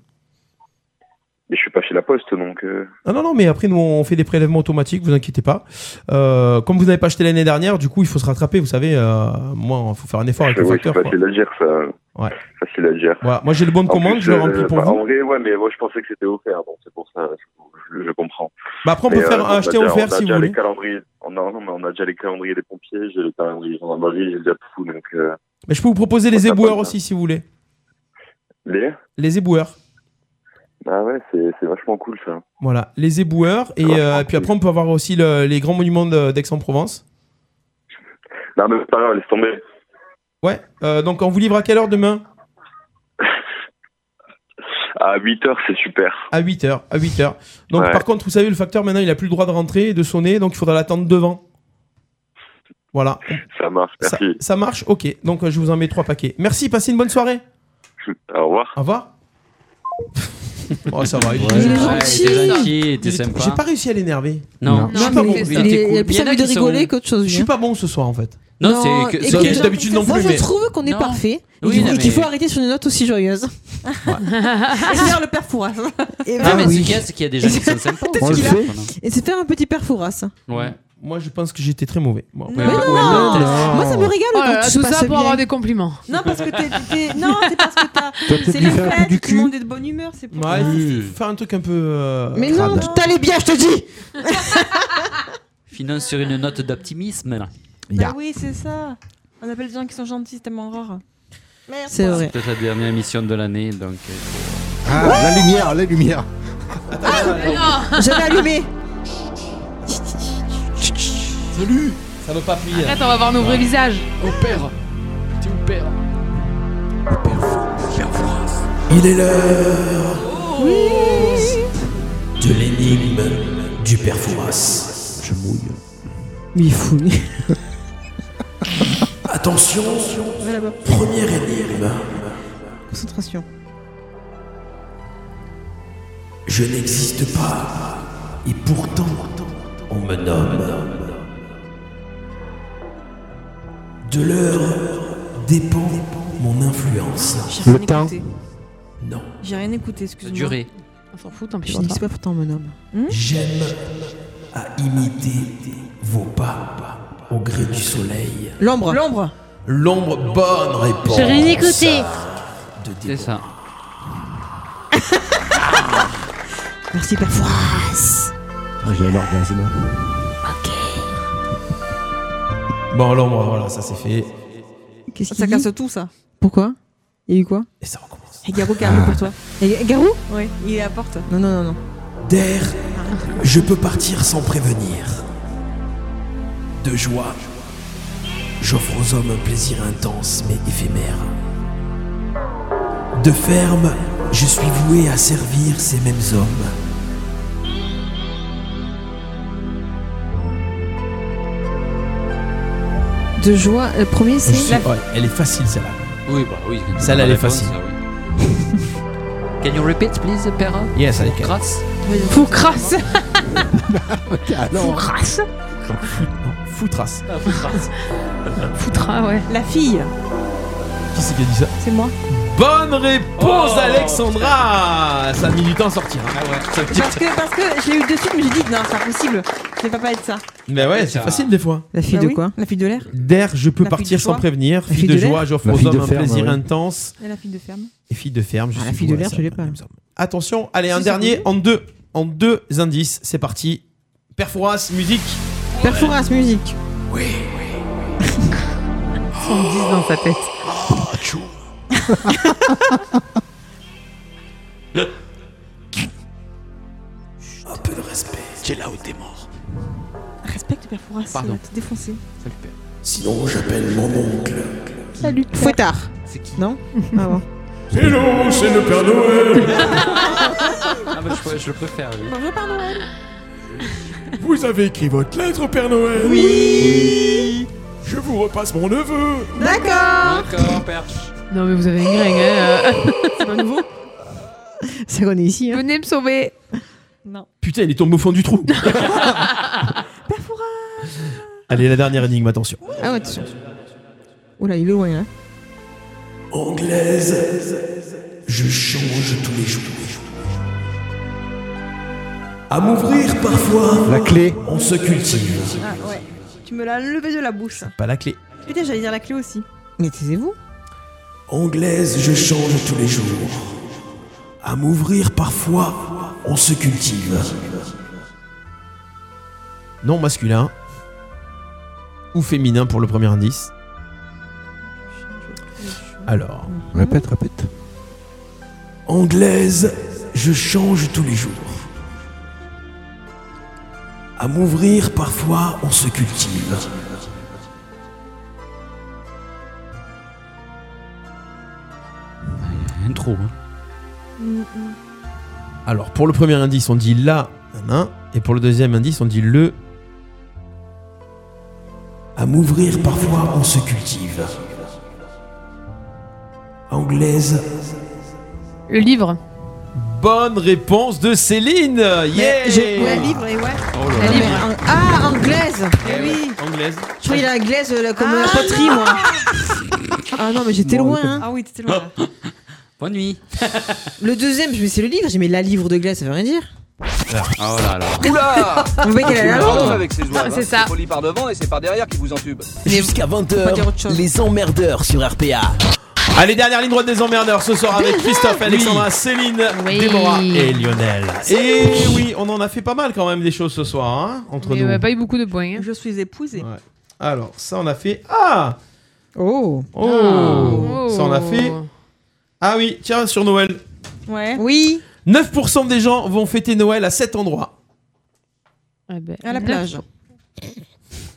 S15: Mais je suis pas chez la poste, donc. euh,
S6: Ah, Non, non, non, mais après nous on fait des prélèvements automatiques, vous inquiétez pas. Euh, comme vous n'avez pas acheté l'année dernière, du coup il faut se rattraper, vous savez, euh, moi il faut faire un effort avec le
S15: ouais,
S6: facteur.
S15: c'est
S6: quoi.
S15: facile à dire, ça.
S6: Ouais.
S15: Facile à dire.
S6: Voilà, moi j'ai le bon de
S15: En
S6: commande,
S15: plus,
S6: je le
S15: euh,
S6: remplis pour
S15: bah,
S6: vous.
S15: En vrai, ouais, mais moi je pensais que c'était offert, donc c'est pour ça, je, je- je comprends. euh,
S6: Bah, après, on peut faire
S15: on a
S6: acheter
S15: déjà-
S6: offert,
S15: on a
S6: si
S15: déjà
S6: vous
S15: les
S6: voulez.
S15: calendriers- on a, non, mais on a déjà les calendriers des pompiers, j'ai les calendriers des gendarmeries, j'ai déjà tout, donc. euh,
S6: Mais je peux vous proposer les éboueurs aussi si vous voulez.
S15: les.
S6: Les éboueurs.
S15: Ah ouais, c'est c'est vachement cool ça.
S6: Voilà, les éboueurs.
S15: Ah,
S6: Et euh, puis après, on peut avoir aussi le- les grands monuments de- d'Aix-en-Provence.
S15: Non, mais c'est pas grave, laisse tomber.
S6: Ouais, euh, donc on vous livre à quelle heure demain
S15: À 8h, c'est super.
S6: À 8h. À 8h. Donc
S15: Ouais.
S6: par contre, vous savez, le facteur maintenant, il a plus le droit de rentrer et de sonner, donc il faudra l'attendre devant. Voilà.
S15: Ça marche,
S6: Ça,
S15: merci.
S6: ça marche Ok, donc euh, je vous en mets trois paquets. Merci, passez une bonne soirée.
S15: Au revoir.
S8: *laughs*
S6: Au revoir. oh, ça va, il est
S8: Ouais, ouais,
S6: gentil.
S8: il était gentil, il était
S6: Il est-
S8: sympa.
S6: J'ai pas réussi à l'énerver.
S8: Non.
S6: je suis
S8: Non,
S6: pas
S8: mais
S6: bon.
S8: il était Il est- cool. il a plus
S6: y en
S8: envie de
S6: qui sont-
S8: rigoler
S7: qu'autre chose,
S6: Je suis
S7: Julien.
S6: pas bon ce soir en fait.
S8: Non, Non, c'est que-
S6: Et
S8: ça-
S6: que d'habitude non
S7: Moi,
S6: plus.
S7: je
S6: mais-
S7: trouve qu'on est parfait.
S6: Oui,
S7: et qu'il-
S6: non,
S7: et qu'il faut
S6: mais-
S7: arrêter sur une note
S8: *laughs*
S7: aussi joyeuse. et faire le père Fouras. Et
S8: Non,
S7: ben
S8: mais
S7: oui.
S8: ce qu'il y a, c'est qu'il y a des gens qui sont sympas. hein,
S7: Peut-être
S8: On le
S7: qu'il a-
S8: fait.
S7: Et c'est faire un petit père Fouras.
S8: Ouais.
S6: Moi, je pense que j'étais très mauvais. Bon, après-
S7: Non,
S6: Ouais,
S7: non,
S6: peut-être.
S7: moi, ça me régale
S2: Oh
S7: quand
S2: là là,
S7: tu
S2: tout
S7: passes
S2: ça pour
S7: bien.
S2: avoir des compliments.
S7: Non, parce que t'es. Non, c'est parce que t'as.
S6: peut-être
S7: C'est
S6: dû
S7: les
S6: faire un peu
S7: fêtes,
S6: du
S7: tout le
S6: cul.
S7: monde est de bonne humeur, c'est pour
S6: Ouais,
S7: ça.
S6: il faut faire un truc un peu. euh,
S7: Mais non,
S6: crade.
S7: tu t'allais bien, je te dis
S8: Finance sur une note d'optimisme, là.
S10: Bah oui, c'est ça. On appelle les gens qui sont gentils, c'est tellement rare.
S7: C'est
S8: C'est peut-être la dernière émission de l'année, donc. euh,
S9: Ah, la lumière, la lumière.
S7: Ah, J'avais allumé
S6: Salut Ça veut pas plier.
S2: Arrête, on va voir nos vrais visages.
S8: Au père T'es au père
S12: Il est l'heure
S2: Oh.
S12: de l'énigme du père Fouras. Je mouille.
S7: Mais il est fou, lui.
S12: Attention, première énigme.
S7: Concentration.
S12: Je n'existe pas. Et pourtant, on me nomme. De l'heure dépend mon influence.
S10: J'ai rien écouté.
S12: Non.
S10: J'ai rien écouté, excuse-moi.
S12: durée.
S2: On s'en fout, tant pis.
S7: Je
S2: pour
S7: n'y
S2: toi.
S10: hein.
S7: suis pas pourtant, mon homme.
S12: J'aime à imiter vos pas au gré du soleil.
S7: L'ombre L'ombre
S6: L'ombre, bonne réponse.
S5: J'ai rien écouté.
S8: C'est ça.
S7: Merci, Père Fouras.
S9: Ah, J'ai l'orgasme.
S6: Bon, l'ombre, voilà, ça c'est fait.
S7: Qu'est-ce ça casse tout, ça. Pourquoi Il y a eu quoi
S6: Et ça recommence.
S7: Et Garou, Garou pour toi. Et Garou Oui, il est à la porte. Non, non, non, non.
S6: D'air, je peux partir sans prévenir. De joie, j'offre aux hommes un plaisir intense mais éphémère. De ferme, je suis voué à servir ces mêmes hommes.
S7: De joie, le premier c'est.
S6: Ouais, elle est facile celle-là.
S8: Oui, bah oui.
S6: Celle-là, elle est
S8: Réponse,
S6: facile.
S8: ça, oui. Can you repeat, please, Pera?
S6: Yes, I can.
S8: Grâce.
S2: Foucrasse
S8: *laughs*
S6: Alors,
S2: Foucrasse
S6: foutrasse.
S2: Foutra, ouais.
S10: La fille,
S6: Qui c'est qui a dit ça
S10: c'est moi.
S6: Bonne réponse, Alexandra Ça a mis du temps à sortir. hein. Ça veut dire
S10: Parce que, parce que je l'ai eu de suite, mais j'ai dit non, c'est impossible. Ça ne va pas être ça.
S6: Mais ouais, c'est Ah. facile des fois.
S7: La fille
S10: Bah
S7: de
S10: oui,
S7: quoi
S10: La fille de l'air
S6: D'air, je peux
S10: La fille
S6: partir
S10: de
S6: sans
S10: joie.
S6: prévenir.
S7: La
S6: Fille de joie, j'offre
S9: La
S6: aux
S9: fille de
S6: hommes un
S9: ferme,
S6: plaisir
S9: ouais.
S6: intense.
S10: Et la fille de ferme
S6: Et fille de ferme, je
S7: Ah, La
S6: suis
S7: fille de
S6: voué à
S7: l'air,
S6: ça.
S7: je l'ai pas.
S6: Attention, allez, un
S7: Si, ça
S6: dernier en deux, en deux indices. C'est parti. Perforas, musique.
S7: Père Fouras, musique.
S10: *laughs*
S6: Oui.
S2: On dit dans sa
S7: *laughs*
S2: tête.
S6: Ah,
S8: *laughs*
S6: Un peu de respect. J'ai là où t'es mort.
S10: Respecte Père Fouras,
S8: Pardon.
S10: il va te défoncer.
S6: Sinon, j'appelle mon oncle.
S10: Salut.
S7: Fouettard.
S8: C'est qui
S7: Non Ah bon.
S6: Hello, c'est le Père Noël.
S8: Ah, bah, je, je le préfère, oui.
S10: Bonjour Père Noël.
S6: Vous avez écrit votre lettre, Père Noël.
S7: Oui
S6: Je vous repasse mon neveu.
S7: D'accord
S8: D'accord, Perche.
S2: Non, mais vous avez une gringue, hein. euh.
S10: C'est pas nouveau
S7: Ça qu'on est ici. Hein.
S2: Venez me sauver.
S10: Non.
S6: Putain, il est tombé au fond du
S7: *laughs*
S6: trou.
S7: Bah,
S10: Père Fouras
S6: allez, la dernière énigme, attention.
S7: *laughs* Ah ouais, attention. Oula, il est loin hein. là.
S6: Anglaise, je change tous les jours. À m'ouvrir parfois,
S9: La clé.
S6: on se cultive.
S10: Ah ouais. Tu me l'as levé de la bouche.
S6: Pas la clé.
S10: Putain, j'allais dire la clé aussi.
S7: Mais taisez-vous.
S6: Anglaise, je change tous les jours. À m'ouvrir parfois, on se cultive. Non masculin ou féminin pour le premier indice. Alors.
S9: Répète, répète.
S6: Anglaise, je change tous les jours. À m'ouvrir parfois, on se cultive.
S8: Rien trop. Hein.
S6: Alors, pour le premier indice, on dit la, nanan, et pour le deuxième indice, on dit le. À m'ouvrir parfois, on se cultive. Anglaise.
S2: Le livre.
S6: Bonne réponse de Céline Yeah
S7: J'ai-
S10: La livre et ouais.
S6: Oh là
S7: Ah,
S6: là.
S7: mais ang- ah, anglaise
S6: Eh ouais,
S10: oui.
S6: Anglaise.
S7: Je croyais la anglaise euh, là, comme
S10: Ah,
S7: la poterie, moi. Ah non, mais j'étais loin. Hein.
S10: Ah oui, t'étais loin. là.
S8: Bonne nuit.
S7: Le deuxième, je me c'est le livre. J'ai mis la livre de glace, ça veut rien dire.
S6: Ah,
S8: Oh là *laughs* là.
S18: Oula
S7: Vous voyez qu'elle a la langue.
S18: avec ces
S2: hein. C'est ça. C'est
S18: poli par devant et c'est par derrière qui vous entube.
S7: Jusqu'à
S18: 20h, les emmerdeurs sur RPA.
S6: Allez, dernière ligne droite des emmerdeurs ce soir avec Christophe, Alexandra, Céline,
S2: Oui.
S6: Déborah et Lionel. Et oui, on en a fait pas mal quand même des choses ce soir, hein, entre
S2: Mais
S6: nous.
S2: on n'a pas eu beaucoup de points. hein.
S10: Je suis épousée.
S6: Ouais. Alors, ça on a fait. Ah
S7: Oh.
S6: oh. Ça on a fait. Ah oui, tiens, sur Noël.
S10: Ouais.
S7: Oui.
S6: 9% des gens vont fêter Noël à cet endroit.
S2: Ah ben,
S10: À la
S2: neuf.
S10: plage.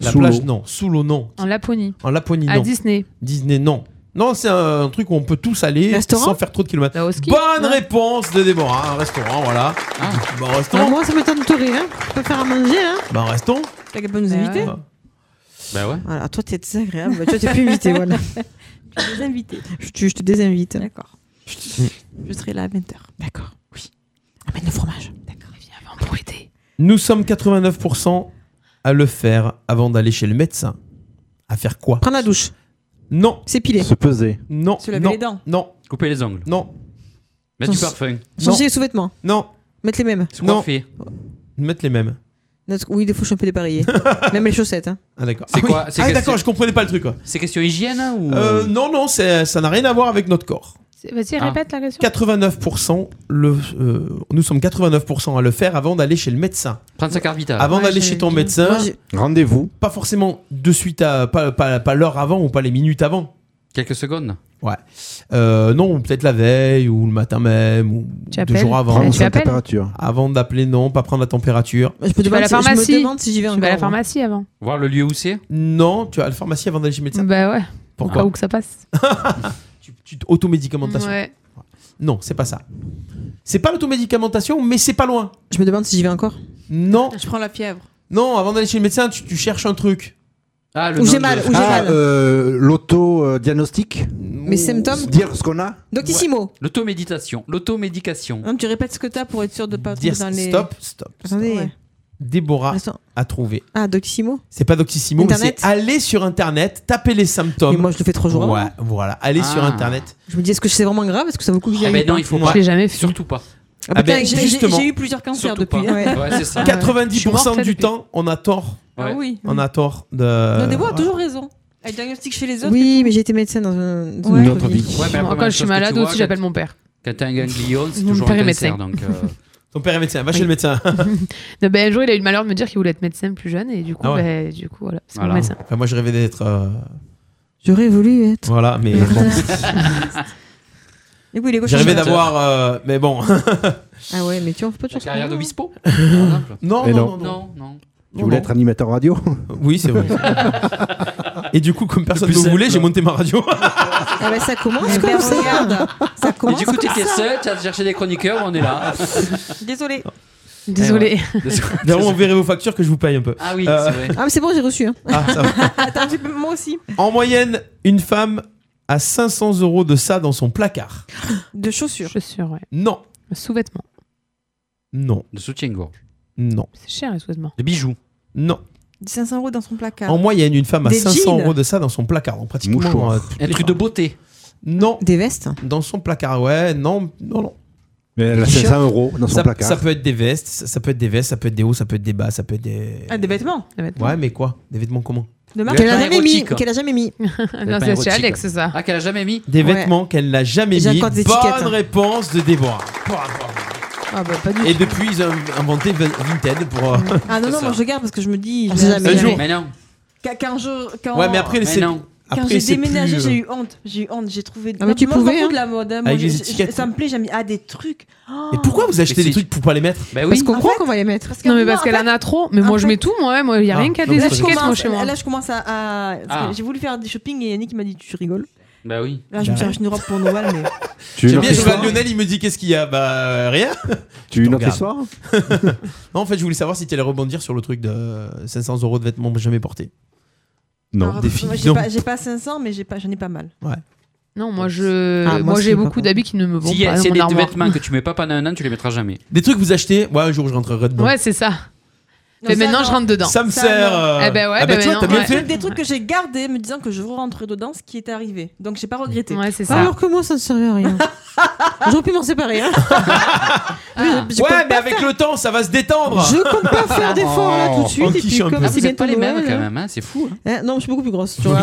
S6: La
S9: Sous
S6: plage,
S9: l'eau.
S6: non. Sous l'eau, non.
S2: En Laponie.
S6: En Laponie,
S2: À
S6: non.
S2: Disney.
S6: Disney, non. Non, c'est un, un truc où on peut tous aller
S7: Restaurant
S6: sans faire trop de kilomètres.
S2: Là, Bah, au ski.
S6: Bonne
S2: Non.
S6: réponse de Déborah. Un restaurant, voilà.
S8: Ah.
S6: Bon,
S7: Ah,
S6: restons.
S7: moi, ça m'étonne tout rire. Hein. Tu peux faire à manger, hein.
S6: Bah, restons.
S10: T'as qu'à pas nous
S2: Ah
S10: inviter.
S2: ouais.
S8: Bah ouais.
S7: Voilà, toi, t'es désagréable. Bah, toi, t'es plus invité, voilà.
S10: Nous inviter.
S7: Je, te- je te désinvite.
S10: D'accord. Je serai là à 20h.
S7: D'accord. Oui. Amène le fromage.
S2: D'accord, il vient avant pour aider.
S6: Nous sommes 89% à le faire avant d'aller chez le médecin. À faire quoi
S7: Prendre la douche.
S6: Non,
S7: S'épiler.
S9: Se peser.
S6: non,
S10: Se laver
S6: non,
S10: les dents.
S6: non,
S8: Couper les ongles.
S6: non,
S8: Mettre du
S7: Sans-
S8: parfum.
S7: Changer les sous-vêtements.
S6: non,
S7: Mettre les mêmes.
S8: Se coiffer.
S6: mettre les mêmes.
S7: Notre- Oui, des fois, je suis un peu dépareillée. Même les chaussettes. hein.
S6: Ah d'accord.
S8: C'est
S6: Ah oui.
S8: quoi C'est
S6: Ah
S8: que-
S6: d'accord, je comprenais pas le truc.
S8: C'est question hygiène hein, ou
S6: Euh, non, non, c'est- ça n'a rien à voir avec notre corps.
S2: Vas-y,
S6: Ah.
S2: répète la question.
S6: 89%, le, euh, nous sommes 89% à le faire avant d'aller chez le médecin.
S8: Prendre sa carte vitale.
S6: Avant
S8: Ouais,
S6: d'aller
S8: j'ai-
S6: chez ton médecin,
S8: Moi, j'ai-
S6: rendez-vous. Pas forcément de suite à. Pas, pas- pas l'heure avant ou pas les minutes avant.
S8: Quelques secondes.
S6: Ouais. Euh, non, peut-être la veille ou le matin même ou
S8: Tu
S6: deux
S8: appelles
S6: jours avant.
S8: Prendre Tu sa appelles
S9: température.
S6: Avant d'appeler, non, pas prendre la température.
S2: Tu vas à la pharmacie. tu vas à la
S6: encore, moi.
S2: pharmacie avant.
S8: Voir le lieu où c'est
S6: Non, tu vas à la pharmacie avant d'aller chez le médecin.
S2: Bah ouais.
S6: Pourquoi
S2: Au cas où que ça passe.
S6: *laughs* Tu t- Automédicamentation.
S2: Ouais.
S6: Non, c'est pas ça. C'est pas l'automédicamentation, mais c'est pas loin.
S7: Je me demande si j'y vais encore.
S6: Non.
S10: Je prends la fièvre.
S6: Non, avant d'aller chez le médecin, tu, tu cherches un truc.
S8: Ah,
S7: le Où nom j'ai de- mal, où j'ai
S9: Ah,
S7: mal.
S9: euh, l'auto-diagnostic
S7: Mes symptômes
S9: Dire ce qu'on a
S7: Doctissimo.
S8: L'automéditation. L'automédication.
S10: Hum, tu répètes ce que t'as pour être sûr de pas
S8: Dire
S10: tomber dans les.
S6: Stop, stop.
S7: Attendez.
S6: Déborah a trouvé.
S7: Ah, Doctissimo
S6: C'est pas Doctissimo, mais
S7: Internet
S6: c'est aller sur internet, taper les symptômes. Mais moi
S7: je le fais trois jours
S6: Ouais,
S7: avant.
S6: voilà, aller
S7: Ah.
S6: sur internet.
S7: Je me dis, est-ce que c'est vraiment grave Est-ce que ça vaut le coup que j'y
S6: Ah
S7: aille
S6: ben non, il faut pas. Je l'ai jamais fait.
S8: Surtout pas.
S6: Ah ben,
S10: Putain, j'ai- j'ai
S6: justement.
S10: j'ai eu plusieurs cancers
S8: Surtout
S10: depuis.
S8: pas. Ouais. Ouais, c'est ça.
S6: 90% du temps, on a tort.
S10: Ah oui.
S6: On a tort de.
S10: Non, Débo a
S6: euh, Ouais.
S10: toujours raison. Elle diagnostique chez les autres.
S7: Oui, mais j'ai
S10: *laughs*
S7: été médecin dans, un, dans
S10: Ouais.
S7: une
S10: Une
S7: autre vie.
S8: Ouais, mais la première
S2: Moi, quand je
S8: chose
S2: suis
S8: que
S2: malade
S8: tu vois,
S2: aussi, j'appelle
S8: quand-
S2: mon père.
S8: Quand t'as un ganglion, c'est
S2: Mon
S8: toujours
S2: père
S8: un
S2: est
S8: cancer.
S2: médecin.
S8: Donc, euh,
S6: Ton père est médecin, va chez le médecin.
S2: Non, ben, un jour, il a eu le malheur de me dire qu'il voulait être médecin plus jeune, et du coup,
S6: Ah ouais.
S2: ben, du coup voilà, c'est
S6: *laughs*
S2: mon médecin.
S6: Enfin, moi, je rêvais d'être. euh,
S7: J'aurais voulu hein. être.
S6: Voilà, mais. bon.
S10: *laughs*
S7: Et oui, les gauches,
S6: J'ai rêvé
S7: je-
S6: d'avoir. euh, mais bon.
S7: Ah ouais, mais tu en fais pas de choses.
S8: carrière d'Obispo
S7: hein
S6: Non,
S9: Et non.
S6: non, non, non.
S8: non.
S9: Tu voulais être animateur radio
S6: Oui, c'est
S9: *laughs*
S6: vrai. Et du coup, comme personne ne me voulait, j'ai monté ma radio.
S7: Ah bah ça commence
S10: Eh ben,
S7: comme ça. *laughs*
S10: regarde.
S7: Ça
S8: Et
S7: commence
S8: du coup,
S7: comme
S8: t'étais
S7: ça.
S8: seul, t'as cherché des chroniqueurs, on est là.
S10: Désolée.
S8: *laughs*
S2: Désolé.
S6: D'ailleurs, on verrait vos factures que je vous paye un peu.
S8: Ah oui,
S6: Euh,
S8: c'est vrai.
S7: Ah mais c'est bon, j'ai reçu. hein.
S6: Ah, ça va.
S7: *laughs*
S10: Attends, j'ai- moi aussi.
S6: En moyenne, une femme a 500 euros de ça dans son placard.
S10: De chaussures.
S2: Chaussures, ouais.
S6: Non.
S2: Sous-vêtements.
S6: Non.
S8: De soutien-gorge.
S6: Non.
S2: C'est cher, les sous-vêtements.
S8: De bijoux.
S6: Non.
S10: 500 euros dans son placard.
S6: En moyenne, une femme a
S10: Des
S6: 500
S10: jeans.
S6: euros de ça dans son placard. Donc pratiquement.
S8: Mouchoir.
S6: euh,
S8: Un truc de beauté.
S6: Non.
S7: Des vestes
S6: Dans son placard, ouais. Non, non, non.
S9: Mais elle a 500 euros dans son
S6: ça,
S9: placard.
S6: ça peut être des vestes, ça, ça peut être des vestes, ça peut être des hauts, ça peut être des bas, ça peut être des.
S10: Ah, des vêtements.
S6: Ouais, mais quoi Des vêtements comment
S10: De
S7: Qu'elle a
S8: Lapin
S7: jamais mis.
S8: érotique.
S7: Qu'elle a jamais mis.
S2: Non, c'est chez Alex, c'est ça.
S8: Ah, qu'elle a jamais mis
S6: Des
S7: Ouais.
S6: vêtements qu'elle n'a jamais
S7: J'ai
S6: mis.
S7: encore
S6: Bonne
S7: des étiquettes, hein.
S6: réponse de Déborah.
S2: Ah bah pas du
S6: Et depuis, ils ont inventé Vin- Vinted pour. euh,
S10: Ah non,
S6: c'est
S10: non,
S6: ça.
S10: moi je garde parce que je me dis.
S7: On sait jamais.
S6: Un jour.
S8: Mais non.
S10: Quand, quand je. Quand,
S6: Ouais, mais après, c'est-
S10: Quand
S6: après,
S10: j'ai
S6: c'est
S10: déménagé,
S6: plus, euh,
S10: j'ai eu honte. J'ai eu honte, j'ai trouvé.
S7: Ah, mais tu
S10: Moi, je m'en
S7: pouvais,
S10: fous
S7: hein.
S10: de la mode. hein. Moi,
S6: Avec
S10: je-
S6: les
S10: je-
S6: étiquettes.
S10: Ça me plaît, j'ai mis. Ah, des trucs. Oh.
S6: Mais pourquoi vous achetez des trucs pour pas les mettre
S8: Bah oui.
S7: Parce qu'on croit qu'on va les mettre.
S2: Non, mais
S10: Non,
S2: parce
S10: en
S2: qu'elle
S10: fait-
S2: en a trop. Mais moi, je mets tout, moi. ouais, Moi, il n'y a
S6: Ah,
S2: rien qu'à
S6: donc
S2: des
S6: c'est-
S2: étiquettes, moi,
S10: commence-
S2: chez moi.
S10: Là, je commence à. à- parce
S8: Ah.
S10: que J'ai voulu faire du shopping et Yannick m'a dit Tu rigoles.
S8: Bah oui.
S10: Là, je me
S8: Bah.
S10: cherche une robe pour Noël, *laughs* mais.
S9: Tu veux
S6: J'aime
S9: une autre
S6: bien, je vais à
S9: histoire
S6: Lionel, il me dit qu'est-ce qu'il y a Bah euh, rien.
S9: Tu veux une autre
S6: Regarde.
S9: histoire
S6: *laughs* Non, en fait, je voulais savoir si tu allais rebondir sur le truc de 500 euros de vêtements jamais portés.
S7: Ah,
S9: Non.
S6: Des
S10: Moi,
S6: filles.
S10: j'ai
S6: non.
S10: pas- j'ai pas 500, mais j'ai pas- j'en ai pas mal.
S6: Ouais.
S2: Non, moi, je.
S6: Ah, moi
S2: moi,
S6: aussi,
S2: j'ai
S6: par
S2: beaucoup
S6: contre.
S2: d'habits qui ne me vont
S8: S'il y
S2: pas
S8: a s'il y
S2: dans
S8: a
S2: mon
S8: des
S2: armoire.
S8: vêtements que tu mets pas pendant un an, tu les mettras jamais.
S6: Des trucs que vous achetez Ouais, un jour je rentrerai dedans.
S2: Ouais, c'est ça.
S10: Non,
S2: Mais
S10: ça,
S2: maintenant,
S10: non.
S2: je rentre dedans.
S6: Ça me sert.
S10: non.
S6: euh,
S2: Eh ben ouais,
S6: ah
S2: ben
S6: tu vois,
S2: non,
S6: t'as bien
S2: ouais.
S10: Des trucs-
S6: fait.
S10: Des trucs que j'ai gardés me disant que je rentrerai dedans ce qui est arrivé. Donc j'ai pas regretté.
S2: Ouais, c'est ça.
S7: Ah, Alors que moi, ça ne servait
S8: *laughs*
S7: à rien. J'aurais pu m'en séparer.
S2: *laughs*
S7: hein. Je- je compte
S6: Ah. Ouais, mais
S7: pas
S6: avec le temps, ça va se détendre. Oh,
S7: Je compte pas faire d'efforts là tout de
S6: On
S7: suite. Et puis,
S6: quiche un
S7: comme
S6: peu.
S7: c'est
S8: Vous êtes pas les
S7: bientôt
S8: mêmes
S7: Noël,
S8: quand
S7: hein.
S8: même, hein, c'est fou. hein.
S7: Eh, non, je suis beaucoup plus grosse. Tu vois.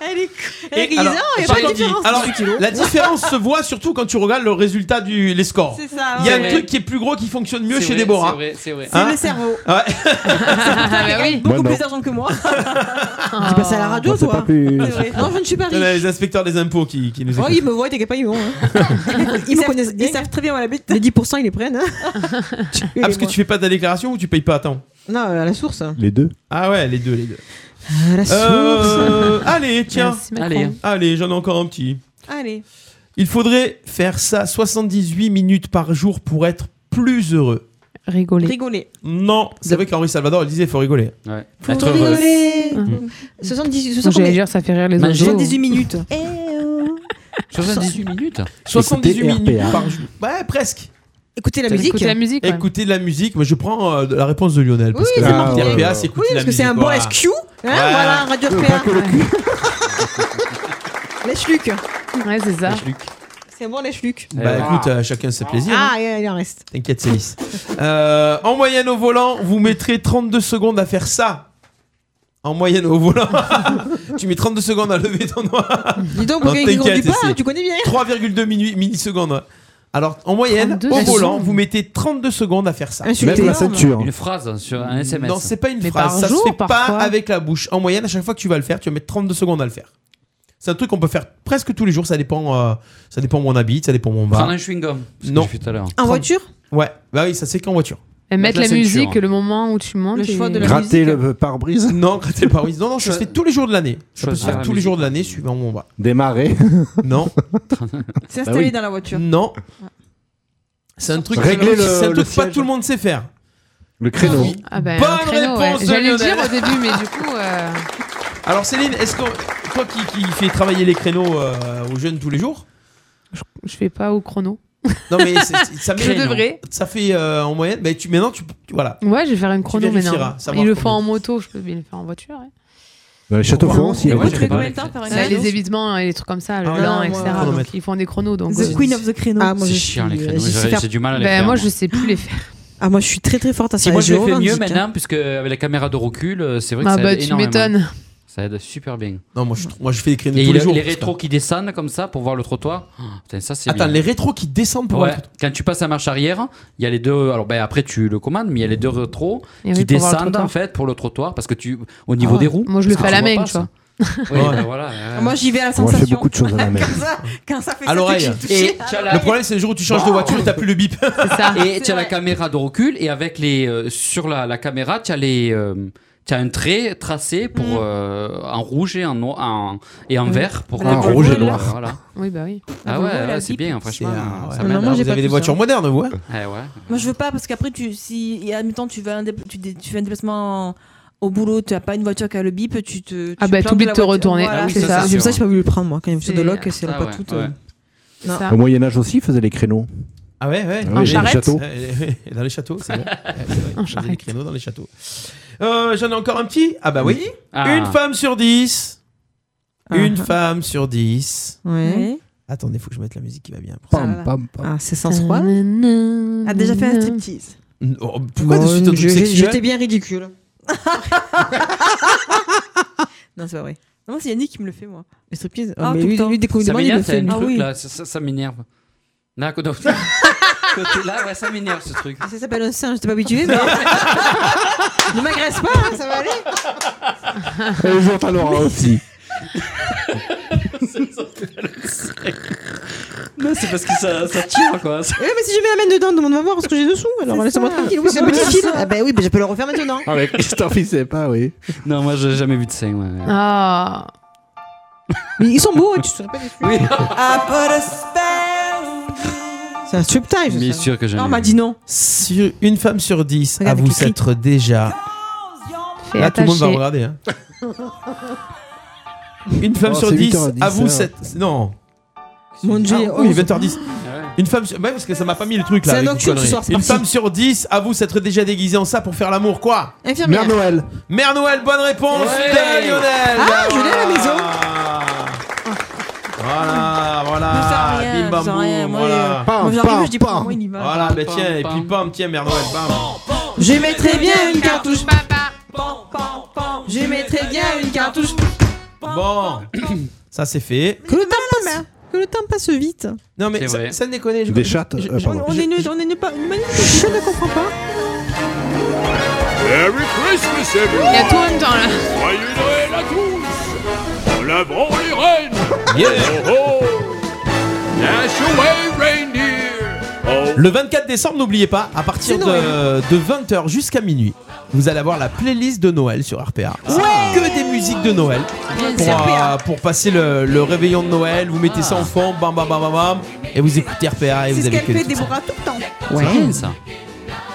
S10: Elle est
S6: Et
S10: grisante,
S6: alors,
S10: il y a
S6: par
S10: pas de
S6: contre,
S10: différence.
S6: alors, la différence se voit surtout quand tu regardes le résultat du les scores.
S10: C'est ça,
S6: Il y a
S10: ouais.
S6: un
S10: C'est
S6: truc
S10: vrai.
S6: qui est plus gros qui fonctionne mieux
S8: C'est
S6: chez
S8: vrai,
S6: Déborah.
S8: c'est vrai, c'est vrai.
S6: Hein
S10: C'est le cerveau.
S6: Ouais.
S2: Ah bah
S10: Elle gagne beaucoup
S6: Moi, non.
S10: plus d'argent
S2: *laughs*
S10: que moi.
S7: Ah, Tu passes à la radio,
S9: Moi, c'est
S7: toi
S9: pas plus-
S7: C'est vrai. Non, je ne suis pas
S6: On a
S7: riche.
S6: les inspecteurs des impôts qui, qui nous
S7: Oh,
S6: écoutent.
S7: ils me voient, t'inquiète pas, ils vont. hein. Ils
S10: Ils
S7: me
S10: savent-
S7: connaissent bien.
S10: Ils savent très bien où elle habite.
S7: Les 10%, ils les prennent. *laughs* hein.
S6: Ah, parce que tu fais pas ta déclaration ou tu payes pas à temps
S7: Non, à la source.
S9: Les deux.
S6: Ah ouais, les deux, les deux.
S7: À la source.
S6: Euh, allez, tiens.
S7: Merci, Macron.
S6: allez, allez j'en ai encore un petit.
S10: Allez.
S6: Il faudrait faire ça 78 minutes par jour pour être plus heureux.
S2: Rigoler.
S10: Rigoler.
S6: Non, c'est vrai qu'Henri Salvador il disait faut rigoler.
S8: Ouais.
S7: Faut rigoler. 78 60
S2: J'allais
S7: combien
S2: dire, ça fait rire les
S8: Manger.
S2: autres.
S7: 78 minutes. Eh oh. *laughs*
S8: 78 minutes
S6: 78
S9: Écoutez
S6: minutes
S9: RPA.
S6: par jour. Ouais, presque.
S7: Écoutez la
S2: Écoutez
S7: musique.
S2: la musique, ouais.
S6: Écouter de la musique, mais je prends euh, la réponse de Lionel parce
S7: Oui,
S6: que
S7: c'est marqué.
S6: écouter RPA, c'est
S7: Oui,
S6: écouter la
S7: parce que
S6: musique.
S7: c'est un bon
S6: voilà.
S7: SQ. hein,
S6: Ouais.
S7: Voilà, Radio
S9: Euh,
S7: *laughs* RPA.
S9: Pas que le cul.
S7: Lèche Luc.
S2: Ouais, c'est ça.
S8: Luc.
S10: C'est
S7: serait bon les schlucks.
S6: Bah écoute, euh, chacun ses plaisirs. hein.
S7: Ah, il il en reste.
S6: T'inquiète, Célice. Euh, en moyenne au volant, vous mettrez 32 secondes à faire ça. En moyenne au volant, *laughs* tu mets 32 secondes à lever ton doigt.
S7: Dis donc,
S6: Non,
S7: pour quelqu'un qui
S6: t'inquiète,
S7: conduit pas,
S6: c'est-
S7: tu connais bien.
S6: 3,2 minu- millisecondes. Alors, en moyenne,
S7: 32
S6: au volant,
S7: secondes.
S6: vous mettez 32 secondes à faire ça.
S8: Même Une phrase sur un SMS.
S6: Non, c'est pas une phrase. Ça se fait pas avec la bouche. En moyenne, à chaque fois que tu vas le faire, tu vas mettre 32 secondes à le faire. C'est un truc qu'on peut faire presque tous les jours. Ça dépend, euh, ça dépend où on habite, ça dépend où on va.
S8: Prendre un chewing-gum. ce que
S6: Bah. Non.
S8: j'ai fait tout à l'heure.
S7: En voiture
S6: Ouais, bah oui, ça c'est qu'en voiture.
S2: Et mettre la,
S6: ceinture.
S2: musique le moment où tu montes. et-
S9: le pare-brise
S6: *laughs* Non, gratter le pare-brise. Non, non, ça se fait tous les jours de l'année. Ça peut se
S9: Choisir
S6: faire
S9: la
S6: tous les
S9: musique.
S6: jours de l'année suivant où on va.
S9: Démarrer.
S6: *laughs* Non.
S10: C'est installé Bah oui. dans la voiture.
S6: Non. C'est un truc,
S9: Régler le-
S6: c'est un
S9: le
S6: truc pas
S9: siège.
S6: tout le monde sait faire.
S9: Le créneau.
S2: Ah ben,
S6: Bonne
S2: un créneau, ouais.
S6: réponse de
S2: *laughs* J'allais le dire
S6: Lionel.
S2: au début, mais du coup. euh,
S6: *laughs* Alors Céline, est-ce que toi qui, qui fais travailler les créneaux euh, aux jeunes tous les jours
S2: Je fais pas au chrono.
S6: Non mais c'est- c'est- ça met-
S2: *laughs* Je devrais.
S6: Ça fait euh, en moyenne. Mais tu maintenant tu, tu- voilà.
S2: Ouais, je vais faire une chrono
S6: vérifieras,
S2: maintenant.
S6: savoir
S2: Ils le
S6: combien.
S2: font en moto, je peux bien le faire en voiture. ouais.
S9: Dans les châteaux fonds, s'il y a
S2: Ouais,
S9: beaucoup
S2: je
S9: de
S2: fais
S9: créneaux.
S2: combien de temps, par exemple Les évitements et les trucs comme ça, le
S6: Ah,
S2: lin,
S6: ouais,
S2: etc.
S6: ouais, ouais.
S2: donc ils font des chronos. Donc,
S7: The queen of the créneaux. Ah, moi,
S8: C'est
S7: je
S8: chiant les
S7: suis,
S8: créneaux.
S7: euh, je sais
S8: J'ai
S7: faire-
S8: j'ai du mal à les
S2: Ben,
S8: faire.
S2: moi, je sais plus les faire.
S7: Ah, moi, je suis très très forte à ça.
S8: Si moi je le fais
S7: revendique,
S8: mieux
S7: hein.
S8: maintenant, puisque avec la caméra de recul, euh, c'est vrai que
S2: Ah
S8: ça
S2: bah,
S8: aide
S2: tu
S8: énormément.
S2: m'étonnes.
S8: Ça aide super bien.
S6: Non moi je, moi je fais des créneaux
S8: Et
S6: tous
S8: il-
S6: les jours.
S8: les rétros qui descendent comme ça pour voir le trottoir. Oh,
S9: Ah,
S8: putain, ça c'est.
S6: Attends,
S8: bien.
S6: les rétros qui descendent pour
S8: Ouais,
S6: voir le
S8: quand tu passes à marche arrière, il y a les deux. Alors ben après tu le commandes, mais il y a les deux rétros
S2: Et
S8: qui
S2: oui, pour voir le
S8: descendent
S2: trottoir.
S8: en fait pour le trottoir parce que tu au niveau
S2: Ah,
S8: des roues.
S2: Moi, je le fais
S8: parce
S2: à
S8: que
S2: la
S8: vois
S2: main,
S8: pas
S2: tu
S8: ça.
S2: vois.
S8: Oui,
S6: Ouais.
S8: ben voilà.
S10: Ah,
S8: euh,
S7: Moi, j'y vais à la
S8: Moi, je fais
S7: sensation.
S8: beaucoup de
S7: *laughs*
S10: *laughs*
S8: choses à la main.
S7: quand, ça, quand ça fait
S8: À
S7: ça,
S8: l'oreille.
S7: tu touches.
S8: Et-
S6: Le problème c'est le jour où tu changes de voiture et t'as plus le bip.
S8: *laughs* Et tu as la caméra de recul et avec les euh, sur la, la caméra, tu as les euh, tu as un trait tracé pour euh, en rouge et en noir en- et en
S2: Oui.
S8: vert pour
S6: En
S8: que-
S6: rouge et noir.
S8: Voilà.
S2: Oui, bah oui.
S8: Ah ouais, ouais, c'est bien franchement. ça m'aide.
S6: vous avez des voitures modernes vous. hein
S8: Eh ouais.
S10: Moi, je veux pas parce qu'après, tu, si, et admettons, tu fais un, dé- tu, dé- tu fais un déplacement en- au boulot, tu as pas une voiture qui a le bip, tu te. tu
S2: Ah bah,
S10: plantes
S2: t'oublies de
S10: la
S2: te
S10: voiture.
S2: retourner.
S10: Voilà.
S2: Ah oui,
S7: C'est
S2: C'est
S7: ça.
S2: ça.
S7: C'est pour ça
S6: hein.
S7: que j'ai pas voulu le prendre, moi. Quand il y a une voiture de
S2: C'est-
S7: loc, c'est
S8: Ah
S7: pas
S8: ouais,
S7: toute.
S8: ouais.
S7: euh,
S2: C'est ça.
S9: Au Moyen-Âge aussi, ils faisaient les créneaux.
S6: Ah ouais, ouais.
S9: Ah oui, En les charrette. châteaux.
S6: Et euh, dans les châteaux,
S7: *laughs*
S6: c'est Euh, bon.
S2: En
S6: charrette. Des créneaux dans les châteaux. Euh, J'en ai encore un petit. Ah bah oui.
S7: Oui.
S12: Ah.
S6: Une femme sur dix.
S7: Ah.
S6: Une femme sur dix.
S7: Ouais.
S6: Attendez, faut que je mette la musique qui va bien. pour ça.
S7: Pam,
S9: pam,
S7: Ah, c'est sensuel.
S2: A
S7: A Ah, déjà fait un striptease.
S6: Oh, pourquoi de
S7: Oh,
S6: suite un
S7: je-
S6: truc
S7: j'ai-
S6: sexuel
S7: J'étais bien ridicule. non, c'est pas vrai.
S10: Non, moi, c'est Yannick qui me le fait, moi.
S7: Les striptease.
S10: Ah,
S7: mais
S10: tout
S7: lui,
S10: le temps.
S7: lui, dès qu'on lui
S8: Ça
S7: demande, il le Ah
S8: m'énerve, c'est
S7: fait.
S8: un
S7: lui.
S8: truc là, ça, ça- ça m'énerve. Là, côté côté là, ouais, ça m'énerve ce truc.
S7: Ça s'appelle un singe, t'es pas habitué,
S9: *laughs*
S7: mais. ne m'agresse pas, hein, ça va aller.
S9: Ils ont à Euh, Laura aussi.
S8: Non, c'est parce que ça, ça tire *laughs* quoi.
S7: Eh, mais si je mets la main dedans, demande-moi voir ce que j'ai dessous. Alors laisse-moi tranquille. Oui, c'est un petit fil. Ah, bah oui, bah, je peux le refaire maintenant.
S8: Ah
S6: *laughs*
S8: ouais, Christophe, il sait pas, oui. Non, moi, j'ai jamais vu de scène. ouais.
S2: Ah.
S7: Mais ils sont beaux, tu serais pas déçu.
S8: Oui.
S7: C'est un subtitle.
S8: Bien
S7: ça.
S8: sûr que j'en ai
S7: Non, on m'a
S8: vu.
S7: dit non.
S6: Sur une femme sur dix à
S7: Regarde,
S6: vous
S7: qui crie.
S6: être déjà.
S7: Fais
S6: Là, tout le monde va
S7: attacher.
S6: regarder. hein. Une femme
S12: Oh,
S6: sur
S12: c'est
S6: 10
S12: 8h10,
S6: à vous
S12: hein.
S6: 7. Non.
S7: Mon Dieu,
S6: Ah, oui,
S7: onze.
S6: 20h10. Une femme sur. Ouais, parce que ça m'a pas mis le truc là.
S7: C'est un
S6: avec
S7: nocturne
S6: vos
S7: ce soir,
S6: conneries.
S7: c'est
S6: Une
S7: parti.
S6: femme sur 10 à vous s'être déjà déguisée en ça pour faire l'amour, quoi
S7: Infirmière. Mère
S9: Noël.
S6: Mère Noël, bonne réponse
S7: Ouais.
S6: de Lionel
S7: Ah, je l'ai à la maison.
S6: Voilà, voilà.
S7: Je sens rien,
S6: Bim bam
S7: je sens rien.
S6: boum,
S7: Moi,
S6: voilà.
S7: euh, Pam, moi, j'arrive, pam, je dis, pam. moi, il y va.
S6: Voilà, bah
S7: Pam,
S6: tiens, et puis pam, tiens, Mère Noël, bam.
S7: Je mettrais bien une cartouche, papa. Je mettrais bien une cartouche.
S6: Bon, ça c'est fait.
S7: Que le temps passe. Que le temps passe vite.
S6: Non mais
S12: C'est
S6: ça,
S12: vrai.
S6: ça déconne. je-
S9: Des
S6: je-
S9: chattes,
S6: je-
S9: euh,
S6: je-
S9: pardon.
S7: On est nuls, on est nuls pas. Une magnifique, je ne comprends pas.
S13: Merry Christmas, everyone!
S2: Il y a tout en même temps là.
S13: Joyeux Noël à tous! On la branle les rennes!
S6: Yeah.
S13: Oh, oh. Dash away, reindeer! Oh,
S6: Le 24 décembre, n'oubliez pas, à partir de, 20h jusqu'à minuit, vous allez avoir la playlist de Noël sur RPA. C'est Que des musiques de Noël.
S12: Bien,
S6: Pour,
S12: c'est RPA.
S6: euh, pour passer le, le réveillon de Noël, vous mettez ça en fond, bam bam bam bam bam, et vous écoutez RPA et
S7: C'est
S6: vous
S7: ce
S6: avez
S7: qu'elle
S6: que des
S7: fait,
S6: trucs.
S7: Déborah, tout le temps.
S6: Ouais. C'est bien, ça.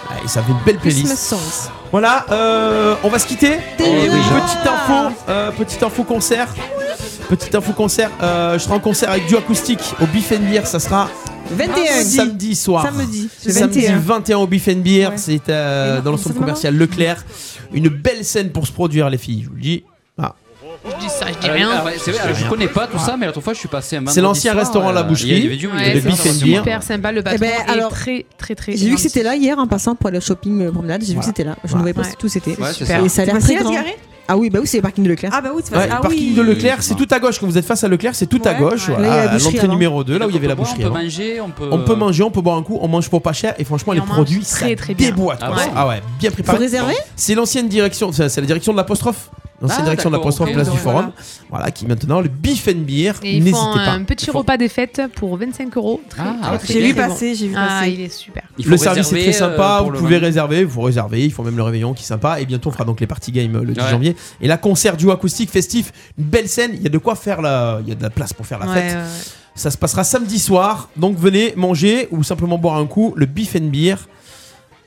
S6: Ah, et ça fait une belle
S7: Christmas
S6: playlist.
S7: songs.
S6: Voilà, euh, on va se quitter. Euh, Petite info, euh, petite info concert. Petite info concert, euh, je serai en concert avec du acoustique au Beef and Beer, ça sera
S7: 21.
S6: samedi soir.
S7: Samedi. Le
S6: Samedi
S7: 21.
S6: 21 au Beef and Beer, c'est euh, dans le centre commercial Leclerc. Une belle scène pour se produire les filles, je vous le dis. Ah.
S2: Je dis ça, je dis
S8: Alors,
S2: rien.
S8: alors, ah, c'est vrai, alors, je connais pas tout ça, mais l'autre fois, je suis passé un
S6: C'est l'ancien
S8: vendredi soir,
S6: restaurant La
S8: euh,
S6: Boucherie.
S8: il y avait du- il y
S2: Ouais,
S8: avait
S2: c'est
S8: du
S2: super
S8: monde.
S2: super sympa, le patron
S7: Eh ben,
S2: est
S7: alors,
S2: très très très
S7: J'ai vu que c'était là hier en passant pour aller au shopping euh, promenade. J'ai vu que c'était là. Je ne voyais pas
S2: Ouais.
S7: du tout c'était.
S6: Ouais, c'est super.
S7: Et ça a l'air
S6: C'est
S7: très
S6: facile à se
S7: grand.
S6: garer
S7: Ah oui, bah oui, c'est le parking de Leclerc. Ah bah oui, c'est
S6: Ouais, le parking de Leclerc, c'est tout à gauche. Quand vous êtes face à Leclerc, c'est tout à gauche.
S8: ouais. Là,
S6: voilà,
S8: il y a la
S6: à
S8: boucherie hein.
S6: l'entrée
S8: avant.
S6: numéro 2,
S8: Et
S6: là où il y avait la
S8: on peut
S6: boucherie. hein.
S8: boire, on peut
S6: avant.
S8: manger, on peut-
S6: on
S2: euh,
S6: peut manger, on peut boire un coup, on mange pour pas cher. Et franchement, les
S8: on mange
S6: produits,
S8: très,
S6: ça
S8: très bien.
S6: déboîte.
S8: Ah
S6: quoi.
S8: ouais
S6: Ah ouais, bien préparé.
S8: Faut réserver
S6: C'est l'ancienne direction, c'est c'est la direction de l'apostrophe. L'ancienne
S2: Ah,
S6: direction de
S2: d'accord,
S6: l'apostrophe,
S2: ok,
S6: place du
S2: voilà.
S6: forum. Voilà, qui maintenant le beef and beer.
S2: Et ils
S6: N'hésitez
S2: font
S6: pas.
S2: un petit repas des fêtes pour 25 euros. Très,
S8: Ah,
S2: très, très
S10: J'ai vu
S2: très bon.
S10: passer, j'ai vu
S2: Ah,
S10: passer.
S2: il est super.
S8: Il faut
S6: Le service est
S8: réserver,
S6: très
S8: euh,
S6: sympa,
S8: pour
S6: vous
S8: le
S6: pouvez
S8: vin.
S6: réserver, vous réserver, il faut même le réveillon qui est sympa et bientôt on fera donc les party games euh, le 10
S8: Ouais.
S6: janvier et la concert duo acoustique festif, une belle scène, il y a de quoi faire la il y a de la place pour faire la
S2: Ouais,
S6: fête.
S2: ouais, ouais.
S6: Ça se passera samedi soir, donc venez manger ou simplement boire un coup, le beef and beer.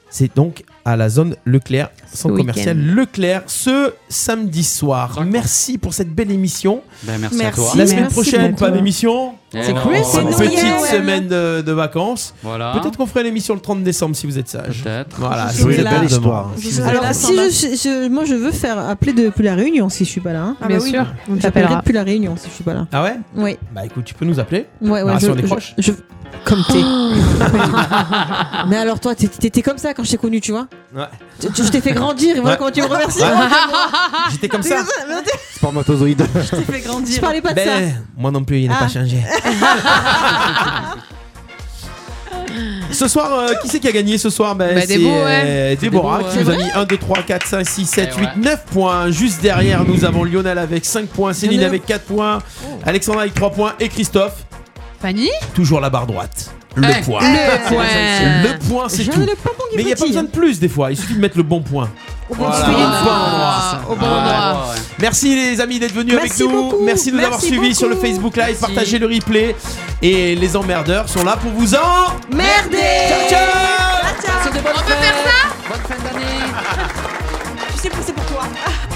S6: C'est donc à la zone Leclerc, centre
S8: week-end.
S6: commercial Leclerc, ce samedi soir. Merci pour cette belle émission.
S8: Ben, merci à Merci. toi.
S6: La semaine
S8: Merci
S6: prochaine,
S8: beaucoup.
S6: pas d'émission.
S8: Eh C'est non. cool, c'est
S6: Une
S8: Noël.
S6: petite semaine de, de vacances.
S8: Voilà.
S6: Peut-être qu'on ferait l'émission le 30 décembre si vous êtes sage. Voilà,
S7: Je
S6: c'est
S7: serai
S6: une
S7: là.
S6: belle
S7: Je
S6: histoire.
S7: Alors, si je, je- moi, je veux faire appeler depuis la Réunion si je suis pas là. hein.
S2: Ah Bien bah oui. sûr, on
S7: J'appellerai
S2: t'appellera.
S7: depuis la Réunion si je suis pas là.
S6: Ah ouais
S7: Oui.
S6: Bah écoute, tu peux nous appeler.
S7: Ouais, ouais,
S6: Bah, si
S7: je-
S6: on décroche.
S7: je- Comme t'es. Mais alors, toi, t'es- t'étais comme ça quand je t'ai connu, tu vois
S6: Ouais.
S7: Tu- tu- Je t'ai
S2: *laughs*
S7: fait grandir et voilà
S6: Ouais.
S7: comment tu me remercies.
S6: Ouais.
S7: Moi,
S6: *laughs* J'étais comme
S7: t'es
S6: ça.
S7: mais non, t'es-
S9: Spermatozoïde.
S7: *laughs* Je t'ai fait grandir. Je parlais pas de
S6: Ben,
S7: ça.
S6: Moi non plus, il n'a
S7: Ah.
S6: pas
S7: *laughs*
S6: changé. Ce soir, euh, qui c'est qui a gagné ce soir ben,
S2: Bah,
S6: C'est
S2: Débo,
S6: euh,
S2: ouais.
S6: Déborah
S2: Débo,
S6: qui
S2: ouais.
S6: nous a
S2: C'est
S6: mis 1, 2, 3, 4, 5, 6, 7,
S2: Eh
S6: 8,
S2: ouais.
S6: 9 points. Juste derrière, nous avons Lionel avec 5 points, Céline
S2: Lionel.
S6: avec 4 points, Alexandra avec 3 points et Christophe,
S2: Fanny
S6: toujours la barre droite. Le
S2: Eh,
S6: point. *laughs*
S2: le
S6: C'est
S2: point.
S6: l'essentiel. Le point, c'est
S2: J'en
S6: tout.
S2: ai le pompon qui
S6: Mais il n'y a pas
S2: pétille.
S6: besoin de plus des fois. Il suffit de mettre le bon point.
S2: Au bon
S6: Voilà, au
S2: endroit.
S6: bon endroit.
S2: Au bon endroit.
S6: Ouais. Merci les amis d'être venus
S2: Merci
S6: avec nous.
S2: beaucoup.
S6: Merci de nous
S2: Merci
S6: avoir suivis
S2: beaucoup.
S6: sur le Facebook Live.
S2: Merci.
S6: Partagez le replay. Et les emmerdeurs sont là pour vous en.
S7: Merde
S6: Ciao, ciao.
S7: On peut faire ça Bonne fin d'année Tu sais, c'est pour toi